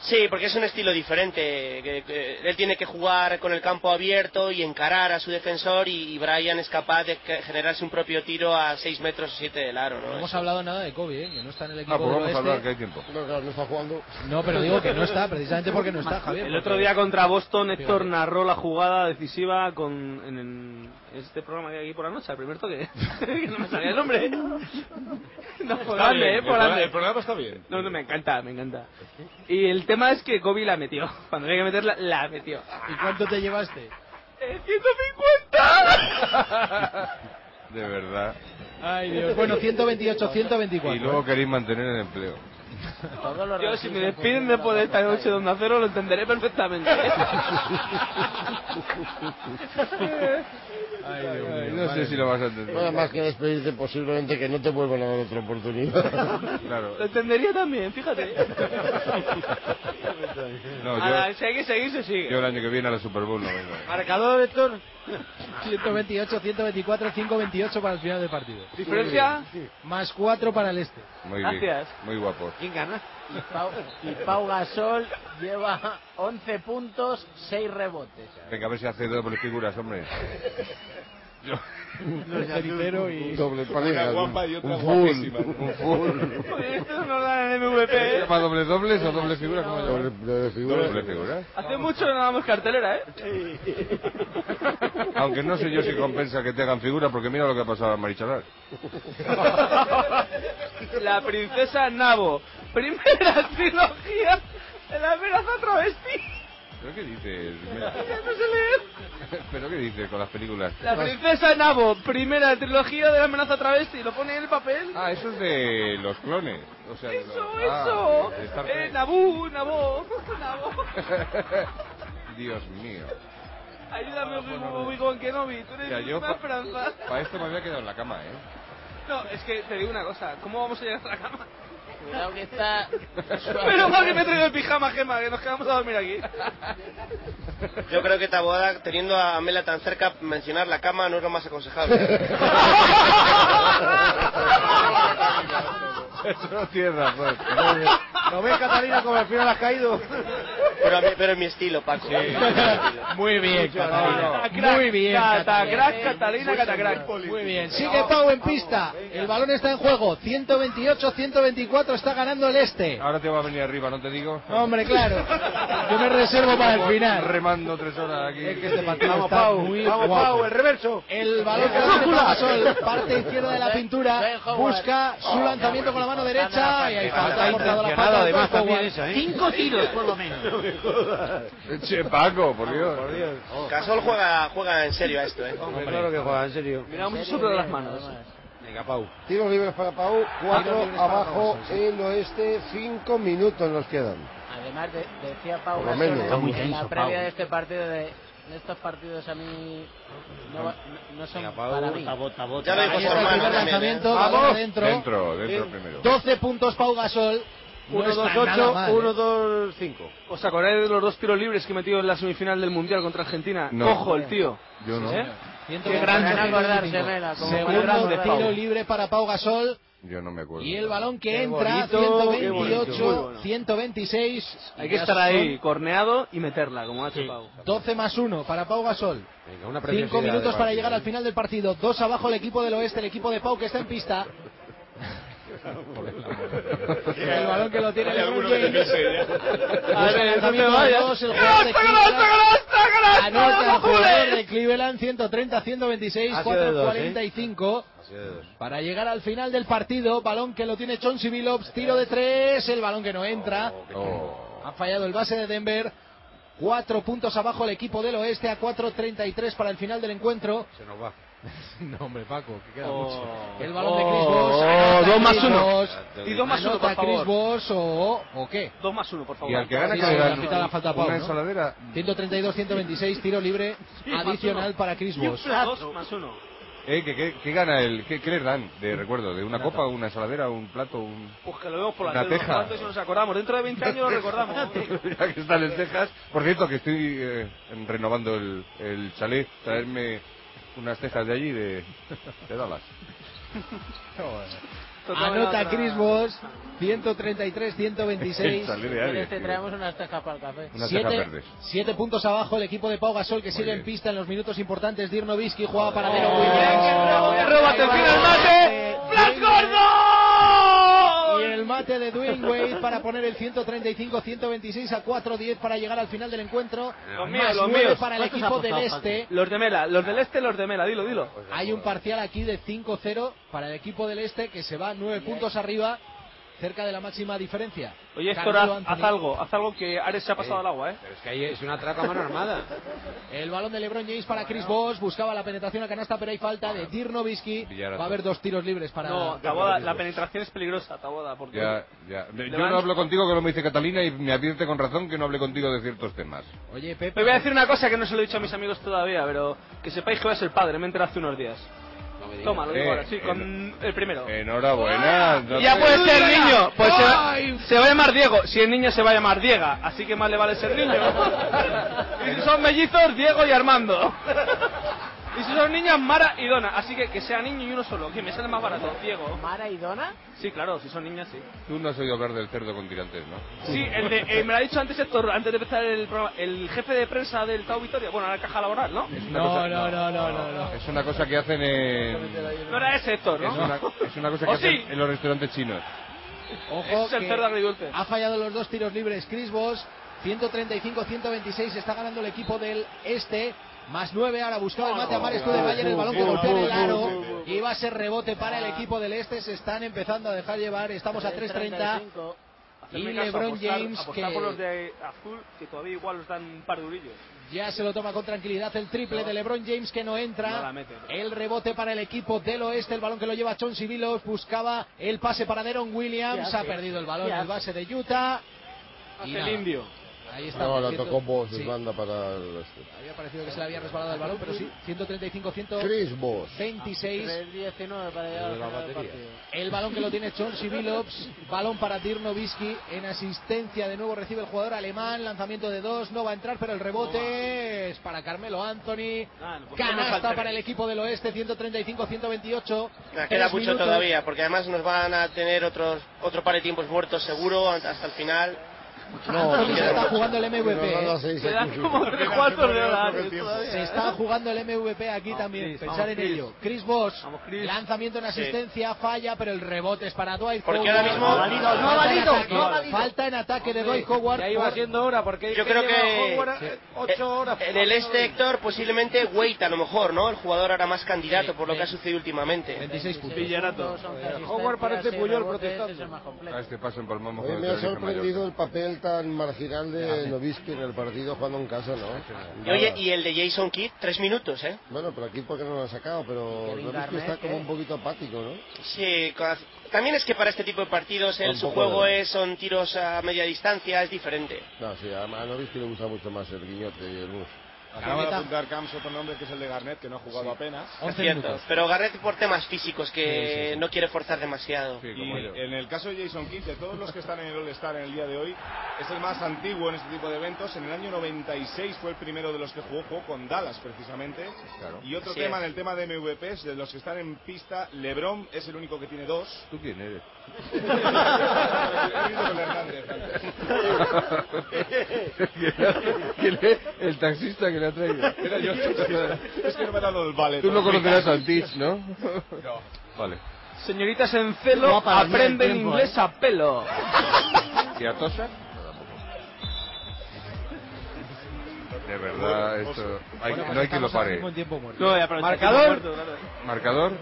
Sí, porque es un estilo diferente. que- que él tiene que jugar con el campo abierto y encarar a su defensor y, y Brian es capaz de que- generarse un propio tiro a 6 metros o 7 del aro.
No
¿no?
hemos hablado nada de Kobe, ¿eh? que no está en el equipo
Ah, pues
del
vamos a hablar, que
oeste.
hay tiempo.
No, claro, no está jugando.
No, pero digo que no está, precisamente porque no está, Javier.
El
porque-
otro día contra Boston, Héctor narró la jugada decisiva con, en, en este programa que hay aquí por la noche, el primer toque. que no me salía el nombre. No, por
Está
grande,
bien,
eh,
el
por
programa-
grande.
el programa está bien.
No, no, me encanta, me encanta. Y el tema es que Kobe la metió. Cuando había que meterla, la metió.
¿Y cuánto te llevaste?
¡Eh, 150!
De verdad.
Ay, Dios. Bueno, 128, 124.
Y luego queréis mantener el empleo.
Yo, si me despiden después de esta noche de Onda Cero, lo entenderé perfectamente.
Ay, no sé si lo vas a entender.
Nada más que despedirte posiblemente que no te vuelvan a dar otra oportunidad.
Claro.
Lo entendería también, fíjate.
No,
Ahora,
yo,
si hay que seguir, se sigue.
yo el año que viene a la Super Bowl no vengo.
¿Marcador, Héctor? 128, 124, 5.28 para el final del partido.
¿Diferencia?
Más 4 para el este.
Muy
Gracias.
bien. Muy guapo.
¿Quién gana?
Y Pau, y Pau Gasol lleva 11 puntos, 6 rebotes.
Venga, a ver si hace doble figuras, hombre. Yo-
Doble pareja. un
Un full.
Esto no lo dan en MVP, ¿eh?
¿Para doble dobles o doble figura? ¿Cómo lo
Doble,
llaman?
doble figura.
Doble figura.
Hace mucho no damos cartelera, ¿eh?
Aunque no sé yo si compensa que te hagan figura, porque mira lo que ha pasado a Marichalar.
La princesa Nabo. Primera trilogía de la amenaza travesti.
¿Pero qué dices?
Ya no sé leer.
¿Pero qué dices con las películas?
La princesa Nabo. Primera trilogía de la amenaza travesti. Lo pone en el papel.
Ah, eso es de los clones. O sea, de los-
Eso,
ah,
eso.
de Star
Eh,
Trek.
Nabú, Nabo. Nabo.
Dios mío.
Ayúdame, Obi-Wan Kenobi. Tú
Mira,
eres
yo
una
pa-
esperanza.
Para esto me había quedado en la cama, ¿eh?
No, es que te digo una cosa. ¿Cómo vamos a llegar a la cama?
Cuidado que está.
Pero mal que me he traído el pijama, Gema, que nos quedamos a dormir aquí.
Yo creo que Taboada, teniendo a Mela tan cerca, mencionar la cama no es lo más aconsejable.
Eso no tiene razón.
pues, ¿No ves, Catalina, como al final has caído?
Pero, a mí- pero es mi estilo, Paco.
Muy bien,
Catalina.
Muy bien,
Catacrac, Catalina, Catacrac.
Muy bien, sigue Pau en pista. El balón está en juego. 128-124 está ganando el este.
Ahora te va a venir arriba, ¿no te digo?
Hombre, claro. Yo me reservo para el final.
Remando tres horas aquí.
Es que este partido está muy guapo.
reverso.
El balón que lanza Pau Gasol, parte izquierda de la pintura, busca su lanzamiento con la mano derecha y hay falta, ha cortado la falta de Dwight Howard.
Cinco tiros, por lo menos.
Che, Paco, por Dios.
Gasol juega, juega en serio a esto, ¿eh?
Claro que juega, en serio.
Mira, mucho soplo de las manos.
Venga, Pau.
Tiros libres para Pau,
Tiros
cuatro
libres para
abajo
Pau, sí.
el oeste, cinco minutos nos quedan.
Además, de- decía Pau
Por lo
Gasol
menos, está muy
en, en la
tenso,
previa
Pau.
de este partido de. de Estos partidos a mí no, va- no- no son para mí.
Ya lo dijo
Ahí
su
está el
hermano
primer
también, ¿eh?
lanzamiento, balón
Vamos.
adentro.
Dentro, dentro primero.
12 puntos Pau Gasol. No
1, 2,
está nada
8,
mal, ¿eh?
1, 2, 5.
¿Os acordáis de los dos tiros libres que metió en la semifinal del Mundial contra Argentina?
No.
Cojo el tío.
Yo no.
¿Eh?
Qué grande acordarse, Mela, como
Segundo
grande,
tiro
Pau.
libre para Pau Gasol
Yo no me acuerdo.
y el balón que
Qué
entra
bonito, qué bonito. Muy
128
bueno.
126
Hay que estar ahí, corneado y meterla, como ha hecho Pau.
12 más 1 para Pau Gasol.
Venga, una
Cinco minutos para llegar al final del partido. Dos abajo el equipo del oeste, el equipo de Pau que está en pista. El balón que lo tiene
Hay
LeBron
alguno que
James.
te pise, ya.
Busca el
A ver, no te
lanzamiento de
vayas.
dos, el jugador de Cleveland. Anota el jugador de Cleveland 130-126,
Ha sido de dos, ¿eh?
4-45. Para llegar al final del partido, balón que lo tiene Chauncey Billups, tiro de tres, el balón que no entra. Ha fallado el base de Denver. Cuatro puntos abajo el equipo del oeste a 4.33 para el final del encuentro.
Se nos va.
No, hombre, Paco, que queda
Oh.
mucho. El balón de Chris
Oh,
Bosch.
oh,
anota
dos más
Chris
uno.
Bosch.
Y dos más uno,
Anota
por favor.
Chris Bosch o, o qué.
Dos más uno, por favor.
Y al que gana
Sí,
que
sí,
le
le
dan
han pitado la falta a Pau,
una
¿no?
ensaladera.
132-126, tiro libre
más
adicional
uno.
para Chris
Y un
Bosch.
plato. Dos más uno.
Eh, ¿qué, qué, qué gana el? ¿Qué, qué les dan? De recuerdo, ¿de una copa, una ensaladera, un plato, un...?
Pues que lo vemos por la
Una
tele unos
teja.
cuantos y nos acordamos. Dentro de 20 años lo recordamos.
ya que están en Texas. Por cierto, que estoy eh, renovando el, el chalet, traerme unas cejas de allí, de, de Dallas.
Anota Chris Bosch, 133-126.
Sale de
Si quieres,
Aries,
te
tío.
Este traemos unas tejas para el café.
Unas
siete,
cejas verdes.
siete puntos abajo el equipo de Pau Gasol que sigue en pista en los minutos importantes. Dirk Nowitzki jugaba para Dero
¡Róbate el final, mate! ¡Flash Gordon!
Y el mate de Dwayne Wade para poner el 135-126 a 4-10 para llegar al final del encuentro.
Los
Más
míos, los
nueve
míos.
para el equipo del este.
Los de Mela, los del este, los de Mela, dilo, dilo.
Pues
Hay un parcial aquí de 5-0 para el equipo del este que se va 9 puntos arriba, cerca de la máxima diferencia.
Oye, Héctor,
Carmelo
haz, haz
Anthony.
algo, haz algo que Ares se ha pasado al agua, ¿eh?
Pero es que ahí es una traca a mano armada.
El balón de LeBron James para Chris Bosh, buscaba la penetración a canasta, pero hay falta de Dirk Nowitzki.
Villarato.
Va a haber dos tiros libres para.
No, Taboda, la penetración es peligrosa, Taboda, porque...
Ya, ya. Yo
van-
no hablo contigo, que lo me dice Catalina, y me advierte con razón que no hable contigo de ciertos temas.
Oye,
Me
Pepe. pues-
voy a decir una cosa que no se lo he dicho a mis amigos todavía, pero que sepáis que voy a ser padre, me enteré hace unos días. Toma, lo digo
Eh,
ahora, sí,
eh,
con el primero.
Enhorabuena. no
Ya
te-
puede ser niño, pues se va, se va a llamar Diego. Si el niño se va a llamar Diega, así que más le vale ser niño. Y si son mellizos, Diego y Armando. Y si son niñas, Mara y Dona. Así que que sea niño y uno solo, que me sale más barato, Diego.
¿Mara y Dona?
Sí, claro, si son niñas, sí.
Tú no has oído hablar del cerdo con tirantes, ¿no?
Sí, el de- eh, me lo ha dicho antes Héctor, antes de empezar el programa, el jefe de prensa del Tau Vitoria, bueno, la caja laboral, ¿no?
Es una
No,
cosa-
no, no, no, no. no.
Es una cosa que hacen en...
No era ese Héctor,
Es
¿no?
una, es una cosa que
¿O
hacen
¿Oh, sí?
en los restaurantes chinos.
Ojo,
Es el
que
cerdo agridulce.
ha fallado los dos tiros libres Chris Bosh. 135-126 está ganando el equipo del este. Más 9 ahora buscaba el mate a Mares de Bayern, el balón que golpea en el aro y va a ser rebote para el equipo del este. Se están empezando a dejar llevar, estamos a 3.30
35.
y
Hacerme caso,
LeBron
apostar-
James
apostar por los
que
de azul, que todavía igual os dan un par de durillos.
ya se lo toma con tranquilidad el triple de LeBron James que no
No la
entra.
mete.
El rebote para el equipo del oeste, el balón que lo lleva Chauncey Billups, buscaba el pase para Deron
¿Qué
Williams,
hace?
ha perdido el balón
¿Qué
el
hace?
base de Utah.
Hace
nada.
el indio.
Ha Ahí está.
No, la
ciento-
tocó Vos,
sí,
banda para el...
Había parecido que se le había resbalado el balón, pero sí. 135, 126.
Chris Vos.
3-19 para llegar
Lo
al
de la
final del
batería.
partido.
El balón que lo tiene Chonsi Vilops, balón para Dirnovisky en asistencia, de nuevo recibe el jugador alemán, lanzamiento de dos, no va a entrar, pero el rebote es para Carmelo Anthony,
Ah, pues
canasta para el equipo del oeste, 135-128.
Nah, queda
Tres
mucho
minutos.
todavía, porque además nos van a tener otros, otro par de tiempos muertos seguro an- hasta el final.
Anthony se está jugando el MVP.
Nos van a
¿eh?
dar seis Quedan aquí. como tres cuartos de hora antes todavía,
Se
¿eh?
está jugando el MVP aquí también.
Chris,
Pensar
vamos,
en
Chris.
ello. Chris Bosch,
Chris.
lanzamiento en
Sí.
asistencia, falla, pero el rebote es para Dwight
Porque
Howard.
ahora mismo- No ha valido, no ha
Falta en
valido,
ataque.
no ha valido.
Falta en ataque de Dwight Howard.
Eh, Ya iba
por-
siendo hora, porque Yo es que creo lleva que- Howard, eh, En el este, Héctor, posiblemente Wait a lo mejor, ¿no? El jugador ahora más candidato por lo que ha sucedido últimamente. 26
puntos. Villarato.
Howard parece Puyol protestando.
A este paso empalmamos
Eh,
Oye,
con
me
el
ha
Tenerife
sorprendido el papel tan marginal de Novisky en el partido jugando en casa, ¿no?
Y oye, y el de Jason Kidd, tres minutos, ¿eh?
Bueno, pero aquí porque no lo ha sacado, pero
Kevin
Novisky
Garnett,
está como
¿eh?
un poquito apático, ¿no?
Sí, con- también es que para este tipo de partidos el,
Un
su
poco
juego
de-
es, son tiros a media distancia, es diferente.
No, sí, a a Novisky le gusta mucho más el guiñote y el bus.
Acaba de apuntar Camps otro nombre que es el de Garnett, que no ha jugado apenas.
Es cierto, pero Garrett por temas físicos que no quiere forzar demasiado.
Y en el caso de Jason Kidd, de todos los que están en el All-Star en el día de hoy, es el más antiguo en este tipo de eventos. En el año 96 fue el primero de los que jugó, jugó con Dallas precisamente. Y otro
Así
tema,
es.
en el tema de MVP, de los que están en pista, LeBron es el único que tiene dos.
¿Tú quién eres?
¿Quién
es? El taxista que le ha traído. Era yo.
Es que no me ha dado el vale.
Tú no conocerás al Teach, ¿no?
No.
Vale.
Señoritas en celo,
No, para mí el
aprenden
tiempo,
inglés
¿eh?
a pelo.
¿Y a Tosa? De verdad, esto. hay-
Bueno, pues
no hay quien lo
estamos ahora
pare.
mismo en tiempo muerto.
No, ya, pero-
Marcador.
Marcador.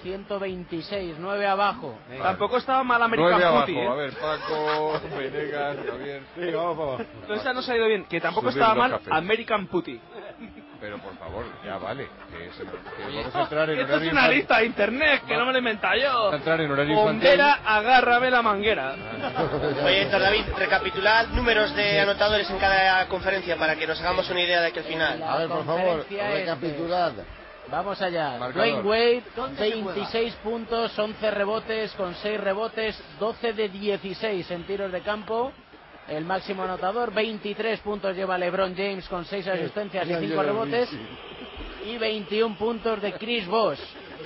135-126, 9 abajo.
Tampoco estaba mal American
Nueve
Footy,
abajo.
¿eh?
A ver, Paco, Venegas, Javier. Sí, vamos, vamos.
No, esa no se ha ido bien. Que tampoco
Subir
estaba
los
mal
cafés.
American Putty.
Pero por favor, ya vale. Que, se- que
Oye,
vamos a entrar en
Esto es
horario
una
infantil.
lista de internet que no me la he inventado yo.
Vamos a entrar en horario
Bombera, agárrame la manguera.
Oye, Héctor David, recapitulad números de anotadores en cada conferencia para que nos hagamos una idea de aquel final.
A ver, por favor, Conferencia este.
recapitulad.
Vamos allá. Dwayne
Marcador.
Wade,
¿Dónde se
26 puntos, 11 rebotes, con 6 rebotes, 12 de 16 en tiros de campo. El máximo anotador, 23 puntos lleva LeBron James con 6 asistencias y
Ya,
5
ya lo
rebotes.
vi,
Y 21 puntos de Chris Bosh.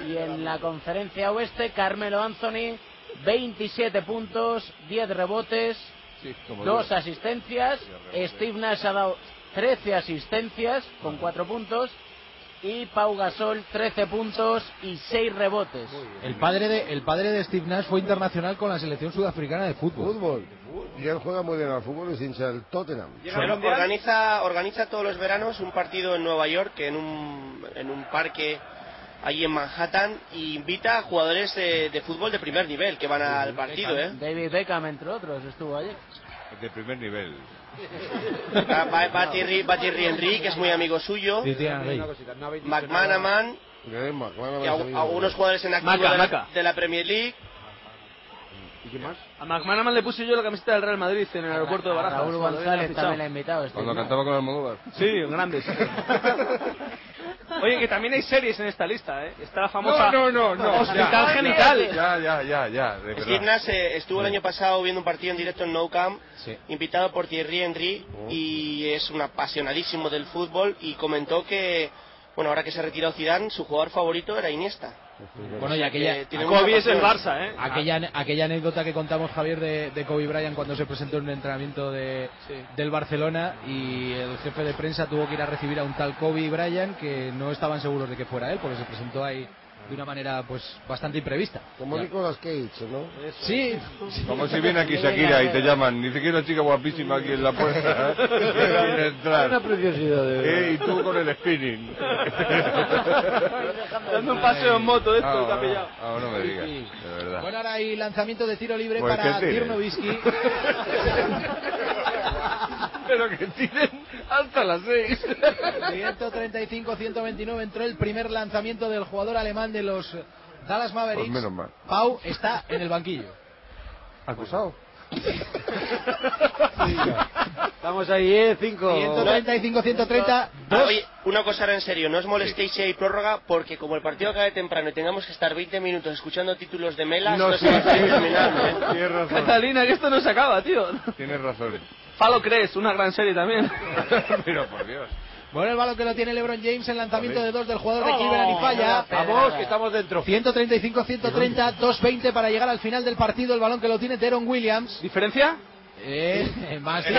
Y en la conferencia oeste, Carmelo Anthony, 27 puntos, 10 rebotes,
Sí, como
dos
digo.
asistencias. Steve Nash ha dado 13 asistencias con 4 puntos. Y Pau Gasol 13 puntos y 6 rebotes.
El padre, de, el padre de Steve Nash fue internacional con la selección sudafricana de fútbol.
Fútbol. Y él juega muy bien al fútbol y se hincha el Tottenham.
Pero organiza, organiza todos los veranos un partido en Nueva York, en un, en un parque allí en Manhattan, y invita a jugadores de, de fútbol de primer nivel que van al partido, ¿eh?
David Beckham, entre otros, estuvo allí.
De primer nivel.
Va- va- va Thierry- va Thierry Henry, que es muy amigo suyo,
Sí, Thierry Henry.
Una cosita, no habéis dicho nada.
McManaman,
Eh, McManaman
y
es
algu-
amigo.
algunos jugadores en activo
Maca,
de, la,
Maca.
de la Premier League.
¿Y qué más? A McManaman le puse yo la camiseta del Real Madrid en el aeropuerto de
A
Barajas.
Raúl
cuando habían
González
fichado.
también la ha invitado. Steve
Cuando
Nash.
cantaba con Almodóvar.
Sí, grandes. Oye, que también hay series en esta lista, ¿eh? Está la famosa
No, no, no, no.
Hospital
ya.
Genital.
Ya, ya, ya, ya. De
Steve
verdad.
Nash eh, estuvo el año pasado viendo un partido en directo en No Camp, invitado por Thierry Henry, y es un apasionadísimo del fútbol, y comentó que, bueno, ahora que se ha retirado Zidane, su jugador favorito era Iniesta.
Bueno,
O sea
y
que
aquella,
tiene mucha pasión.
Aquella, aquella anécdota que contamos, Javier, de, de Kobe Bryant cuando se presentó en un entrenamiento de, del Barcelona y el jefe de prensa tuvo que ir a recibir a un tal Kobe Bryant que no estaban seguros de que fuera él porque se presentó ahí de una manera pues bastante imprevista.
Como
Ya.
Nicolas Cage, ¿no?
Sí.
Como si viene aquí Shakira y te llaman, ni siquiera una chica guapísima aquí en la puerta. ¿eh? Viene a entrar.
Una preciosidad de verdad.
Eh, y tú con el spinning.
Dando un paseo en moto, esto,
Ah,
te ha pillado.
ah, no me digas, de verdad.
Bueno, ahora hay lanzamiento de tiro libre
Pues
para
que tire.
Dirnovisky.
Pero que tiren hasta las 6.
135-129 entró el primer lanzamiento del jugador alemán de los Dallas
Pues
Mavericks.
menos mal.
Pau está en el banquillo.
¿Acusado?
Estamos ahí, ¿eh? 5.
135, 130.
Ah, oye, una cosa ahora en serio, no os molestéis si hay prórroga, porque como el partido acabe temprano y tengamos que estar 20 minutos escuchando títulos de melas, no,
No,
se
sí,
va a
sí.
terminar, ¿eh?
Catalina, que esto no se acaba, tío.
Tienes razón.
Palo crees, una gran serie también.
Pero por Dios.
Bueno, el balón que lo tiene LeBron James en lanzamiento de dos del jugador de
Oh,
Cleveland y falla.
qué Vamos, que estamos dentro.
135, 130, 220 para llegar al final del partido. El balón que lo tiene Teron Williams.
¿Diferencia?
Eh, más.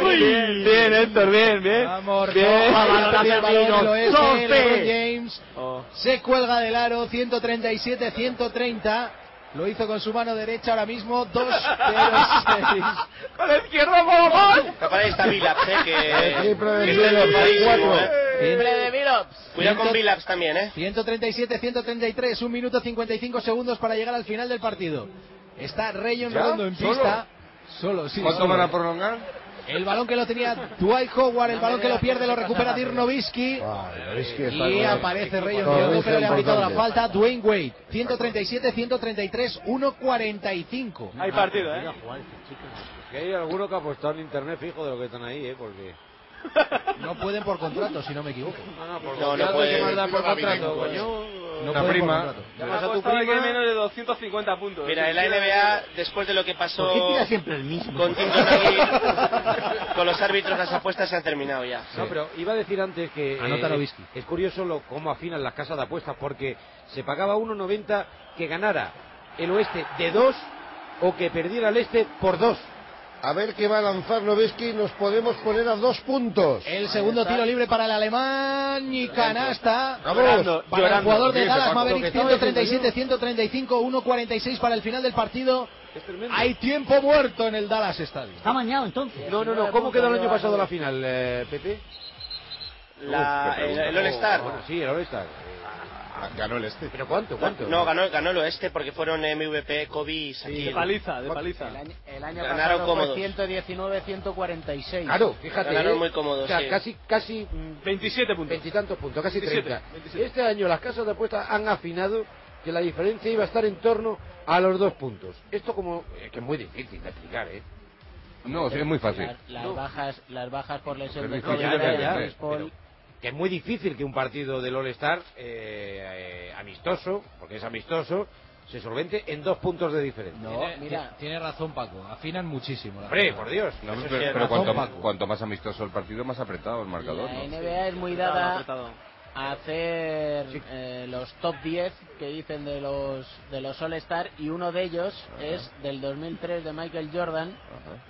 Muy bien, bien, Héctor, bien, bien.
Vamos,
bien.
Roja, pierde el balón en el oeste, LeBron James
Oh.
se cuelga del aro, 137, 130. Lo hizo con su mano derecha ahora mismo, 2-0-6.
Con la izquierda, por gol.
Para esta Vilaps, ¿eh? Que, que está
Vilaps,
enchufadísimo,
cuatro.
¿eh?
Triple de
Cuidado con Vilaps también, ¿eh?
137, 133, 1 minuto 55 segundos para llegar al final del partido. Está Rayon
¿Ya?
Redondo en
¿Solo?
pista. Solo, sí.
¿Cuánto
solo.
van a prolongar?
El balón que lo tenía Dwight Howard, el balón que lo pierde lo recupera Dirk Nowitzki. Y aparece Reyes Redondo, pero le han quitado la falta. Dwayne Wade, 137, 133, 1.45.
Hay partido, ¿eh?
Que hay alguno que ha apostado en internet fijo de lo que están ahí, ¿eh? Porque... No pueden por contrato, si no me equivoco.
No, no pueden.
pueden por contrato,
Pues.
coño.
Una
pueden por
prima.
contrato.
Llamas a tu prima. que menos de 250 puntos.
Mira, en la NBA, después de lo que pasó
¿Por qué tira
siempre el mismo? con Tim Donaghy, con los árbitros, las apuestas se han terminado ya.
No, pero iba a decir antes que eh,
Anótalo,
es-
Whisky.
es curioso lo, cómo afinan las casas de apuestas, porque se pagaba 1,90 que ganara el oeste de 2 o que perdiera el este por 2.
A ver qué va a lanzar Noveski. Nos podemos poner a dos puntos.
El segundo tiro libre para el alemán y canasta.
Vamos. Llorando,
para el
llorando.
jugador de
Dice,
Dallas
Paco, lo que
Mavericks,
estaba diciendo
137, 135, 1.46 para el final del partido. Hay tiempo muerto en el Dallas Stadium.
Está mañado entonces.
No, no, no. ¿Cómo quedó el año pasado la final, eh, Pepe?
La-
Uf, qué
el-
pregunta.
el All-Star.
Bueno, sí, el All-Star.
Ganó el este.
¿Pero cuánto? ¿Cuánto?
No, ganó, ganó el oeste porque fueron MVP, Kobe y Shaquille.
De paliza, de paliza.
El año
Ganaron
pasado
cómodos.
fue 119-146.
Claro, fíjate. ¿eh? O sea, casi, casi. mm,
27 puntos.
Veintitantos puntos, casi
27,
30. Este año las casas de apuestas han afinado que la diferencia iba a estar en torno a los dos puntos. Esto, como. Es que es muy difícil de explicar, ¿eh?
No, sí, es muy fácil.
Las, las bajas, las bajas por lesión
Pero
de
es difícil
Kobe
de
Bryant,
ganar,
Chris Paul.
pero que es muy difícil que un partido del All-Star eh, eh, amistoso, porque es amistoso, se solvente en dos puntos de diferencia.
Tiene- ti- tiene razón Paco, afinan muchísimo. la
Hombre,
cosa.
por Dios.
No,
Eso es
pero
que
pero
razón,
cuanto,
Paco.
cuanto más amistoso el partido, más apretado el marcador.
La
¿no?
NBA es muy dada a hacer eh, los top 10 que dicen de los de los All Star y uno de ellos es del 2003 de Michael Jordan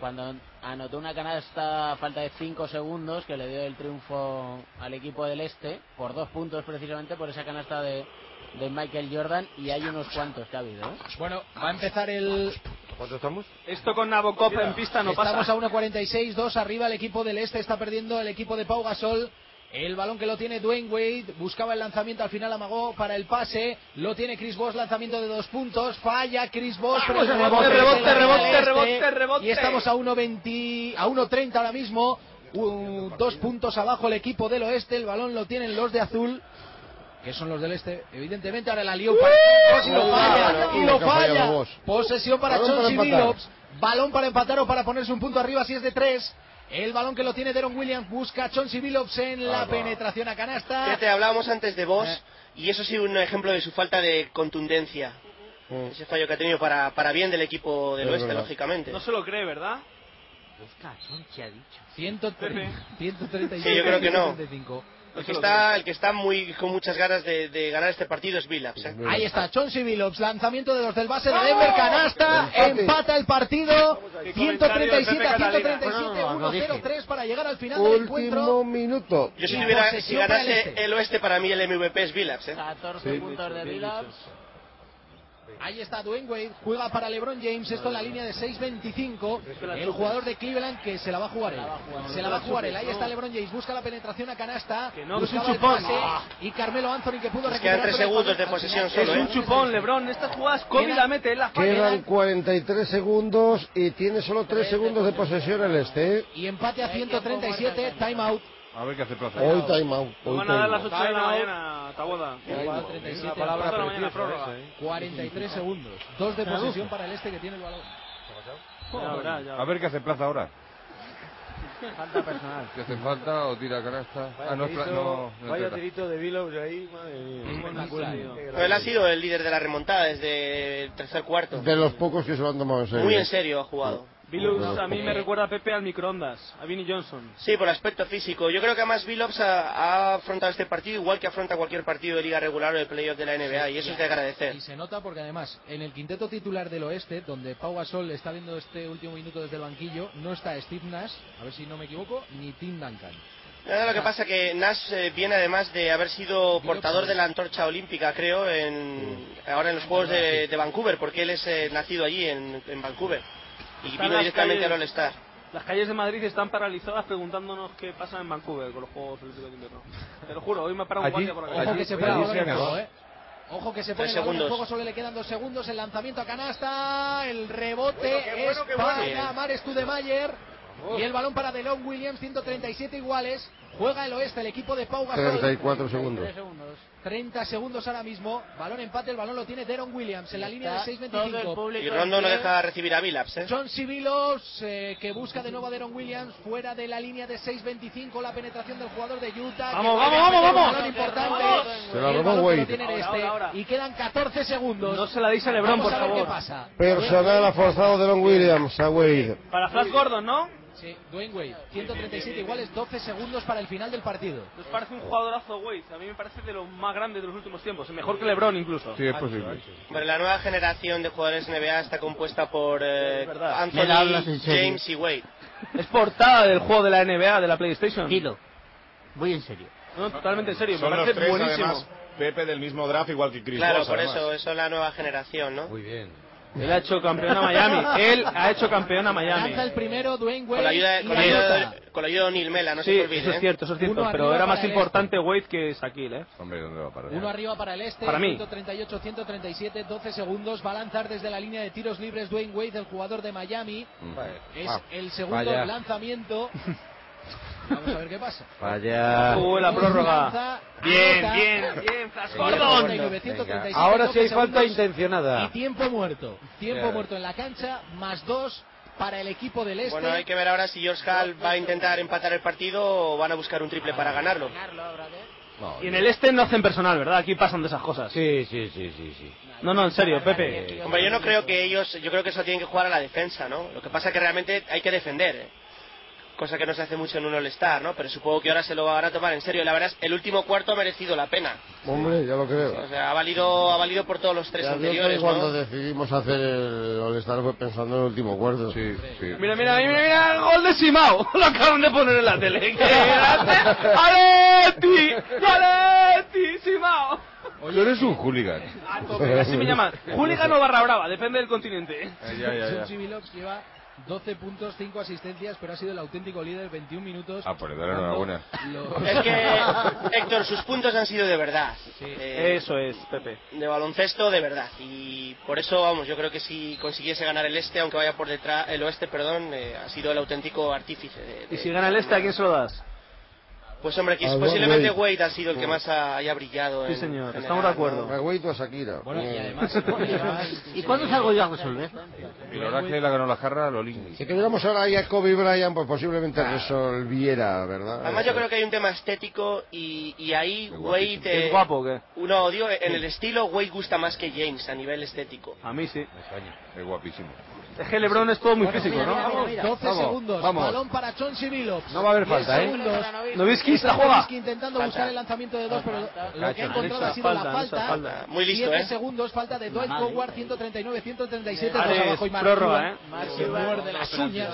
cuando anotó una canasta a falta de 5 segundos que le dio el triunfo al equipo del Este por dos puntos precisamente por esa canasta de, de Michael Jordan y hay unos cuantos que ha habido. ¿eh?
Bueno, va a empezar el.
¿Cuánto estamos?
Esto con Nabokov en pista no
Estamos
pasa.
a 1.46, 2 arriba. El equipo del este está perdiendo. El equipo de Pau Gasol. El balón que lo tiene Dwayne Wade. Buscaba el lanzamiento. Al final amagó para el pase. Lo tiene Chris Bosh. Lanzamiento de dos puntos. Falla Chris Bosh.
Vamos,
pero el
Ah, pues, rebote,
rebote,
rebote,
rebote,
rebote,
rebote,
rebote, rebote.
Y estamos a 1.20, a 1.30 ahora mismo. Un- dos puntos abajo el equipo del oeste. El balón lo tienen los de azul. Que son los del este, evidentemente. Ahora la lió para y lo falla. Y lo
Lo que ha fallado
falla.
Bosh.
Posesión para
Balón para
Chauncey
empatar.
Billups. Balón para empatar o para ponerse un punto arriba si es de tres. El balón que lo tiene Deron Williams busca a Chauncey Billups en la
Ah, va.
penetración a canasta.
Fíjate, hablábamos antes de Bosch y eso ha sido un ejemplo de su falta de contundencia. Ese fallo que ha tenido para, para bien del equipo del
Es
oeste,
verdad.
lógicamente.
No se lo cree, ¿verdad?
ha dicho? 130, 135.
Sí, yo creo que no.
135.
El que está, el que está muy, con muchas ganas de, de ganar este partido es Vilaps. ¿eh?
Ahí está, Chauncey Billups, lanzamiento de los del base de Denver, canasta,
Empate.
empata el partido,
ahí.
137 a
Comentario de Pepe
137,
Catalina. No, no, no, dije.
1-0-3 para llegar al final del encuentro.
Último minuto.
Yo si,
La
tuviera- si
posesión para el
ganase
este.
el oeste, para mí el MVP es Vilaps. ¿eh?
14 puntos de Villaps.
Ahí está Dwayne Wade, juega para LeBron James, esto en la línea de 6'25, el jugador de Cleveland que se la va a jugar él. Se la va a jugar él, ahí está LeBron James, busca la penetración a canasta,
no,
buscaba
es un
el
chupón.
pase, y Carmelo Anthony que pudo
Nos
recuperar.
quedan tres
pero el
segundos de ¿eh?
balón al
posesión
final-
Es un chupón, Lebron. Estas jugadas Kobe la mete, él la falla.
Quedan 43 segundos y tiene solo 3 segundos de posesión el este. ¿eh?
Y empate a 137, timeout.
A ver qué hace plaza.
Hoy timeout.
Nos
Hoy
van a dar
timeout.
las ocho de la
mañana, Taboda.
Igual, 37
Una palabra
Cuarto de la mañana,
preciosa
prórroga.
esa, ¿eh?
43 segundos. Dos de
Traduce.
posesión para el este que tiene el balón.
Ya verá, ya
A ver qué hace plaza ahora.
Falta personal.
¿Qué hace falta o tira canasta?
Vaya
Ah, no, es Pla-
tirito-
no, no es
vaya
Plata.
tirito de Billows ahí, madre mía.
espectacular. Pero él ha sido el líder de la remontada desde el tercer cuarto.
De los pocos que se lo han tomado en serio.
Muy en serio ha jugado.
Billups a mí me recuerda a Pepe al microondas, a Vinnie Johnson.
Sí, por aspecto físico. Yo creo que además Billups ha, ha afrontado este partido igual que afronta cualquier partido de liga regular o de playoff de la NBA y eso es de agradecer.
Y se nota porque además en el quinteto titular del oeste, donde Pau Gasol está viendo este último minuto desde el banquillo, no está Steve Nash, a ver si no me equivoco, ni Tim Duncan.
Nada, lo que pasa que Nash eh, viene además de haber sido portador de la antorcha olímpica, creo, en, ahora en los Juegos de, de Vancouver, porque él es eh, nacido allí en, en Vancouver y
Está en
vino
las
directamente al
calles.
All-Star.
Las calles de Madrid están paralizadas preguntándonos qué pasa en Vancouver con los Juegos Olímpicos de Invierno. Te lo juro, hoy me ha parado un
Allí-
guardia por la
ojo
calle.
que se
Oye,
para
oye,
ahora
oye,
el juego,
oye.
¿eh? Ojo que se
Tres
pone la bola en
segundos.
juego, solo le quedan dos segundos, el lanzamiento a canasta, el rebote
Bueno, qué bueno,
es
qué bueno.
para Mares Tudemayer y el balón para Delon Williams, 137 iguales, juega el oeste, el equipo de Pau Gasol.
34 segundos.
30 segundos ahora mismo, balón empate, el balón lo tiene Deron Williams en la línea de
Está
6'25.
todo el público Y Rondo no
en pie.
deja recibir a Billups, ¿eh?
John Sibilos eh, que busca de nuevo a Deron Williams fuera de la línea de 6'25 la penetración del jugador de Utah. que
Vamos,
vuelve
vamos,
a
vamos,
meter un
vamos.
balón importante.
Vamos.
Se la
Y el
robó
balón que
Wade.
lo tiene en
Ahora,
este.
ahora, ahora.
Y quedan 14 segundos.
No se la deis a LeBron,
Vamos
por
a ver
favor.
qué pasa.
Personal ha forzado de Don Williams a Wade.
Para Flash Gordon, ¿no?
Sí, Dwayne Wade. 137 iguales, 12 segundos para el final del partido.
Nos parece un jugadorazo, Wade. A mí me parece de los más grandes de los últimos tiempos. Mejor que LeBron, incluso.
Sí, es posible.
Bueno, la nueva generación de jugadores NBA está compuesta por eh, Anthony,
Me la hablas en serio.
James y Wade.
Es portada del juego de la NBA, de la PlayStation.
Voy en serio.
No, totalmente en serio.
Son
me
los
parece
tres,
buenísimo.
además, Pepe del mismo draft, igual que Chris
Claro,
Bosh,
por
además.
eso, eso es la nueva generación, ¿no?
Muy bien.
Él ha hecho campeón a Miami. Él ha hecho campeón a Miami.
Lanza el primero Dwayne Wade.
Con la ayuda de,
y
con la ayuda
anota.
de, con la ayuda de O'Neal Mela, no
sí,
se te olvide.
eso es
¿eh?
cierto, eso es cierto.
Uno
Pero
arriba
era
para
más
el este.
importante Wade que Sakil, ¿eh? Hombre, ¿dónde va para
Uno arriba para el este,
Para mí.
138, 137, 12 segundos. Va a lanzar desde la línea de tiros libres Dwayne Wade, el jugador de Miami. Es el segundo
Vaya.
lanzamiento. Vamos a ver qué pasa.
Vaya.
Jugó Uh, la prórroga.
Lanza,
Bien,
anota.
bien, bien, Flash
Venga,
Gordon.
49, 137,
Ahora sí hay
12
falta
segundos.
intencionada.
Y tiempo muerto. Tiempo
Claro.
muerto en la cancha, más dos para el equipo del este.
Bueno, hay que ver ahora si George Hall va a intentar empatar el partido o van a buscar un triple para ganarlo.
Y en el este no hacen personal, ¿verdad? Aquí pasan de esas cosas.
Sí, sí, sí, sí. sí.
No, no, en serio, Pepe.
Hombre, yo no creo que ellos, yo creo que eso tienen que jugar a la defensa, ¿no? Lo que pasa es que realmente hay que defender, ¿eh? cosa que no se hace mucho en un All-Star, ¿no? Pero supongo que ahora se lo van a tomar en serio. La verdad es el último cuarto ha merecido la pena.
Hombre, ya lo creo.
O sea, ha valido, ha valido por todos los tres
Ya vio que
anteriores,
cuando
¿no?
decidimos hacer el All-Star fue pensando en el último cuarto. Sí, sí.
Mira, mira, mira, mira, el gol de Simao. Lo acaban de poner en la tele. ¡Qué grande! ¡Aleti! ¡Aleti! ¡Simao!
Tú eres un hooligan.
A Ah, tope, Así me llaman. Hooligan o barra brava, depende del continente.
Eh, John Sibilox lleva 12 puntos, 5 asistencias, pero ha sido el auténtico líder, 21 minutos.
Ah, pues le daré enhorabuena.
Es que, Héctor, sus puntos han sido de verdad. Eh,
Eso es, Pepe.
de baloncesto de verdad y por eso vamos yo creo que si consiguiese ganar el este aunque vaya por detrás el oeste perdón eh, ha sido el auténtico artífice de- de-
Y si gana el este, ¿a quién se lo das?
pues hombre que
Ah,
posiblemente
Wade. Ah.
Wade ha sido el que más ha- haya brillado
Sí,
en-
señor,
en
estamos
el-
de acuerdo.
Me güey tú a Shakira. Eh,
y
además...
¿Y cuándo salgo yo a resolver?
El Oracle la ganó la jarra a Lolín.
Si tuviéramos ahora ahí a Kobe Bryant, pues posiblemente resolviera, ¿verdad?
además yo creo que hay un tema estético y, y ahí Wade eh,
¿Es guapo o qué?
uno odio en el estilo Wade gusta más que James a nivel estético
A mí sí.
Es guapísimo.
Es que LeBron es todo muy
Bueno,
físico,
mira,
¿no?
mira,
Vamos,
mira.
12
vamos,
segundos,
vamos.
balón para John Sibilox.
No va a haber
10
falta, ¿eh?
segundos.
Nowitzki se la
Está
juega.
Nowitzki intentando
Falta.
buscar el lanzamiento de dos, pero lo- lo
Falta.
que ha encontrado ha sido
Falta,
la
falta,
falta.
falta. Muy listo,
7
¿eh?
segundos, falta de Dwight
Madre
Howard, 139, 137,
Ares,
dos abajo y Mark
prórroga,
Cuban,
¿eh?
que muerde las uñas.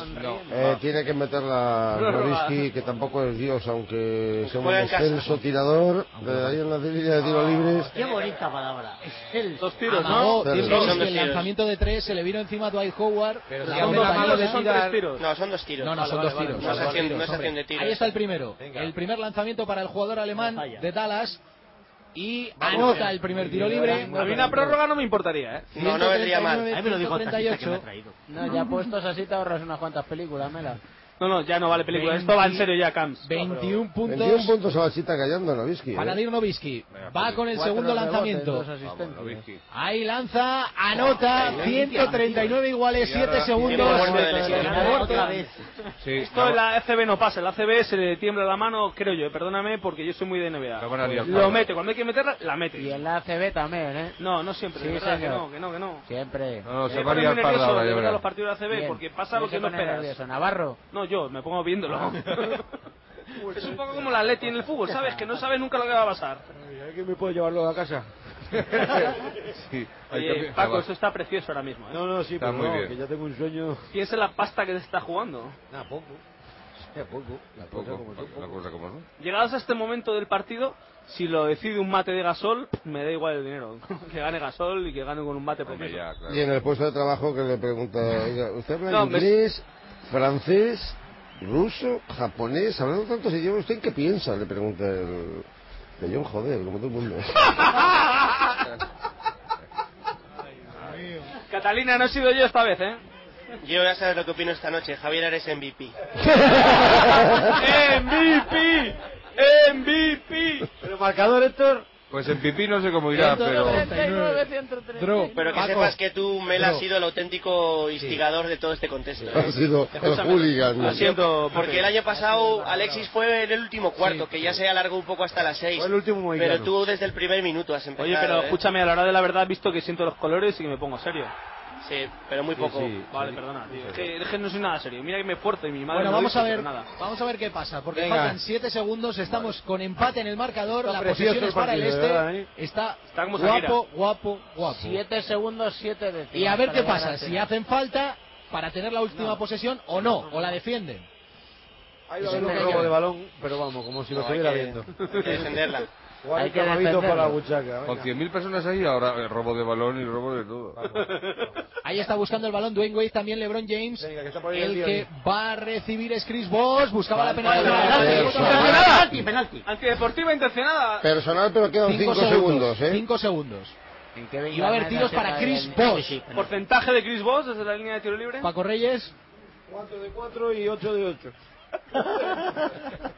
Eh, tiene que meter la
No, no,
Nowitzki, que tampoco es Dios, aunque sea un
juega en casa.
excelso tirador. De ahí en la línea de tiros libres.
Qué bonita palabra. El-
Dos
Amagó,
Pero
tiros,
son dos
el
tiros.
lanzamiento de tres se le vino encima a Dwight Howard.
Pero
la
si hace
bomba
la mano
española.
de Son tres tirar- tiros.
no son dos tiros
No, no, son dos tiros.
no es
Son dos
acción,
tiros,
no es acción
hombre.
de tiros
Ahí está el primero. El primer lanzamiento para el jugador alemán de Dallas. Y anota el primer tiro libre.
A mí una prórroga no me importaría, ¿eh?
No, no vendría mal.
139,
este
Ahí me lo dijo el taxista que me ha
138.
pues. No, ya puestos así te ahorras unas cuantas películas, Mela.
No, no, ya no vale película. Esto va en serio ya, Camps.
21 puntos.
21 puntos a Bachita callando, Novisky. ¿eh?
Para Dirk Nowitzki. Va con el
Cuatro
segundo
rebotes,
lanzamiento.
dos
Ahí lanza, anota,
Ahí lanza.
139 iguales,
Y ahora-
7 segundos.
Tiene muerte de lesión. Otra vez. Esto en la ACB no pasa, en la ACB se le tiembla la mano, creo yo, perdóname, porque yo soy muy de NBA. Lo,
a liar, Pablo.
mete, cuando hay que meterla, la mete.
Y en la ACB también, ¿eh?
No, no siempre,
Sí,
de verdad, que
señor.
no, que no, que no.
Siempre.
Eh, me pone muy nervioso de ver los partidos de la ACB porque pasa
No
lo
se
que no
pone
esperas.
nervioso, Navarro.
No, yo, me pongo viéndolo. es un poco como la Leti en el fútbol, ¿sabes? Que no sabes nunca lo que va a pasar.
¿Alguien me puede llevarlo a casa?
Sí,
Oye, Paco, esto está precioso ahora mismo. ¿eh?
No, no, sí,
Está
pero
muy
no,
bien.
que ya tengo un sueño.
Piensa en la pasta que te está jugando.
Nada, Ah, poco. Hostia, poco. La cosa como son, poco.
Llegados a este momento del partido, si lo decide un mate de Gasol, me da igual el dinero. que gane Gasol y que gane con un mate porque
Y en el puesto de trabajo que le pregunta, oiga, ¿usted habla
No, me-
inglés, francés, ruso, japonés? Hablando tantos idiomas, ¿usted en qué piensa? Le pregunta el... De John, joder, como todo el mundo.
Catalina, no he sido yo esta vez, ¿eh?
Yo ya sabes lo que opino esta noche. Javier Ares MVP.
¡MVP! ¡MVP!
¿Pero marcador, Héctor?
Pues en pipí no sé cómo irá, pero...
139, Pero que
Paco.
sepas que tú, Mel,
Dro.
has sido el auténtico instigador de todo este contexto.
Ha sido el
Escúchame.
hooligan.
Lo siento, porque el año pasado Alexis fue en el último cuarto, que ya se alargó un poco hasta las seis.
el último mohicano.
Pero tú desde el primer minuto has empezado.
Oye, pero
¿eh?
escúchame, a la hora de la verdad he visto que siento los colores y me pongo serio.
Sí, pero muy
Sí,
poco.
sí. Vale, perdona, tío. Es que, es que no soy nada serio. Mira que me esfuerzo y mi madre me
Bueno,
lo
vamos
dice,
a ver,
pero nada.
vamos a ver qué pasa, porque
Venga.
faltan 7 segundos, estamos con empate en el marcador,
Está
la posesión
precioso el
es para el
partido,
este,
de verdad, ¿eh?
está,
Está como Shakira.
guapo, guapo, guapo.
7 segundos, 7 de
Y a ver qué pasa, si hacen falta para tener la última posesión o no, o la defienden.
Ahí va a
Eso
haber un
es lo que
robo
hay.
de balón, pero vamos, como si lo
No,
estuviera
hay que-
viendo.
hay que defenderla.
Jugar
Hay
el
que
camarito
defenderla.
para la buchaca. venga.
Con 100.000 personas ahí, ahora eh, robo de balón y robo de todo.
Ahí está buscando el balón Dwayne Wade, también LeBron James.
ahí el
el
lío
que
ahí.
va a recibir es Chris Bosh, buscaba la penalti.
Eso.
Penalti,
Antideportiva intencionada.
Personal, pero quedan 5
Cinco
segundos,
segundos,
¿eh?
5 segundos.
Y
va a haber tiros para Chris Bosh.
Porcentaje de Chris Boss desde la línea de tiro libre.
Paco Reyes.
4 de 4 y 8 de 8.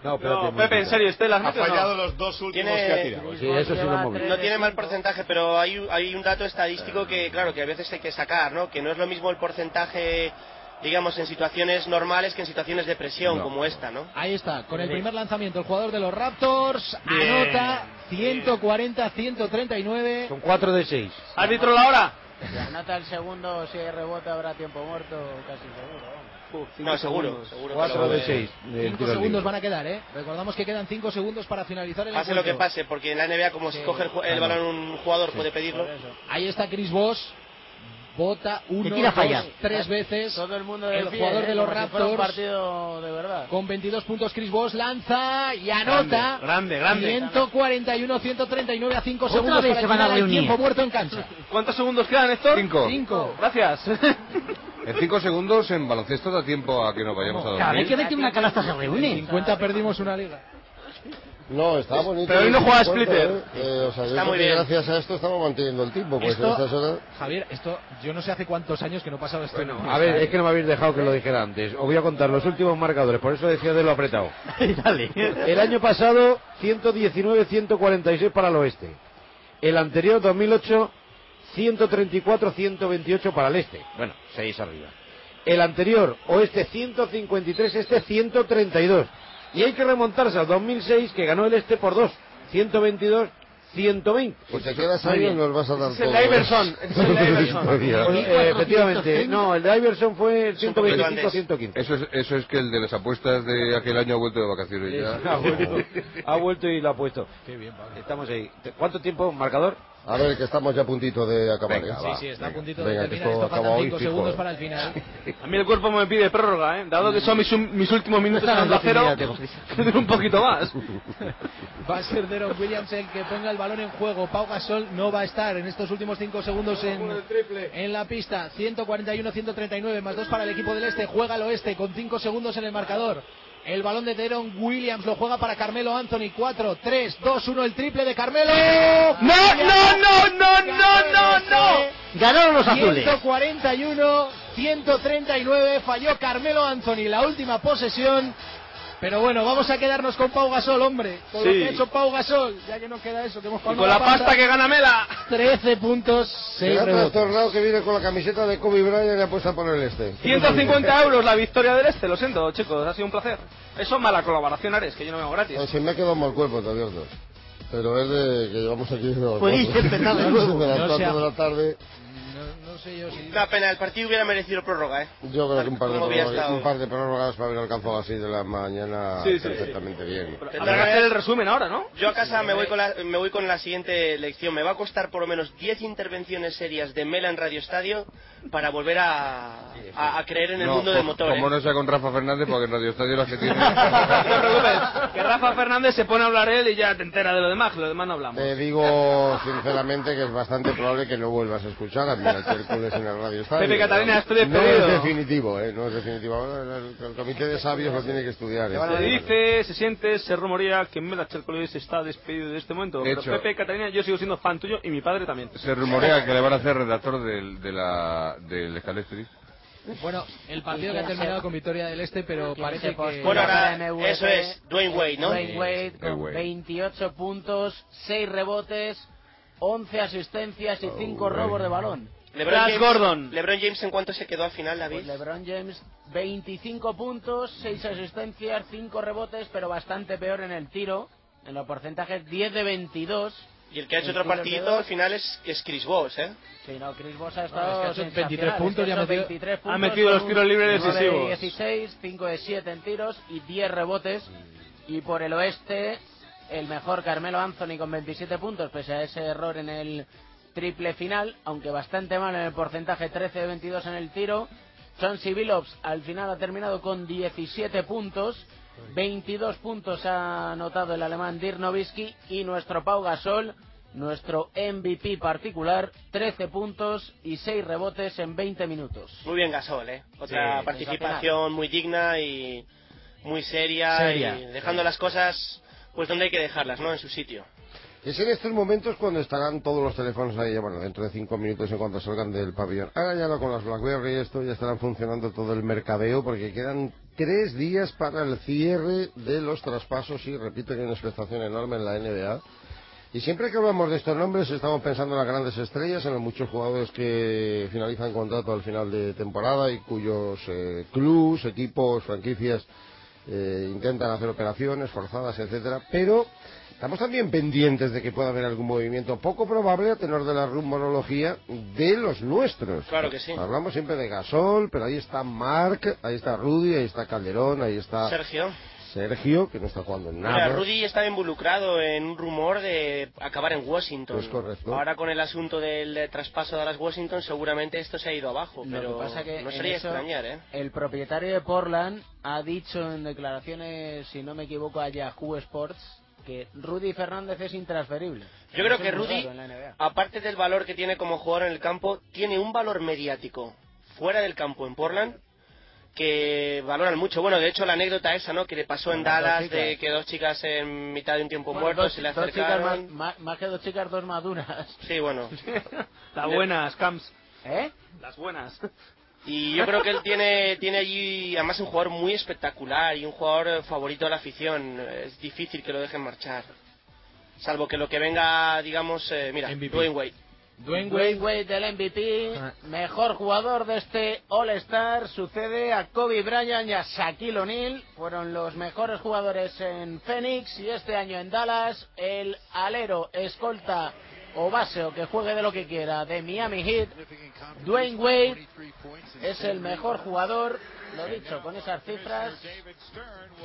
No, Pepe, en serio, ¿este las mete o no?
dos
últimos que ha tirado. Sí, eso sí lo hemos visto.
No tiene mal porcentaje, pero hay, un- hay un dato estadístico que, claro, que a veces hay que sacar, ¿no? Que no es lo mismo el porcentaje, digamos, en situaciones normales que en situaciones de presión
No.
como esta, ¿no?
Ahí está, con el
Sí.
primer lanzamiento, el jugador de los Raptors
Bien.
anota 140-139.
Son 4 de 6.
Árbitro la hora.
Si anota el segundo, si hay rebote, habrá tiempo muerto, casi seguro. vamos.
No, seguro, seguro.
4 de 6.
5 segundos van a quedar, ¿eh? Recordamos que quedan 5 segundos para finalizar el
Pase lo
encuentro.
que pase, porque en la NBA, como si coge el, ju- el
claro.
balón un jugador, puede pedirlo.
Ahí está Chris Bosch. Bota uno,
tira
dos,
falla.
tres veces.
Todo el mundo
El
de pie,
jugador
¿eh?
de los
Como si fuera un
Raptors.
partido de verdad.
Con 22 puntos Chris Bosch lanza y anota.
Grande, grande, grande.
141-139 a 5
Otra
segundos
vez
para
se van a
llegar al
reunir.
tiempo muerto en cancha.
¿Cuántos segundos quedan, Héctor?
Cinco.
Cinco.
Gracias.
En 5 segundos en baloncesto da tiempo a que nos vayamos a dormir.
Cada vez que mete una
canasta se reúne. 50 perdimos una liga.
No, está bonito.
Pero hoy no
el
juega
encuentro,
Splitter.
¿eh? Eh, o sea, yo
Está
creo
muy
que
bien.
Gracias a esto estamos manteniendo el tiempo, pues
Esto-
en estas horas...
Javier, esto yo no sé hace cuántos años que no pasaba esto. en el
A ver,
estadio.
es que no me habéis dejado que lo dijera antes. Os voy a contar los últimos marcadores, por eso decía de lo apretado. El año pasado, 119-146 para el oeste. El anterior, 2008, 134-128 para el este. Bueno, 6 arriba. El anterior, oeste, 153, este, 132. Y hay que remontarse al 2006, que ganó el este por 2, 122. 120.
Pues te quedas ahí
Muy bien.
y nos vas a dar
Ese es
todo. ¿eh?
el Iverson, ese es el Iverson.
Pues,
Eh, efectivamente, no, el de Iverson fue el
poquito antes.
125-115.
Eso es, eso es que el de las apuestas de aquel año ha vuelto de vacaciones ya.
Ha vuelto, ha vuelto y lo ha puesto. Estamos ahí. ¿Te- ¿Cuánto tiempo, marcador?
A ver, que estamos ya a puntito de acabar.
Venga,
¿eh?
Sí, va. sí, está a
Venga,
puntito
de
Venga, que
terminar,
esto
esto
acaba
faltan
hoy
cinco
fijo.
segundos para el final.
A mí el cuerpo me pide prórroga, ¿eh? Dado que son mis, mis últimos
Ah,
minutos en onda cero, un poquito más.
Va a ser Deron Williams el que ponga el balón en juego. Pau Gasol no va a estar en estos últimos 5 segundos en, en la pista. 141-139 más 2 para el equipo del este. Juega al oeste con 5 segundos en el marcador. El balón de Deron Williams lo juega para Carmelo Anthony. 4, 3, 2, 1. El triple de Carmelo.
No, no, no, no, no, no, no. Ganaron los azules.
141 139 falló Carmelo Anthony la última posesión. Pero bueno, vamos a quedarnos con Pau Gasol, hombre. Con lo
Sí.
que ha hecho Pau Gasol, ya que nos queda eso, que hemos pagado
con la pasta que gana Mela.
13 puntos, 6 rebotes.
trastornado que viene con la camiseta de Kobe Bryant y apuesta por el este.
150 euros la victoria del Este, lo siento, chicos, ha sido un placer. Eso mala colaboración, Ares, que yo no me hago gratis.
Pues se me ha quedado mal cuerpo todavía los dos. Pero es de que llevamos aquí desde las
Podéis
cuatro.
empezar de
Desde
nuevo.
las
Pues, No
cuatro
sea-
de la tarde.
No sé yo si...
Una pena, el partido hubiera merecido prórroga, ¿eh?
Yo creo que un par de,
¿Cómo había
prórrogas,
estado?
un par de prórrogas para haber alcanzado las 6 de la mañana
Sí, sí, sí.
perfectamente bien.
Habrá que hacer el resumen ahora, ¿no?
Yo a casa me voy, con la, me voy con la siguiente lección. Me va a costar por lo menos 10 intervenciones serias de Mela en Radio Estadio para volver a, a- a creer en el
No,
mundo del
co-
motor. ¿eh?
Como no sea con Rafa Fernández, porque en Radio Estadio las que tiene.
Que Rafa Fernández se pone a hablar él y ya te entera de lo demás, que lo demás no hablamos.
Eh,
Te digo sinceramente que es bastante probable que no vuelvas a escuchar a Miguel Hércules en el Radio Estadio.
Pepe Catalina, estoy
No
despedido.
es definitivo, ¿eh? No es definitivo. Ahora El, el comité de sabios lo tiene que estudiar. ¿eh?
Se dice, se siente, se rumorea que Mela Cholcolis está despedido de este momento.
De
Pero
hecho.
Pepe, Catalina, yo sigo siendo fan tuyo y mi padre también.
Se rumorea que le van a hacer redactor del, de la, del Scalestri.
Bueno, el partido que ha terminado con victoria del Este, pero parece que...
Bueno, ahora, eso es, Dwayne Wade, ¿no?
Este, Dwayne Wade
Sí,
con
Dwayne Wade.
28 puntos, 6 rebotes, 11 asistencias
Oh,
y 5 robos de balón.
LeBron James, LeBron James, ¿en cuánto se quedó al final, David?
Pues LeBron James, 25 puntos, 6 asistencias, 5 rebotes, pero bastante peor en el tiro. En los porcentajes, 10 de 22.
Y el que ha hecho
El
otro
tiro
partidito
quedó-
al final es, es Chris Bosh, ¿eh?
Sí, no, Chris Bosh ha
es
estado
que ha hecho 23
sensacional,
puntos
es que
y ha
ha hecho
metido-
23
ha
puntos
metido los
con
tiros libres
19
decisivos.
de 16, 5 de 7 en tiros y 10 rebotes. Y por el oeste, el mejor Carmelo Anthony con 27 puntos, pese a ese error en el triple final, aunque bastante mal en el porcentaje 13 de 22 en el tiro. Chauncey Billups al final ha terminado con 17 puntos. 22 puntos ha anotado el alemán Dirk Nowitzki y nuestro Pau Gasol, nuestro MVP particular, 13 puntos y 6 rebotes en 20 minutos.
Muy bien Gasol, ¿eh? Otra
Sí,
participación
sensacional.
muy digna y muy seria,
Seria.
y dejando las cosas pues donde hay que dejarlas, ¿no? En su sitio.
Es en estos momentos cuando estarán todos los teléfonos ahí, bueno, dentro de cinco minutos en cuanto salgan del pabellón. Ahora ya no con las BlackBerry y esto, ya estarán funcionando todo el mercadeo porque quedan tres días para el cierre de los traspasos y repito que hay una expectación enorme en la NBA. Y siempre que hablamos de estos nombres estamos pensando en las grandes estrellas, en los muchos jugadores que finalizan contrato al final de temporada y cuyos eh, clubs, equipos, franquicias eh, intentan hacer operaciones forzadas, etcétera, pero estamos también pendientes de que pueda haber algún movimiento poco probable a tenor de la rumorología de los nuestros.
Claro que sí.
Hablamos siempre de Gasol, pero ahí está Mark, ahí está Rudy, ahí está Calderón, ahí
Ah.
está
Sergio.
Sergio, que no está jugando en nada.
Mira, Rudy estaba involucrado en un rumor de acabar en Washington.
Es correcto.
Ahora con el asunto del eh, traspaso de las Washington seguramente esto se ha ido abajo,
Lo
pero
que pasa que
no
en
sería
eso-
extrañar, ¿eh?
El propietario de Portland ha dicho en declaraciones, si no me equivoco, a Yahoo Sports que Rudy Fernández es intransferible.
Yo creo
Eso
que
es muy
Rudy-
raro en la NBA.
Aparte del valor que tiene como jugador en el campo, tiene un valor mediático fuera del campo en Portland que valoran mucho. Bueno, de hecho la anécdota esa, ¿no? Que le pasó en
Con las dos
Dallas
chicas.
de que dos chicas en mitad de un tiempo
Bueno,
muerto
dos-
se le
dos chicas más,
acercaron.
más- más que dos chicas, dos maduras.
Sí, bueno.
Las buenas, Camps.
¿Eh?
Las buenas.
Y yo creo que él tiene, tiene allí, además, un jugador muy espectacular y un jugador eh, favorito de la afición. Es difícil que lo dejen marchar. Salvo que lo que venga, digamos, eh, mira, Dwayne Wade.
Dwayne Wade. Ah. del MVP, mejor jugador de este All-Star, sucede a Kobe Bryant y a Shaquille O'Neal. Fueron los mejores jugadores en Phoenix y este año en Dallas. El alero, escolta o base o que juegue de lo que quiera de Miami Heat, Dwayne Wade es el mejor jugador, lo dicho, con esas cifras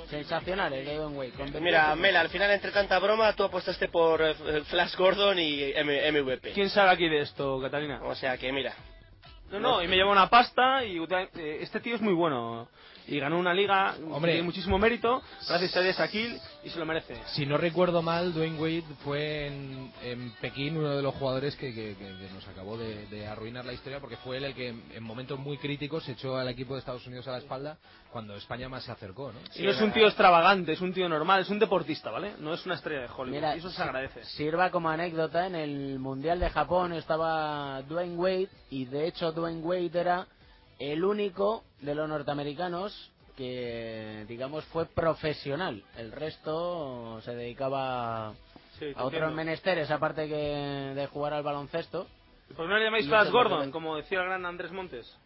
sensacionales de Dwayne Wade. con
Pues Mira,
28
Mel, al final, entre tanta broma, tú apostaste por eh, Flash Gordon y M- MVP.
¿Quién sabe aquí de esto, Catalina?
O sea que, mira.
No, no, y me lleva una pasta y eh, este tío es muy bueno. Y ganó una liga,
Hombre.
tiene muchísimo mérito, gracias a Desakil y se lo merece.
Si no recuerdo mal, Dwayne Wade fue en, en Pekín uno de los jugadores que, que- que- que nos acabó de, de arruinar la historia porque fue él el que en, en momentos muy críticos echó al equipo de Estados Unidos a la espalda cuando España más se acercó, ¿no?
Y no es un tío extravagante, es un tío normal, es un deportista, ¿vale? No es una estrella de Hollywood.
Mira,
y eso se agradece.
Sirva como anécdota, en el Mundial de Japón estaba Dwayne Wade y de hecho Dwayne Wade era el único de los norteamericanos que, digamos, fue profesional. El resto se dedicaba
Sí, te
a otros
entiendo.
menesteres, aparte que de jugar al baloncesto.
¿Por qué Pues no le llamáis
Y
Flash
ese
Gordon,
Gordon.
como decía el gran Andrés Montes?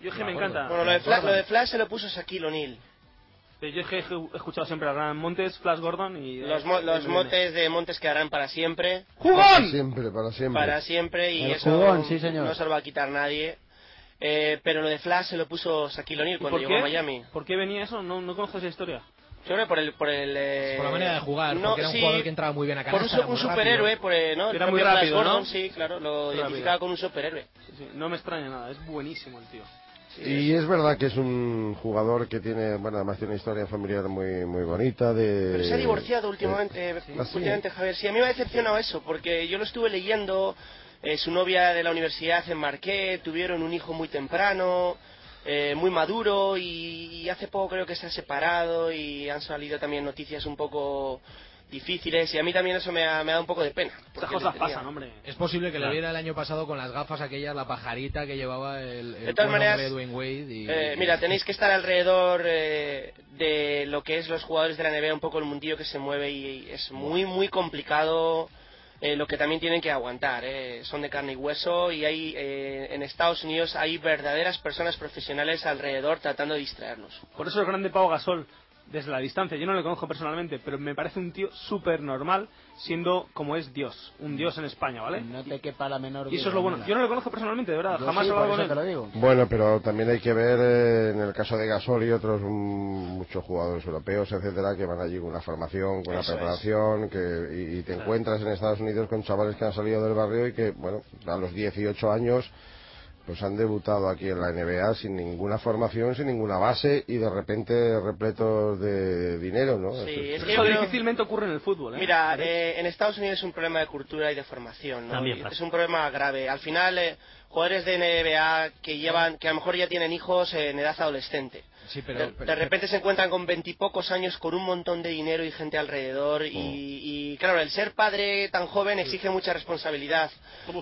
Yo es que me
Gordon.
encanta.
Bueno, lo de, Fla- lo de Flash se lo puso Shaquille O'Neal.
Sí, Yo es que he escuchado siempre al gran Montes, Flash Gordon y...
Los, mo- los motes de Montes quedarán para siempre.
Para siempre, para siempre.
Para siempre y
El
eso
jugón, sí, señor.
no se lo va a quitar nadie. Eh, pero lo de Flash se lo puso Shaquille O'Neal
¿Y
cuando
por
llegó
qué?
a Miami.
¿Por qué venía eso? No, no conozco esa historia.
Yo creo que por el... Por, el, eh,
Por la manera de jugar,
no,
porque era un
sí,
jugador que entraba muy bien a
Por un, su-
canasta, era muy
un superhéroe,
rápido.
por, eh, ¿no? El
Era muy
propio Flash
rápido,
Gordon,
¿no?
Sí, claro, lo
Rápido.
identificaba con un superhéroe.
Sí, sí, No me extraña nada, es buenísimo el tío.
Y es verdad que es un jugador que tiene, bueno, además tiene una historia familiar muy muy bonita. De,
Pero se ha divorciado últimamente, eh,
Ah, sí.
últimamente Javier. Sí, a mí me ha decepcionado eso, porque yo lo estuve leyendo, eh, su novia de la universidad en Marqués, tuvieron un hijo muy temprano, eh, muy maduro, y, y hace poco creo que se ha separado y han salido también noticias un poco difíciles, y a mí también eso me ha, me ha dado un poco de pena. porque le tenía.
Es posible que
Claro.
le viera el año pasado con las gafas aquellas, la pajarita que llevaba el, el
De todas
buen
maneras,
hombre Dwayne Wade. Y,
Eh, mira, tenéis que estar alrededor eh, de lo que es los jugadores de la NBA, un poco el mundillo que se mueve y, y es muy, muy complicado eh, lo que también tienen que aguantar. eh, Son de carne y hueso y hay eh, en Estados Unidos hay verdaderas personas profesionales alrededor tratando de distraernos.
Por eso el grande Pau Gasol, desde la distancia, yo no le conozco personalmente, pero me parece un tío súper normal, siendo como es Dios, un Dios en España, ¿vale?
No te quepa la menor
Y eso
duda,
es lo bueno.
nada.
Yo no le conozco personalmente, de verdad,
Yo
jamás
sí,
he hablado
por
con él.
eso te lo digo.
Bueno, pero también hay que ver eh, en el caso de Gasol y otros mm, muchos jugadores europeos, etcétera, que van allí con una formación, con una
Eso es.
preparación, que, y, y te encuentras en Estados Unidos con chavales que han salido del barrio y que, bueno, a los 18 años pues han debutado aquí en la NBA sin ninguna formación, sin ninguna base y de repente repletos de dinero, ¿no? Eso
Sí,
es-
es que
Ah, Eso
yo creo-
difícilmente ocurre en el fútbol, ¿eh?
Mira,
Pero-
eh, en Estados Unidos es un problema de cultura y de formación, ¿no?
También
Y
pasa.
es un problema grave. Al final, eh, jugadores de NBA que llevan, que a lo mejor ya tienen hijos eh, en edad adolescente.
Sí, pero,
de,
pero-
de repente se encuentran con veintipocos años con un montón de dinero y gente alrededor
Mm.
y, y, claro, el ser padre tan joven exige mucha responsabilidad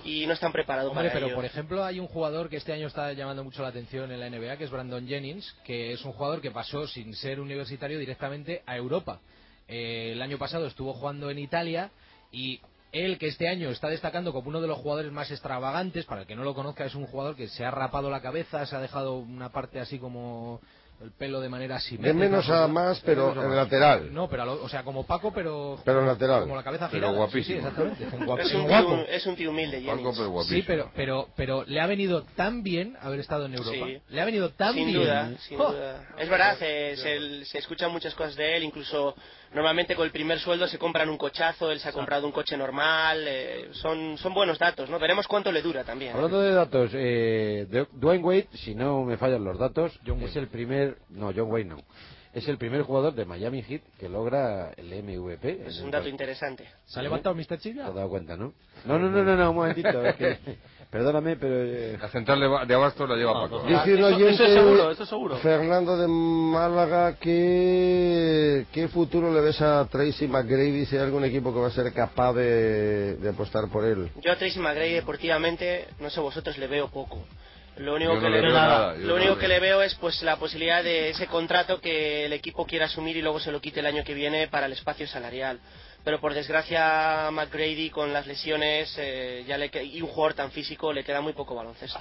y no están preparados
Hombre,
para
pero
ello.
por ejemplo hay un jugador que este año está llamando mucho la atención en la NBA, que es Brandon Jennings, que es un jugador que pasó sin ser universitario directamente a Europa. Eh, el año pasado estuvo jugando en Italia y él que este año está destacando como uno de los jugadores más extravagantes, para el que no lo conozca es un jugador que se ha rapado la cabeza, se ha dejado una parte así como el pelo de manera simétrica.
menos a más, pero
De menos a
en
más.
lateral.
No, pero a lo- o sea, como Paco, pero
Pero lateral.
como la cabeza
Pero
girada. Sí, sí,
guapísimo.
exactamente. Guap-
es, un
guapo.
tío, es un tío humilde, Jennings.
Sí, pero, pero, pero le ha venido tan bien haber estado en Europa.
Sí.
Le ha venido tan
sin
bien.
duda, sin
¡Jo!
duda. Es verdad, eh, se, se escuchan muchas cosas de él, incluso normalmente con el primer sueldo se compran un cochazo, él se ha comprado un coche normal, eh, son, son buenos datos, ¿no? Veremos cuánto le dura también.
Hablando de datos, eh, de- Dwayne Wade, si no me fallan los datos, es el primer. No, John Wayne no. Es el primer jugador de Miami Heat que logra el MVP.
Es un dato interesante.
¿Se ha levantado Mr. Chica?
Te has dado cuenta, ¿no? No, no, no, no, no, un momentito. es que- perdóname, pero. eh,
La central de, Ba- de Abastos la lleva Paco.
Dice un oyente, Fernando de Málaga, ¿qué, ¿qué futuro le ves a Tracy McGrady si hay algún equipo que va a ser capaz de, de apostar por él?
Yo a Tracy McGrady deportivamente, no sé vosotros, le veo poco. Lo único,
Yo no
que,
le
le
veo nada, yo
lo
no
único
le
que
veo.
le veo es pues la posibilidad de ese contrato que el equipo quiera asumir y luego se lo quite el año que viene para el espacio salarial. Pero por desgracia, McGrady con las lesiones eh, ya le que- y un jugador tan físico le queda muy poco baloncesto.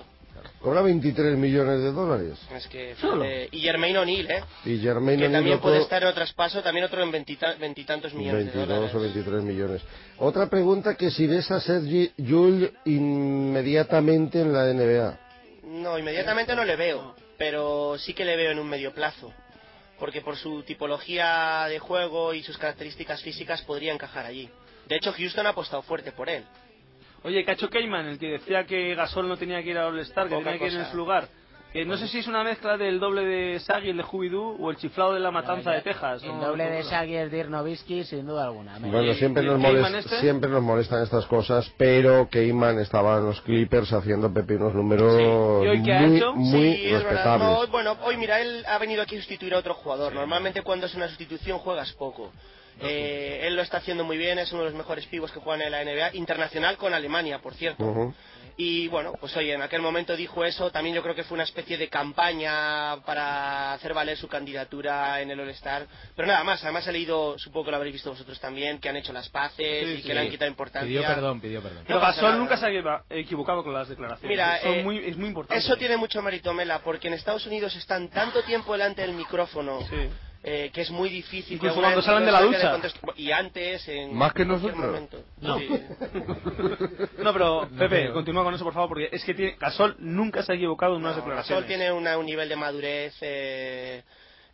Cobra 23 millones de dólares.
Es que,
Solo.
eh, y Jermaine O'Neal, ¿eh?
Y Jermaine
que
O'Neal
también
otro
puede estar en otro traspaso, también otro en veintita- veintitantos millones de
22
dólares.
o 23 millones. Otra pregunta que si ves a Sergi Yul inmediatamente en la NBA.
No, inmediatamente no le veo, pero sí que le veo en un medio plazo. Porque por su tipología de juego y sus características físicas podría encajar allí. De hecho, Houston ha apostado fuerte por él.
Oye, Cacho Keiman, el que decía que Gasol no tenía que ir a All-Star, que
Poca
tenía que ir en
cosa.
su lugar. Eh, no sé si es una mezcla del doble de Sagi, el de Jubidú, o el chiflado de la matanza
Ya, ya.
de Texas.
El
¿no?
doble
No,
de
no.
Shaggy es Dirk Nowitzki, sin duda alguna. Me-
Bueno, siempre nos, molest-
este?
siempre nos molestan estas cosas, pero Keyman estaba en los Clippers haciendo Pepe unos números
¿Y hoy qué ha
Pues muy,
hecho?
muy
Sí, es verdad.
respetables.
No, hoy, bueno, hoy mira, él ha venido aquí a sustituir a otro jugador. Normalmente cuando es una sustitución juegas poco. Eh, él lo está haciendo muy bien, es uno de los mejores pibos que juegan en la NBA, internacional con Alemania, por cierto.
Ujú.
Y bueno, pues oye, en aquel momento dijo eso. También yo creo que fue una especie de campaña para hacer valer su candidatura en el All-Star. Pero nada más, además he leído, supongo que lo habréis visto vosotros también, que han hecho las paces y que le han quitado importancia.
Pidió perdón, pidió perdón.
No pasa
Gasol
nada.
nunca se había equivocado con las declaraciones.
Mira,
Son
eh,
muy- es muy importante.
Eso tiene mucho mérito, Mela, porque en Estados Unidos están tanto tiempo delante del micrófono eh, que es muy difícil.
Incluso
que alguna
cuando
vez
salen de
no
la
salga
ducha.
contexto. Y antes, en
Más que
cualquier
nosotros.
momento.
No.
Sí.
No, pero Pepe,
pero-
continúa con eso, por favor, porque es que tiene, Gasol nunca se ha equivocado en unas declaraciones.
Gasol tiene una- un nivel de madurez eh,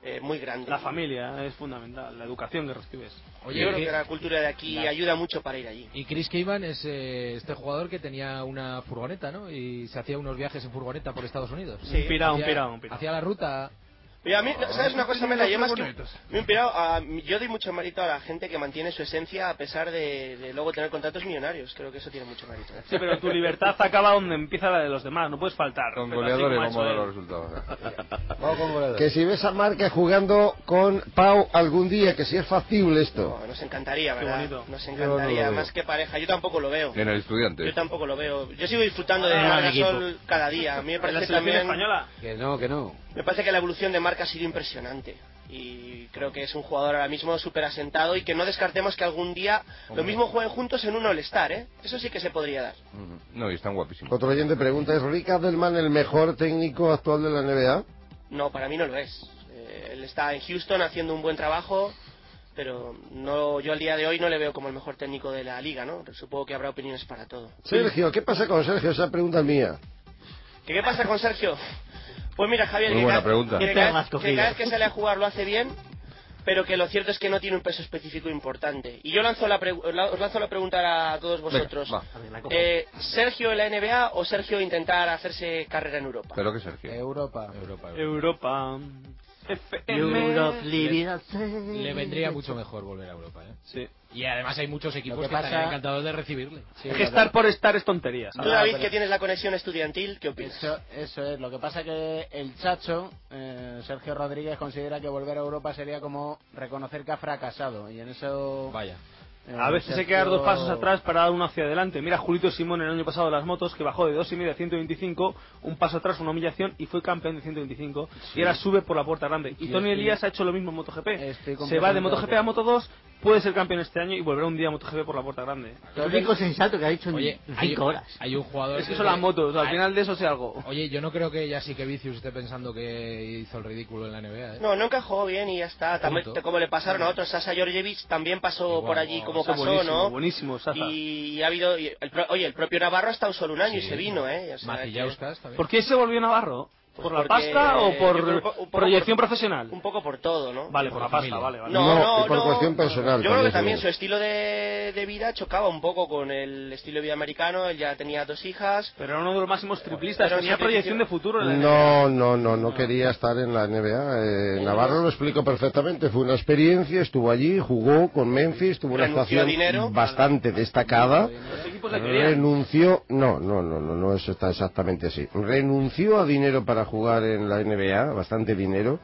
eh, muy grande.
La familia es fundamental, la educación que recibes.
Oye, yo creo que la cultura de aquí
La-
ayuda mucho para ir allí.
Y Chris Kavan es eh, este jugador que tenía una furgoneta, ¿no? Y se hacía unos viajes en furgoneta por Estados Unidos.
Sí. Un pirao, un
Hacía-
pirao, un pirao.
Hacía la ruta.
Y a mí, ¿sabes una cosa, Mela? Yo, más que,
Bonitos.
me he inspirado a- yo doy mucho mérito a la gente que mantiene su esencia a pesar de, de luego tener contratos millonarios. Creo que eso tiene mucho mérito. ¿eh?
Sí, pero tu libertad acaba donde empieza la de los demás, no puedes faltar.
Con
Pero así
goleadores
como
vamos
ha
a dar los
hecho
resultados. ¿eh?
Vamos con goleadores.
Que si ves a Marca jugando con Pau algún día, que si es factible esto.
Oh, Nos encantaría,
Qué
¿verdad?
bonito.
Nos
Yo no
encantaría,
lo veo.
más que pareja. Yo tampoco lo veo.
En el estudiante.
Yo tampoco lo veo. Yo sigo disfrutando de
Ah,
Marc
equipo.
Gasol cada día. A mí me
En
parece
la selección
también.
española. Que no, que no.
Me parece que la evolución de Marca ha sido impresionante. Y creo que es un jugador ahora mismo súper asentado y que no descartemos que algún día lo
Hombre.
mismo jueguen juntos en un All-Star, ¿eh? Eso sí que se podría dar.
No, y están guapísimos.
Otro oyente pregunta, ¿es Rick Adelman el mejor técnico actual de la NBA?
No, para mí no lo es. Eh, él está en Houston haciendo un buen trabajo, pero no, yo al día de hoy no le veo como el mejor técnico de la liga, ¿no? Supongo que habrá opiniones para todo.
Sergio, ¿qué pasa con Sergio? Esa pregunta es mía.
¿Qué, qué pasa con Sergio? Pues mira, Javier,
Muy
que,
buena
cada-
pregunta.
que
Qué
cada,
perlas
que
cogidas.
cada vez que sale a jugar lo hace bien, pero que lo cierto es que no tiene un peso específico importante. Y yo lanzo la pregu- la- os lanzo la pregunta a todos vosotros.
Venga,
Eh, ¿Sergio en la NBA o Sergio intentar hacerse carrera en
Ah,
Europa?
Pero que Sergio.
Europa. Europa.
Europa.
Le, le vendría mucho mejor volver a Europa, ¿eh?
Sí.
Y además hay muchos equipos que,
pasa-
estarían encantados de recibirle.
Es que estar por estar es tontería.
Tú, David, que tienes la conexión estudiantil, ¿qué opinas?
Eso, eso es. Lo que pasa que el chacho, eh, Sergio Rodríguez, considera que volver a Europa sería como reconocer que ha fracasado. Y en eso.
Vaya.
Eh,
A veces hay que dar dos pasos atrás para dar uno hacia adelante. Mira, Julito Simón el año pasado de las motos, que bajó de dos y media a 125, un paso atrás, una humillación, y fue campeón de 125,
Sí.
y ahora sube por la puerta grande. Y
Yo
Tony
estoy-
Elías ha hecho lo mismo en MotoGP. Se va
completamente
de MotoGP
de
a Moto2, puede ser campeón este año y volverá un día a MotoGP por la puerta grande.
Lo único sensato que ha dicho en
Oye,
cinco
hay,
horas.
hay un jugador.
Es que son las motos, al final de eso sea algo.
Oye, yo no creo que ya sí que Vicius esté pensando que hizo el ridículo en la NBA, ¿eh?
No, nunca jugó bien y ya está. También-
Punto.
como le pasaron a otros, Sasa Georgievich también pasó por allí como
Eso
pasó,
buenísimo,
¿no?
Buenísimo, Sasa.
Y ha habido. y el pro- oye, el propio Navarro ha estado solo un año y
Sí.
se vino, ¿eh? O sea,
Macillauskas también.
¿Por qué se volvió Navarro?
que-
¿Por la
porque,
pasta
eh,
o por
yo creo un po- un poco
proyección
por-
profesional?
Un poco por todo, ¿no?
Vale, por la pasta,
familia.
vale, vale.
No, no,
y por
no.
cuestión personal.
Yo creo que también
también
su estilo de, de vida chocaba un poco con el estilo de vida americano. Él ya tenía dos hijas.
Pero era uno de los máximos triplistas.
Pero
Tenía
sacrificio-
proyección de futuro en la
No, no, no, no quería estar en la NBA. Eh, Navarro lo explico perfectamente. Fue una experiencia, estuvo allí, jugó con Memphis, tuvo una
Renunció
actuación
dinero.
bastante destacada.
le
querían.
Renunció, no, no, no, no, no, eso está exactamente así. Renunció a dinero para jugar en la NBA, bastante dinero.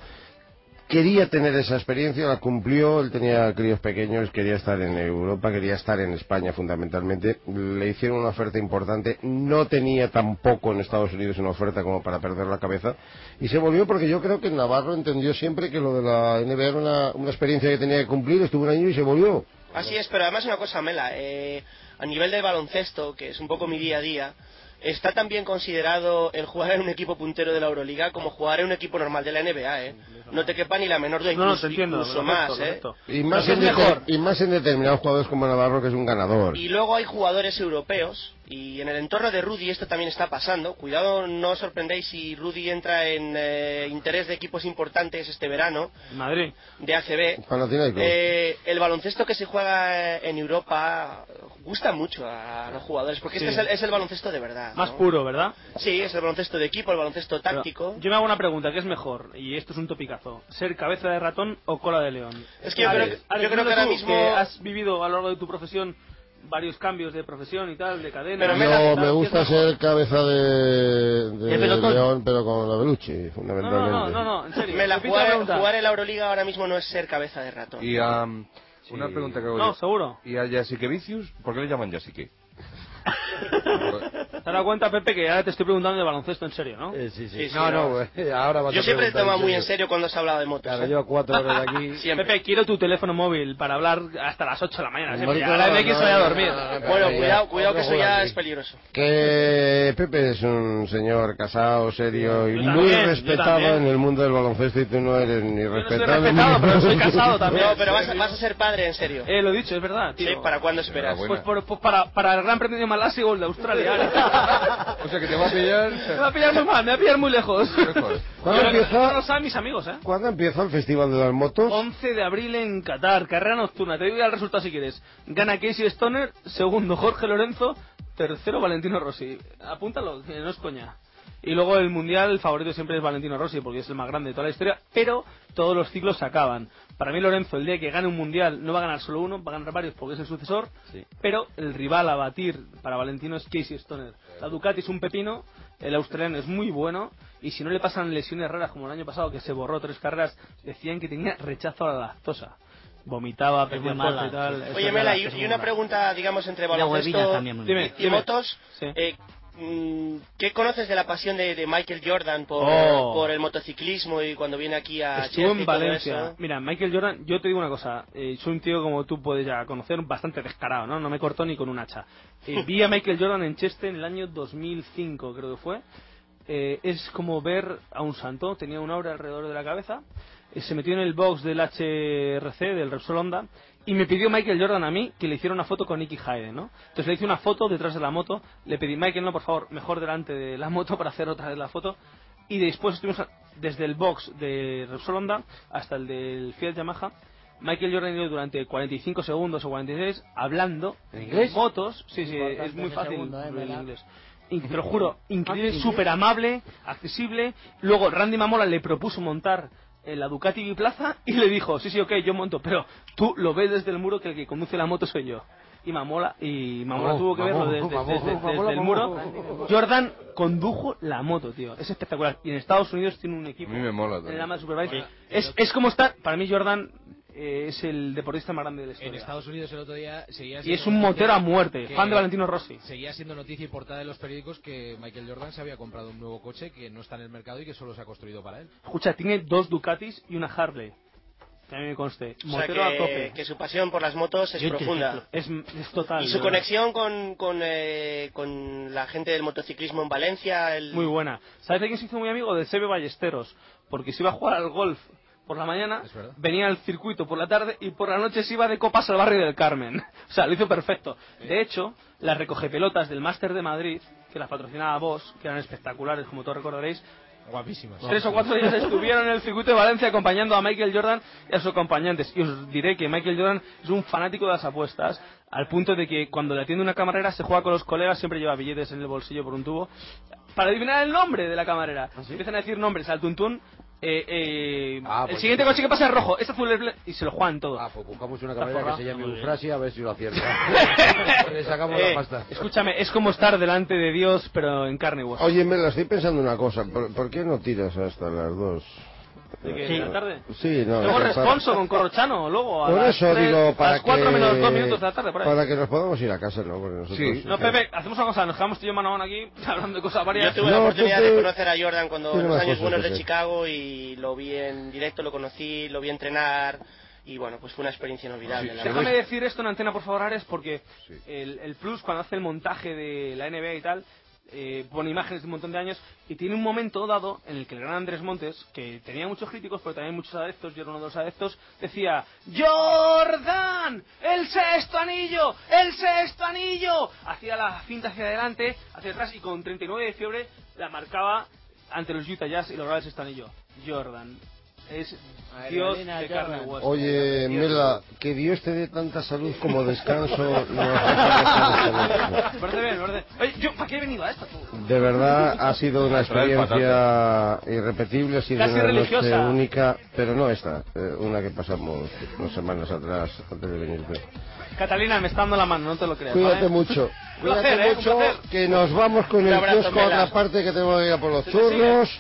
Quería tener esa experiencia, la cumplió, él tenía críos pequeños, quería estar en Europa, quería estar en España fundamentalmente. Le hicieron una oferta importante, no tenía tampoco en Estados Unidos una oferta como para perder la cabeza. Y se volvió porque yo creo que Navarro entendió siempre que lo de la NBA era una, una experiencia que tenía que cumplir, estuvo un año y se volvió.
Así es, pero además una cosa, Mela, eh, a nivel del baloncesto, que es un poco mi día a día, está también considerado el jugar en un equipo puntero de la Euroliga como jugar en un equipo normal de la NBA, ¿eh? No te quepa ni la menor duda,
No, no,
incluso,
te entiendo,
incluso
perfecto,
más, ¿eh?
perfecto.
Y más,
Lo
en
que es
deter-
mejor.
y más en determinados jugadores como Navarro, que es un ganador.
Y luego hay jugadores europeos, y en el entorno de Rudy esto también está pasando. Cuidado, no os sorprendéis si Rudy entra en eh, interés de equipos importantes este verano,
Madrid.
de ACB.
Panathinaikos.
Eh, el baloncesto que se juega en Europa gusta mucho a los jugadores, porque
Sí.
este es el, es el baloncesto de verdad.
Más
¿no?
puro, ¿verdad?
Sí, es el baloncesto de equipo, el baloncesto táctico.
Yo me hago una pregunta, ¿qué es mejor? Y esto es un topicazo. ¿Ser cabeza de ratón o cola de león?
Es que yo creo que- yo creo
dímelo
que ahora
tú,
mismo-
que has vivido a lo largo de tu profesión varios cambios de profesión y tal, de cadena...
Pero
y
no,
tal,
me
¿qué
gusta
es mejor?
ser cabeza de, de
¿De pelotón?
león, pero con la Belucci, fundamentalmente.
no, en serio.
Me la
Repito la
jugar,
pregunta.
jugar en la Euroliga ahora mismo no es ser cabeza de ratón.
Y a. Una pregunta que hago
No,
yo.
seguro.
¿Y a Jessica Vicius? ¿Por qué le llaman Jessica?
¿Te has dado cuenta, Pepe, que ahora te estoy preguntando de baloncesto en serio, no?
Eh, sí,
Sí, sí,
no, no, güey, ahora vas
Yo
a
siempre he
preguntar
tomado muy en serio cuando se ha hablado de motos.
Claro,
¿eh?
llevo cuatro horas aquí.
Pepe, quiero tu teléfono móvil para hablar hasta las 8 de la mañana.
No,
siempre. Ya, ahora
no,
MX
no,
vaya a
no,
dormir.
no, no, no,
Bueno,
no,
cuidado,
no,
cuidado que
no,
eso ya
aquí.
es peligroso.
Que Pepe es un señor casado, serio y
Yo
muy
también, yo
respetado
también.
en el mundo del baloncesto y tú no eres ni respetado. ni-
No, pero vas a, vas a ser padre, en serio.
Eh, lo he dicho, es verdad, tío.
Sí, ¿para cuándo esperas?
Pues, por- pues para, para el Gran Premio de Malasia o el de Australia.
O sea que te va a pillar.
Me va a pillar muy mal, me va a pillar muy lejos.
¿Cuándo
Yo no-
empieza?
No lo saben mis amigos, ¿eh?
¿Cuándo empieza el Festival de las Motos?
11 de abril en Qatar, carrera nocturna. Te digo el resultado si quieres. Gana Casey Stoner, segundo Jorge Lorenzo, tercero Valentino Rossi. Apúntalo, que no es coña. Y luego el mundial, el favorito siempre es Valentino Rossi, porque es el más grande de toda la historia, pero todos los ciclos se acaban. Para mí Lorenzo, el día que gane un mundial, no va a ganar solo uno, va a ganar varios porque es el sucesor, pero el rival a batir para Valentino es Casey Stoner. La Ducati es un pepino, el australiano es muy bueno, y si no le pasan lesiones raras como el año pasado, que se borró tres carreras, decían que tenía rechazo a la lactosa. Vomitaba, perdía
muy
fuerza
mala.
y tal. Es
Oye,
una
Mela,
mala,
y,
es
y
muy
una
mala.
pregunta, digamos, entre
Y la huevilla
baloncesto
también, muy
y,
bien.
y
Dime,
motos.
dime.
Eh, mm, ¿Qué conoces de la pasión de, de Michael Jordan por,
Oh.
por el motociclismo y cuando viene aquí a Chelsea
Estuvo
y todo
en Valencia.
eso?
Mira, Michael Jordan, yo te digo una cosa. eh, soy un tío, como tú puedes ya conocer, bastante descarado, ¿no? No me cortó ni con un hacha. Eh, vi a Michael Jordan en Cheste en el año 2005, creo que fue. Eh, es como ver a un santo. Tenía una aura alrededor de la cabeza. eh, se metió en el box del HRC, del Repsol Honda. Y me pidió Michael Jordan a mí que le hiciera una foto con Nicky Hayden, ¿no? Entonces le hice una foto detrás de la moto. Le pedí, Michael, no, por favor, mejor delante de la moto para hacer otra vez la foto y después estuvimos a- desde el box de Repsol Honda hasta el del Fiat Yamaha. Michael Jordan y yo durante 45 segundos o 46 hablando
¿En inglés?
motos, sí, sí,
Importante
es muy
ese
fácil
segundo, ¿eh,
en
Mela?
inglés. In- te lo juro, increíble,
Ah, sí.
súper amable, accesible. Luego Randy Mamola le propuso montar eh, la Ducati Biplaza y le dijo, sí, sí, ok, yo monto, pero tú lo ves desde el muro que el que conduce la moto soy yo. Y Mamola, y Mamola
Oh,
tuvo que verlo
Mamola,
desde,
Mamola,
desde- desde
Mamola,
el
Mamola.
muro. Jordan condujo la moto, tío. Es espectacular. Y en Estados Unidos tiene un equipo.
A mí me mola también.
En la Ama Superbike. Es, es como está. Para mí, Jordan eh, es el deportista más grande de la
En
historia.
Estados Unidos el otro día seguía
Y es
siendo
un
noticia
motero a muerte.
que-
Fan de Valentino Rossi.
Seguía siendo noticia y portada de los periódicos que Michael Jordan se había comprado un nuevo coche que no está en el mercado y que solo se ha construido para él.
Escucha, tiene dos Ducatis y una Harley. Que a mí me conste.
O sea,
Motero a
que,
tope.
que su pasión por las motos es
Yo te
profunda.
ejemplo. Es, es total.
Y
de
su
verdad.
conexión con, con, eh, con la gente del motociclismo en Valencia. El...
Muy buena. ¿Sabes de quién se hizo muy amigo? De Sebe Ballesteros. Porque se iba a jugar al golf por la mañana, venía al circuito por la tarde y por la noche se iba de copas al barrio del Carmen. O sea, lo hizo perfecto. De hecho, las recogepelotas del Máster de Madrid, que las patrocinaba Vos, que eran espectaculares, como todos recordaréis,
Guapísimas.
Tres o cuatro días estuvieron en el circuito de Valencia acompañando a Michael Jordan y a sus acompañantes. Y os diré que Michael Jordan es un fanático de las apuestas, al punto de que cuando le atiende una camarera se juega con los colegas, siempre lleva billetes en el bolsillo por un tubo, para adivinar el nombre de la camarera. Empiezan a decir nombres al tuntún. eh, eh, el
pues
siguiente
sí.
coche que pasa es rojo, es azul, es bla- y se lo juegan todo. Ah,
pues buscamos una
camarera
que se llame Eufrasia, a ver si lo acierta. Le sacamos
Eh,
la pasta.
Escúchame, es como estar delante de Dios, pero en carne y hueso.
Oye, me la estoy pensando una cosa. ¿Por, por qué no tiras hasta las dos?
¿De qué? ¿De la tarde?
Sí, no.
Luego
que
responso con Corrochano, luego a
Por
las
eso
tres-
digo,
a
para
las 4
que...
menos 2 minutos de la tarde, por ahí.
Para que nos podamos ir a casa, ¿no? Porque nosotros,
No, Pepe, hacemos una cosa, nos quedamos tú y yo mano a mano aquí hablando de cosas varias.
Yo tuve la oportunidad de conocer a Jordan cuando
tiene
en los
más
años
cosas
buenos
que
de
hacer.
Chicago y lo vi en directo, lo conocí, lo vi entrenar y bueno, pues fue una experiencia inolvidable. la verdad.
Déjame decir esto en antena, por favor, Ares, porque el, el Plus, cuando hace el montaje de la NBA y tal, eh, pone imágenes de un montón de años y tiene un momento dado en el que el gran Andrés Montes, que tenía muchos críticos, pero también muchos adeptos, yo era uno de los adeptos, decía: ¡Jordan! ¡El sexto anillo! ¡El sexto anillo! Hacía la finta hacia adelante, hacia atrás y con 39 de fiebre la marcaba ante los Utah Jazz y lograba el sexto anillo. Jordan. Es Dios de
Adrenalina,
carne y
Jordan.
hueso.
Oye,
Dios.
Mela, que Dios te dé tanta salud como descanso. nos hace
Me parece bien, me parece bien. Oye, yo, ¿para qué he venido a esto? tú?
falta. De verdad, ha sido una
Trae
experiencia irrepetible, ha sido
Casi
una noche
religiosa.
única, pero no esta, eh, una que pasamos unas semanas atrás antes de venirte.
Catalina, me está dando la mano, no te lo creas.
Cuídate
¿vale?
mucho.
Un placer,
Cuídate
¿eh? Un
mucho,
placer.
que nos vamos con
Un
el
abrazo,
kiosco a
Mela.
otra parte que tenemos que ir a por los
Sí, sí, sí.
churros.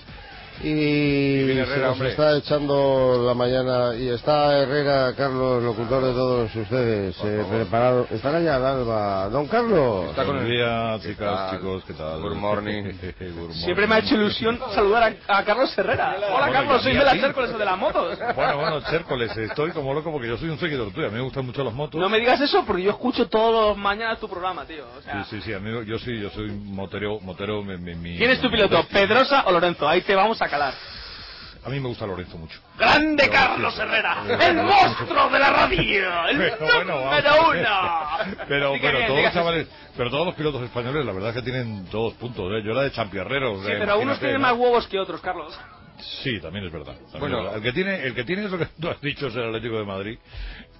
Y
Viene
se
Herrera,
nos
hombre.
está echando la mañana y está Herrera, Carlos, locutor de todos ustedes. eh, preparado. Están allá al alba. Don Carlos.
Está con el día, chicas,
tal?
chicos, ¿qué tal?
Good morning.
Good morning.
Siempre me ha hecho ilusión saludar a, a Carlos Herrera. Hola
Bueno,
Carlos,
y
soy
a
de las
ti.
Hércules o de las motos.
Bueno, bueno, Chércoles, estoy como loco porque yo soy un seguidor tuyo. A mí me gustan mucho las motos.
No me digas eso porque yo escucho todos los mañanas tu programa, tío. O sea,
Sí, sí, sí, amigo, yo sí, yo soy motero, motero, mi... mi- mi-
¿Quién es tu piloto? ¿Pedrosa o Lorenzo? Ahí te vamos a calar.
A mí me gusta Lorenzo mucho.
¡Grande
Pero,
Carlos
sí,
Herrera!
sí,
¡El
sí.
monstruo de la radio! ¡El
Pero bueno, vamos
número
a ver.
uno!
Pero,
Así que
pero todos
bien,
los
digas-
chavales, pero todos los pilotos españoles, la verdad es que tienen todos puntos. ¿eh? Yo era de champierreros.
Sí, pero unos tienen más huevos que otros, Carlos.
Sí, también es verdad. también
Bueno.
es verdad. el que tiene, el que tiene eso que tú has dicho es el Atlético de Madrid,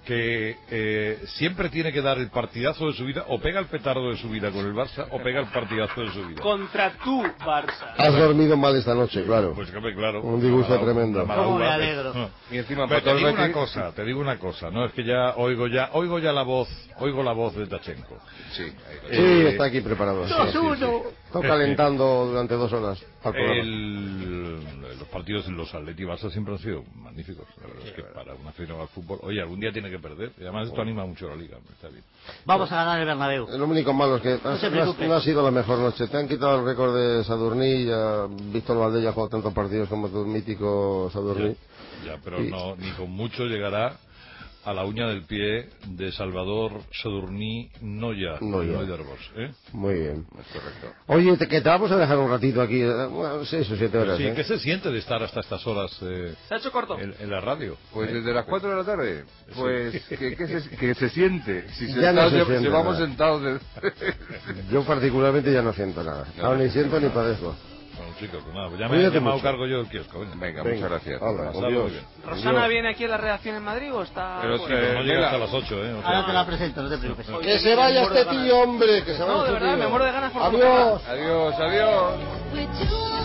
que eh, siempre tiene que dar el partidazo de su vida, o pega el petardo de su vida con el Barça, o pega el partidazo de su vida.
Contra tu Barça.
Has dormido mal esta noche, claro.
Pues hombre, claro. Eh,
Un disgusto
Me ha dado-
tremendo.
me ha dado
Cómo me
hambre.
alegro.
No.
Y encima
Pero
empató
te
el
digo una
Betis.
cosa, te digo una cosa, no es que ya oigo ya, oigo ya la voz, oigo la voz de Tachenko. Eh,
Sí.
Sí, está aquí preparado.
Sí, sí, sí. Eh,
Está calentando durante dos horas. para el programa.
El- los partidos en los Atleti y Barça siempre han sido magníficos. La verdad es que para una afición al fútbol, oye, algún día tiene que perder. Y además esto anima mucho a la liga. hombre, Está bien.
Vamos a ganar el Bernabéu. Lo único malo es que has-
se
no, has-
preocupe.
no ha sido la mejor noche. Te han quitado el récord de Sadurní. Ya Víctor Valdés ya ha jugado tantos partidos como tu mítico Sadurní.
Ya, pero
Y-
no, ni con mucho llegará a la uña del pie de Salvador Sadurní Noya,
Noya.
Noya Arbós, ¿eh?
Muy bien.
Correcto.
Oye, te, que te vamos a dejar un ratito aquí. eh, Bueno, seis o siete horas.
Sí,
¿eh?
¿Qué se siente de estar hasta estas horas eh,
Se ha hecho corto.
en, en la radio? Eh,
Pues desde las 4 de la tarde. Pues,
Sí.
¿qué, qué se, qué se siente? Si
Ya
sentados
no se
lle-
siente
llevamos
nada.
sentados. de-
Yo particularmente ya no siento nada.
Ya
Ahora
no
ni siento
siento
ni
nada.
padezco.
Bueno, chicos, pues nada, ya me,
Cuídate
ya me hago
mucho.
cargo yo del kiosco. Venga,
Venga, muchas gracias. hala,
Pasad
adiós.
muy bien.
¿Rosana viene aquí a la redacción en Madrid o está.?
Pero
Eh,
fuera?
que no llega
Vela.
hasta las 8, ¿eh? O sea,
Ahora te la
presento, no te preocupes.
Que se vaya
Me muero de
este
ganas.
tío, hombre. Que se vaya
No, de
este
verdad,
tío.
me muero de ganas por
Adiós.
Adiós, adiós.
With you.